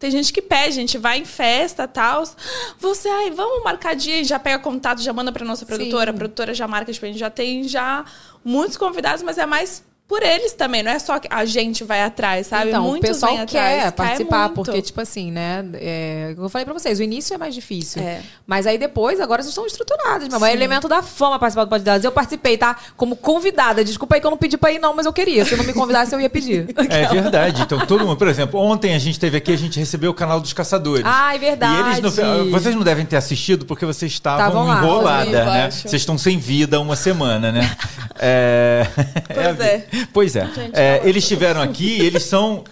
[SPEAKER 7] Tem gente que pede, a gente vai em festa tal. Você, ai, vamos marcar dia, e já pega contato, já manda pra nossa produtora, a produtora já marca, tipo, a gente já tem já muitos convidados, mas é mais por eles também, não é só que a gente vai atrás, sabe?
[SPEAKER 4] Então,
[SPEAKER 7] Muitos
[SPEAKER 4] o pessoal
[SPEAKER 7] vêm
[SPEAKER 4] quer
[SPEAKER 7] atrás, cai
[SPEAKER 4] participar,
[SPEAKER 7] muito.
[SPEAKER 4] porque, tipo assim, né? é, eu falei pra vocês, o início é mais difícil.
[SPEAKER 7] É.
[SPEAKER 4] Mas aí depois, agora vocês estão estruturados, meu irmão. É elemento da fama participar do podcast. Eu participei, tá? Como convidada. Desculpa aí que eu não pedi pra ir, não, mas eu queria. Se eu não me convidasse, eu ia pedir.
[SPEAKER 8] É verdade. Então, todo mundo, por exemplo, ontem a gente teve aqui, a gente recebeu o canal dos caçadores.
[SPEAKER 4] Ai,
[SPEAKER 8] E
[SPEAKER 4] verdade.
[SPEAKER 8] eles não, vocês não devem ter assistido porque vocês estavam
[SPEAKER 4] Estavam lá,
[SPEAKER 8] enroladas,
[SPEAKER 7] eu
[SPEAKER 8] né?
[SPEAKER 7] acho.
[SPEAKER 8] Vocês estão sem vida há uma semana, né? É...
[SPEAKER 7] Pois
[SPEAKER 8] a vi- Pois é. É, eles estiveram aqui, eles são.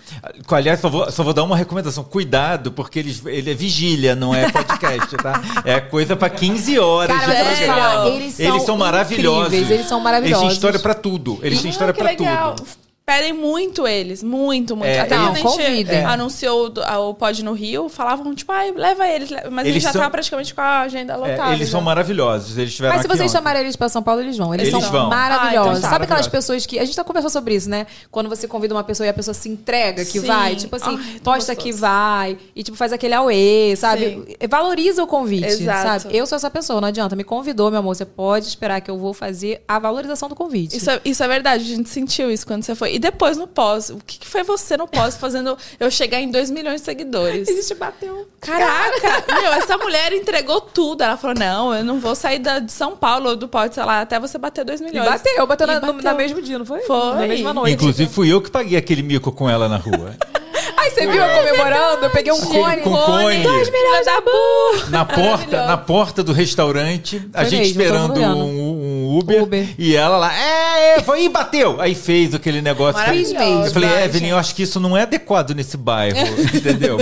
[SPEAKER 8] Aliás, só vou, só vou dar uma recomendação. Cuidado, porque eles, ele é vigília, não é podcast, tá? É coisa pra 15 horas
[SPEAKER 4] Cara, mas
[SPEAKER 8] de
[SPEAKER 4] eu vou te
[SPEAKER 8] programa.
[SPEAKER 4] falar, eles são
[SPEAKER 8] maravilhosos.
[SPEAKER 4] incríveis, eles são maravilhosos. Ah,
[SPEAKER 8] Eles têm história pra tudo. Eles têm história
[SPEAKER 7] Ah, que
[SPEAKER 8] pra
[SPEAKER 7] legal.
[SPEAKER 8] tudo.
[SPEAKER 7] Pedem muito eles, muito, muito.
[SPEAKER 8] É,
[SPEAKER 7] Até
[SPEAKER 8] não,
[SPEAKER 7] quando a gente
[SPEAKER 5] convidem.
[SPEAKER 7] anunciou do- a- o pod no Rio, falavam, tipo, ai, leva eles, le- mas eles
[SPEAKER 8] Eles
[SPEAKER 7] já
[SPEAKER 8] são-
[SPEAKER 7] tava praticamente com a agenda
[SPEAKER 8] É,
[SPEAKER 7] lotada.
[SPEAKER 8] eles são
[SPEAKER 7] já.
[SPEAKER 8] maravilhosos. Eles tiveram
[SPEAKER 4] né? Mas se
[SPEAKER 8] aqui
[SPEAKER 4] vocês
[SPEAKER 8] ontem.
[SPEAKER 4] chamarem eles pra São Paulo, eles vão. Eles,
[SPEAKER 8] Eles
[SPEAKER 4] são
[SPEAKER 8] vão.
[SPEAKER 4] maravilhosos.
[SPEAKER 7] Ah, então tá,
[SPEAKER 4] Sabe aquelas
[SPEAKER 8] maravilhosos.
[SPEAKER 4] pessoas que. A gente tá conversando sobre isso, né? Quando você convida uma pessoa e a pessoa se entrega que
[SPEAKER 7] Sim.
[SPEAKER 4] vai. Tipo assim,
[SPEAKER 7] Ai, tão
[SPEAKER 4] posta
[SPEAKER 7] gostoso.
[SPEAKER 4] que vai. E tipo, faz aquele auê, sabe? Valoriza o convite,
[SPEAKER 7] Exato.
[SPEAKER 4] sabe? Eu sou essa pessoa, não adianta. Me convidou, meu amor. Você pode esperar que eu vou fazer a valorização do convite.
[SPEAKER 7] Isso é, isso é verdade, a gente sentiu isso quando você foi. E depois no pós, o que, que foi você no pós fazendo eu chegar em 2 milhões de seguidores?
[SPEAKER 4] te bateu. um
[SPEAKER 7] Caraca! meu, essa mulher entregou tudo. Ela falou: não, eu não vou sair da, de São Paulo ou do pós, sei lá, até você bater 2
[SPEAKER 4] E
[SPEAKER 7] milhões.
[SPEAKER 4] bateu, bateu,
[SPEAKER 7] E
[SPEAKER 4] na, no-
[SPEAKER 7] bateu.
[SPEAKER 4] na mesmo dia, não foi?
[SPEAKER 7] Foi.
[SPEAKER 4] Na mesma noite.
[SPEAKER 8] Inclusive, fui eu que paguei aquele mico com ela na rua.
[SPEAKER 4] Aí você
[SPEAKER 8] É.
[SPEAKER 4] viu eu comemorando, eu peguei um
[SPEAKER 8] Aquele
[SPEAKER 4] cone.
[SPEAKER 8] com cone.
[SPEAKER 4] Dois milhões da burra.
[SPEAKER 8] Na porta, na porta do restaurante, a
[SPEAKER 4] Foi
[SPEAKER 8] gente
[SPEAKER 4] mesmo,
[SPEAKER 8] esperando
[SPEAKER 4] todo mundo olhando.
[SPEAKER 8] um, um Uber,
[SPEAKER 4] Uber.
[SPEAKER 8] E ela lá, é, é, foi e bateu. Aí fez aquele negócio.
[SPEAKER 7] Maravilhosa,
[SPEAKER 8] Falei, Eu falei, "É,
[SPEAKER 7] gente.
[SPEAKER 8] Evelyn, eu acho que isso não é adequado nesse bairro. entendeu?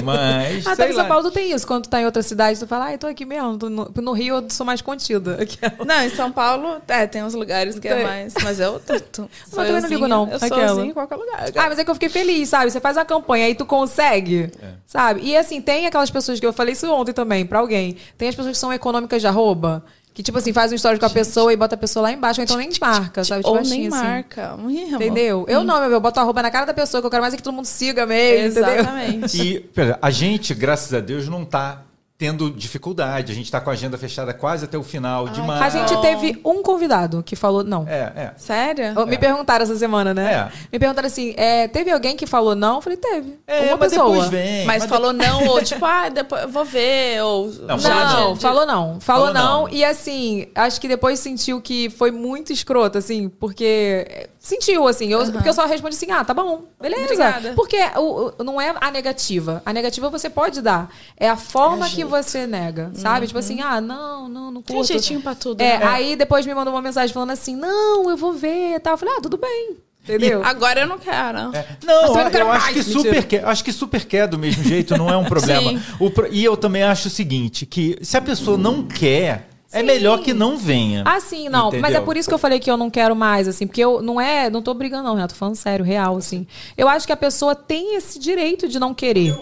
[SPEAKER 4] Até
[SPEAKER 8] Mas. sei
[SPEAKER 4] que
[SPEAKER 8] lá.
[SPEAKER 4] Ah, tá, São Paulo tu tem isso. Quando tu tá em outra cidade, tu fala, ah, eu tô aqui mesmo. Tô No, no Rio eu sou mais contida. Aquela.
[SPEAKER 7] Não, em São Paulo, é, tem uns lugares que
[SPEAKER 4] Tem.
[SPEAKER 7] é mais. Mas eu tô, tô,
[SPEAKER 4] Mas eu também não ligo,
[SPEAKER 7] sozinha,
[SPEAKER 4] não.
[SPEAKER 7] Eu
[SPEAKER 4] Aquela.
[SPEAKER 7] sou assim em qualquer lugar.
[SPEAKER 4] Ah, mas é que eu fiquei feliz, sabe? Você faz a campanha aí tu consegue,
[SPEAKER 8] É.
[SPEAKER 4] sabe? E assim, tem aquelas pessoas que eu falei isso ontem também pra alguém. Tem as pessoas que são econômicas de arroba, que tipo assim, faz um story com a pessoa e bota a pessoa lá embaixo, ou então nem marca, sabe? Tipo,
[SPEAKER 7] Ou
[SPEAKER 4] baixinho,
[SPEAKER 7] nem
[SPEAKER 4] assim.
[SPEAKER 7] marca. Hum. Ih, amor.
[SPEAKER 4] Entendeu? Eu não, meu, eu boto arroba na cara da pessoa, que eu quero mais é que todo mundo siga mesmo, entendeu?
[SPEAKER 7] Exatamente.
[SPEAKER 8] E pera, a gente, graças a Deus, não tá tendo dificuldade. A gente tá com a agenda fechada quase até o final de maio.
[SPEAKER 4] Ah, A gente teve um convidado que falou não.
[SPEAKER 8] É, é.
[SPEAKER 7] Sério?
[SPEAKER 4] Me perguntaram essa semana, né?
[SPEAKER 8] É.
[SPEAKER 4] Me perguntaram assim, é, teve alguém que falou não? Eu falei, teve.
[SPEAKER 8] É,
[SPEAKER 4] Uma
[SPEAKER 8] mas
[SPEAKER 4] pessoa.
[SPEAKER 8] depois vem.
[SPEAKER 7] Mas
[SPEAKER 8] mas
[SPEAKER 7] falou não, ou tipo, ah, depois eu vou ver, ou... tipo,
[SPEAKER 8] Não,
[SPEAKER 7] já
[SPEAKER 8] falou
[SPEAKER 4] Não,
[SPEAKER 7] de- de-
[SPEAKER 4] falou não. Falou
[SPEAKER 8] Falou
[SPEAKER 4] não.
[SPEAKER 8] não.
[SPEAKER 4] E assim, acho que depois sentiu que foi muito escroto, assim, porque. é, Sentiu, assim. Eu, Porque eu só respondi assim: ah, tá bom, beleza.
[SPEAKER 7] Obrigada.
[SPEAKER 4] Porque o- o- não é a negativa. A negativa você pode dar. É a forma que você nega, sabe? Tipo assim, ah, não, não, não
[SPEAKER 7] Uhum. Tem um
[SPEAKER 4] curto.
[SPEAKER 7] jeitinho pra tudo,
[SPEAKER 4] É,
[SPEAKER 7] né?
[SPEAKER 4] aí depois me mandou uma mensagem falando assim: não, eu vou ver e tal. Eu falei, ah, tudo bem. Entendeu?
[SPEAKER 7] Agora eu não quero.
[SPEAKER 8] Não,
[SPEAKER 4] também não
[SPEAKER 8] eu,
[SPEAKER 4] quero
[SPEAKER 8] acho
[SPEAKER 4] mais,
[SPEAKER 8] que
[SPEAKER 4] mentira.
[SPEAKER 8] super quer, acho que super quer do mesmo jeito, não é um problema.
[SPEAKER 7] Sim.
[SPEAKER 8] O pro- e eu também acho o seguinte, que se a pessoa não quer, é melhor que não venha.
[SPEAKER 4] Ah, sim, não. Mas é
[SPEAKER 8] Entendeu?
[SPEAKER 4] por isso que eu falei que eu não quero mais, assim, porque eu não é, não tô brigando, não, Renato, tô falando sério, real, assim. Eu acho que a pessoa tem esse direito de não querer.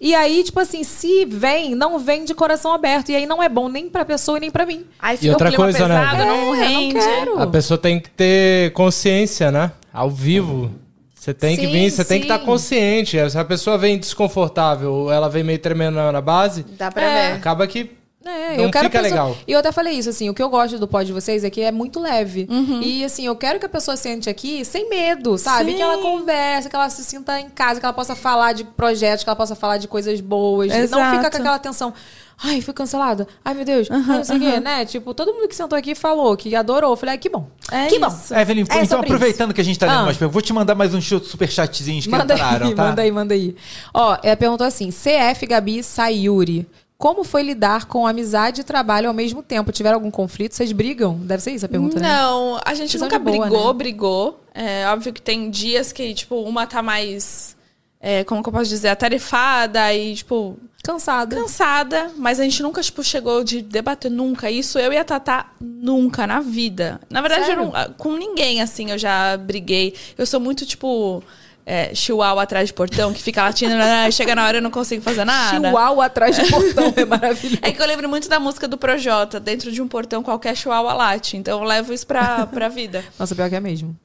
[SPEAKER 4] E aí, tipo assim, se vem, não vem de coração aberto. E aí não é bom nem pra pessoa e nem pra mim.
[SPEAKER 7] Aí
[SPEAKER 1] E
[SPEAKER 7] fica
[SPEAKER 1] outra
[SPEAKER 7] um clima
[SPEAKER 1] coisa, né?
[SPEAKER 7] pesado,
[SPEAKER 4] É,
[SPEAKER 7] não
[SPEAKER 4] eu não
[SPEAKER 7] rende.
[SPEAKER 4] quero.
[SPEAKER 1] A pessoa tem que ter consciência, né? Ao vivo. Você tem que
[SPEAKER 4] Sim,
[SPEAKER 1] vir, você tem que
[SPEAKER 4] sim.
[SPEAKER 1] estar consciente. É, Se a pessoa vem desconfortável ou ela vem meio tremendo na base,
[SPEAKER 7] Dá pra ver.
[SPEAKER 1] acaba que.
[SPEAKER 4] É,
[SPEAKER 1] Não
[SPEAKER 4] eu quero
[SPEAKER 1] fica
[SPEAKER 4] a pessoa-
[SPEAKER 1] legal.
[SPEAKER 4] E eu até falei isso, assim, o que eu gosto do pod de vocês é que é muito leve.
[SPEAKER 7] Uhum.
[SPEAKER 4] E assim, eu quero que a pessoa sente aqui sem medo, sabe?
[SPEAKER 7] Sim.
[SPEAKER 4] Que ela converse, que ela se sinta em casa, que ela possa falar de projetos, que ela possa falar de coisas boas. E não
[SPEAKER 7] Exato.
[SPEAKER 4] fica com aquela tensão. Ai, fui cancelada. Ai, meu Deus. Ai, não sei o quê, né? Tipo, todo mundo que sentou aqui falou, que adorou. Eu falei, ai, que bom.
[SPEAKER 7] É
[SPEAKER 4] que bom.
[SPEAKER 7] isso.
[SPEAKER 8] Evelyn,
[SPEAKER 4] É
[SPEAKER 8] então
[SPEAKER 4] sobre
[SPEAKER 8] aproveitando que a gente tá lendo
[SPEAKER 4] Ah.
[SPEAKER 8] mais perguntas, vou te mandar mais um uns superchatzinhos que
[SPEAKER 4] Manda
[SPEAKER 8] entraram,
[SPEAKER 4] aí,
[SPEAKER 8] tá?
[SPEAKER 4] manda aí, manda aí. Ó, ela perguntou assim: CF Gabi Sayuri. Como foi lidar com amizade e trabalho ao mesmo tempo? Tiveram algum conflito? Vocês brigam? Deve ser isso a pergunta, né?
[SPEAKER 7] Não, a gente
[SPEAKER 4] Visão
[SPEAKER 7] nunca
[SPEAKER 4] de boa,
[SPEAKER 7] brigou,
[SPEAKER 4] né?
[SPEAKER 7] brigou. É óbvio que tem dias que, tipo, uma tá mais, é, como que eu posso dizer, atarefada e, tipo,
[SPEAKER 4] Cansada.
[SPEAKER 7] cansada. Mas a gente nunca, tipo, chegou de debater nunca. Isso eu e a Tatá nunca na vida. Na verdade, eu
[SPEAKER 4] Sério?
[SPEAKER 7] não, ah, com ninguém, assim, eu já briguei. Eu sou muito, tipo... É, chihuahua atrás de portão, que fica latindo, né, chega na hora eu não consigo fazer nada.
[SPEAKER 4] Chihuahua atrás do portão é maravilhoso.
[SPEAKER 7] É que eu lembro muito da música do Projota, dentro de um portão qualquer chihuahua late. Então eu levo isso pra, pra vida.
[SPEAKER 4] Nossa, pior que é mesmo.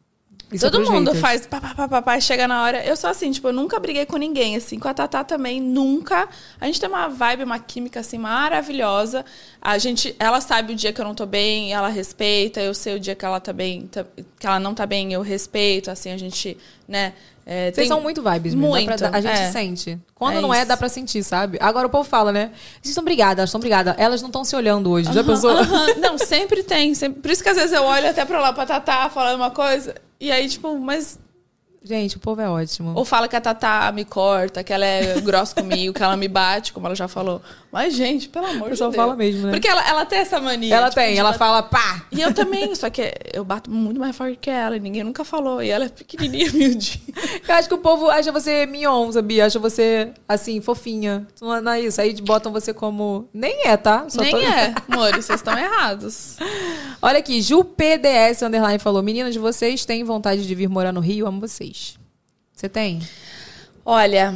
[SPEAKER 4] Isso é
[SPEAKER 7] Todo
[SPEAKER 4] pros
[SPEAKER 7] mundo
[SPEAKER 4] haters.
[SPEAKER 7] faz assim. pá, pá, pá, pá, pá, e chega na hora. Eu sou assim, tipo, eu nunca briguei com ninguém, assim. Com a Tatá também, nunca. A gente tem uma vibe, uma química, assim, maravilhosa. A gente, ela sabe o dia que eu não tô bem, ela respeita. Eu sei o dia que ela tá bem, tá- que ela não tá bem, eu respeito. Assim, a gente, né... é,
[SPEAKER 4] Vocês
[SPEAKER 7] tem-
[SPEAKER 4] são muito vibes, mesmo. Dá pra-
[SPEAKER 7] Muito,
[SPEAKER 4] dá- a gente
[SPEAKER 7] é.
[SPEAKER 4] sente. Quando
[SPEAKER 7] É
[SPEAKER 4] não é,
[SPEAKER 7] isso.
[SPEAKER 4] dá pra sentir, sabe? Agora o povo fala, né? Vocês estão brigadas, elas estão brigadas. Elas não estão se olhando hoje. Já pensou?
[SPEAKER 7] Aham, Não, sempre tem. sempre- Por isso que às vezes eu olho até pra lá pra Tatá falando uma coisa. E aí, tipo, mas.
[SPEAKER 4] Gente, o povo é ótimo.
[SPEAKER 7] Ou fala que a Tatá me corta, que ela é grossa comigo, que ela me bate, como ela já falou. Mas, gente, pelo amor de Deus.
[SPEAKER 4] pessoal fala mesmo, né?
[SPEAKER 7] Porque ela, ela tem essa mania.
[SPEAKER 4] ela
[SPEAKER 7] tipo,
[SPEAKER 4] tem,
[SPEAKER 7] de
[SPEAKER 4] ela
[SPEAKER 7] bater.
[SPEAKER 4] fala pá.
[SPEAKER 7] E eu também, só que eu bato muito mais forte que ela, e ninguém nunca falou. E ela é pequenininha, miudinha.
[SPEAKER 4] Eu acho que o povo acha você mignon, sabia? Acha você, assim, fofinha. Não não é isso. Aí botam você como. Nem é, tá? Só
[SPEAKER 7] Nem
[SPEAKER 4] tô-
[SPEAKER 7] é, amores, vocês estão errados.
[SPEAKER 4] Olha aqui, Ju PDS Underline falou: Meninas, vocês têm vontade de vir morar no Rio? Amo vocês. Você tem?
[SPEAKER 7] Olha,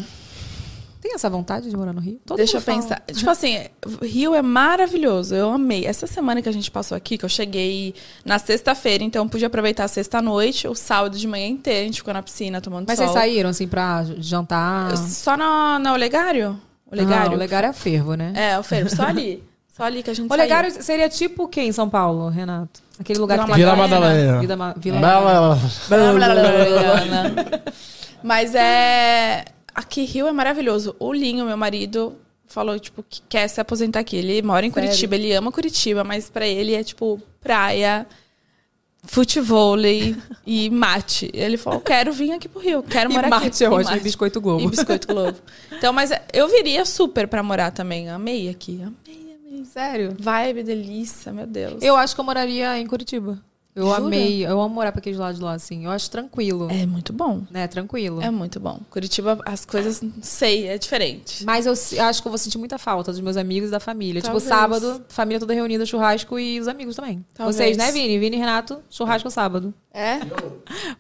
[SPEAKER 4] Tem essa vontade de morar no Rio? Todo
[SPEAKER 7] Deixa eu
[SPEAKER 4] mundo fala.
[SPEAKER 7] pensar. Tipo assim, Rio é maravilhoso. Eu amei. Essa semana que a gente passou aqui, que eu cheguei na sexta-feira, então pude aproveitar a sexta-noite, o sábado de manhã inteira, a gente ficou na piscina tomando
[SPEAKER 4] Mas
[SPEAKER 7] sol.
[SPEAKER 4] vocês saíram, assim, pra jantar?
[SPEAKER 7] Só na, na Olegário?
[SPEAKER 4] Legal.
[SPEAKER 7] Olegário?
[SPEAKER 4] o Olegário é fervo, né?
[SPEAKER 7] É, o Ferro, só ali. Só ali que a gente
[SPEAKER 4] O Olegário seria tipo o quê em São Paulo, Renato? Aquele lugar
[SPEAKER 7] Vila
[SPEAKER 4] que tem...
[SPEAKER 1] Vila
[SPEAKER 4] Madalena.
[SPEAKER 1] Madalena.
[SPEAKER 4] Vila Ma- Vila
[SPEAKER 1] Bela-
[SPEAKER 4] né?
[SPEAKER 7] saiu. Mas é... Aqui, Rio é maravilhoso. O Linho, meu marido, falou, tipo, que quer se aposentar aqui. Ele mora em Curitiba, ele ama Curitiba, mas pra ele é, tipo, praia... Futebol e mate. Ele falou: quero vir aqui pro Rio, quero morar
[SPEAKER 4] E
[SPEAKER 7] aqui.
[SPEAKER 4] Marte é
[SPEAKER 7] E
[SPEAKER 4] ótimo, e
[SPEAKER 7] mate.
[SPEAKER 4] Biscoito Globo.
[SPEAKER 7] E Biscoito Globo. Então, mas eu viria super pra morar também. Amei aqui. Amei, amei.
[SPEAKER 4] Sério?
[SPEAKER 7] Vibe, delícia, meu Deus.
[SPEAKER 4] Eu acho que eu moraria em Curitiba. Eu
[SPEAKER 7] Jura?
[SPEAKER 4] amei, eu amo morar pra aqueles lados lá, assim. Eu acho tranquilo,
[SPEAKER 7] É muito bom.
[SPEAKER 4] né? Tranquilo.
[SPEAKER 7] É muito bom. Curitiba, as coisas, não sei, é diferente.
[SPEAKER 4] Mas eu se- acho que eu vou sentir muita falta dos meus amigos e da família.
[SPEAKER 7] Talvez.
[SPEAKER 4] Tipo, sábado, família toda reunida, churrasco e os amigos também.
[SPEAKER 7] Talvez.
[SPEAKER 4] Vocês, né, Vini? Vini e Renato, churrasco sábado.
[SPEAKER 7] É?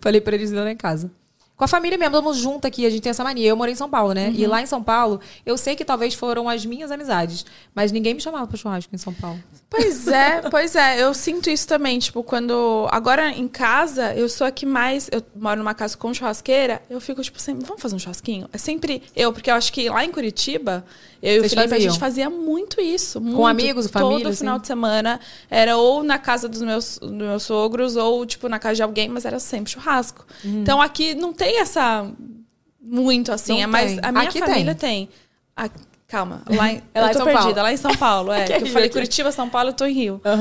[SPEAKER 4] Falei pra eles irem lá em casa. Com a família mesmo, vamos junto aqui, a gente tem essa mania. Eu morei em São Paulo, né?
[SPEAKER 7] Uhum.
[SPEAKER 4] E lá em São Paulo, eu sei que talvez foram as minhas amizades. Mas ninguém me chamava pra churrasco em São Paulo.
[SPEAKER 7] Pois é, pois é. Eu sinto isso também. Tipo, quando. Agora em casa, eu sou a que mais. Eu moro numa casa com churrasqueira, eu fico, tipo, sempre. Vamos fazer um churrasquinho? É sempre eu, porque eu acho que lá em Curitiba, eu e o
[SPEAKER 4] Vocês
[SPEAKER 7] Felipe, a
[SPEAKER 4] faziam?
[SPEAKER 7] gente fazia muito isso. Muito.
[SPEAKER 4] amigos, família,
[SPEAKER 7] Todo
[SPEAKER 4] assim?
[SPEAKER 7] final de semana. Era ou na casa dos meus, dos meus sogros, ou, tipo, na casa de alguém, mas era sempre churrasco.
[SPEAKER 4] Uhum.
[SPEAKER 7] Então aqui não tem essa. Muito assim.
[SPEAKER 4] Não
[SPEAKER 7] é mais.
[SPEAKER 4] tem.
[SPEAKER 7] A minha
[SPEAKER 4] Aqui tem.
[SPEAKER 7] família tem. Ah, calma, lá em,
[SPEAKER 4] É lá
[SPEAKER 7] eu
[SPEAKER 4] em
[SPEAKER 7] tô
[SPEAKER 4] São
[SPEAKER 7] perdida,
[SPEAKER 4] Paulo.
[SPEAKER 7] lá em São Paulo, é. que eu
[SPEAKER 4] Rio
[SPEAKER 7] falei
[SPEAKER 4] aqui.
[SPEAKER 7] Curitiba, São Paulo, eu tô em Rio.
[SPEAKER 4] Tá,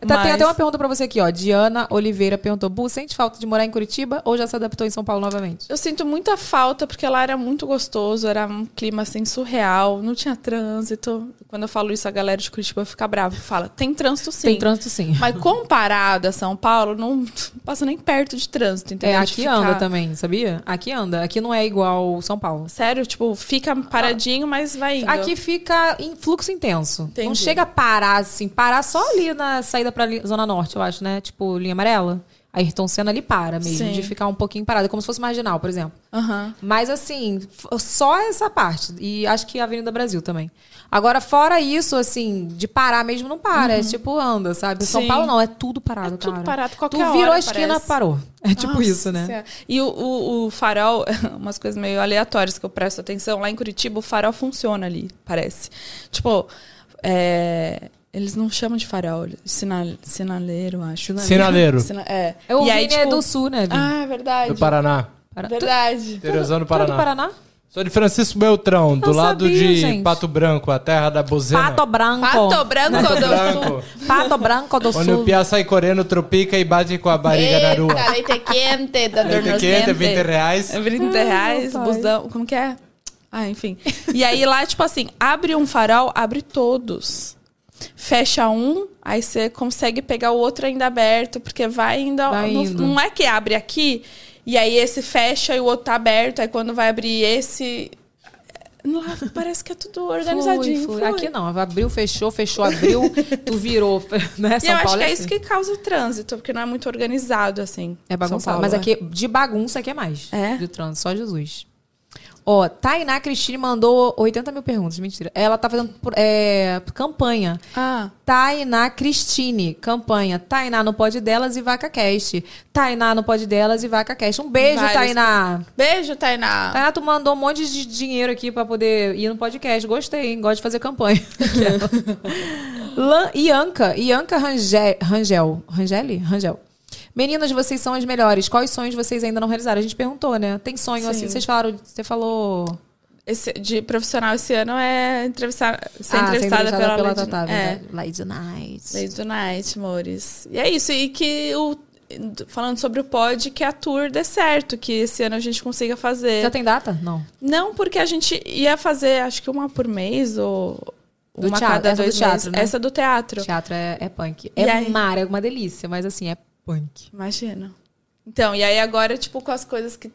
[SPEAKER 4] Tem
[SPEAKER 7] Mas-
[SPEAKER 4] até uma pergunta pra você aqui, ó. Diana Oliveira perguntou: Bu, sente falta de morar em Curitiba ou já se adaptou em São Paulo novamente?
[SPEAKER 7] Eu sinto muita falta porque lá era muito gostoso, era um clima assim surreal, não tinha trânsito. Quando eu falo isso, a galera de Curitiba fica brava, fala: tem trânsito sim.
[SPEAKER 4] Tem trânsito sim.
[SPEAKER 7] Mas comparado a São Paulo, não passa nem perto de trânsito, entendeu?
[SPEAKER 4] É,
[SPEAKER 7] De
[SPEAKER 4] aqui
[SPEAKER 7] ficar-
[SPEAKER 4] anda também, sabia? Aqui anda. Aqui não é igual São Paulo.
[SPEAKER 7] Sério, tipo, fica paradinho, mas vai indo.
[SPEAKER 4] Aqui fica em fluxo intenso. Não
[SPEAKER 7] Entendi.
[SPEAKER 4] chega a parar, assim, parar só ali na saída pra li- Zona Norte, eu acho, né? Tipo, linha amarela. A Ayrton Senna ali para mesmo,
[SPEAKER 7] Sim.
[SPEAKER 4] de ficar um pouquinho parada, como se fosse marginal, por exemplo.
[SPEAKER 7] Aham.
[SPEAKER 4] Mas assim, f- só essa parte. E acho que a Avenida Brasil também. Agora, fora isso, assim, de parar mesmo não para. É tipo, anda, sabe? São
[SPEAKER 7] Uhum. Sim.
[SPEAKER 4] Paulo não, é tudo parado,
[SPEAKER 7] É tudo
[SPEAKER 4] cara.
[SPEAKER 7] parado, qualquer
[SPEAKER 4] Tu virou
[SPEAKER 7] hora
[SPEAKER 4] a esquina,
[SPEAKER 7] parece.
[SPEAKER 4] parou. É tipo
[SPEAKER 7] Nossa
[SPEAKER 4] isso, né?
[SPEAKER 7] Senhora. E o, o, o farol, umas coisas meio aleatórias que eu presto atenção, lá em Curitiba o farol funciona ali, parece. Tipo, é, eles não chamam de farol, eles- sinal, sinaleiro, acho.
[SPEAKER 1] Sinaleiro.
[SPEAKER 7] Sina- é.
[SPEAKER 4] É o
[SPEAKER 7] e
[SPEAKER 4] Vini
[SPEAKER 7] aí, tipo,
[SPEAKER 4] é do sul, né, Vini?
[SPEAKER 7] Ah, é verdade.
[SPEAKER 1] Do Paraná.
[SPEAKER 4] Para-
[SPEAKER 7] Verdade.
[SPEAKER 4] Tu é
[SPEAKER 1] Teresano,
[SPEAKER 4] do
[SPEAKER 1] Paraná.
[SPEAKER 4] Paraná?
[SPEAKER 1] Sou de Francisco Beltrão, do
[SPEAKER 4] Não
[SPEAKER 1] lado
[SPEAKER 4] sabia,
[SPEAKER 1] de
[SPEAKER 4] gente.
[SPEAKER 1] Pato Branco, a terra da bozena.
[SPEAKER 4] Pato Branco.
[SPEAKER 7] Pato branco do sul.
[SPEAKER 1] Branco.
[SPEAKER 4] Pato Branco do
[SPEAKER 1] Onde
[SPEAKER 4] Sul.
[SPEAKER 1] o piá sai correndo, tropica e bate com a barriga na rua.
[SPEAKER 10] Eita, leite quente da dor
[SPEAKER 1] Leite
[SPEAKER 10] nos
[SPEAKER 1] quente,
[SPEAKER 10] dentes.
[SPEAKER 1] 20 reais.
[SPEAKER 7] É 30 reais, busão, como que é? Ah, enfim. E aí lá, tipo assim, abre um farol, abre todos. Fecha um, aí você consegue pegar o outro ainda aberto, porque vai ainda.
[SPEAKER 4] Vai
[SPEAKER 7] não,
[SPEAKER 4] indo.
[SPEAKER 7] não é que abre aqui, e aí esse fecha e o outro tá aberto, aí quando vai abrir esse. Lá parece que é tudo organizadinho.
[SPEAKER 4] Fui, fui.
[SPEAKER 7] flui.
[SPEAKER 4] Aqui não, abriu, fechou, fechou, abriu, tu virou, né?
[SPEAKER 7] E
[SPEAKER 4] São
[SPEAKER 7] eu acho
[SPEAKER 4] Paulo
[SPEAKER 7] que é
[SPEAKER 4] assim.
[SPEAKER 7] isso que causa o trânsito, porque não é muito organizado, assim.
[SPEAKER 4] É
[SPEAKER 7] São
[SPEAKER 4] bagunçado.
[SPEAKER 7] Paulo,
[SPEAKER 4] Mas
[SPEAKER 7] é.
[SPEAKER 4] aqui, de bagunça aqui é mais.
[SPEAKER 7] É?
[SPEAKER 4] De trânsito, só Jesus. Ó, Tainá Cristine mandou 80 mil perguntas, mentira. Ela tá fazendo é, campanha.
[SPEAKER 7] Ah.
[SPEAKER 4] Tainá Cristine, campanha. Tainá no pod delas e vaca cast. Tainá no pod delas e vaca cast. Um beijo,
[SPEAKER 7] Vários-
[SPEAKER 4] Tainá.
[SPEAKER 7] Beijo, Tainá.
[SPEAKER 4] Tainá, tu mandou um monte de dinheiro aqui pra poder ir no podcast. Gostei, hein? Gosto de fazer campanha. Lan, Ianca, Ianca Range- Rangel. Rangeli? Rangel. Meninas, vocês são as melhores. Quais sonhos vocês ainda não realizaram? A gente perguntou, né? Tem sonho assim? Vocês falaram, você falou.
[SPEAKER 7] Esse- de profissional esse ano é entrevistar, ser
[SPEAKER 4] Ah,
[SPEAKER 7] entrevistada
[SPEAKER 4] pela
[SPEAKER 7] pela,
[SPEAKER 4] né?
[SPEAKER 7] Lady-
[SPEAKER 4] Tatá,
[SPEAKER 7] é,
[SPEAKER 4] verdade. Lady Night.
[SPEAKER 7] Lady do Night, amores. E é isso. E que o. Falando sobre o pod, que a tour dê certo, que esse ano a gente consiga fazer.
[SPEAKER 4] Já tem data? Não.
[SPEAKER 7] Não, porque a gente ia fazer, acho que uma por mês ou
[SPEAKER 4] Do
[SPEAKER 7] uma
[SPEAKER 4] teatro,
[SPEAKER 7] cada
[SPEAKER 4] essa do
[SPEAKER 7] dois
[SPEAKER 4] teatro,
[SPEAKER 7] meses.
[SPEAKER 4] né?
[SPEAKER 7] Essa do teatro.
[SPEAKER 4] Teatro é, é punk.
[SPEAKER 7] E
[SPEAKER 4] É
[SPEAKER 7] aí?
[SPEAKER 4] mar, é uma delícia, mas assim, é punk.
[SPEAKER 7] Imagina. Então, e aí agora, tipo, com as coisas que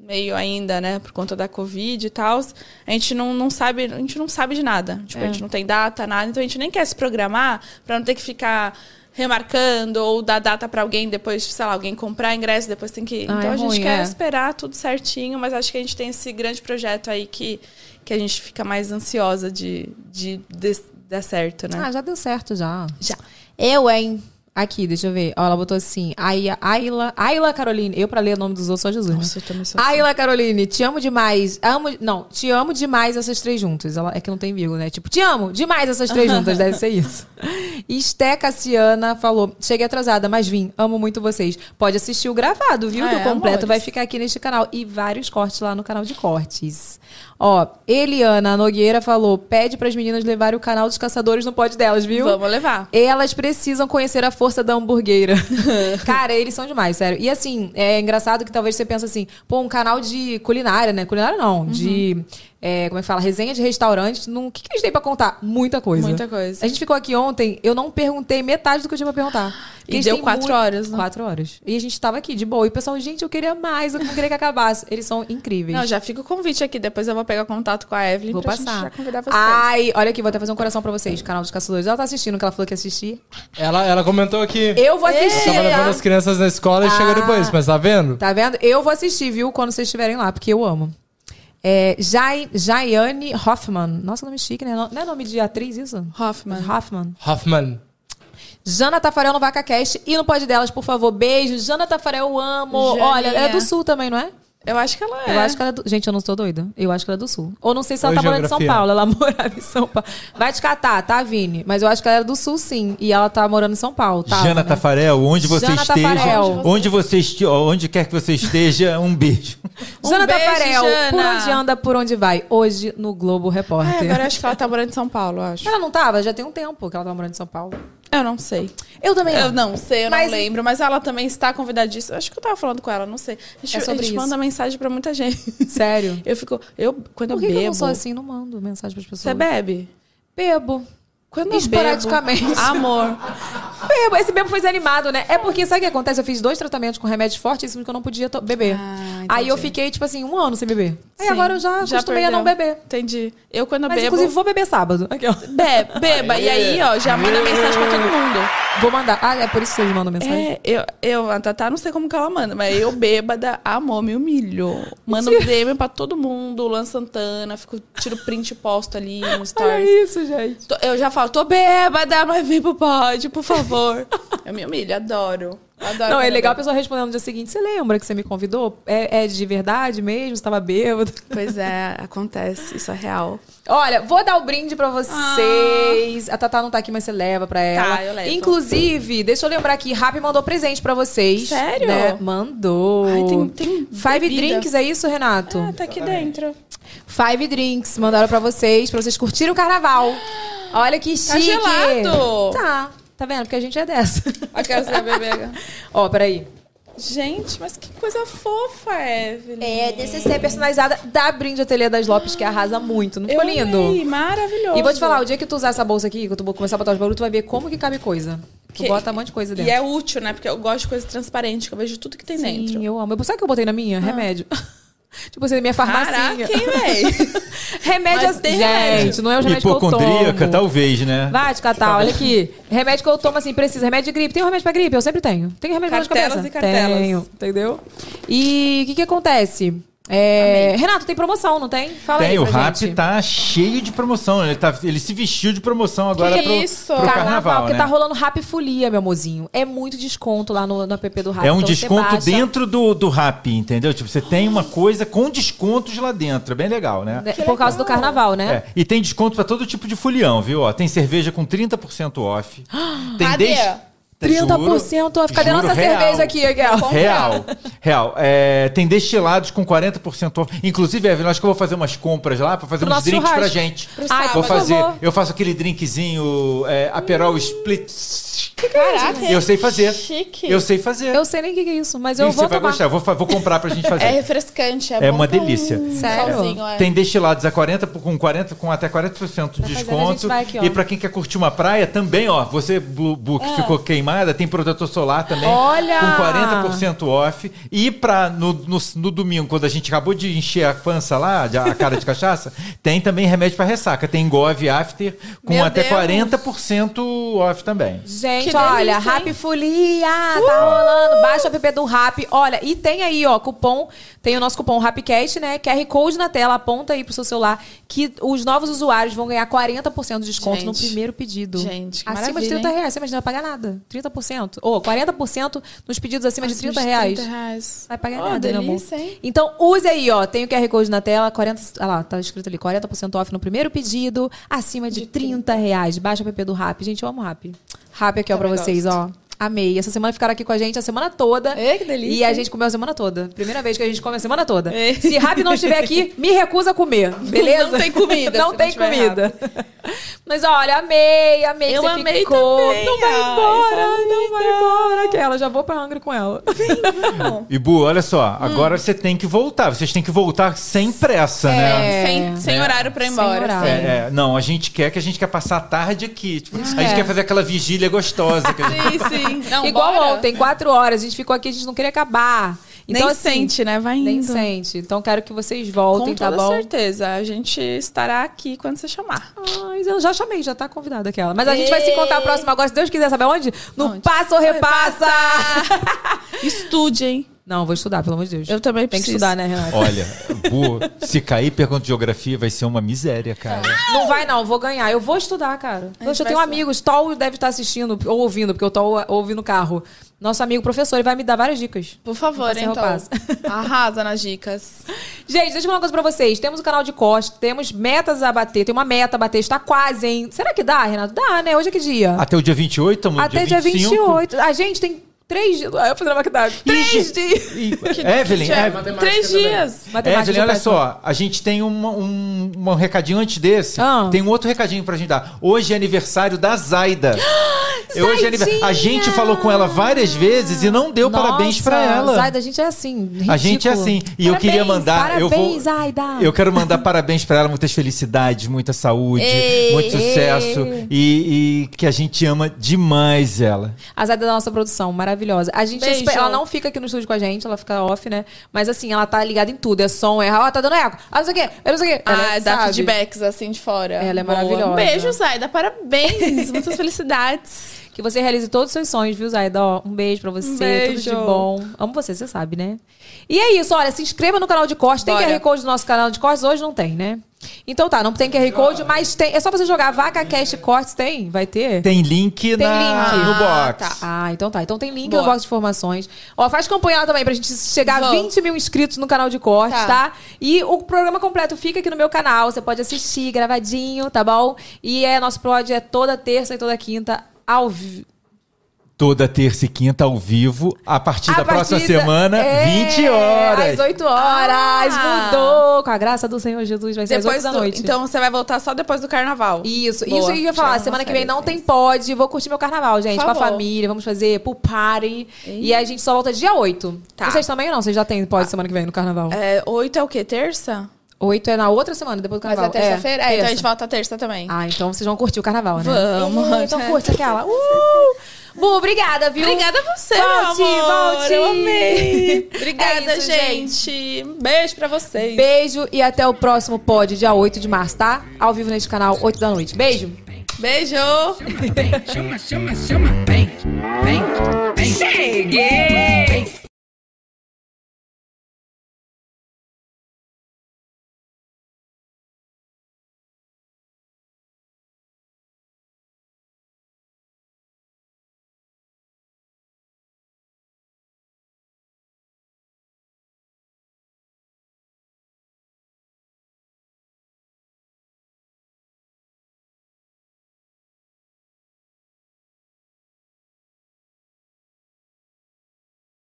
[SPEAKER 7] meio ainda, né, por conta da Covid e tal, a gente não, não sabe,
[SPEAKER 4] É.
[SPEAKER 7] a gente não sabe de nada. Tipo, a gente não tem data, nada, então a gente nem quer se programar pra não ter que ficar remarcando ou dar data pra alguém depois, sei lá, alguém comprar ingresso, depois tem
[SPEAKER 4] Ah,
[SPEAKER 7] que. então
[SPEAKER 4] é
[SPEAKER 7] a gente
[SPEAKER 4] ruim,
[SPEAKER 7] quer
[SPEAKER 4] é.
[SPEAKER 7] esperar tudo certinho, mas acho que a gente tem esse grande projeto aí que, que a gente fica mais ansiosa de, de, de dar certo, né?
[SPEAKER 4] Ah, já deu certo já.
[SPEAKER 7] Já.
[SPEAKER 4] Eu, hein? Aqui, deixa eu ver. Ó, ela botou assim. Aia- Ayla, Ayla Caroline. Eu, pra ler o nome dos outros, só Jesus. né?
[SPEAKER 7] Nossa, eu também sou assim.
[SPEAKER 4] Ayla Caroline, te amo demais. Amo. Não, te amo demais essas três juntas. Ela, é que não tem vírgula, né? Tipo, te amo demais essas três juntas. deve ser isso. Esté Cassiana falou: cheguei atrasada, mas vim. Amo muito vocês. Pode assistir o gravado, viu?
[SPEAKER 7] Ah,
[SPEAKER 4] que o
[SPEAKER 7] é,
[SPEAKER 4] completo
[SPEAKER 7] amores.
[SPEAKER 4] vai ficar aqui neste canal. E vários cortes lá no canal de cortes. Ó, Eliana Nogueira falou: pede pras meninas levarem o canal dos caçadores no pod delas, viu?
[SPEAKER 7] Vamos levar.
[SPEAKER 4] Elas precisam conhecer a força da hamburgueira. Cara, eles são demais, sério. E assim, é engraçado que talvez você pense assim, pô, um canal de culinária, né? Culinária
[SPEAKER 7] Uhum.
[SPEAKER 4] não, de. é, como é que fala? Resenha de restaurante. não- O que, que eles têm pra contar? Muita coisa.
[SPEAKER 7] Muita coisa.
[SPEAKER 4] A gente ficou aqui ontem, eu não perguntei metade do que eu tinha pra perguntar. Porque
[SPEAKER 7] E
[SPEAKER 4] eles
[SPEAKER 7] deu
[SPEAKER 4] têm
[SPEAKER 7] quatro horas, né?
[SPEAKER 4] Quatro horas. E a gente tava aqui, de boa. E o pessoal, gente, eu queria mais, eu não queria que acabasse. Eles são incríveis.
[SPEAKER 7] Não, já fica o convite aqui. Depois eu vou pegar contato com a Evelyn
[SPEAKER 4] Vou
[SPEAKER 7] pra
[SPEAKER 4] passar.
[SPEAKER 7] gente já convidar vocês.
[SPEAKER 4] Ai, olha aqui, vou até fazer um coração pra vocês. Canal dos Caçadores. Ela tá assistindo o que ela falou que ia assistir.
[SPEAKER 1] Ela, ela comentou aqui.
[SPEAKER 4] Eu Ah. vou assistir.
[SPEAKER 1] Tava levando as crianças na escola e chegou depois, mas tá vendo?
[SPEAKER 4] Tá vendo? Eu vou assistir, viu? Quando vocês estiverem lá, porque eu amo. É, Jai, Jaiane Hoffman. Nossa, nome chique, né? Não é nome de atriz isso?
[SPEAKER 7] Hoffman.
[SPEAKER 4] Hoffman.
[SPEAKER 1] Hoffman.
[SPEAKER 4] Jana Tafarel no VacaCast e no Pod Delas, por favor. Beijo. Jana Tafarel, eu amo.
[SPEAKER 7] Janinha.
[SPEAKER 4] Olha, ela é do Sul também, não é?
[SPEAKER 7] Eu acho que ela é.
[SPEAKER 4] Eu acho que ela é do... Gente, eu não sou doida. Eu acho que ela é do Sul. Ou não sei se ela
[SPEAKER 1] Oi,
[SPEAKER 4] tá morando em São
[SPEAKER 1] geografia.
[SPEAKER 4] Paulo. Ela morava em São Paulo. Vai te catar, tá, Vini? Mas eu acho que ela é do Sul, sim. E ela tá morando em São Paulo, tá?
[SPEAKER 8] Jana Tafarel, onde você
[SPEAKER 4] Jana
[SPEAKER 8] esteja,
[SPEAKER 4] Tafarel.
[SPEAKER 8] onde você este- onde quer que você esteja, um beijo.
[SPEAKER 4] Jana
[SPEAKER 7] Um beijo,
[SPEAKER 4] Tafarel, por
[SPEAKER 7] Jana.
[SPEAKER 4] onde anda, por onde vai? Hoje no Globo
[SPEAKER 7] Ah,
[SPEAKER 4] Repórter.
[SPEAKER 7] agora eu acho que ela tá morando em São Paulo, eu acho.
[SPEAKER 4] Ela não tava? Já tem um tempo que ela tava morando em São Paulo.
[SPEAKER 7] Eu não sei.
[SPEAKER 4] Eu também
[SPEAKER 7] Eu não sei, eu
[SPEAKER 4] Mas-
[SPEAKER 7] não lembro, mas ela também está convidadíssima. Eu Acho que eu tava falando com ela, não sei. A gente,
[SPEAKER 4] É sobre
[SPEAKER 7] a gente
[SPEAKER 4] isso.
[SPEAKER 7] manda mensagem pra muita gente.
[SPEAKER 4] Sério?
[SPEAKER 7] Eu fico. Eu, quando
[SPEAKER 4] Por que,
[SPEAKER 7] eu
[SPEAKER 4] que
[SPEAKER 7] bebo.
[SPEAKER 4] eu não sou assim? Não mando mensagem pras pessoas.
[SPEAKER 7] Você é bebe?
[SPEAKER 4] Bebo.
[SPEAKER 7] Quando eu
[SPEAKER 4] Esporadicamente.
[SPEAKER 7] Bebo, amor.
[SPEAKER 4] Bebo. Esse bebo foi desanimado, né? É porque, sabe o que acontece? Eu fiz dois tratamentos com remédio fortíssimo que eu não podia to- beber.
[SPEAKER 7] Ah, entendi.
[SPEAKER 4] Aí eu fiquei, tipo assim, um ano sem beber. Aí
[SPEAKER 7] Sim,
[SPEAKER 4] agora eu já, acostumei a
[SPEAKER 7] perdeu.
[SPEAKER 4] não beber.
[SPEAKER 7] Entendi. Eu quando eu
[SPEAKER 4] Mas,
[SPEAKER 7] bebo.
[SPEAKER 4] inclusive, vou beber sábado. Aqui, ó.
[SPEAKER 7] Bebe, beba. E aí, ó, já manda mensagem pra todo mundo.
[SPEAKER 4] Vou mandar. Ah, é por isso que vocês mandam mensagem?
[SPEAKER 7] É, eu, eu, a Tatá, não sei como que ela manda, mas eu bêbada, amor, me humilho. Mando DM pra todo mundo, Lan Santana, fico, tiro print e posto ali no
[SPEAKER 4] Olha
[SPEAKER 7] stories.
[SPEAKER 4] isso, gente.
[SPEAKER 7] Tô- eu já falo, tô bêbada, mas vem pro pod, por favor. Eu me humilho, adoro. adoro
[SPEAKER 4] Não, é
[SPEAKER 7] quando
[SPEAKER 4] legal a
[SPEAKER 7] eu bebo.
[SPEAKER 4] pessoa respondendo no dia seguinte. Você lembra que você me convidou? É, é de verdade mesmo? Você tava bêbado?
[SPEAKER 7] Pois é, acontece, isso é real.
[SPEAKER 4] Olha, vou dar o brinde pra
[SPEAKER 5] Ah,
[SPEAKER 4] vocês. A Tatá não tá aqui, mas você leva pra ela.
[SPEAKER 7] Ah. eu
[SPEAKER 5] então.
[SPEAKER 7] levo.
[SPEAKER 4] Inclusive, deixa eu lembrar aqui, Rap mandou presente pra vocês.
[SPEAKER 7] Sério?
[SPEAKER 4] né? Mandou.
[SPEAKER 7] Ai, tem- tem
[SPEAKER 4] Five
[SPEAKER 7] bebida.
[SPEAKER 4] drinks, é isso, Renato?
[SPEAKER 7] Ah, tá aqui dentro.
[SPEAKER 4] Five drinks mandaram pra vocês, pra vocês curtirem o carnaval. Olha que chique.
[SPEAKER 7] Tá gelado.
[SPEAKER 4] Tá. Tá vendo? Porque a gente é dessa.
[SPEAKER 7] Aquelas da bebega.
[SPEAKER 4] Ó, peraí.
[SPEAKER 7] Gente, mas que coisa fofa, Evelyn.
[SPEAKER 4] É, DCC personalizada da Brinde Ateliê das Lopes, que arrasa muito. Não
[SPEAKER 7] eu
[SPEAKER 4] ficou lindo?
[SPEAKER 7] amei, maravilhoso.
[SPEAKER 4] E vou te falar, o dia que tu usar essa bolsa aqui, que tu começar a botar os barulhos, tu vai ver como que cabe coisa. Tu
[SPEAKER 7] Que-
[SPEAKER 4] bota um monte de coisa dentro.
[SPEAKER 7] E é útil, né? Porque eu gosto de coisa transparente, que eu vejo tudo que tem
[SPEAKER 4] Sim,
[SPEAKER 7] dentro. Ah.
[SPEAKER 4] eu amo. Eu- Sabe o que eu botei na minha? Remédio. tipo assim, na minha farmácia.
[SPEAKER 7] Caraca, hein, véi?
[SPEAKER 4] remédio
[SPEAKER 7] Mas tem
[SPEAKER 4] assim. Gente,
[SPEAKER 7] remédio.
[SPEAKER 4] não é o remédio que eu
[SPEAKER 8] Hipocondríaca,
[SPEAKER 4] tomo.
[SPEAKER 8] talvez, né?
[SPEAKER 4] Vai, te catar, olha aqui. Remédio que eu tomo assim, precisa. Remédio de gripe. Tem um remédio pra gripe? Eu sempre tenho. Tem remédio pra dor de
[SPEAKER 7] Cartelas
[SPEAKER 4] cabeça?
[SPEAKER 7] e cartelas.
[SPEAKER 4] Tenho, entendeu? E o que que acontece? É, Renato, tem promoção, não tem? Fala aí
[SPEAKER 8] Tem, o
[SPEAKER 4] pra
[SPEAKER 8] rap
[SPEAKER 4] gente.
[SPEAKER 8] tá cheio de promoção. Ele, tá, ele se vestiu de promoção agora
[SPEAKER 7] Que
[SPEAKER 8] pro,
[SPEAKER 7] isso?
[SPEAKER 8] pro
[SPEAKER 4] é Carnaval,
[SPEAKER 8] carnaval.
[SPEAKER 4] porque
[SPEAKER 8] né?
[SPEAKER 4] tá rolando rap folia, meu mozinho. É muito desconto lá no, no app do rap.
[SPEAKER 8] É um
[SPEAKER 4] Então você
[SPEAKER 8] desconto
[SPEAKER 4] baixa.
[SPEAKER 8] dentro do, do rap, entendeu? Tipo, você tem uma coisa com descontos lá dentro. É bem legal, né?
[SPEAKER 4] né, Por causa do carnaval, né?
[SPEAKER 8] É, e tem desconto pra todo tipo de folião, viu? Ó, tem cerveja com 30% off. Tem
[SPEAKER 7] Cadê?
[SPEAKER 4] Tá, 30% off. Cadê a
[SPEAKER 8] juro,
[SPEAKER 4] nossa
[SPEAKER 8] real.
[SPEAKER 4] cerveja aqui, é Aguel?
[SPEAKER 8] Real, real. É, tem destilados com 40% off. Inclusive, Evelyn, acho que eu vou fazer umas compras lá pra fazer
[SPEAKER 4] Pro
[SPEAKER 8] uns
[SPEAKER 4] nosso
[SPEAKER 8] drinks pra
[SPEAKER 4] churrasco.
[SPEAKER 8] gente.
[SPEAKER 4] Pro Ai, sábado.
[SPEAKER 8] vou
[SPEAKER 4] por
[SPEAKER 8] fazer.
[SPEAKER 4] favor.
[SPEAKER 8] Eu faço aquele drinkzinho é, Aperol Split.
[SPEAKER 4] é
[SPEAKER 7] Caraca,
[SPEAKER 8] Eu sei fazer.
[SPEAKER 7] Chique.
[SPEAKER 8] Eu sei fazer.
[SPEAKER 4] Eu sei nem o que que é isso, mas eu
[SPEAKER 8] Ih,
[SPEAKER 4] vou
[SPEAKER 8] você vai
[SPEAKER 4] tomar.
[SPEAKER 8] gostar. Eu Vou, fa- vou comprar pra gente fazer.
[SPEAKER 7] É refrescante, é,
[SPEAKER 8] É
[SPEAKER 7] bom
[SPEAKER 8] uma
[SPEAKER 7] pra um
[SPEAKER 8] delícia.
[SPEAKER 4] Sério?
[SPEAKER 7] solzinho, é.
[SPEAKER 8] Tem destilados a 40, por- com 40, com até 40% de
[SPEAKER 4] fazendo, a gente
[SPEAKER 8] desconto.
[SPEAKER 4] vai aqui, ó. Ah.
[SPEAKER 8] e pra quem quer curtir uma praia, também, ó, você bu- bu- que ficou queimada, tem protetor solar também
[SPEAKER 4] Olha!
[SPEAKER 8] com 40% off. E pra, no, no, no domingo, quando a gente acabou de encher a pança lá, de- a cara de cachaça, tem também remédio pra ressaca. Tem Gov After com
[SPEAKER 7] Meu
[SPEAKER 8] até
[SPEAKER 7] Deus.
[SPEAKER 8] 40% off também.
[SPEAKER 4] Gente,
[SPEAKER 7] Que
[SPEAKER 4] olha,
[SPEAKER 7] delícia, Uh!
[SPEAKER 4] Rap Folia, tá rolando. Baixa o app do Rap. Olha, e tem aí, ó, cupom, tem o nosso cupom RAPCAST, né? QR Code na tela, aponta aí pro seu celular, que os novos usuários vão ganhar 40% de desconto no
[SPEAKER 7] Gente.
[SPEAKER 4] primeiro pedido.
[SPEAKER 7] Gente, que
[SPEAKER 4] acima de
[SPEAKER 7] maravilha,
[SPEAKER 4] 30
[SPEAKER 7] hein?
[SPEAKER 4] reais, você imagina, não vai pagar nada. 30%. Ou 40% nos pedidos acima de 30 reais.
[SPEAKER 7] 30 reais.
[SPEAKER 4] Vai pagar
[SPEAKER 7] Ó,
[SPEAKER 4] nada, né, amor?
[SPEAKER 7] Ah, delícia, hein?
[SPEAKER 4] Então use aí, ó. Tem o QR Code na tela, 40, ah lá, tá escrito ali, 40% off no primeiro pedido, acima de, 30 reais. Baixa o app do Rap. Gente, eu amo Rap. Rap aqui, ó, pra vocês, ó. Amei. Essa semana ficaram aqui com a gente a semana toda.
[SPEAKER 7] Ei, que delícia.
[SPEAKER 4] E a gente comeu a semana toda. Primeira vez que a gente come a semana toda.
[SPEAKER 7] Ei.
[SPEAKER 4] Se Rap não estiver aqui, me recusa a comer, beleza?
[SPEAKER 7] Não tem comida,
[SPEAKER 4] não
[SPEAKER 7] se
[SPEAKER 4] tem
[SPEAKER 7] não tiver
[SPEAKER 4] comida. Mas olha, amei, amei que
[SPEAKER 7] Eu
[SPEAKER 4] você
[SPEAKER 7] amei
[SPEAKER 4] ficou.
[SPEAKER 7] também.
[SPEAKER 4] Não vai
[SPEAKER 7] Ai,
[SPEAKER 4] embora,
[SPEAKER 7] sabe,
[SPEAKER 4] não vai embora. Que ela já vou pra Hungry com ela.
[SPEAKER 8] E Bu, olha só,
[SPEAKER 4] Hum.
[SPEAKER 8] agora você tem que voltar. Vocês têm que voltar sem pressa, né?
[SPEAKER 7] Sem, sem horário pra ir
[SPEAKER 4] É. Sem
[SPEAKER 7] embora.
[SPEAKER 4] horário.
[SPEAKER 7] assim.
[SPEAKER 8] É, é, não, a gente quer que a gente quer passar a tarde aqui. Tipo, A
[SPEAKER 4] É.
[SPEAKER 8] gente quer fazer aquela vigília gostosa. que a gente-
[SPEAKER 7] Sim, sim. Não,
[SPEAKER 4] Igual
[SPEAKER 7] bora.
[SPEAKER 4] ontem, quatro horas, a gente ficou aqui, a gente não queria acabar. Então,
[SPEAKER 7] nem
[SPEAKER 4] assim,
[SPEAKER 7] sente, né? Vai indo.
[SPEAKER 4] Nem sente. Então quero que vocês
[SPEAKER 7] Com
[SPEAKER 4] voltem, tá
[SPEAKER 7] toda
[SPEAKER 4] bom?
[SPEAKER 7] certeza. A gente estará aqui quando você chamar.
[SPEAKER 4] Ai, eu já chamei, já tá convidada aquela. Mas a gente vai se encontrar a próxima agora, se Deus quiser, sabe onde? No Passa ou Repassa!
[SPEAKER 7] Estude, hein?
[SPEAKER 4] Não, vou estudar, pelo amor de Deus.
[SPEAKER 7] Eu também
[SPEAKER 4] Tem que
[SPEAKER 7] preciso.
[SPEAKER 4] estudar, né, Renata?
[SPEAKER 8] Olha, Bu, se cair pergunta de geografia, vai ser uma miséria, cara.
[SPEAKER 4] Não vai, não, vou ganhar. Eu vou estudar, cara. Poxa, eu
[SPEAKER 7] vai
[SPEAKER 4] tenho
[SPEAKER 7] estudar.
[SPEAKER 4] amigos, Tol deve estar assistindo ou ouvindo, porque eu tô ouvindo no carro. Nosso amigo professor, ele vai me dar várias dicas.
[SPEAKER 7] Por favor,
[SPEAKER 4] Passa, eu
[SPEAKER 7] então.
[SPEAKER 4] passo.
[SPEAKER 7] Arrasa nas dicas.
[SPEAKER 4] Gente, deixa eu falar uma coisa pra vocês. Temos o canal de corte, temos metas a bater, tem uma meta a bater, está quase, hein? Será que dá, Renato? Dá, né? Hoje é que dia?
[SPEAKER 8] Até o dia 28, estamos no
[SPEAKER 4] Até dia, 28. A gente tem três dias. Ah, eu falei na verdade. Três dias.
[SPEAKER 8] é, Evelyn,
[SPEAKER 7] Já-
[SPEAKER 4] é
[SPEAKER 8] Ev-
[SPEAKER 7] três dias.
[SPEAKER 4] Matemática
[SPEAKER 8] Evelyn,
[SPEAKER 4] já
[SPEAKER 8] É, olha
[SPEAKER 4] tá-
[SPEAKER 8] só, a gente tem uma- um, um recadinho antes desse,
[SPEAKER 4] Ah.
[SPEAKER 8] tem um outro recadinho pra gente dar. Hoje é aniversário da Zaida. É Hoje é aniversário. A gente falou com ela várias vezes e não deu
[SPEAKER 4] Nossa,
[SPEAKER 8] parabéns pra ela.
[SPEAKER 4] Zaida, a gente é assim.
[SPEAKER 8] A gente é
[SPEAKER 4] ridículo.
[SPEAKER 8] assim. E eu
[SPEAKER 4] Parabéns,
[SPEAKER 8] queria mandar. eu vou,
[SPEAKER 4] Parabéns, Zaida.
[SPEAKER 8] Eu quero mandar parabéns pra ela, muitas felicidades, muita saúde, muito sucesso. E, e que a gente ama demais ela.
[SPEAKER 4] A Zaida é da nossa produção, maravilhosa. A gente
[SPEAKER 7] Beijo.
[SPEAKER 4] espe- ela não fica aqui no estúdio com a gente, ela fica off, né? Mas assim, ela tá ligada em tudo. É som, é. Ó, tá dando eco. Ah, não sei o quê. Eu não sei o quê. Ela é,
[SPEAKER 7] Ah, dá
[SPEAKER 4] sabe.
[SPEAKER 7] feedbacks assim de fora.
[SPEAKER 4] Ela é
[SPEAKER 7] Boa.
[SPEAKER 4] maravilhosa.
[SPEAKER 7] Um beijo, Zaida. Parabéns. Muitas felicidades.
[SPEAKER 4] Que você realize todos os seus sonhos, viu, Zaida? Ó, um beijo pra você,
[SPEAKER 7] Um
[SPEAKER 4] tudo
[SPEAKER 7] beijo.
[SPEAKER 4] de bom. Amo você, você sabe, né? E é isso, olha, se inscreva no canal de cortes. Tem
[SPEAKER 7] Bora.
[SPEAKER 4] QR Code no nosso canal de cortes? Hoje não tem, né? Então tá, não tem QR Code, mas tem. É só você jogar vaca cast cortes, tem? Vai ter?
[SPEAKER 8] Tem link, na,
[SPEAKER 4] link.
[SPEAKER 8] no
[SPEAKER 7] Ah,
[SPEAKER 8] box.
[SPEAKER 4] Ah, então tá. Então tem link
[SPEAKER 7] Boa.
[SPEAKER 4] no box de informações. Ó, faz campanha lá também pra gente chegar a
[SPEAKER 7] Vou.
[SPEAKER 4] 20 mil inscritos no canal de cortes, tá.
[SPEAKER 7] Tá.
[SPEAKER 4] E o programa completo fica aqui no meu canal. Você pode assistir gravadinho, tá bom? E é nosso prod é toda terça e toda quinta ao vivo.
[SPEAKER 8] Toda terça e quinta ao vivo, a partir
[SPEAKER 4] A
[SPEAKER 8] da próxima
[SPEAKER 4] partir da-
[SPEAKER 8] semana,
[SPEAKER 4] É,
[SPEAKER 8] 20
[SPEAKER 4] Às
[SPEAKER 8] horas.
[SPEAKER 4] 8 horas.
[SPEAKER 7] Ah!
[SPEAKER 4] Mudou. Com a graça do Senhor Jesus, vai ser às 8
[SPEAKER 7] Depois
[SPEAKER 4] É da
[SPEAKER 7] do-
[SPEAKER 4] noite.
[SPEAKER 7] Então você vai voltar só depois do carnaval.
[SPEAKER 4] Isso,
[SPEAKER 7] Boa.
[SPEAKER 4] isso aí que eu ia falar.
[SPEAKER 7] Tirar uma
[SPEAKER 4] Semana que vem
[SPEAKER 7] série,
[SPEAKER 4] não tem
[SPEAKER 7] assim.
[SPEAKER 4] pod. Vou curtir meu carnaval, gente.
[SPEAKER 7] Por
[SPEAKER 4] Com a
[SPEAKER 7] favor.
[SPEAKER 4] família, vamos fazer pool party. E aí a gente só volta dia 8.
[SPEAKER 7] Tá. Ah.
[SPEAKER 4] Vocês também não? Vocês já têm pod semana que vem no carnaval?
[SPEAKER 7] É, oito é o quê? Terça?
[SPEAKER 4] 8 é na outra semana, depois do
[SPEAKER 7] Mas
[SPEAKER 4] carnaval.
[SPEAKER 7] é terça-feira? É, então a gente
[SPEAKER 4] terça.
[SPEAKER 7] volta terça também.
[SPEAKER 4] Ah, então vocês vão curtir o carnaval, né?
[SPEAKER 7] Vamos.
[SPEAKER 4] É, então curte aquela. Uh! Bu, obrigada, viu?
[SPEAKER 7] Obrigada a você,
[SPEAKER 4] Volte,
[SPEAKER 7] meu amor.
[SPEAKER 4] volte.
[SPEAKER 7] Eu amei. Obrigada,
[SPEAKER 4] É isso,
[SPEAKER 7] gente. Um Beijo pra vocês.
[SPEAKER 4] Beijo e até o próximo pod, dia 8 de março, tá? Ao vivo neste canal, 8 da noite. Beijo!
[SPEAKER 7] Beijo.
[SPEAKER 2] Chama, chama, chama, vem, vem, vem. Cheguei!